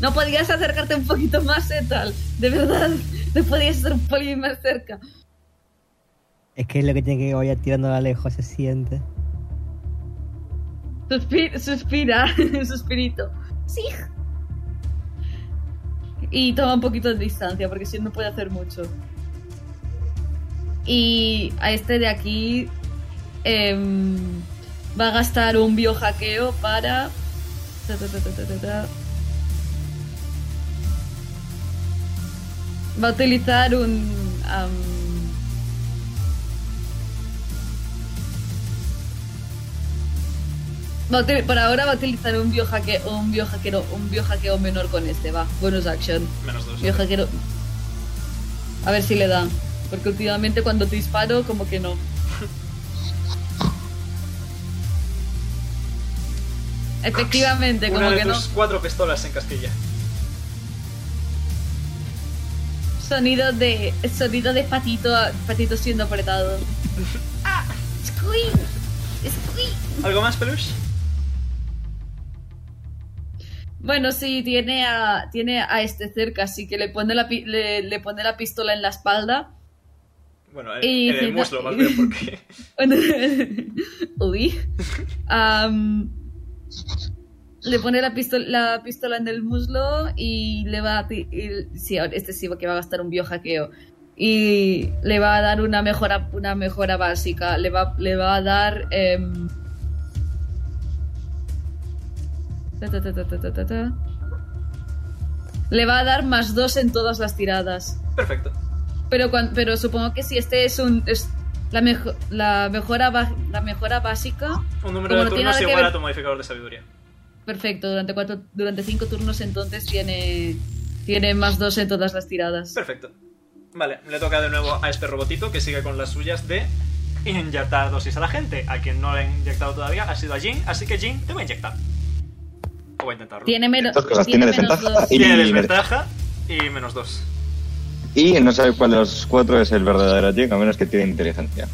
[SPEAKER 2] No podías acercarte un poquito más, eh, tal. De verdad, no podías estar un pelín más cerca.
[SPEAKER 10] Es que es lo que tiene que vaya tirando a lejos, se siente.
[SPEAKER 2] Suspi- suspira, suspirito. Sí. Y toma un poquito de distancia, porque si no no puede hacer mucho. Y a este de aquí em, va a gastar un biohackeo para... ta, ta, ta, ta, ta, ta, ta. Va a utilizar un... am, Va a util- por ahora va a utilizar un biohackeo, un biohackero, un biohackeo menor con este, va. Bonus action.
[SPEAKER 1] Menos dos.
[SPEAKER 2] Biohackero. A ver si le da. Porque últimamente cuando te disparo, como que no. Efectivamente,
[SPEAKER 1] Una
[SPEAKER 2] como
[SPEAKER 1] de
[SPEAKER 2] que no.
[SPEAKER 1] tus cuatro pistolas en Castilla.
[SPEAKER 2] Sonido de. Sonido de patito patito siendo apretado.
[SPEAKER 6] Squeak. Squeak.
[SPEAKER 1] ¿Algo más, Peluche?
[SPEAKER 2] Bueno, sí, tiene a, tiene a este cerca, así que le pone la, pi- le, le pone la pistola en la espalda.
[SPEAKER 1] Bueno, en,
[SPEAKER 2] Y
[SPEAKER 1] en el
[SPEAKER 2] Zeta-
[SPEAKER 1] muslo, más bien, porque.
[SPEAKER 2] Uy. Am, le pone la, pistola, la pistola en el muslo y le va a... ti- y- sí, ahora este sí que va a gastar un biohackeo. Y le va a dar una mejora, una mejora básica. Le va, le va a dar... em, ta, ta, ta, ta, ta, ta, ta, ta. Le va a dar más dos en todas las tiradas.
[SPEAKER 1] Perfecto.
[SPEAKER 2] Pero, cuan- pero supongo que si este es un. es- La, mejo- la, mejora, ba- la mejora básica.
[SPEAKER 1] Un
[SPEAKER 2] Como
[SPEAKER 1] número de
[SPEAKER 2] no tiene
[SPEAKER 1] turnos
[SPEAKER 2] nada que
[SPEAKER 1] igual
[SPEAKER 2] ver-
[SPEAKER 1] a tu modificador de sabiduría.
[SPEAKER 2] Perfecto, durante, cuatro, durante cinco turnos entonces tiene, tiene más dos en todas las tiradas.
[SPEAKER 1] Perfecto. Vale, le toca de nuevo a este robotito que sigue con las suyas de inyectar dosis a la gente. A quien no le he inyectado todavía ha sido a Jin, así que Jin, te voy a inyectar. O voy a intentarlo.
[SPEAKER 2] Tiene, meno-
[SPEAKER 8] Estas cosas
[SPEAKER 2] tiene
[SPEAKER 8] tiene
[SPEAKER 2] menos
[SPEAKER 8] desventaja
[SPEAKER 2] dos.
[SPEAKER 8] y-
[SPEAKER 1] Tiene desventaja y menos dos.
[SPEAKER 8] Y no sabe cuál de los cuatro es el verdadero Jin, a menos que tiene inteligencia.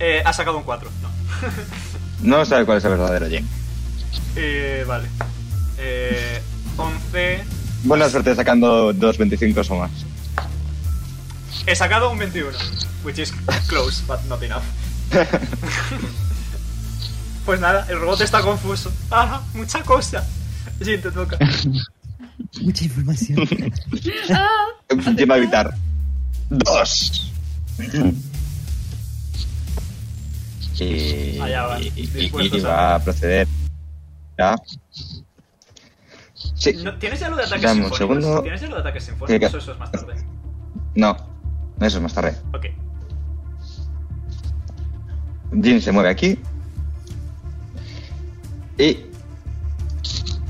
[SPEAKER 1] Eh, ha sacado un 4, no.
[SPEAKER 8] No sabe cuál es el verdadero Jin.
[SPEAKER 1] Eh, vale. Eh, 11.
[SPEAKER 8] Buena suerte sacando dos 25 o más.
[SPEAKER 1] He sacado un 21, which is close, but not enough. pues nada, el robot está confuso. ¡Ah, mucha cosa! Jin, te toca.
[SPEAKER 10] Mucha información.
[SPEAKER 8] Jin va a evitar. Dos. Y,
[SPEAKER 1] Allá van,
[SPEAKER 8] y- y-
[SPEAKER 1] dispuestos
[SPEAKER 8] y va
[SPEAKER 1] a-
[SPEAKER 8] a proceder. Ya. Sí.
[SPEAKER 1] No, ¿Tienes ya lo de ataques
[SPEAKER 8] Dame un
[SPEAKER 1] sinfónicos?
[SPEAKER 8] segundo.
[SPEAKER 1] ¿Tienes ya lo de ataques sinfónicos o eso es más tarde?
[SPEAKER 8] No. Eso es más tarde.
[SPEAKER 1] Ok.
[SPEAKER 8] Jin se mueve aquí. Y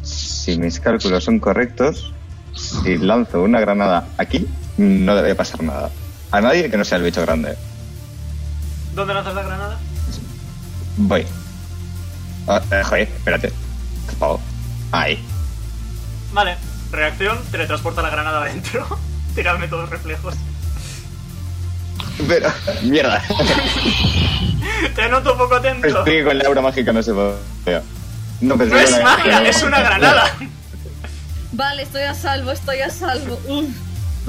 [SPEAKER 8] si mis cálculos son correctos, si lanzo una granada aquí, no debe pasar nada. A nadie que no sea el bicho grande.
[SPEAKER 1] ¿Dónde lanzas la granada?
[SPEAKER 8] Voy. Ah, eh, joder, espérate. Qué pavo. Ahí.
[SPEAKER 1] Vale, reacción, teletransporta la granada adentro. Tiradme todos reflejos.
[SPEAKER 8] Pero, mierda.
[SPEAKER 1] Te noto un poco atento.
[SPEAKER 8] Estoy con la aura mágica, no se puede. No, pensé
[SPEAKER 1] No
[SPEAKER 8] que
[SPEAKER 1] es
[SPEAKER 8] era-
[SPEAKER 1] magia, es una granada.
[SPEAKER 2] Vale, estoy a salvo, estoy a salvo. Uf.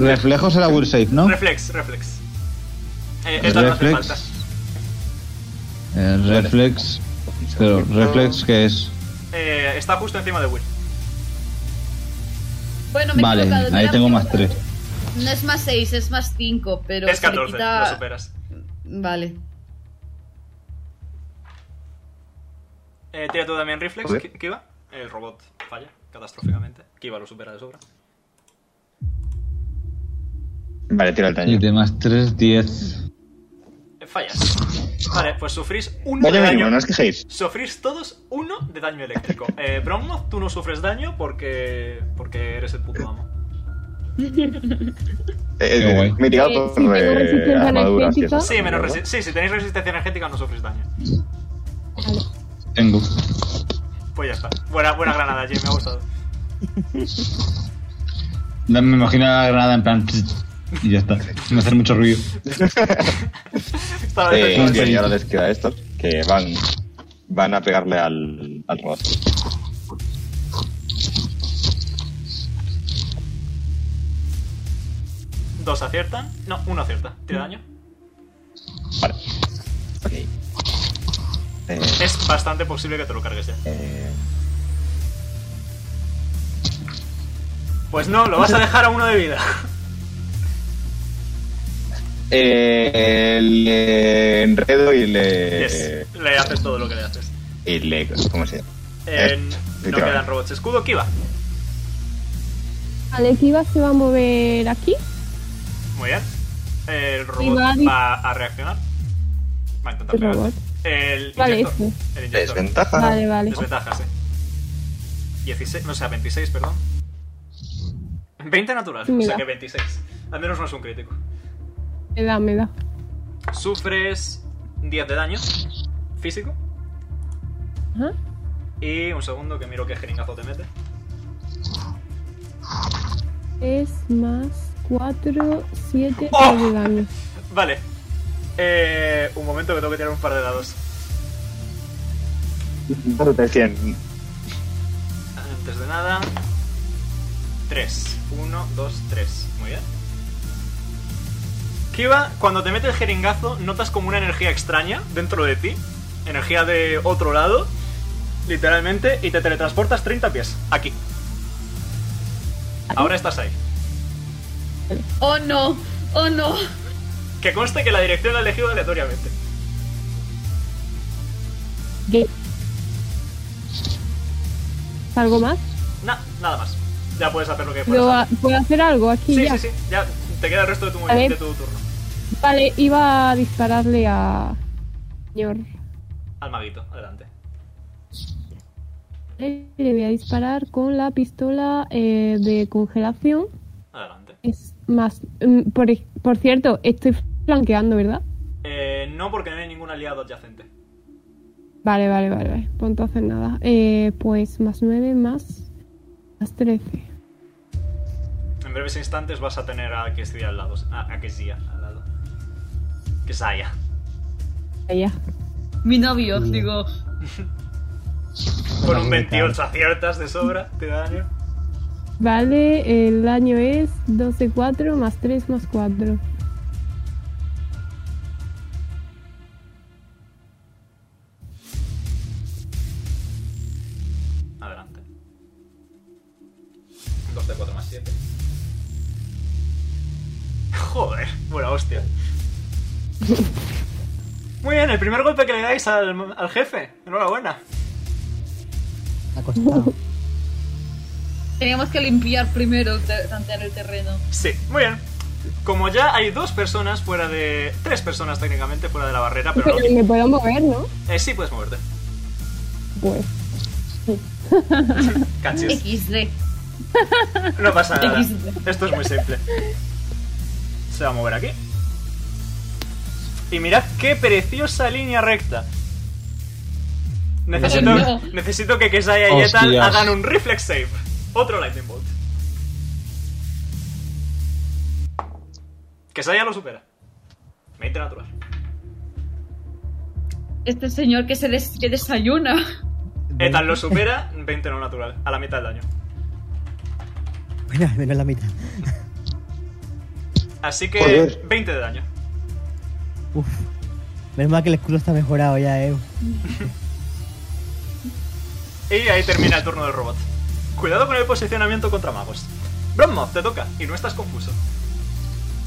[SPEAKER 5] Reflejos era will save, ¿no?
[SPEAKER 1] Reflex, reflex. Eh, esta no hace
[SPEAKER 5] Reflex.
[SPEAKER 1] falta.
[SPEAKER 5] Eh, reflex. Pero reflex que es.
[SPEAKER 1] Eh, está justo encima de Will.
[SPEAKER 2] Bueno, me he
[SPEAKER 5] Vale,
[SPEAKER 2] equivocado,
[SPEAKER 5] ahí
[SPEAKER 2] mira,
[SPEAKER 5] tengo
[SPEAKER 2] me he
[SPEAKER 5] más
[SPEAKER 2] equivocado.
[SPEAKER 5] 3.
[SPEAKER 2] No es más 6, es más 5, pero
[SPEAKER 1] Es
[SPEAKER 2] se le
[SPEAKER 1] 14,
[SPEAKER 2] quita-
[SPEAKER 1] lo superas.
[SPEAKER 2] Vale.
[SPEAKER 1] Eh, tira tú también reflex,
[SPEAKER 8] Joder.
[SPEAKER 1] Ki- Kiva. El robot falla catastróficamente. Kiva lo supera de sobra.
[SPEAKER 8] Vale, tiro el daño.
[SPEAKER 5] 7 más 3, 10.
[SPEAKER 1] Eh, fallas. Vale, pues sufrís uno de
[SPEAKER 8] Vaya mínimo,
[SPEAKER 1] daño.
[SPEAKER 8] no os quejéis.
[SPEAKER 1] Sufrís todos uno de daño eléctrico. Eh, Brommoth, tú no sufres daño porque porque eres el puto amo.
[SPEAKER 8] Eh,
[SPEAKER 5] Qué guay.
[SPEAKER 8] mitigado
[SPEAKER 4] Eh,
[SPEAKER 8] por
[SPEAKER 4] sí, tengo
[SPEAKER 8] eh,
[SPEAKER 4] resistencia
[SPEAKER 8] armaduras. y
[SPEAKER 4] energética.
[SPEAKER 8] esas
[SPEAKER 1] Sí, menos
[SPEAKER 8] cosas,
[SPEAKER 1] resi- sí, si tenéis resistencia energética no sufrís daño.
[SPEAKER 5] Tengo.
[SPEAKER 1] Pues ya está. Buena, buena granada, Jim, me ha gustado.
[SPEAKER 5] Me imagino la granada en plan. Y ya está. No hacer mucho ruido.
[SPEAKER 1] Estaba
[SPEAKER 8] ¿no? Eh,
[SPEAKER 1] defendiendo.
[SPEAKER 8] y ahora les queda estos que van, van a pegarle al, al robot.
[SPEAKER 1] Dos aciertan. No, uno acierta. Tira daño.
[SPEAKER 8] Vale. Ok. Eh,
[SPEAKER 1] Es bastante posible que te lo cargues ya.
[SPEAKER 8] eh,
[SPEAKER 1] Pues no, lo vas a dejar a uno de vida.
[SPEAKER 8] eh, le enredo y le.
[SPEAKER 1] Yes. Le haces todo lo que le haces.
[SPEAKER 8] Y le. ¿Cómo se llama?
[SPEAKER 1] Eh,
[SPEAKER 8] Eh,
[SPEAKER 1] no
[SPEAKER 8] literal.
[SPEAKER 1] quedan robots. Escudo, Kiva.
[SPEAKER 4] Vale, Kiva se va a mover aquí.
[SPEAKER 1] Muy bien. El robot
[SPEAKER 4] va a di-
[SPEAKER 1] va a reaccionar. Va a intentar
[SPEAKER 4] El
[SPEAKER 1] pegar.
[SPEAKER 4] robot. este?
[SPEAKER 1] El
[SPEAKER 4] Vale,
[SPEAKER 1] inyector. El inyector.
[SPEAKER 8] Desventaja.
[SPEAKER 4] Vale, vale.
[SPEAKER 1] Desventaja, sí. 16, eh. no, o sea, 26, perdón. 20 natural, o sea
[SPEAKER 4] Mira.
[SPEAKER 1] que 26. Al menos no es un crítico.
[SPEAKER 4] Me da, me da.
[SPEAKER 1] Sufres 10 de daño físico.
[SPEAKER 4] Ajá.
[SPEAKER 1] Y un segundo que miro qué jeringazo te mete.
[SPEAKER 4] Es más 4, 7,
[SPEAKER 1] ¡Oh!
[SPEAKER 4] 3 de daño.
[SPEAKER 1] Vale. Eh, un momento que tengo que tirar un par de dados.
[SPEAKER 8] Darte 100.
[SPEAKER 1] Antes de nada. 3. 1, 2, 3. Muy bien. Kiva, cuando te mete el jeringazo, notas como una energía extraña dentro de ti. Energía de otro lado. Literalmente. Y te teletransportas 30 pies. Aquí. Ahora estás ahí.
[SPEAKER 2] Oh no, oh no.
[SPEAKER 1] Que conste que la dirección la he elegido aleatoriamente.
[SPEAKER 4] ¿Qué? ¿Algo más?
[SPEAKER 1] Na, nada más. Ya puedes hacer lo que
[SPEAKER 4] Yo,
[SPEAKER 1] puedas. hacer.
[SPEAKER 4] ah, ¿Puedo hacer algo aquí
[SPEAKER 1] Sí,
[SPEAKER 4] ya?
[SPEAKER 1] sí, sí. Ya te queda el resto de tu, movi-
[SPEAKER 4] A ver.
[SPEAKER 1] de tu turno.
[SPEAKER 4] Vale, iba a dispararle a. Señor.
[SPEAKER 1] Al maguito, adelante.
[SPEAKER 4] Le voy a disparar con la pistola eh, de congelación.
[SPEAKER 1] Adelante.
[SPEAKER 4] Es más. mm, Por, por cierto, estoy flanqueando, ¿verdad?
[SPEAKER 1] Eh, no porque no hay ningún aliado adyacente.
[SPEAKER 4] Vale, vale, vale, vale. Pues entonces nada. Eh, pues más 9 más. Más 13.
[SPEAKER 1] En breves instantes vas a tener a Kestia al lado. A, a Kestia al lado. Kesaya.
[SPEAKER 4] Allá.
[SPEAKER 2] Mi novio, digo.
[SPEAKER 1] Con un 28 aciertas de sobra, te da daño.
[SPEAKER 4] Vale, el daño es 12, 4 más 3 más 4.
[SPEAKER 1] Adelante. 2 de 4 más 7. Joder, buena hostia. Muy bien, el primer golpe que le dais al, al jefe. Enhorabuena.
[SPEAKER 10] Acostado.
[SPEAKER 2] Teníamos que limpiar primero, te- tantear el terreno.
[SPEAKER 1] Sí, muy bien. Como ya hay dos personas fuera de. tres personas técnicamente fuera de la barrera, pero
[SPEAKER 4] Pero
[SPEAKER 1] no.
[SPEAKER 4] me puedo mover, ¿no?
[SPEAKER 1] Eh, sí puedes moverte.
[SPEAKER 4] Pues.
[SPEAKER 1] Cachis.
[SPEAKER 2] XD.
[SPEAKER 1] No pasa nada.
[SPEAKER 2] XD.
[SPEAKER 1] Esto es muy simple. Se va a mover aquí. Y mirad qué preciosa línea recta. Necesito,
[SPEAKER 2] No.
[SPEAKER 1] necesito que Kesaya y Ethan
[SPEAKER 5] Hostias.
[SPEAKER 1] hagan un reflex save. Otro lightning bolt. Kesaya lo supera. 20 natural.
[SPEAKER 2] Este señor que se des- que desayuna.
[SPEAKER 1] Ethan lo supera, 20 no natural. A la mitad del daño.
[SPEAKER 10] Bueno, al menos la mitad.
[SPEAKER 1] Así que
[SPEAKER 8] Joder.
[SPEAKER 1] 20 de daño.
[SPEAKER 10] Uf. Menos mal que el escudo está mejorado ya, eh.
[SPEAKER 1] Y ahí termina el turno del robot. Cuidado con el posicionamiento contra magos. Bronmoth, te toca y no estás confuso.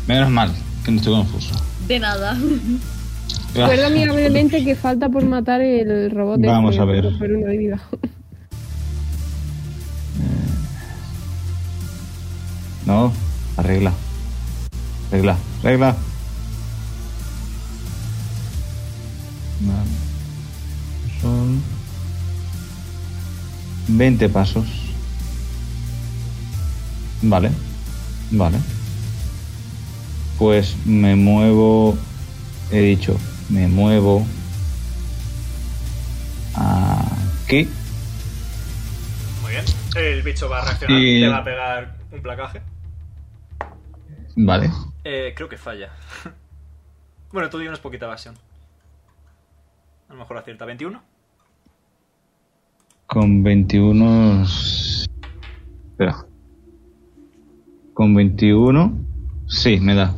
[SPEAKER 5] Menos mal, que no estoy confuso.
[SPEAKER 2] De nada.
[SPEAKER 5] Ah.
[SPEAKER 4] Recuerda amigablemente que falta por matar el robot.
[SPEAKER 5] Vamos
[SPEAKER 4] ese,
[SPEAKER 5] a ver.
[SPEAKER 4] Por uno de vida.
[SPEAKER 5] No, arregla. Regla, regla. Vale. Son 20 pasos. Vale, vale. Pues me muevo, he dicho, me muevo aquí.
[SPEAKER 1] Muy bien. El bicho va a reaccionar.
[SPEAKER 5] Y-
[SPEAKER 1] Le va a pegar un placaje.
[SPEAKER 5] Vale.
[SPEAKER 1] Eh, creo que falla. bueno, tú tienes poquita evasión. A lo mejor acierta 21.
[SPEAKER 5] Con 21. Espera. Con 21. Sí, me da.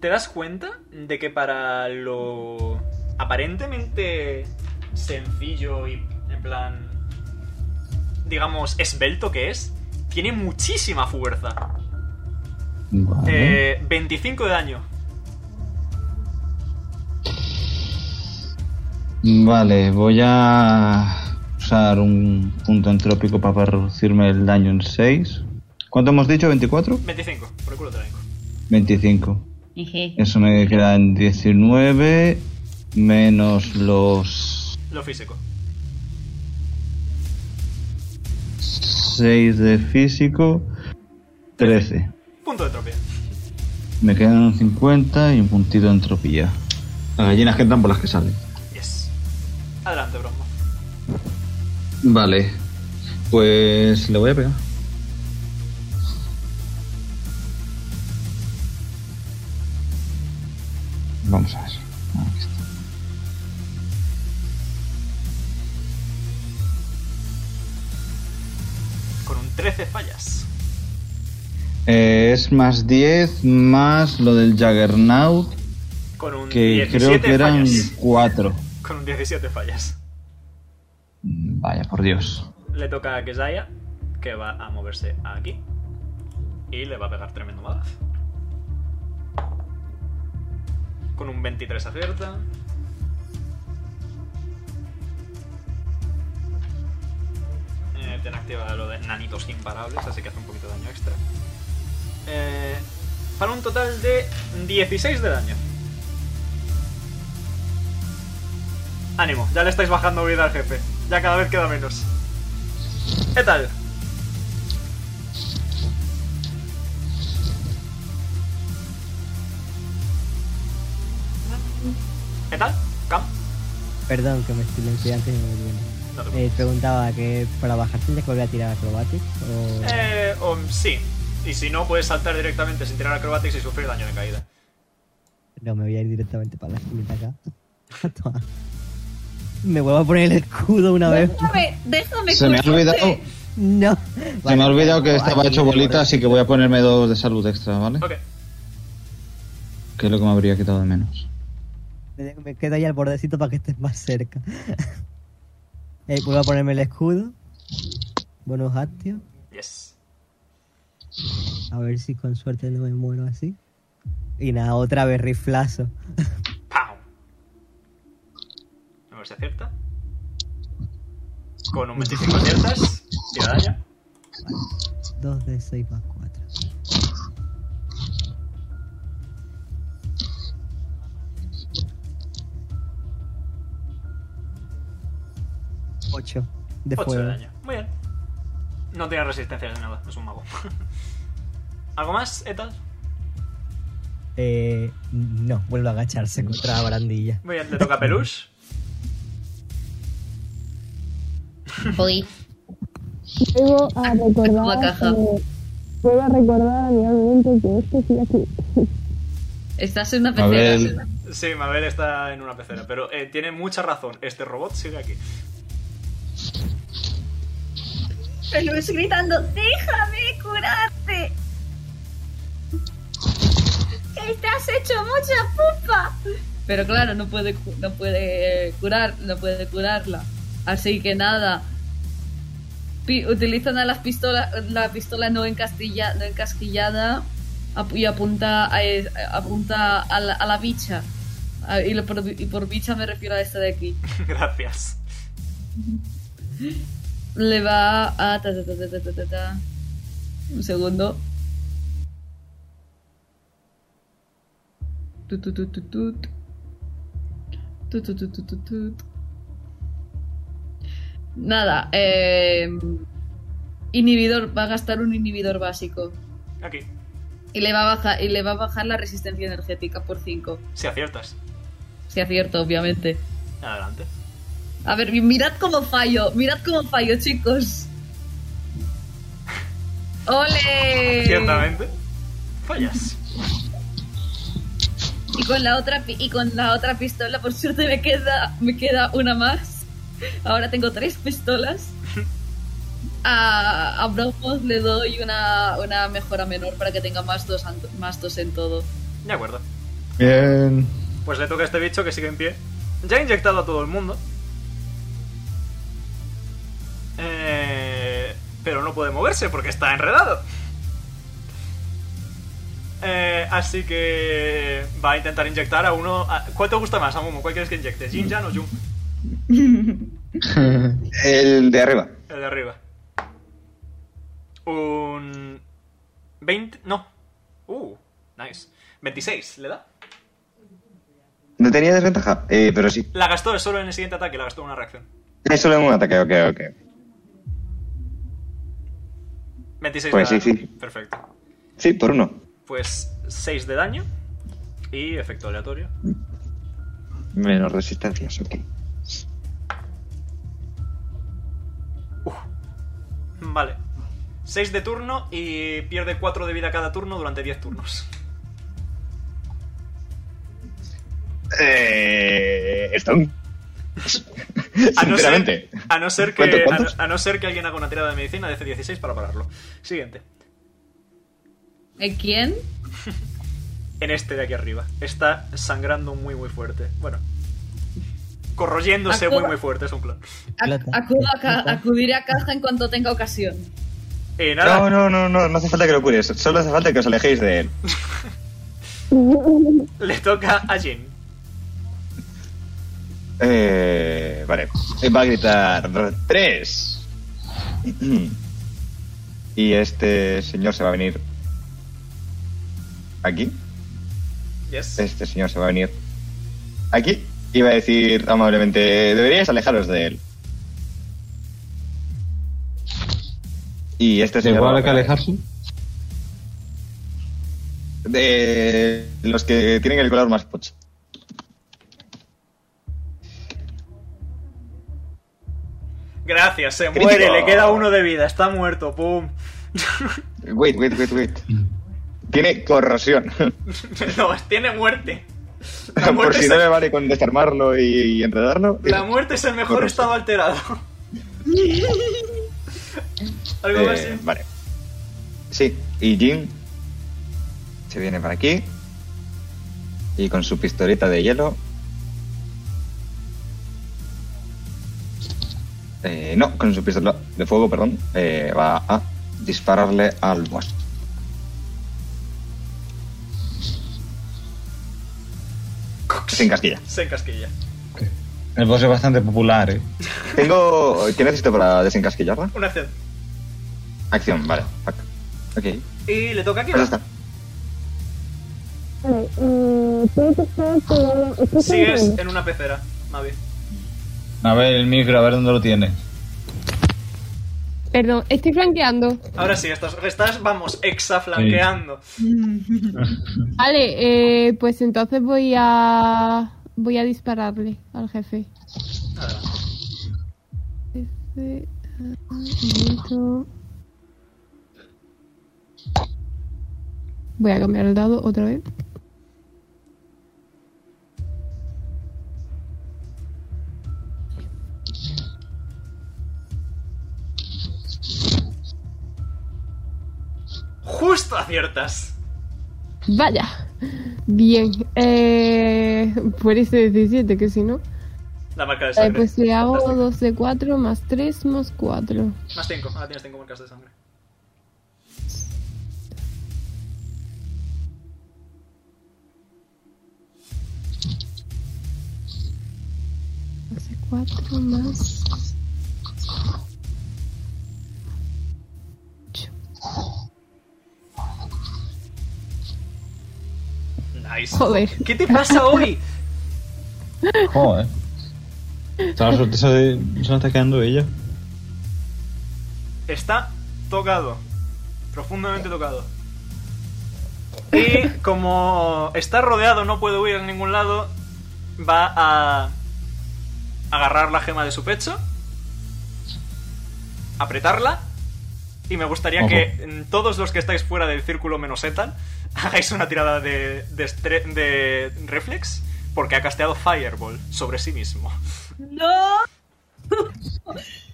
[SPEAKER 1] ¿Te das cuenta de que para lo aparentemente sencillo y en plan, digamos, esbelto que es, tiene muchísima fuerza?
[SPEAKER 5] Vale.
[SPEAKER 1] Eh, 25 de daño.
[SPEAKER 5] Vale, voy a usar un punto entrópico para reducirme el daño en 6. ¿Cuánto hemos dicho? ¿24?
[SPEAKER 1] 25, por el culo te la vengo.
[SPEAKER 5] 25. Eso me queda en 19 menos los
[SPEAKER 1] Lo físico.
[SPEAKER 5] 6 de físico. 13.
[SPEAKER 1] Punto de tropia.
[SPEAKER 5] Me quedan un 50 y un puntito de entropía. Las gallinas que entran por las que salen.
[SPEAKER 1] Yes. Adelante, Bromo.
[SPEAKER 5] Vale. Pues le voy a pegar. Vamos a ver. Aquí está.
[SPEAKER 1] Con un 13 fallas.
[SPEAKER 5] Eh, es más 10 más lo del Juggernaut,
[SPEAKER 1] Con un
[SPEAKER 5] que
[SPEAKER 1] 17
[SPEAKER 5] creo que eran
[SPEAKER 1] fallas.
[SPEAKER 5] 4.
[SPEAKER 1] Con un 17 fallas.
[SPEAKER 5] Vaya, por Dios.
[SPEAKER 1] Le toca a Kesaya, que va a moverse aquí. Y le va a pegar tremendo madazo. Con un 23 acierta. Eh, ten activado lo de nanitos imparables, así que hace un poquito de daño extra. Eh, para un total de 16 de daño. Ánimo, ya le estáis bajando vida al jefe. Ya cada vez queda menos. ¿Qué tal? ¿Qué tal? ¿Cam?
[SPEAKER 10] Perdón que me silencié antes y me volví.
[SPEAKER 1] No te
[SPEAKER 10] Eh, preguntaba que para bajar tendría que volver a tirar acrobatics o...
[SPEAKER 1] Eh, um, sí. Y si no, puedes saltar directamente sin tirar acrobatics y sufrir daño de caída.
[SPEAKER 10] No, me voy a ir directamente para la esquinita acá. Toma. me vuelvo a poner el escudo una vez.
[SPEAKER 7] Déjame, déjame
[SPEAKER 5] Se me ha
[SPEAKER 7] curarte.
[SPEAKER 5] olvidado,
[SPEAKER 10] No.
[SPEAKER 5] se me ha olvidado que
[SPEAKER 10] Vale,
[SPEAKER 5] estaba
[SPEAKER 10] aquí
[SPEAKER 5] hecho
[SPEAKER 10] me
[SPEAKER 5] bolita,
[SPEAKER 10] borré.
[SPEAKER 5] así que voy a ponerme dos de salud extra, ¿vale?
[SPEAKER 1] Ok.
[SPEAKER 5] Que es lo que me habría quitado de menos.
[SPEAKER 10] Me, me quedo ahí al bordecito para que estés más cerca. Eh, vuelvo a ponerme el escudo. Bonus actio.
[SPEAKER 1] Yes.
[SPEAKER 10] A ver si con suerte no me muero así. Y nada, otra vez riflazo.
[SPEAKER 1] ¡Pau! A ver si acierta. Con un 25 aciertas. Tira daño.
[SPEAKER 10] 2 de 6 más 4. Ocho de
[SPEAKER 1] 8 de
[SPEAKER 10] fuego.
[SPEAKER 1] daño. Muy bien. No tiene resistencias ni nada, es un mago. ¿Algo más, Etal?
[SPEAKER 10] Eh, no, vuelve a agacharse contra la barandilla.
[SPEAKER 1] Muy bien, le toca a Peluche.
[SPEAKER 7] Voy.
[SPEAKER 4] Vuelvo a
[SPEAKER 7] Una
[SPEAKER 4] recordar.
[SPEAKER 7] caja.
[SPEAKER 4] eh, vuelvo a recordar a mi amigo que esto sigue aquí.
[SPEAKER 2] Estás en una
[SPEAKER 5] A ver,
[SPEAKER 2] pecera.
[SPEAKER 1] Sí, Mabel está en una pecera, pero eh, tiene mucha razón. Este robot sigue aquí.
[SPEAKER 7] Peluche gritando, déjame curarte.
[SPEAKER 6] ¡Que te has hecho mucha pupa!
[SPEAKER 2] Pero claro, no puede, cu- no puede curar, no puede curarla. Así que nada. Pi- utilizan a las pistolas, la pistola no, encastilla, no encasquillada ap- y apunta a, e- apunta a la, a la bicha. A- y, lo por, bi- y por bicha me refiero a esta de aquí.
[SPEAKER 1] Gracias.
[SPEAKER 2] Le va a. ta, ta, ta, ta, ta, ta, ta, ta. Un segundo. Tu, tu, tu, tu, tut. Tu, tu, tu, tu, tu, tut. Nada. eh, inhibidor. Va a gastar un inhibidor básico.
[SPEAKER 1] Aquí.
[SPEAKER 2] Y le va a bajar, y le va a bajar la resistencia energética por 5.
[SPEAKER 1] Si aciertas.
[SPEAKER 2] Si acierto, obviamente.
[SPEAKER 1] Adelante.
[SPEAKER 2] A ver, mirad cómo fallo, mirad cómo fallo, chicos. Eh. ¡Ole!
[SPEAKER 1] Ciertamente. Fallas.
[SPEAKER 2] Y con la otra pi- y con la otra pistola, por suerte me queda me queda una más. Ahora tengo tres pistolas. A, a Bromos le doy una, una mejora menor para que tenga más dos, an- más dos en todo.
[SPEAKER 1] De acuerdo.
[SPEAKER 5] Bien.
[SPEAKER 1] Pues le toca a este bicho que sigue en pie. Ya ha inyectado a todo el mundo. Eh, pero no puede moverse porque está enredado. Eh, así que va a intentar inyectar a uno. a- ¿Cuál te gusta más, Amumu? ¿Cuál quieres que inyecte? ¿Jinjan o Jun?
[SPEAKER 8] El de arriba.
[SPEAKER 1] El de arriba. Un. 20. No. Uh, nice. 26, ¿le da?
[SPEAKER 8] ¿No tenía desventaja? Eh, pero sí.
[SPEAKER 1] La gastó solo en el siguiente ataque, la gastó en una reacción.
[SPEAKER 8] Es solo en un ataque, ok, ok.
[SPEAKER 1] 26
[SPEAKER 8] Pues
[SPEAKER 1] de
[SPEAKER 8] sí,
[SPEAKER 1] daño.
[SPEAKER 8] sí.
[SPEAKER 1] Perfecto.
[SPEAKER 8] Sí, por uno.
[SPEAKER 1] Pues 6 de daño y efecto aleatorio.
[SPEAKER 8] Menos resistencias, ok.
[SPEAKER 1] Vale. 6 de turno y pierde 4 de vida cada turno durante 10 turnos.
[SPEAKER 8] Eh, Stone.
[SPEAKER 1] A no ser-
[SPEAKER 8] Sinceramente.
[SPEAKER 1] A no ser que,
[SPEAKER 8] ¿Cuántos,
[SPEAKER 1] a
[SPEAKER 8] cuántos?
[SPEAKER 1] no, a no ser que alguien haga una tirada de medicina de C16 para pararlo. Siguiente.
[SPEAKER 2] ¿Eh, ¿Quién?
[SPEAKER 1] En este de aquí arriba. Está sangrando muy muy fuerte. Bueno. Corroyéndose
[SPEAKER 2] Acu-
[SPEAKER 1] muy muy fuerte, es un plan.
[SPEAKER 2] Ac- acudo a ca- acudiré a caja en cuanto tenga ocasión.
[SPEAKER 1] Eh, nada.
[SPEAKER 8] No, no, no, no, no hace falta que lo cures. Solo hace falta que os alejéis de él.
[SPEAKER 1] Le toca a Jin.
[SPEAKER 8] Eh, vale. Eh, Va a gritar tres. Y este señor se va a venir aquí.
[SPEAKER 1] Yes.
[SPEAKER 8] Este señor se va a venir aquí y va a decir amablemente, deberíais alejaros de él. Y este
[SPEAKER 5] ¿Se
[SPEAKER 8] señor...
[SPEAKER 5] va a
[SPEAKER 8] va a-
[SPEAKER 5] alejarse?
[SPEAKER 8] De los que tienen el color más pocho.
[SPEAKER 1] Gracias, se
[SPEAKER 8] Crítico.
[SPEAKER 1] muere, le queda uno de vida, está muerto, pum.
[SPEAKER 8] Wait, wait, wait, wait. Tiene corrosión.
[SPEAKER 1] No, tiene muerte. La
[SPEAKER 8] Por
[SPEAKER 1] muerte,
[SPEAKER 8] si
[SPEAKER 1] es,
[SPEAKER 8] no
[SPEAKER 1] el-
[SPEAKER 8] le vale con desarmarlo y, y enredarlo. eh,
[SPEAKER 1] la muerte es el mejor
[SPEAKER 8] Correcto.
[SPEAKER 1] estado alterado. Algo
[SPEAKER 8] Eh,
[SPEAKER 1] así.
[SPEAKER 8] Vale. Sí, y Jim se viene para aquí. Y con su pistoleta de hielo. Eh, no, con su pistola de fuego, perdón. eh, va a dispararle al boss. Sin casquilla.
[SPEAKER 1] Se encasquilla.
[SPEAKER 5] El boss es bastante popular, ¿eh?
[SPEAKER 8] Tengo. ¿Qué necesito para desencasquillarla?
[SPEAKER 1] Una acción.
[SPEAKER 8] Acción, vale. fuck. Ok.
[SPEAKER 1] Y le toca aquí.
[SPEAKER 8] Pues ya está.
[SPEAKER 4] eh,
[SPEAKER 1] Sigues en una pecera, Mavi.
[SPEAKER 5] A ver el micro, a ver dónde lo tiene.
[SPEAKER 4] Perdón, estoy flanqueando.
[SPEAKER 1] Ahora sí, estás, estás vamos, exaflanqueando.
[SPEAKER 4] Vale, eh, pues entonces voy a. Voy a dispararle al jefe.
[SPEAKER 1] Adelante.
[SPEAKER 4] Este, ah, un momento. Voy a cambiar el dado otra vez.
[SPEAKER 1] Justo aciertas.
[SPEAKER 4] Vaya. Bien. Eh, por ese 17, que si no.
[SPEAKER 1] La marca de
[SPEAKER 4] Eh,
[SPEAKER 1] sangre.
[SPEAKER 4] pues le hago
[SPEAKER 1] Fantástico.
[SPEAKER 4] 2 de 4 más 3 más 4.
[SPEAKER 1] Más 5, ahora tienes 5 marcas de sangre.
[SPEAKER 4] Hace 4 más. 8.
[SPEAKER 1] Nice.
[SPEAKER 4] Joder.
[SPEAKER 1] ¿Qué te pasa hoy?
[SPEAKER 5] Joder. Toda la sorpresa de. Se la está quedando ella.
[SPEAKER 1] Está tocado. Profundamente tocado. Y como está rodeado, no puede huir a ningún lado, va a agarrar la gema de su pecho, apretarla, y me gustaría
[SPEAKER 5] Ojo.
[SPEAKER 1] que mm, todos los que estáis fuera del círculo menos Ethan hagáis una tirada de, de, estre- de reflex, porque ha casteado Fireball sobre sí mismo.
[SPEAKER 2] ¡No!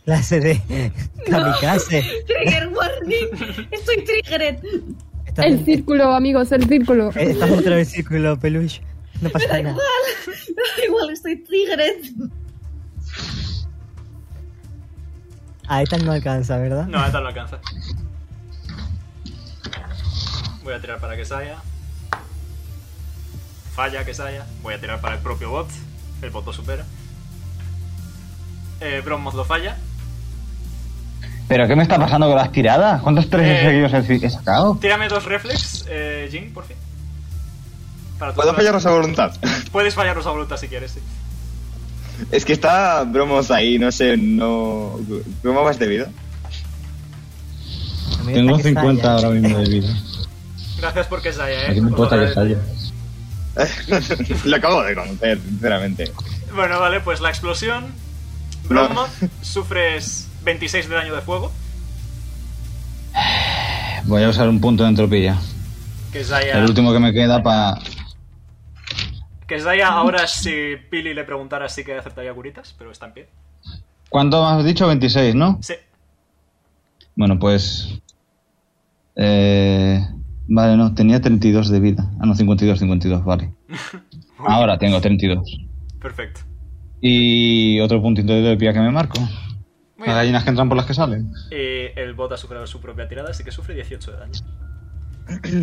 [SPEAKER 3] Clase de kamikaze.
[SPEAKER 2] ¡Trigger warning! ¡Estoy triggered!
[SPEAKER 3] Estás,
[SPEAKER 4] El círculo, amigos, el círculo.
[SPEAKER 3] eh, estás dentro del círculo, peluche. No pasa nada.
[SPEAKER 2] Da igual, estoy triggered.
[SPEAKER 3] A esta no alcanza, ¿verdad?
[SPEAKER 1] No, esta lo alcanza. Voy a tirar para que Saya. Falla que Saya. Voy a tirar para el propio bot. El bot lo supera. Eh, Bromos lo falla.
[SPEAKER 5] ¿Pero qué me está pasando con las tiradas? ¿Cuántos tres
[SPEAKER 1] Eh.
[SPEAKER 5] seguidos he he sacado?
[SPEAKER 1] Tírame dos reflex, eh, Jin, por fin. Para tu
[SPEAKER 8] ¿Puedo
[SPEAKER 1] lado.
[SPEAKER 8] fallarnos a voluntad?
[SPEAKER 1] Puedes fallarlos a voluntad si quieres, sí.
[SPEAKER 8] Es que está Bromos ahí, no sé, no. ¿Cómo vas de vida?
[SPEAKER 3] A mí
[SPEAKER 5] Tengo
[SPEAKER 3] esta que
[SPEAKER 5] 50
[SPEAKER 3] sale.
[SPEAKER 5] ahora mismo de vida.
[SPEAKER 1] Gracias porque Saya,
[SPEAKER 5] Aquí
[SPEAKER 1] eh.
[SPEAKER 5] me
[SPEAKER 1] Otra
[SPEAKER 5] importa que
[SPEAKER 1] vez.
[SPEAKER 5] salga.
[SPEAKER 8] Lo acabo de conocer, sinceramente.
[SPEAKER 1] Bueno, vale, pues la explosión.
[SPEAKER 8] No.
[SPEAKER 1] Bromoth, sufres 26 de daño de fuego.
[SPEAKER 5] Voy a usar un punto de entropía.
[SPEAKER 1] Que Saya.
[SPEAKER 5] El último que me queda para.
[SPEAKER 1] Que Zaya ahora si Pili le preguntara sí que aceptaría curitas, pero está en pie.
[SPEAKER 5] ¿Cuánto has dicho? 26, ¿no?
[SPEAKER 1] Sí.
[SPEAKER 5] Bueno, pues. Eh, vale, no, tenía 32 de vida. Ah, no, 52, 52, vale. Ahora tengo 32.
[SPEAKER 1] Perfecto.
[SPEAKER 5] Y otro puntito de pía que me marco.
[SPEAKER 1] Muy
[SPEAKER 5] Las
[SPEAKER 1] bien.
[SPEAKER 5] gallinas que entran por las que salen.
[SPEAKER 1] Eh, el bot ha superado su propia tirada, así que sufre 18 de daño.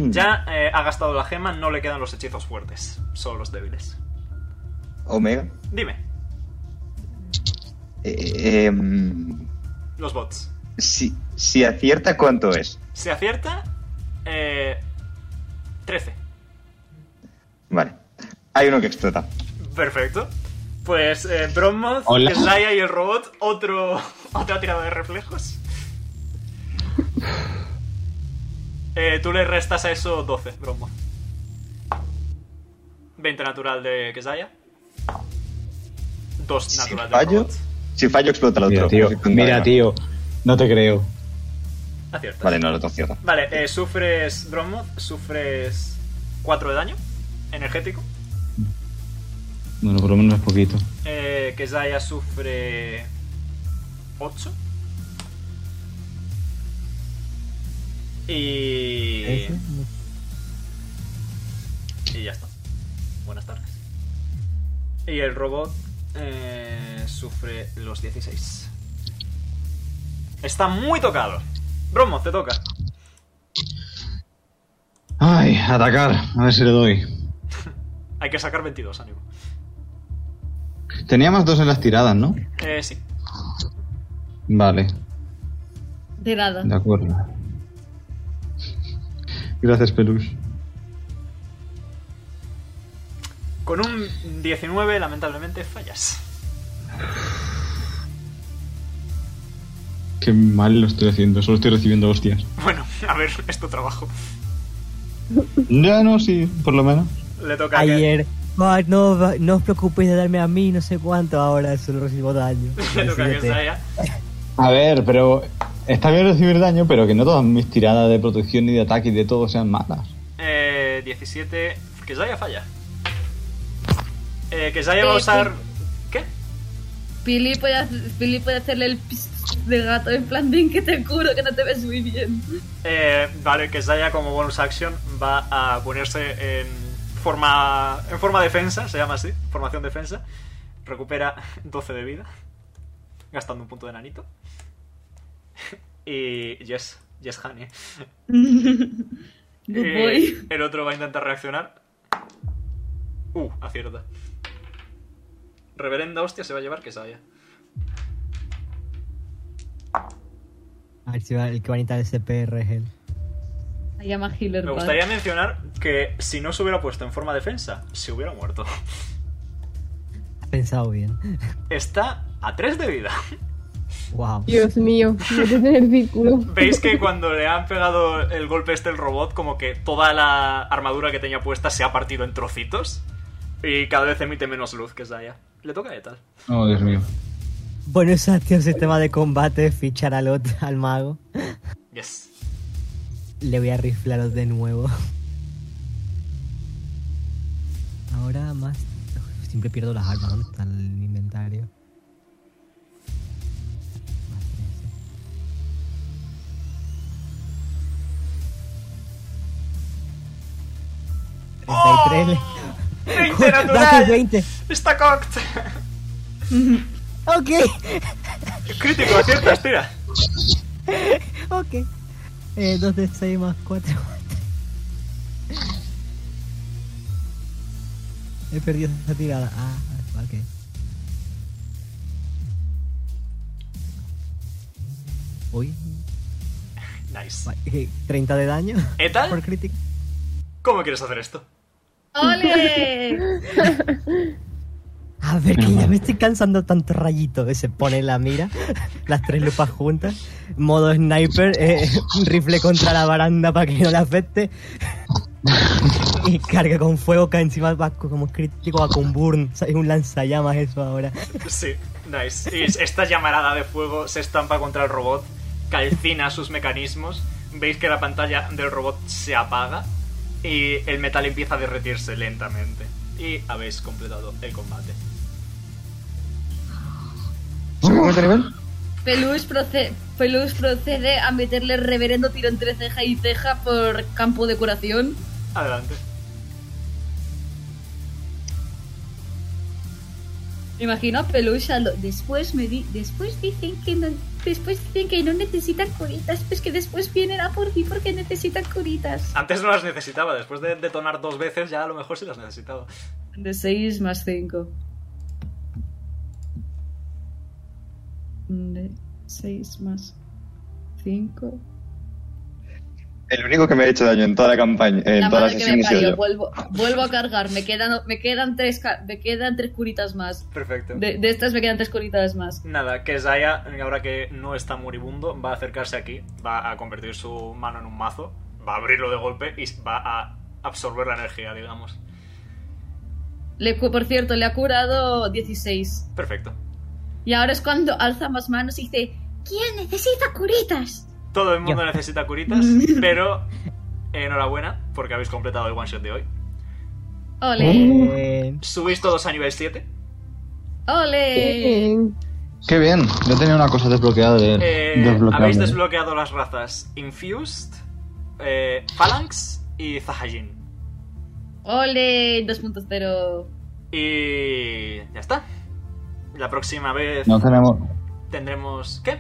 [SPEAKER 1] Ya eh, ha gastado la gema, no le quedan los hechizos fuertes, solo los débiles.
[SPEAKER 8] Omega.
[SPEAKER 1] Dime,
[SPEAKER 8] Eh, em,
[SPEAKER 1] los bots.
[SPEAKER 8] si, si acierta, ¿cuánto es?
[SPEAKER 1] Si acierta, eh, 13.
[SPEAKER 8] Vale. Hay uno que explota.
[SPEAKER 1] Perfecto. Pues eh, Bronmoth,
[SPEAKER 5] Hola.
[SPEAKER 1] Zaya y el robot, otro, otra tirada de reflejos. Eh, tú le restas a eso 12, Bronmoth. 20 natural de Kesaya. 2
[SPEAKER 8] Si
[SPEAKER 1] natural de
[SPEAKER 8] fallo,
[SPEAKER 1] robot.
[SPEAKER 8] si fallo explota el otro.
[SPEAKER 5] Mira, tío,
[SPEAKER 8] Perfecto,
[SPEAKER 5] mira,
[SPEAKER 8] vale.
[SPEAKER 5] tío, no te creo.
[SPEAKER 1] Aciertas.
[SPEAKER 8] Vale, no, lo otro cierra.
[SPEAKER 1] Vale, eh, sufres, Bronmoth, sufres 4 de daño energético.
[SPEAKER 5] Bueno, por lo menos es poquito.
[SPEAKER 1] Eh, que Zaya sufre 8. Y...
[SPEAKER 10] Ese, no.
[SPEAKER 1] y ya está. Buenas tardes. Y el robot eh, sufre los 16. Está muy tocado. Bromo, te toca.
[SPEAKER 5] Ay, atacar, a ver si le doy.
[SPEAKER 1] Hay que sacar 22, ánimo.
[SPEAKER 5] Tenía más dos en las tiradas, ¿no?
[SPEAKER 1] Eh, sí.
[SPEAKER 5] Vale,
[SPEAKER 2] De nada.
[SPEAKER 5] de acuerdo. Gracias, Peluche.
[SPEAKER 1] Con un 19, lamentablemente, fallas.
[SPEAKER 5] Qué mal lo estoy haciendo, solo estoy recibiendo hostias.
[SPEAKER 1] Bueno, a ver, es tu trabajo.
[SPEAKER 5] Ya no, sí, por lo menos.
[SPEAKER 1] Le toca a Ke-
[SPEAKER 3] Ayer. "Ah, no, va- no os preocupéis de darme a mí, no sé cuánto. Ahora solo recibo daño.
[SPEAKER 1] Le toca a
[SPEAKER 3] Decídete.
[SPEAKER 1] Kesaya.
[SPEAKER 5] A ver, pero está bien recibir daño, pero que no todas mis tiradas de protección y de ataque y de todo sean malas.
[SPEAKER 1] Eh, 17. Que Zaya falla. Eh, que Zaya va a usar. ¿Qué?
[SPEAKER 2] Pili puede, hacer- Pili puede hacerle el pis de gato en plan de que te curo que no te ves muy bien.
[SPEAKER 1] Eh, vale, que Zaya como bonus action va a ponerse en forma. En forma defensa, se llama así. Formación defensa. Recupera 12 de vida. Gastando un punto de nanito. Y. Yes. Yes, honey.
[SPEAKER 2] Good
[SPEAKER 1] Eh,
[SPEAKER 2] boy.
[SPEAKER 1] el otro va a intentar reaccionar. Uh, acierta. Reverenda hostia se va a llevar que Zaya.
[SPEAKER 10] A ver si va- el que va a necesitar el CPR es él.
[SPEAKER 2] La llama Healer
[SPEAKER 1] Me
[SPEAKER 2] Bud.
[SPEAKER 1] gustaría mencionar que si no se hubiera puesto en forma defensa, se hubiera muerto.
[SPEAKER 10] Has pensado bien.
[SPEAKER 1] Está a 3 de vida.
[SPEAKER 10] Wow.
[SPEAKER 4] Dios mío, me tiene en el círculo.
[SPEAKER 1] Veis que cuando le han pegado el golpe este el robot, como que toda la armadura que tenía puesta se ha partido en trocitos. Y cada vez emite menos luz que Zaya. Le toca a tal.
[SPEAKER 5] Oh, Dios mío.
[SPEAKER 3] Bueno, ese ha sido el sistema de combate, fichar al, ot- al mago.
[SPEAKER 1] Yes.
[SPEAKER 3] Le voy a riflaros de nuevo. Ahora más... Uf, Siempre pierdo las armas, ¿dónde está el inventario? Más 13.
[SPEAKER 1] ¡Oh!
[SPEAKER 3] 33 le-
[SPEAKER 1] 20
[SPEAKER 3] Date el
[SPEAKER 1] natural.
[SPEAKER 3] 20.
[SPEAKER 1] Está cocked.
[SPEAKER 3] Ok,
[SPEAKER 1] Crítico, aciertas, tira.
[SPEAKER 3] ok. Eh, 2 de 6 más 4. He perdido esa tirada. Ah, ok. Uy,
[SPEAKER 1] Nice.
[SPEAKER 3] va- eh, 30 de daño por
[SPEAKER 1] ¿Etal?
[SPEAKER 3] crítico.
[SPEAKER 1] ¿Cómo quieres hacer esto?
[SPEAKER 2] ¡Ole!
[SPEAKER 3] A ver,
[SPEAKER 5] Menos
[SPEAKER 3] que ya
[SPEAKER 5] mal.
[SPEAKER 3] me estoy cansando tanto rayito. que Se pone la mira, las tres lupas juntas. Modo sniper, eh, rifle contra la baranda para que no la afecte. Y carga con fuego, que encima va co- como crítico, va con burn. O sea, Es un lanzallamas eso ahora.
[SPEAKER 1] Sí, nice. Y esta llamarada de fuego se estampa contra el robot, calcina sus mecanismos. Veis que la pantalla del robot se apaga y el metal empieza a derretirse lentamente. Y habéis completado el combate.
[SPEAKER 8] ¿Segundo nivel?
[SPEAKER 2] Peluche procede, Peluche procede a meterle reverendo tiro entre ceja y ceja por campo de curación.
[SPEAKER 1] Adelante.
[SPEAKER 2] Me imagino a Peluche a lo-
[SPEAKER 6] Después me di después dicen que no después dicen que no necesitan curitas, pues que después vienen a por ti porque necesitan curitas.
[SPEAKER 1] Antes no las necesitaba, después de detonar dos veces ya a lo mejor sí las necesitaba.
[SPEAKER 2] de 6 más 5. De 6 más 5.
[SPEAKER 8] El único que me ha hecho daño en toda la campaña, en
[SPEAKER 2] La
[SPEAKER 8] toda la
[SPEAKER 2] madre que
[SPEAKER 8] sesión
[SPEAKER 2] me
[SPEAKER 8] he sido
[SPEAKER 2] parió.
[SPEAKER 8] yo.
[SPEAKER 2] Vuelvo, vuelvo a cargar. Me quedan, me, quedan tres, ca- me quedan tres curitas más.
[SPEAKER 1] Perfecto.
[SPEAKER 2] De, de estas me quedan tres curitas más.
[SPEAKER 1] Nada, que Zaya, ahora que no está moribundo, va a acercarse aquí, va a convertir su mano en un mazo, va a abrirlo de golpe y va a absorber la energía, digamos.
[SPEAKER 2] Le, cu- por cierto, le ha curado 16.
[SPEAKER 1] Perfecto.
[SPEAKER 2] Y ahora es cuando alza más manos y dice...
[SPEAKER 6] ¿Quién necesita curitas?
[SPEAKER 1] Todo el mundo necesita curitas, pero eh, enhorabuena porque habéis completado el one shot de hoy.
[SPEAKER 2] ¡Ole!
[SPEAKER 3] Eh,
[SPEAKER 1] Subís todos a nivel 7.
[SPEAKER 2] Oh. ¡Ole!
[SPEAKER 4] Bien.
[SPEAKER 5] Qué bien, yo tenía una cosa desbloqueada de
[SPEAKER 1] Eh,
[SPEAKER 5] desbloqueable.
[SPEAKER 1] habéis desbloqueado las razas Infused, eh, Phalanx y Zahajin.
[SPEAKER 2] Oh. ¡Ole! 2.0.
[SPEAKER 1] Y ya está. La próxima vez
[SPEAKER 5] No tenemos,
[SPEAKER 1] tendremos... ¿Qué?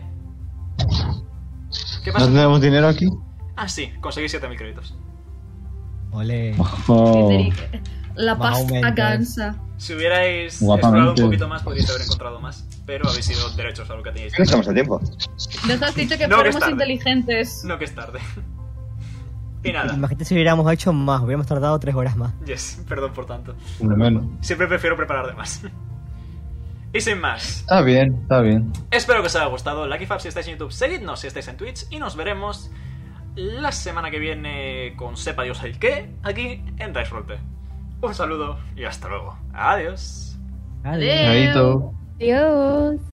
[SPEAKER 1] ¿Qué
[SPEAKER 5] ¿no
[SPEAKER 1] pasa?
[SPEAKER 5] tenemos dinero aquí.
[SPEAKER 1] Ah, sí, conseguí 7.000 créditos.
[SPEAKER 10] Ole.
[SPEAKER 5] Oh,
[SPEAKER 2] La
[SPEAKER 10] Más
[SPEAKER 2] pasta
[SPEAKER 10] aumentos.
[SPEAKER 2] cansa.
[SPEAKER 1] Si hubierais
[SPEAKER 5] Guapamente.
[SPEAKER 1] explorado un poquito más, podríais haber encontrado más. Pero habéis sido derechos a lo que teníais.
[SPEAKER 8] No estamos a tiempo.
[SPEAKER 2] Nos has dicho que
[SPEAKER 1] No, que es
[SPEAKER 2] fuéramos
[SPEAKER 1] tarde.
[SPEAKER 2] inteligentes.
[SPEAKER 1] No, que es tarde. y nada.
[SPEAKER 10] Imagínate si hubiéramos hecho más, hubiéramos tardado tres horas más.
[SPEAKER 1] Yes, perdón por tanto.
[SPEAKER 5] por lo menos.
[SPEAKER 1] Siempre prefiero preparar de más. y sin más,
[SPEAKER 5] Está bien, está bien.
[SPEAKER 1] espero que os haya gustado. Lucky Fab, si estáis en YouTube, seguidnos si estáis en Twitch. Y nos veremos la semana que viene con Sepa Dios el qué, aquí en Dice Roll T. Un saludo y hasta luego. Adiós.
[SPEAKER 10] Vale.
[SPEAKER 2] Adiós.
[SPEAKER 5] Chaito.
[SPEAKER 4] Adiós.